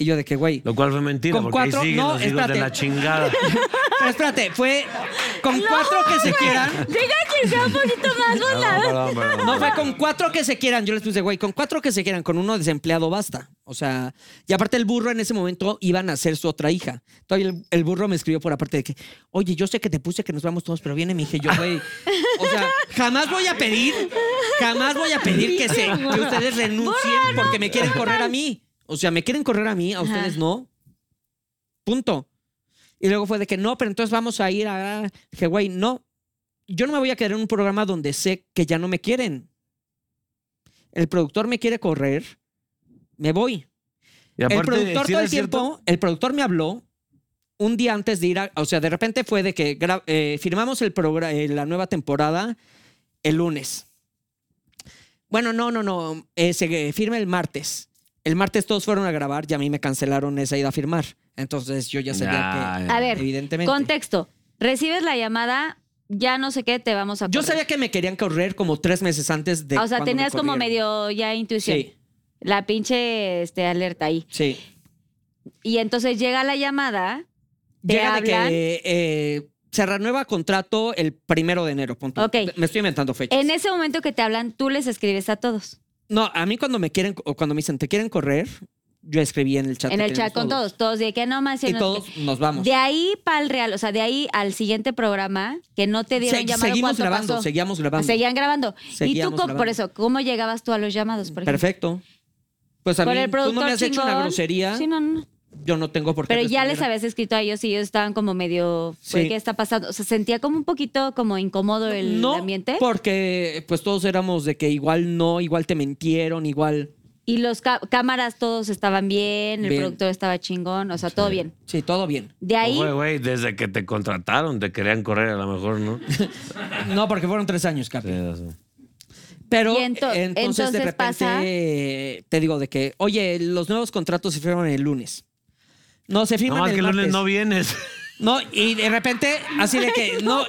[SPEAKER 5] Y yo de que, güey.
[SPEAKER 7] Lo cual fue mentira,
[SPEAKER 5] Con
[SPEAKER 7] porque
[SPEAKER 5] cuatro-
[SPEAKER 7] ahí siguen
[SPEAKER 5] no,
[SPEAKER 7] los hijos
[SPEAKER 5] espérate.
[SPEAKER 7] de la chingada.
[SPEAKER 5] Pero espérate, fue con cuatro que se quieran.
[SPEAKER 3] Diga que sea un poquito más
[SPEAKER 7] Perdón, perdón, perdón.
[SPEAKER 5] No, fue con cuatro que se quieran. Yo les puse, güey, con cuatro que se quieran, con uno desempleado basta. O sea, y aparte el burro en ese momento iba a nacer su otra hija. Entonces el, el burro me escribió por aparte de que, oye, yo sé que te puse que nos vamos todos, pero viene mi hija. Y yo, güey, o sea, jamás voy a pedir, jamás voy a pedir que, se, que ustedes renuncien porque me quieren correr a mí. O sea, me quieren correr a mí, a ustedes no. Punto. Y luego fue de que no, pero entonces vamos a ir a. Dije, güey, no. Yo no me voy a quedar en un programa donde sé que ya no me quieren. El productor me quiere correr, me voy.
[SPEAKER 7] Y aparte,
[SPEAKER 5] el productor
[SPEAKER 7] ¿sí
[SPEAKER 5] todo
[SPEAKER 7] era
[SPEAKER 5] el tiempo,
[SPEAKER 7] cierto?
[SPEAKER 5] el productor me habló un día antes de ir a. O sea, de repente fue de que gra- eh, firmamos el progra- eh, la nueva temporada el lunes. Bueno, no, no, no. eh, se eh, firma el martes. El martes todos fueron a grabar y a mí me cancelaron esa ida a firmar. Entonces yo ya sabía
[SPEAKER 7] Nah,
[SPEAKER 5] que.
[SPEAKER 3] A ver,
[SPEAKER 5] evidentemente.
[SPEAKER 3] contexto. Recibes la llamada, ya no sé qué, te vamos a
[SPEAKER 5] Yo
[SPEAKER 3] correr.
[SPEAKER 5] sabía que me querían correr como tres meses antes de.
[SPEAKER 3] Ah, O sea,
[SPEAKER 5] cuando me
[SPEAKER 3] tenías como
[SPEAKER 5] corrieron.
[SPEAKER 3] medio ya intuición.
[SPEAKER 5] Sí.
[SPEAKER 3] La pinche este, alerta ahí.
[SPEAKER 5] Sí.
[SPEAKER 3] Y entonces llega la llamada, te
[SPEAKER 5] Llega
[SPEAKER 3] hablan.
[SPEAKER 5] de que eh, se renueva contrato el primero de enero. Punto.
[SPEAKER 3] Ok.
[SPEAKER 5] Me estoy inventando fechas.
[SPEAKER 3] En ese momento que te hablan, tú les escribes a todos.
[SPEAKER 5] No, a mí cuando me quieren o cuando me dicen te quieren correr, yo escribí en el chat.
[SPEAKER 3] en
[SPEAKER 5] que
[SPEAKER 3] el chat
[SPEAKER 5] tenemos
[SPEAKER 3] con todos. Todos de que no más. no
[SPEAKER 5] Y
[SPEAKER 3] sé
[SPEAKER 5] todos nos
[SPEAKER 3] qué.
[SPEAKER 5] vamos.
[SPEAKER 3] De ahí para el real, o sea, de ahí al siguiente programa, que no te dieron
[SPEAKER 5] Se-
[SPEAKER 3] llamado.
[SPEAKER 5] seguimos
[SPEAKER 3] ¿cuánto
[SPEAKER 5] grabando,
[SPEAKER 3] pasó?
[SPEAKER 5] seguíamos grabando.
[SPEAKER 3] Seguían grabando. y tú,
[SPEAKER 5] Seguíamos
[SPEAKER 3] co- por
[SPEAKER 5] grabando.
[SPEAKER 3] eso, ¿cómo llegabas tú a los llamados? Por ejemplo?
[SPEAKER 5] Perfecto. Pues a
[SPEAKER 3] Con
[SPEAKER 5] mí
[SPEAKER 3] el
[SPEAKER 5] tú
[SPEAKER 3] productor
[SPEAKER 5] no me has hecho una
[SPEAKER 3] chingón.
[SPEAKER 5] grosería.
[SPEAKER 3] Sí, no, no.
[SPEAKER 5] Yo no tengo por qué.
[SPEAKER 3] Pero ya les
[SPEAKER 5] responder.
[SPEAKER 3] habías escrito a ellos y ellos estaban como medio, güey,
[SPEAKER 5] Sí.
[SPEAKER 3] ¿qué está pasando? O sea, sentía como un poquito como incómodo el
[SPEAKER 5] no,
[SPEAKER 3] ambiente.
[SPEAKER 5] porque pues todos éramos de que igual no, igual te mintieron, igual.
[SPEAKER 3] Y los ca- cámaras todos estaban bien, el
[SPEAKER 5] Bien.
[SPEAKER 3] productor estaba chingón, o sea, todo bien.
[SPEAKER 5] Sí, todo bien.
[SPEAKER 3] De ahí,
[SPEAKER 7] Güey, güey, desde que te contrataron te querían correr, a lo mejor, ¿no?
[SPEAKER 5] No, porque fueron tres años, Capi.
[SPEAKER 7] Sí, sí.
[SPEAKER 5] Pero
[SPEAKER 3] Y ento-
[SPEAKER 5] entonces, de
[SPEAKER 3] entonces
[SPEAKER 5] repente
[SPEAKER 3] pasa-
[SPEAKER 5] te digo de que, oye, los nuevos contratos se firman el lunes. No, se
[SPEAKER 7] No
[SPEAKER 5] firman
[SPEAKER 7] más
[SPEAKER 5] el
[SPEAKER 7] que el lunes
[SPEAKER 5] martes.
[SPEAKER 7] no vienes.
[SPEAKER 5] No, y de repente, así de que, no,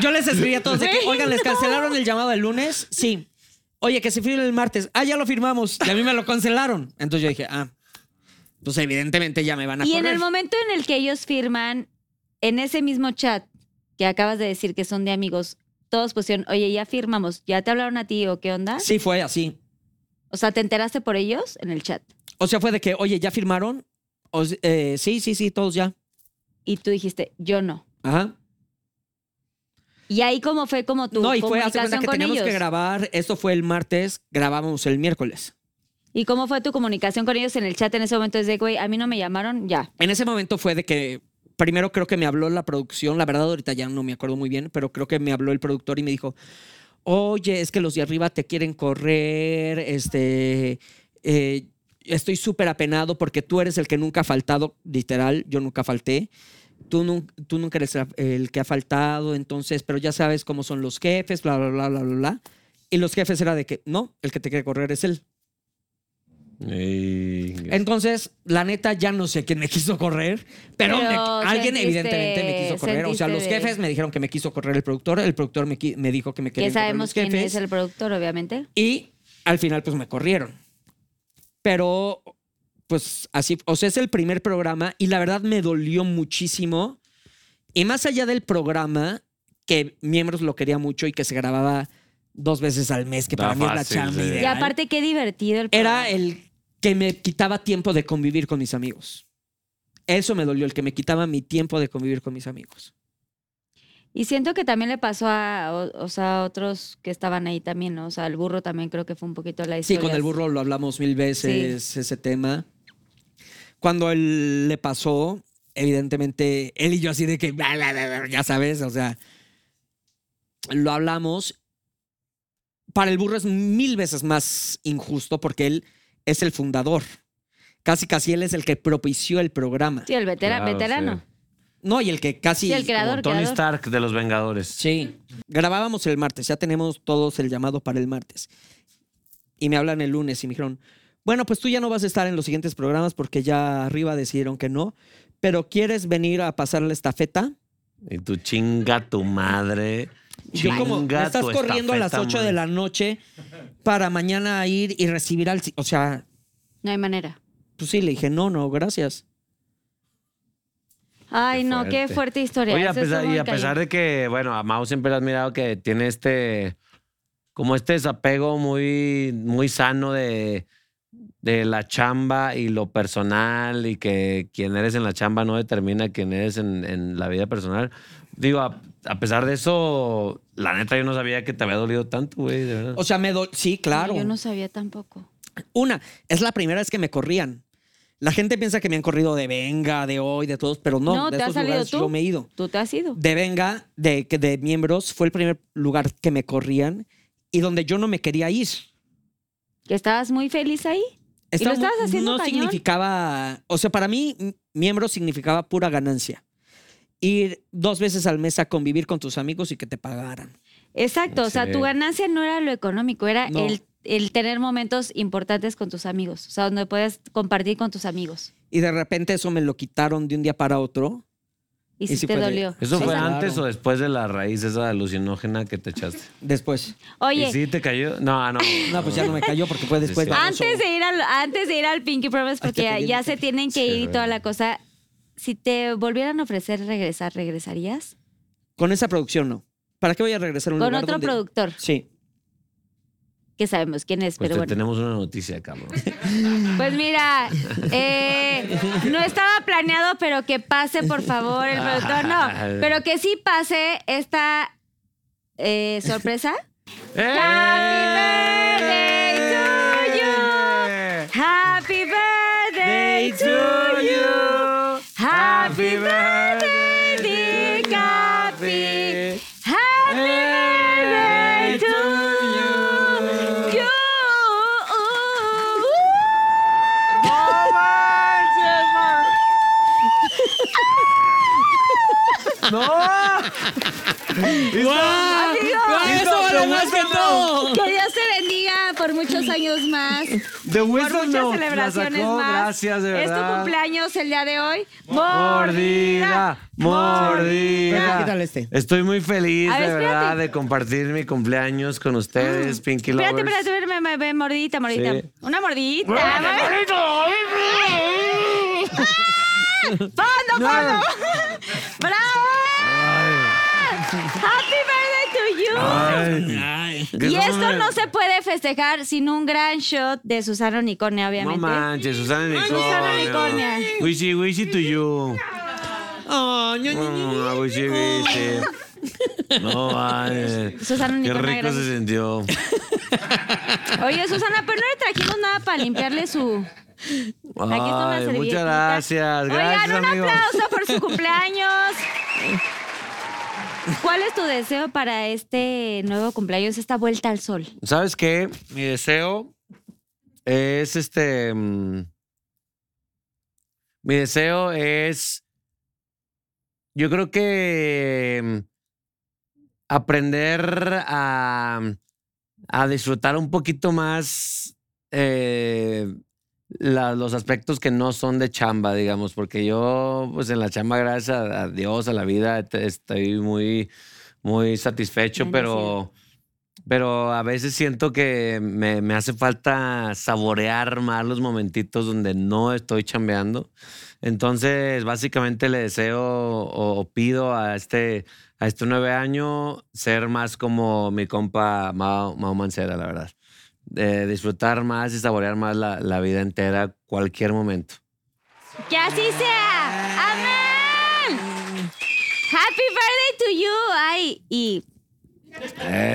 [SPEAKER 5] yo les escribí a todos de que, oigan, ¿les cancelaron el llamado el lunes? Sí. Oye, que se firme el martes. Ah, ya lo firmamos. Y a mí me lo cancelaron. Entonces yo dije, ah, pues evidentemente ya me van a
[SPEAKER 3] Y en
[SPEAKER 5] correr.
[SPEAKER 3] el momento en el que ellos firman, en ese mismo chat que acabas de decir que son de amigos, todos pusieron, oye, ya firmamos, ya te hablaron a ti o qué onda.
[SPEAKER 5] Sí, fue así.
[SPEAKER 3] O sea, ¿te enteraste por ellos en el chat?
[SPEAKER 5] O sea, fue de que, oye, ¿ya firmaron? O s- eh, sí, sí, sí, todos ya.
[SPEAKER 3] Y tú dijiste, yo no.
[SPEAKER 5] Ajá.
[SPEAKER 3] Y ahí como fue como tu
[SPEAKER 5] No, y fue hace
[SPEAKER 3] comunicación
[SPEAKER 5] cuenta que
[SPEAKER 3] con
[SPEAKER 5] teníamos
[SPEAKER 3] ellos.
[SPEAKER 5] que grabar. Esto fue el martes, grabamos el miércoles.
[SPEAKER 3] ¿Y cómo fue tu comunicación con ellos en el chat en ese momento? Es de, güey, a mí no me llamaron, ya.
[SPEAKER 5] En ese momento fue de que primero creo que me habló la producción, la verdad ahorita ya no me acuerdo muy bien, pero creo que me habló el productor y me dijo, oye, es que los de arriba te quieren correr, este, eh, estoy súper apenado porque tú eres el que nunca ha faltado, literal, yo nunca falté. Tú, nun- tú nunca eres la- el que ha faltado, entonces, pero ya sabes cómo son los jefes, bla, bla, bla, bla, bla, bla. Y los jefes era de que, no, el que te quiere correr es él. Entonces, la neta, ya no sé quién me quiso correr, pero,
[SPEAKER 3] Pero
[SPEAKER 5] me- alguien
[SPEAKER 3] sentiste-
[SPEAKER 5] evidentemente me quiso correr. O sea, los
[SPEAKER 3] sentiste-
[SPEAKER 5] jefes me dijeron que me quiso correr el productor, el productor me, qui- me dijo que me quería
[SPEAKER 3] Que sabemos
[SPEAKER 5] correr
[SPEAKER 3] quién
[SPEAKER 5] los jefes.
[SPEAKER 3] es el productor, obviamente.
[SPEAKER 5] Y al final, pues me corrieron. Pero, pues así, o sea, es el primer programa y la verdad me dolió muchísimo. Y más allá del programa, que miembros lo quería mucho y que se grababa dos veces al mes, que
[SPEAKER 7] Da
[SPEAKER 5] para mí es la
[SPEAKER 7] fácil,
[SPEAKER 5] chamba
[SPEAKER 7] sí.
[SPEAKER 5] ideal,
[SPEAKER 3] Y aparte, qué divertido el
[SPEAKER 5] Era
[SPEAKER 3] programa.
[SPEAKER 5] el que me quitaba tiempo de convivir con mis amigos. Eso me dolió, el que me quitaba mi tiempo de convivir con mis amigos.
[SPEAKER 3] Y siento que también le pasó a, o, o sea, a otros que estaban ahí también, ¿no? O sea, el burro también creo que fue un poquito la
[SPEAKER 5] Sí,
[SPEAKER 3] historia.
[SPEAKER 5] con el burro lo hablamos mil veces, ese tema. Cuando él le pasó, evidentemente, él y yo así de que, "Bla, bla, bla, bla", ya sabes, o sea, lo hablamos. Para el burro es mil veces más injusto porque él es el fundador. Casi, casi él es el que propició el programa.
[SPEAKER 3] Sí, el vetera-
[SPEAKER 7] Claro,
[SPEAKER 3] veterano.
[SPEAKER 7] sí.
[SPEAKER 5] No, y el que casi...
[SPEAKER 3] Sí, el creador.
[SPEAKER 7] Tony
[SPEAKER 3] creador.
[SPEAKER 7] Stark de los Vengadores.
[SPEAKER 5] Sí. Grabábamos el martes, ya tenemos todos el llamado para el martes. Y me hablan el lunes y me dijeron, bueno, pues tú ya no vas a estar en los siguientes programas porque ya arriba decidieron que no, pero ¿quieres venir a pasar la estafeta?
[SPEAKER 7] Y tú chinga tu madre.
[SPEAKER 5] Y Yo como, me
[SPEAKER 7] chinga
[SPEAKER 5] estás
[SPEAKER 7] tu
[SPEAKER 5] corriendo a las
[SPEAKER 7] estafeta,
[SPEAKER 5] 8
[SPEAKER 7] madre.
[SPEAKER 5] de la noche para mañana ir y recibir al... O sea,
[SPEAKER 3] No hay manera.
[SPEAKER 5] pues sí, le dije, no, no, gracias.
[SPEAKER 3] Ay, no, qué
[SPEAKER 7] fuerte.
[SPEAKER 3] fuerte historia.
[SPEAKER 7] Oye, a
[SPEAKER 3] Eso
[SPEAKER 7] pesar-
[SPEAKER 3] estuvo
[SPEAKER 7] y a
[SPEAKER 3] muy
[SPEAKER 7] pesar de que, bueno, a Mao siempre lo has mirado que tiene este, como este desapego muy, muy sano de, de la chamba y lo personal y que quien eres en la chamba no determina quién eres en, en la vida personal. Digo, a, a pesar de eso, la neta yo no sabía que te había dolido tanto, güey, de verdad.
[SPEAKER 5] O sea, me... do- Sí,
[SPEAKER 3] caliente.
[SPEAKER 5] claro.
[SPEAKER 3] Yo no sabía tampoco.
[SPEAKER 5] Una, es la primera vez que me corrían. La gente piensa que me han corrido de venga, de hoy, de todos, pero no,
[SPEAKER 3] No,
[SPEAKER 5] de
[SPEAKER 3] ¿te has
[SPEAKER 5] esos
[SPEAKER 3] salido
[SPEAKER 5] lugares
[SPEAKER 3] tú?
[SPEAKER 5] yo me he ido.
[SPEAKER 3] Tú te has ido.
[SPEAKER 5] de Venga, de, que de miembros, fue el primer lugar que me corrían y donde yo no me quería ir.
[SPEAKER 3] Que estabas muy feliz ahí. ¿Y lo estabas haciendo
[SPEAKER 5] No
[SPEAKER 3] cañón?
[SPEAKER 5] significaba, o sea, para mí, m- miembro significaba pura ganancia. Ir dos veces al mes a convivir con tus amigos y que te pagaran.
[SPEAKER 3] Exacto. O sea,
[SPEAKER 7] Sí.
[SPEAKER 3] tu ganancia no era lo económico, era
[SPEAKER 5] No.
[SPEAKER 3] el, el tener momentos importantes con tus amigos. O sea, donde puedes compartir con tus amigos.
[SPEAKER 5] Y de repente eso me lo quitaron de un día para otro.
[SPEAKER 3] Y,
[SPEAKER 5] Y
[SPEAKER 3] si
[SPEAKER 5] sí
[SPEAKER 3] te
[SPEAKER 5] fue de-
[SPEAKER 3] dolió.
[SPEAKER 7] ¿Eso fue
[SPEAKER 5] Exacto.
[SPEAKER 7] antes o después de la raíz esa alucinógena que te echaste?
[SPEAKER 5] Después.
[SPEAKER 3] Oye,
[SPEAKER 7] ¿Y sí te cayó? No, no.
[SPEAKER 5] No, pues ya no me cayó porque fue después.
[SPEAKER 7] Sí, sí.
[SPEAKER 5] baboso.
[SPEAKER 3] Antes de ir al, antes de ir al Pinky Promise, porque
[SPEAKER 5] Ay,
[SPEAKER 3] ya,
[SPEAKER 5] qué
[SPEAKER 3] ya
[SPEAKER 5] bien.
[SPEAKER 3] se tienen que ir y
[SPEAKER 7] Sí.
[SPEAKER 3] toda la cosa. Si te volvieran a ofrecer regresar, ¿regresarías?
[SPEAKER 5] Con esa producción no. ¿Para qué voy a regresar a un
[SPEAKER 3] Con
[SPEAKER 5] lugar
[SPEAKER 3] otro
[SPEAKER 5] donde-
[SPEAKER 3] productor,
[SPEAKER 5] Sí.
[SPEAKER 3] que sabemos quién es,
[SPEAKER 7] Pues
[SPEAKER 3] pero
[SPEAKER 7] te
[SPEAKER 3] bueno.
[SPEAKER 7] tenemos una noticia, cabrón.
[SPEAKER 3] Pues mira, eh, no estaba planeado, pero que pase, por favor, el productor, no. Pero que sí pase esta eh, sorpresa. ¡Happy birthday to you! ¡Happy birthday to you! ¡Happy birthday, dear Capi! ¡Happy birthday to you!
[SPEAKER 5] ¡Eso vale más que todo!
[SPEAKER 3] Que Dios te bendiga por muchos años más.
[SPEAKER 7] The
[SPEAKER 3] Por
[SPEAKER 7] Wizard
[SPEAKER 3] muchas
[SPEAKER 7] no, la
[SPEAKER 3] celebraciones
[SPEAKER 7] sacó,
[SPEAKER 3] más.
[SPEAKER 7] Gracias, de
[SPEAKER 3] Es tu
[SPEAKER 7] verdad.
[SPEAKER 3] cumpleaños el día de hoy.
[SPEAKER 7] Mordida, mordida.
[SPEAKER 5] Espera, quítale este.
[SPEAKER 7] Estoy muy feliz,
[SPEAKER 3] A ver,
[SPEAKER 7] de verdad,
[SPEAKER 3] espérate. Mm.
[SPEAKER 7] de compartir mi cumpleaños con ustedes, Pinky
[SPEAKER 3] Espérate,
[SPEAKER 7] Lovers.
[SPEAKER 3] espérate, espérate, me- me- me- mordidita, mordidita.
[SPEAKER 7] Sí.
[SPEAKER 3] Una mordidita. ¡Fondo, fondo! ¡Bravo! ¡Happy birthday to you!
[SPEAKER 7] Ay.
[SPEAKER 5] Ay.
[SPEAKER 7] Ah, Que
[SPEAKER 3] Y
[SPEAKER 7] no
[SPEAKER 3] esto
[SPEAKER 7] mames.
[SPEAKER 3] no se puede festejar sin un gran shot de Susana Unicornia,
[SPEAKER 7] No
[SPEAKER 3] obviamente.
[SPEAKER 7] manches, Susana Unicornia.
[SPEAKER 3] Susana Unicornia.
[SPEAKER 7] Wishy, wishy to you.
[SPEAKER 5] Oh, ño, ño, ño.
[SPEAKER 7] Ah, wishy, wishy. No mames.
[SPEAKER 3] Susana
[SPEAKER 7] Qué
[SPEAKER 3] Unicornia,
[SPEAKER 7] rico
[SPEAKER 3] gracias.
[SPEAKER 7] se sintió.
[SPEAKER 3] Oye, Susana, pero no le trajimos nada para limpiarle su. Aquí está una
[SPEAKER 7] Ay,
[SPEAKER 3] servilletita.
[SPEAKER 7] muchas gracias. Gracias,
[SPEAKER 3] Oigan, un
[SPEAKER 7] amigo.
[SPEAKER 3] aplauso por su cumpleaños. ¿Cuál es tu deseo para este nuevo cumpleaños, esta vuelta al sol?
[SPEAKER 7] ¿Sabes qué? Mi deseo es este. mm, Mi deseo es. Yo creo que. mm, Aprender a. A disfrutar un poquito más. eh, la- los aspectos que no son de chamba, digamos, porque yo, pues en la chamba, gracias a, a Dios, a la vida, te- estoy muy, muy satisfecho, pero, pero a veces siento que me, me hace falta saborear más los momentitos donde no estoy chambeando. Entonces, básicamente le deseo o, o pido a este, a este nueve año ser más como mi compa Mao, Mao Mancera, la verdad eh, disfrutar más y saborear más la, la vida entera, cualquier momento.
[SPEAKER 3] ¡Que así sea! ¡Amén! ¡Happy birthday to you! ¡Ay! Y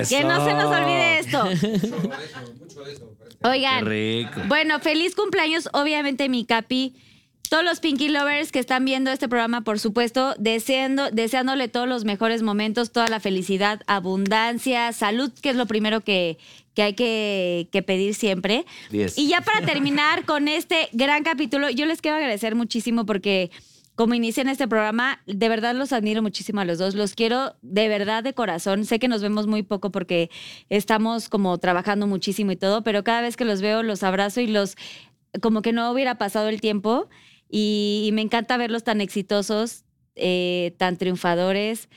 [SPEAKER 3] que no se nos olvide esto.
[SPEAKER 7] Qué
[SPEAKER 3] Oigan,
[SPEAKER 7] rico.
[SPEAKER 3] Bueno, feliz cumpleaños, obviamente, mi Capi. Todos los Pinky Lovers que están viendo este programa, por supuesto, deseando, deseándole todos los mejores momentos, toda la felicidad, abundancia, salud, que es lo primero que, que hay que, que pedir siempre.
[SPEAKER 7] Diez.
[SPEAKER 3] Y ya para terminar con este gran capítulo, yo les quiero agradecer muchísimo porque como inician este programa, de verdad los admiro muchísimo a los dos, los quiero de verdad de corazón. Sé que nos vemos muy poco porque estamos como trabajando muchísimo y todo, pero cada vez que los veo los abrazo y los como que no hubiera pasado el tiempo y, y me encanta verlos tan exitosos, eh, tan triunfadores,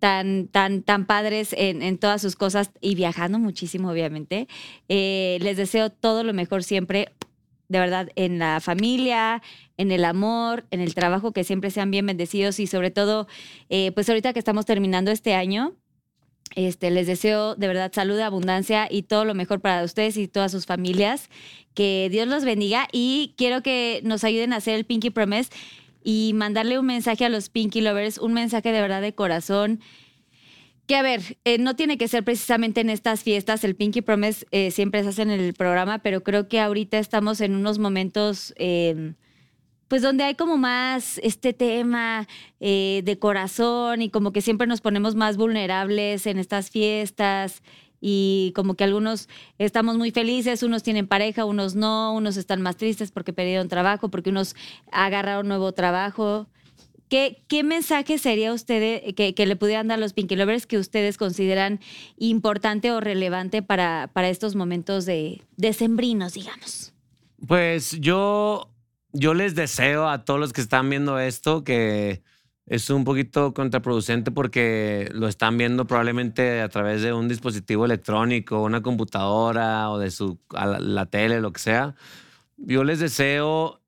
[SPEAKER 3] tan, tan, tan padres en, en todas sus cosas y viajando muchísimo, obviamente. Eh, les deseo todo lo mejor siempre, de verdad, en la familia, en el amor, en el trabajo, que siempre sean bien bendecidos y sobre todo, eh, pues ahorita que estamos terminando este año. Este, les deseo de verdad salud, abundancia y todo lo mejor para ustedes y todas sus familias. Que Dios los bendiga y quiero que nos ayuden a hacer el Pinky Promise y mandarle un mensaje a los Pinky Lovers, un mensaje de verdad de corazón. Que a ver, eh, no tiene que ser precisamente en estas fiestas, el Pinky Promise eh, siempre se hace en el programa, pero creo que ahorita estamos en unos momentos, eh, pues donde hay como más este tema eh, de corazón y como que siempre nos ponemos más vulnerables en estas fiestas y como que algunos estamos muy felices, unos tienen pareja, unos no, unos están más tristes porque perdieron trabajo, porque unos agarraron nuevo trabajo. ¿Qué, qué mensaje sería ustedes que, que le pudieran dar a los Pinky Lovers que ustedes consideran importante o relevante para, para estos momentos de decembrinos, digamos?
[SPEAKER 7] Pues yo, yo les deseo a todos los que están viendo esto que es un poquito contraproducente porque lo están viendo probablemente a través de un dispositivo electrónico, una computadora o de su, a la, la tele, lo que sea. Yo les deseo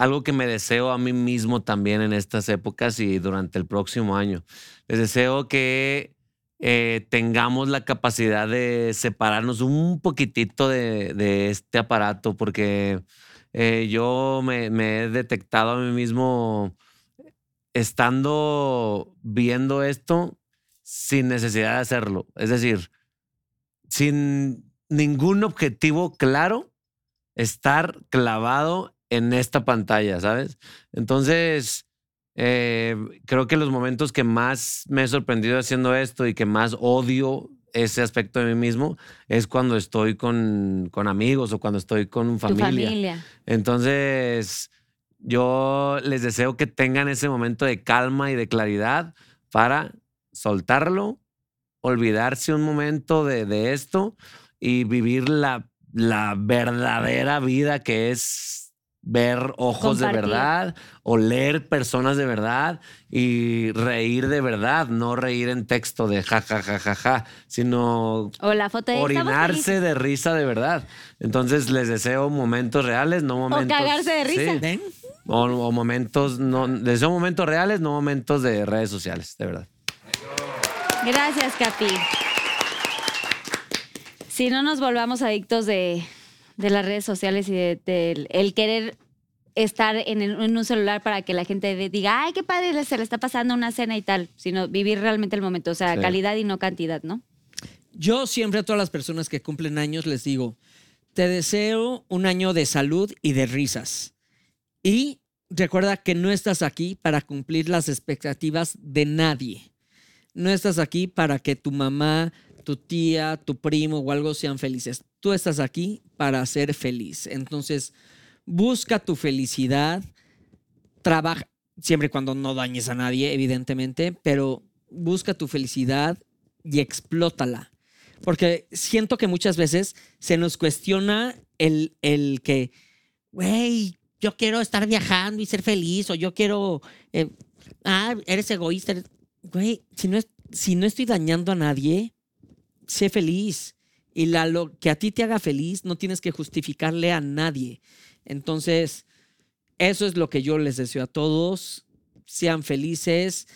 [SPEAKER 7] algo que me deseo a mí mismo también en estas épocas y durante el próximo año. Les deseo que eh, tengamos la capacidad de separarnos un poquitito de, de este aparato, porque eh, yo me, me he detectado a mí mismo estando viendo esto sin necesidad de hacerlo. Es decir, sin ningún objetivo claro, estar clavado en esta pantalla, ¿sabes? Entonces, eh, creo que los momentos que más me he sorprendido haciendo esto y que más odio ese aspecto de mí mismo es cuando estoy con, con amigos o cuando estoy con
[SPEAKER 3] Tu
[SPEAKER 7] familia.
[SPEAKER 3] familia.
[SPEAKER 7] Entonces, yo les deseo que tengan ese momento de calma y de claridad para soltarlo, olvidarse un momento de, de esto y vivir la, la verdadera vida que es ver ojos de
[SPEAKER 3] Compartir.
[SPEAKER 7] verdad, oler personas de verdad y reír de verdad, no reír en texto de ja, ja, ja, ja, ja, sino
[SPEAKER 3] O la foto de estamos felices.
[SPEAKER 7] orinarse de risa de verdad. Entonces les deseo momentos reales, no momentos.
[SPEAKER 3] cagarse de
[SPEAKER 7] Ah, Sí.
[SPEAKER 3] risa.
[SPEAKER 5] ¿Ven?
[SPEAKER 7] O, o momentos, no, son momentos reales, no momentos de redes sociales, de verdad.
[SPEAKER 3] Gracias, Capi. Si no nos volvamos adictos de, de las redes sociales y del de, el querer estar en, el- en un celular para que la gente de- diga, ay, qué padre, se le está pasando una cena y tal, sino vivir realmente el momento, o sea,
[SPEAKER 7] Sí.
[SPEAKER 3] calidad y no cantidad, ¿no?
[SPEAKER 5] Yo siempre a todas las personas que cumplen años les digo, te deseo un año de salud y de risas. Y recuerda que no estás aquí para cumplir las expectativas de nadie. No estás aquí para que tu mamá, tu tía, tu primo o algo sean felices. Tú estás aquí para ser feliz. Entonces, busca tu felicidad, trabaja, siempre y cuando no dañes a nadie, evidentemente, pero busca tu felicidad y explótala. Porque siento que muchas veces se nos cuestiona el, el que, güey, yo quiero estar viajando y ser feliz, o yo quiero, eh, ah, eres egoísta. eres-". Güey, si no, es- si no estoy dañando a nadie, sé feliz. Y la, lo que a ti te haga feliz no tienes que justificarle a nadie. Entonces, eso es lo que yo les deseo a todos. Sean felices,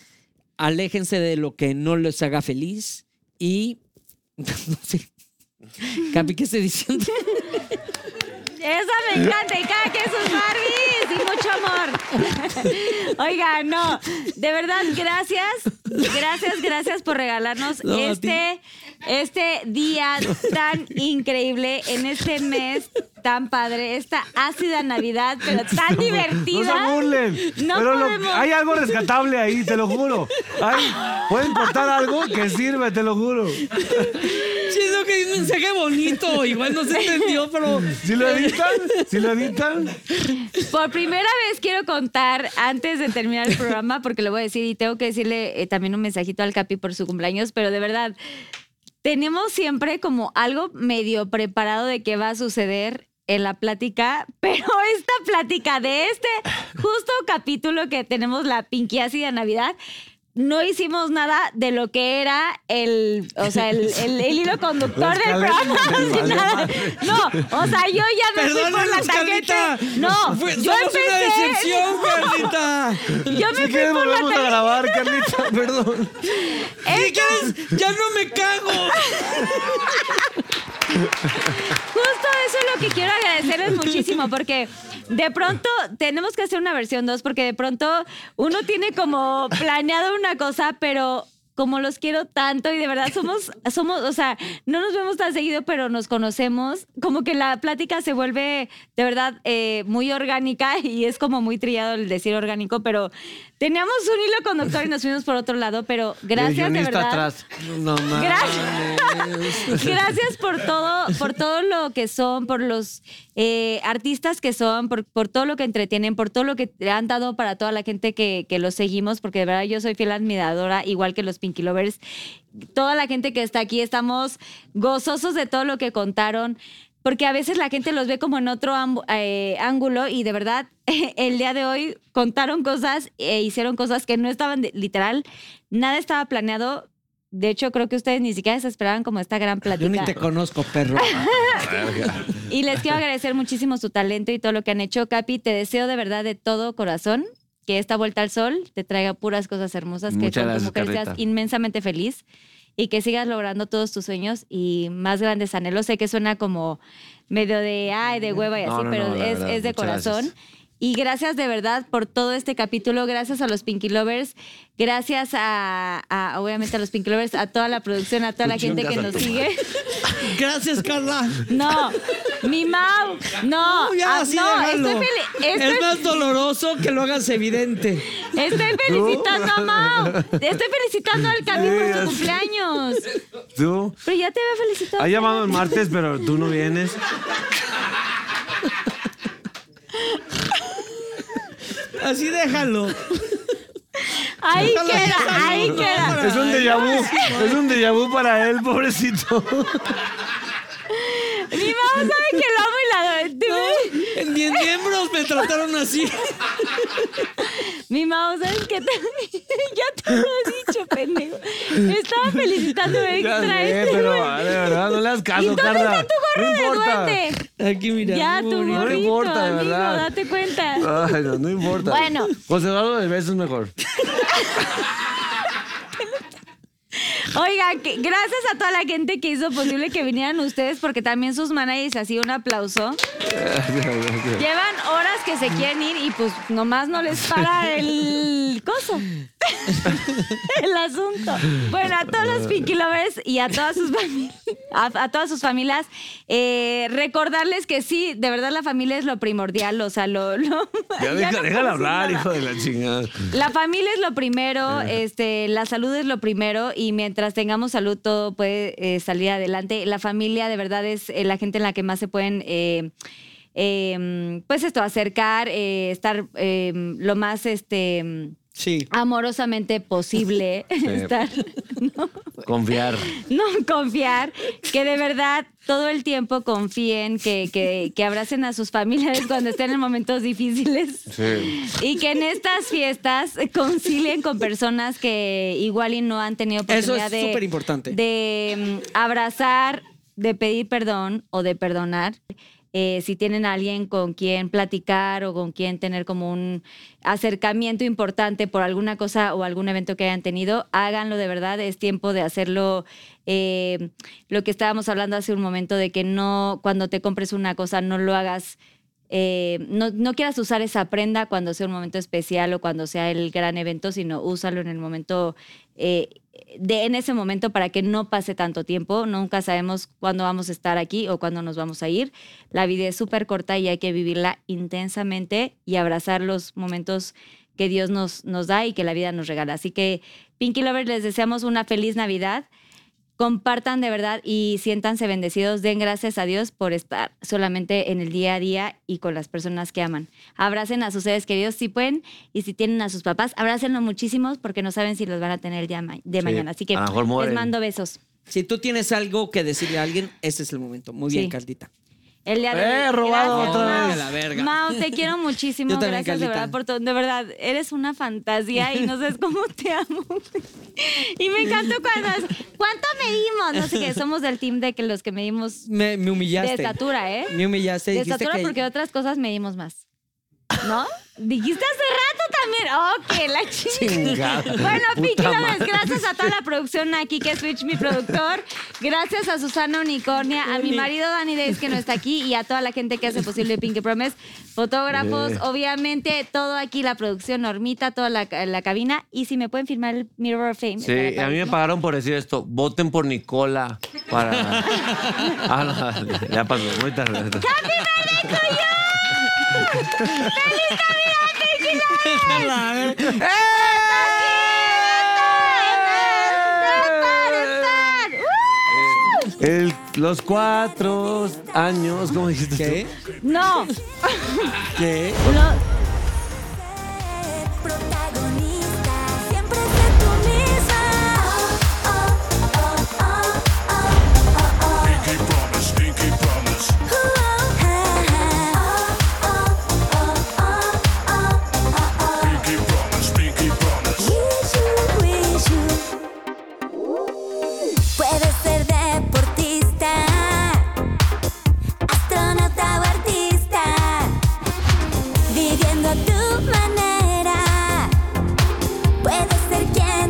[SPEAKER 5] aléjense de lo que no les haga feliz y no sé. Capi, ¿qué estoy diciendo?
[SPEAKER 3] Esa me encanta, y cada quien sus Barbies y mucho amor. Oiga, no, de verdad, gracias, gracias, gracias por regalarnos
[SPEAKER 5] No, a
[SPEAKER 3] este, este día tan increíble, en este mes tan padre, esta ácida Navidad, pero tan divertida.
[SPEAKER 7] No se burlen.
[SPEAKER 3] No
[SPEAKER 7] pero lo-
[SPEAKER 3] podemos.
[SPEAKER 7] hay algo rescatable ahí, te lo juro. Hay, pueden contar algo que sirve, te lo juro.
[SPEAKER 5] Chido que un mensaje bonito. Igual no se entendió, pero.
[SPEAKER 7] Si lo editan, si lo editan.
[SPEAKER 3] Por primera vez quiero contar, antes de terminar el programa, porque lo voy a decir y tengo que decirle eh, también un mensajito al Capi por su cumpleaños, pero de verdad, tenemos siempre como algo medio preparado de qué va a suceder en la plática, pero esta plática de este justo capítulo que tenemos la Pinky Ácida Navidad. No hicimos nada de lo que era el, o sea, el, el- el hilo conductor
[SPEAKER 7] La
[SPEAKER 3] del
[SPEAKER 7] escaleta,
[SPEAKER 3] programa.
[SPEAKER 7] me
[SPEAKER 3] ni
[SPEAKER 7] valió
[SPEAKER 3] nada.
[SPEAKER 7] madre.
[SPEAKER 3] No, o sea, yo ya me fui por la
[SPEAKER 5] Perdónanos,
[SPEAKER 3] tangente.
[SPEAKER 5] Carlita.
[SPEAKER 3] No,
[SPEAKER 5] Fue-
[SPEAKER 3] yo
[SPEAKER 5] somos una
[SPEAKER 3] empecé.
[SPEAKER 5] decepción, Carlita.
[SPEAKER 3] Yo me
[SPEAKER 7] Si
[SPEAKER 3] fui
[SPEAKER 7] quieres,
[SPEAKER 3] por la
[SPEAKER 7] volvemos a
[SPEAKER 3] tangente.
[SPEAKER 7] grabar, Carlita. Perdón.
[SPEAKER 5] ¿Qué quieres? ¡Ya no me cago!
[SPEAKER 3] Justo eso es lo que quiero agradecerles muchísimo, porque de pronto tenemos que hacer una versión 2, porque de pronto uno tiene como planeado una cosa, pero como los quiero tanto y de verdad somos, somos, o sea, no nos vemos tan seguido, pero nos conocemos, como que la plática se vuelve de verdad eh, muy orgánica y es como muy trillado el decir orgánico, pero teníamos un hilo conductor y nos fuimos por otro lado, pero gracias de verdad.
[SPEAKER 7] atrás. No mames.
[SPEAKER 3] Gracias. Gracias por todo, por todo lo que son, por los eh, artistas que son, por, por todo lo que entretienen, por todo lo que han dado para toda la gente que, que los seguimos, porque de verdad yo soy fiel admiradora, igual que los Pinky Lovers. Toda la gente que está aquí estamos gozosos de todo lo que contaron. Porque a veces la gente los ve como en otro ambu- eh, ángulo y de verdad el día de hoy contaron cosas e hicieron cosas que no estaban de- literal, nada estaba planeado, de hecho, creo que ustedes ni siquiera se esperaban como esta gran
[SPEAKER 5] Yo ni
[SPEAKER 3] plática.
[SPEAKER 5] te conozco, perro.
[SPEAKER 3] Y les quiero agradecer muchísimo su talento y todo lo que han hecho. Capi, te deseo de verdad de todo corazón que esta vuelta al sol te traiga puras cosas hermosas, que
[SPEAKER 7] Muchas
[SPEAKER 3] con
[SPEAKER 7] gracias,
[SPEAKER 3] tu mujer seas
[SPEAKER 7] Carlita.
[SPEAKER 3] inmensamente feliz y que sigas logrando todos tus sueños y más grandes anhelos. Sé que suena como medio de, ay, de hueva y
[SPEAKER 7] No,
[SPEAKER 3] así,
[SPEAKER 7] no,
[SPEAKER 3] pero
[SPEAKER 7] no, la
[SPEAKER 3] es,
[SPEAKER 7] verdad,
[SPEAKER 3] es de
[SPEAKER 7] muchas
[SPEAKER 3] corazón.
[SPEAKER 7] gracias.
[SPEAKER 3] Y gracias de verdad por todo este capítulo. Gracias a los Pinky Lovers. Gracias a, a, obviamente, a los Pinky Lovers, a toda la producción, a toda la gente que nos sigue.
[SPEAKER 5] Gracias, Carla.
[SPEAKER 3] No, mi Mau, no,
[SPEAKER 5] No, ya,
[SPEAKER 3] ah,
[SPEAKER 5] así
[SPEAKER 3] no,
[SPEAKER 5] déjalo.
[SPEAKER 3] estoy, feli- estoy-
[SPEAKER 5] Es más doloroso que lo hagas evidente.
[SPEAKER 3] estoy felicitando a Mau, estoy felicitando al Cami por su cumpleaños,
[SPEAKER 7] Tú.
[SPEAKER 3] pero ya te había felicitado.
[SPEAKER 7] Ha llamado el martes, pero tú no vienes.
[SPEAKER 5] Así déjalo.
[SPEAKER 3] Ahí queda, ahí queda.
[SPEAKER 7] Es un déjà vu. Es un déjà vu para él, pobrecito.
[SPEAKER 3] Mi Mau sabe que lo amo y la adoro.
[SPEAKER 5] En mis miembros me trataron así.
[SPEAKER 3] Mi Mao, ¿sabes qué? ya te lo he dicho, pendejo. Estaba felicitando
[SPEAKER 7] Ya
[SPEAKER 3] extra.
[SPEAKER 7] sé,
[SPEAKER 3] este
[SPEAKER 7] pero
[SPEAKER 3] güey.
[SPEAKER 7] de verdad, no le das
[SPEAKER 3] ¿Y
[SPEAKER 7] caso,
[SPEAKER 3] dónde
[SPEAKER 7] Carla.
[SPEAKER 3] está tu gorro
[SPEAKER 7] no
[SPEAKER 3] de
[SPEAKER 7] importa.
[SPEAKER 3] duende?
[SPEAKER 5] Aquí, mira.
[SPEAKER 3] Ya, tu
[SPEAKER 5] Uy,
[SPEAKER 3] gorrito,
[SPEAKER 7] No importa, de
[SPEAKER 3] amigo,
[SPEAKER 7] verdad.
[SPEAKER 3] date cuenta.
[SPEAKER 7] Ay, no, no importa.
[SPEAKER 3] Bueno.
[SPEAKER 7] José Eduardo de besos mejor.
[SPEAKER 3] Oiga, que- gracias a toda la gente que hizo posible que vinieran ustedes, porque también sus managers así un aplauso. Llevan horas que se quieren ir y pues nomás no les para el coso. el asunto. Bueno, a todos los Pinky Lovers y a todas sus familias, a, a todas sus familias, eh, recordarles que sí, de verdad la familia es lo primordial, o sea, lo... lo-
[SPEAKER 7] Ya,
[SPEAKER 3] no puedo
[SPEAKER 7] deja, déjala
[SPEAKER 3] decir
[SPEAKER 7] hablar,
[SPEAKER 3] nada.
[SPEAKER 7] hijo de la chingada.
[SPEAKER 3] La familia es lo primero, este, la salud es lo primero y mientras tengamos salud todo puede eh, salir adelante. La familia de verdad es eh, la gente en la que más se pueden, eh, eh, pues esto, acercar, eh, estar eh, lo más, este,
[SPEAKER 5] Sí.
[SPEAKER 3] amorosamente posible, estar, ¿no?
[SPEAKER 7] Confiar.
[SPEAKER 3] No, confiar, que de verdad todo el tiempo confíen, que, que, que abracen a sus familiares cuando estén en momentos difíciles
[SPEAKER 7] Sí.
[SPEAKER 3] y que en estas fiestas concilien con personas que igual y no han tenido
[SPEAKER 5] Eso
[SPEAKER 3] oportunidad
[SPEAKER 5] es
[SPEAKER 3] de,
[SPEAKER 5] súper importante.
[SPEAKER 3] de mm, abrazar, de pedir perdón o de perdonar. Eh, si tienen a alguien con quien platicar o con quien tener como un acercamiento importante por alguna cosa o algún evento que hayan tenido, háganlo de verdad. Es tiempo de hacerlo. eh, lo que estábamos hablando hace un momento de que no, cuando te compres una cosa, no lo hagas eh, no, no quieras usar esa prenda cuando sea un momento especial o cuando sea el gran evento, sino úsalo en el momento, eh, de, en ese momento para que no pase tanto tiempo. Nunca sabemos cuándo vamos a estar aquí o cuándo nos vamos a ir. La vida es súper corta y hay que vivirla intensamente y abrazar los momentos que Dios nos, nos da y que la vida nos regala. Así que, Pinky Lovers, les deseamos una feliz Navidad. Compartan de verdad y siéntanse bendecidos. Den gracias a Dios por estar solamente en el día a día y con las personas que aman. Abracen a sus seres queridos si pueden y si tienen a sus papás, abrácenlos muchísimos porque no saben si los van a tener el día ma- de
[SPEAKER 7] Sí,
[SPEAKER 3] mañana. Así que
[SPEAKER 7] a lo mejor
[SPEAKER 3] les
[SPEAKER 7] mueren.
[SPEAKER 3] mando besos.
[SPEAKER 5] Si tú tienes algo que decirle a alguien, ese es el momento. Muy bien,
[SPEAKER 3] Sí.
[SPEAKER 5] Caldita.
[SPEAKER 3] El día de
[SPEAKER 7] Eh, robado
[SPEAKER 3] Gracias,
[SPEAKER 7] otra
[SPEAKER 3] Mau.
[SPEAKER 7] vez.
[SPEAKER 5] La verga.
[SPEAKER 3] Mau, te quiero muchísimo.
[SPEAKER 5] Yo también,
[SPEAKER 3] Gracias de
[SPEAKER 5] Carlita.
[SPEAKER 3] verdad por todo. De verdad, eres una fantasía y no sabes cómo te amo. y me encantó cuando es, ¿cuánto medimos? No sé qué, somos del team de que los que medimos
[SPEAKER 5] Me, me
[SPEAKER 3] de
[SPEAKER 5] humillaste.
[SPEAKER 3] estatura, ¿eh?
[SPEAKER 5] Me humillaste.
[SPEAKER 3] De
[SPEAKER 5] dijiste
[SPEAKER 3] estatura
[SPEAKER 5] que-
[SPEAKER 3] porque otras cosas medimos más. ¿No? Dijiste hace rato también. Ok, la
[SPEAKER 7] Chingada.
[SPEAKER 3] chingada. Bueno,
[SPEAKER 7] Puta
[SPEAKER 3] Pinky Lovers,
[SPEAKER 7] madre.
[SPEAKER 3] gracias a toda la producción aquí que es Switch, mi productor. Gracias a Susana Unicornia, a mi marido Dani Days que no está aquí y a toda la gente que hace posible Pinky Promise. Fotógrafos,
[SPEAKER 7] Eh.
[SPEAKER 3] obviamente, todo aquí, la producción, Normita, toda la, la cabina. Y si me pueden firmar el Mirror of Fame.
[SPEAKER 7] Sí,
[SPEAKER 3] para-
[SPEAKER 7] a mí me pagaron por decir esto. Voten por Nicola para. Ah, no, ya pasó, muy tarde.
[SPEAKER 3] ¡Repar,
[SPEAKER 7] Eh,
[SPEAKER 3] repar! ¡Uh!
[SPEAKER 7] El- los cuatro años, ¿cómo dijiste
[SPEAKER 5] ¿Qué?
[SPEAKER 3] No,
[SPEAKER 5] ¿Qué?
[SPEAKER 3] no.
[SPEAKER 11] ser protagonista, siempre sé tú misma. Oh, oh, oh, oh, oh, oh, oh.
[SPEAKER 2] Pinky promise, pinky promise.
[SPEAKER 11] Uh, oh, ah, ah. Oh, oh, oh, oh, oh, oh, oh.
[SPEAKER 2] Pinky promise, pinky promise.
[SPEAKER 11] Wish you, wish you. Puedes ser deportista, astronauta o artista, viviendo a tu manera. Puedes ser quien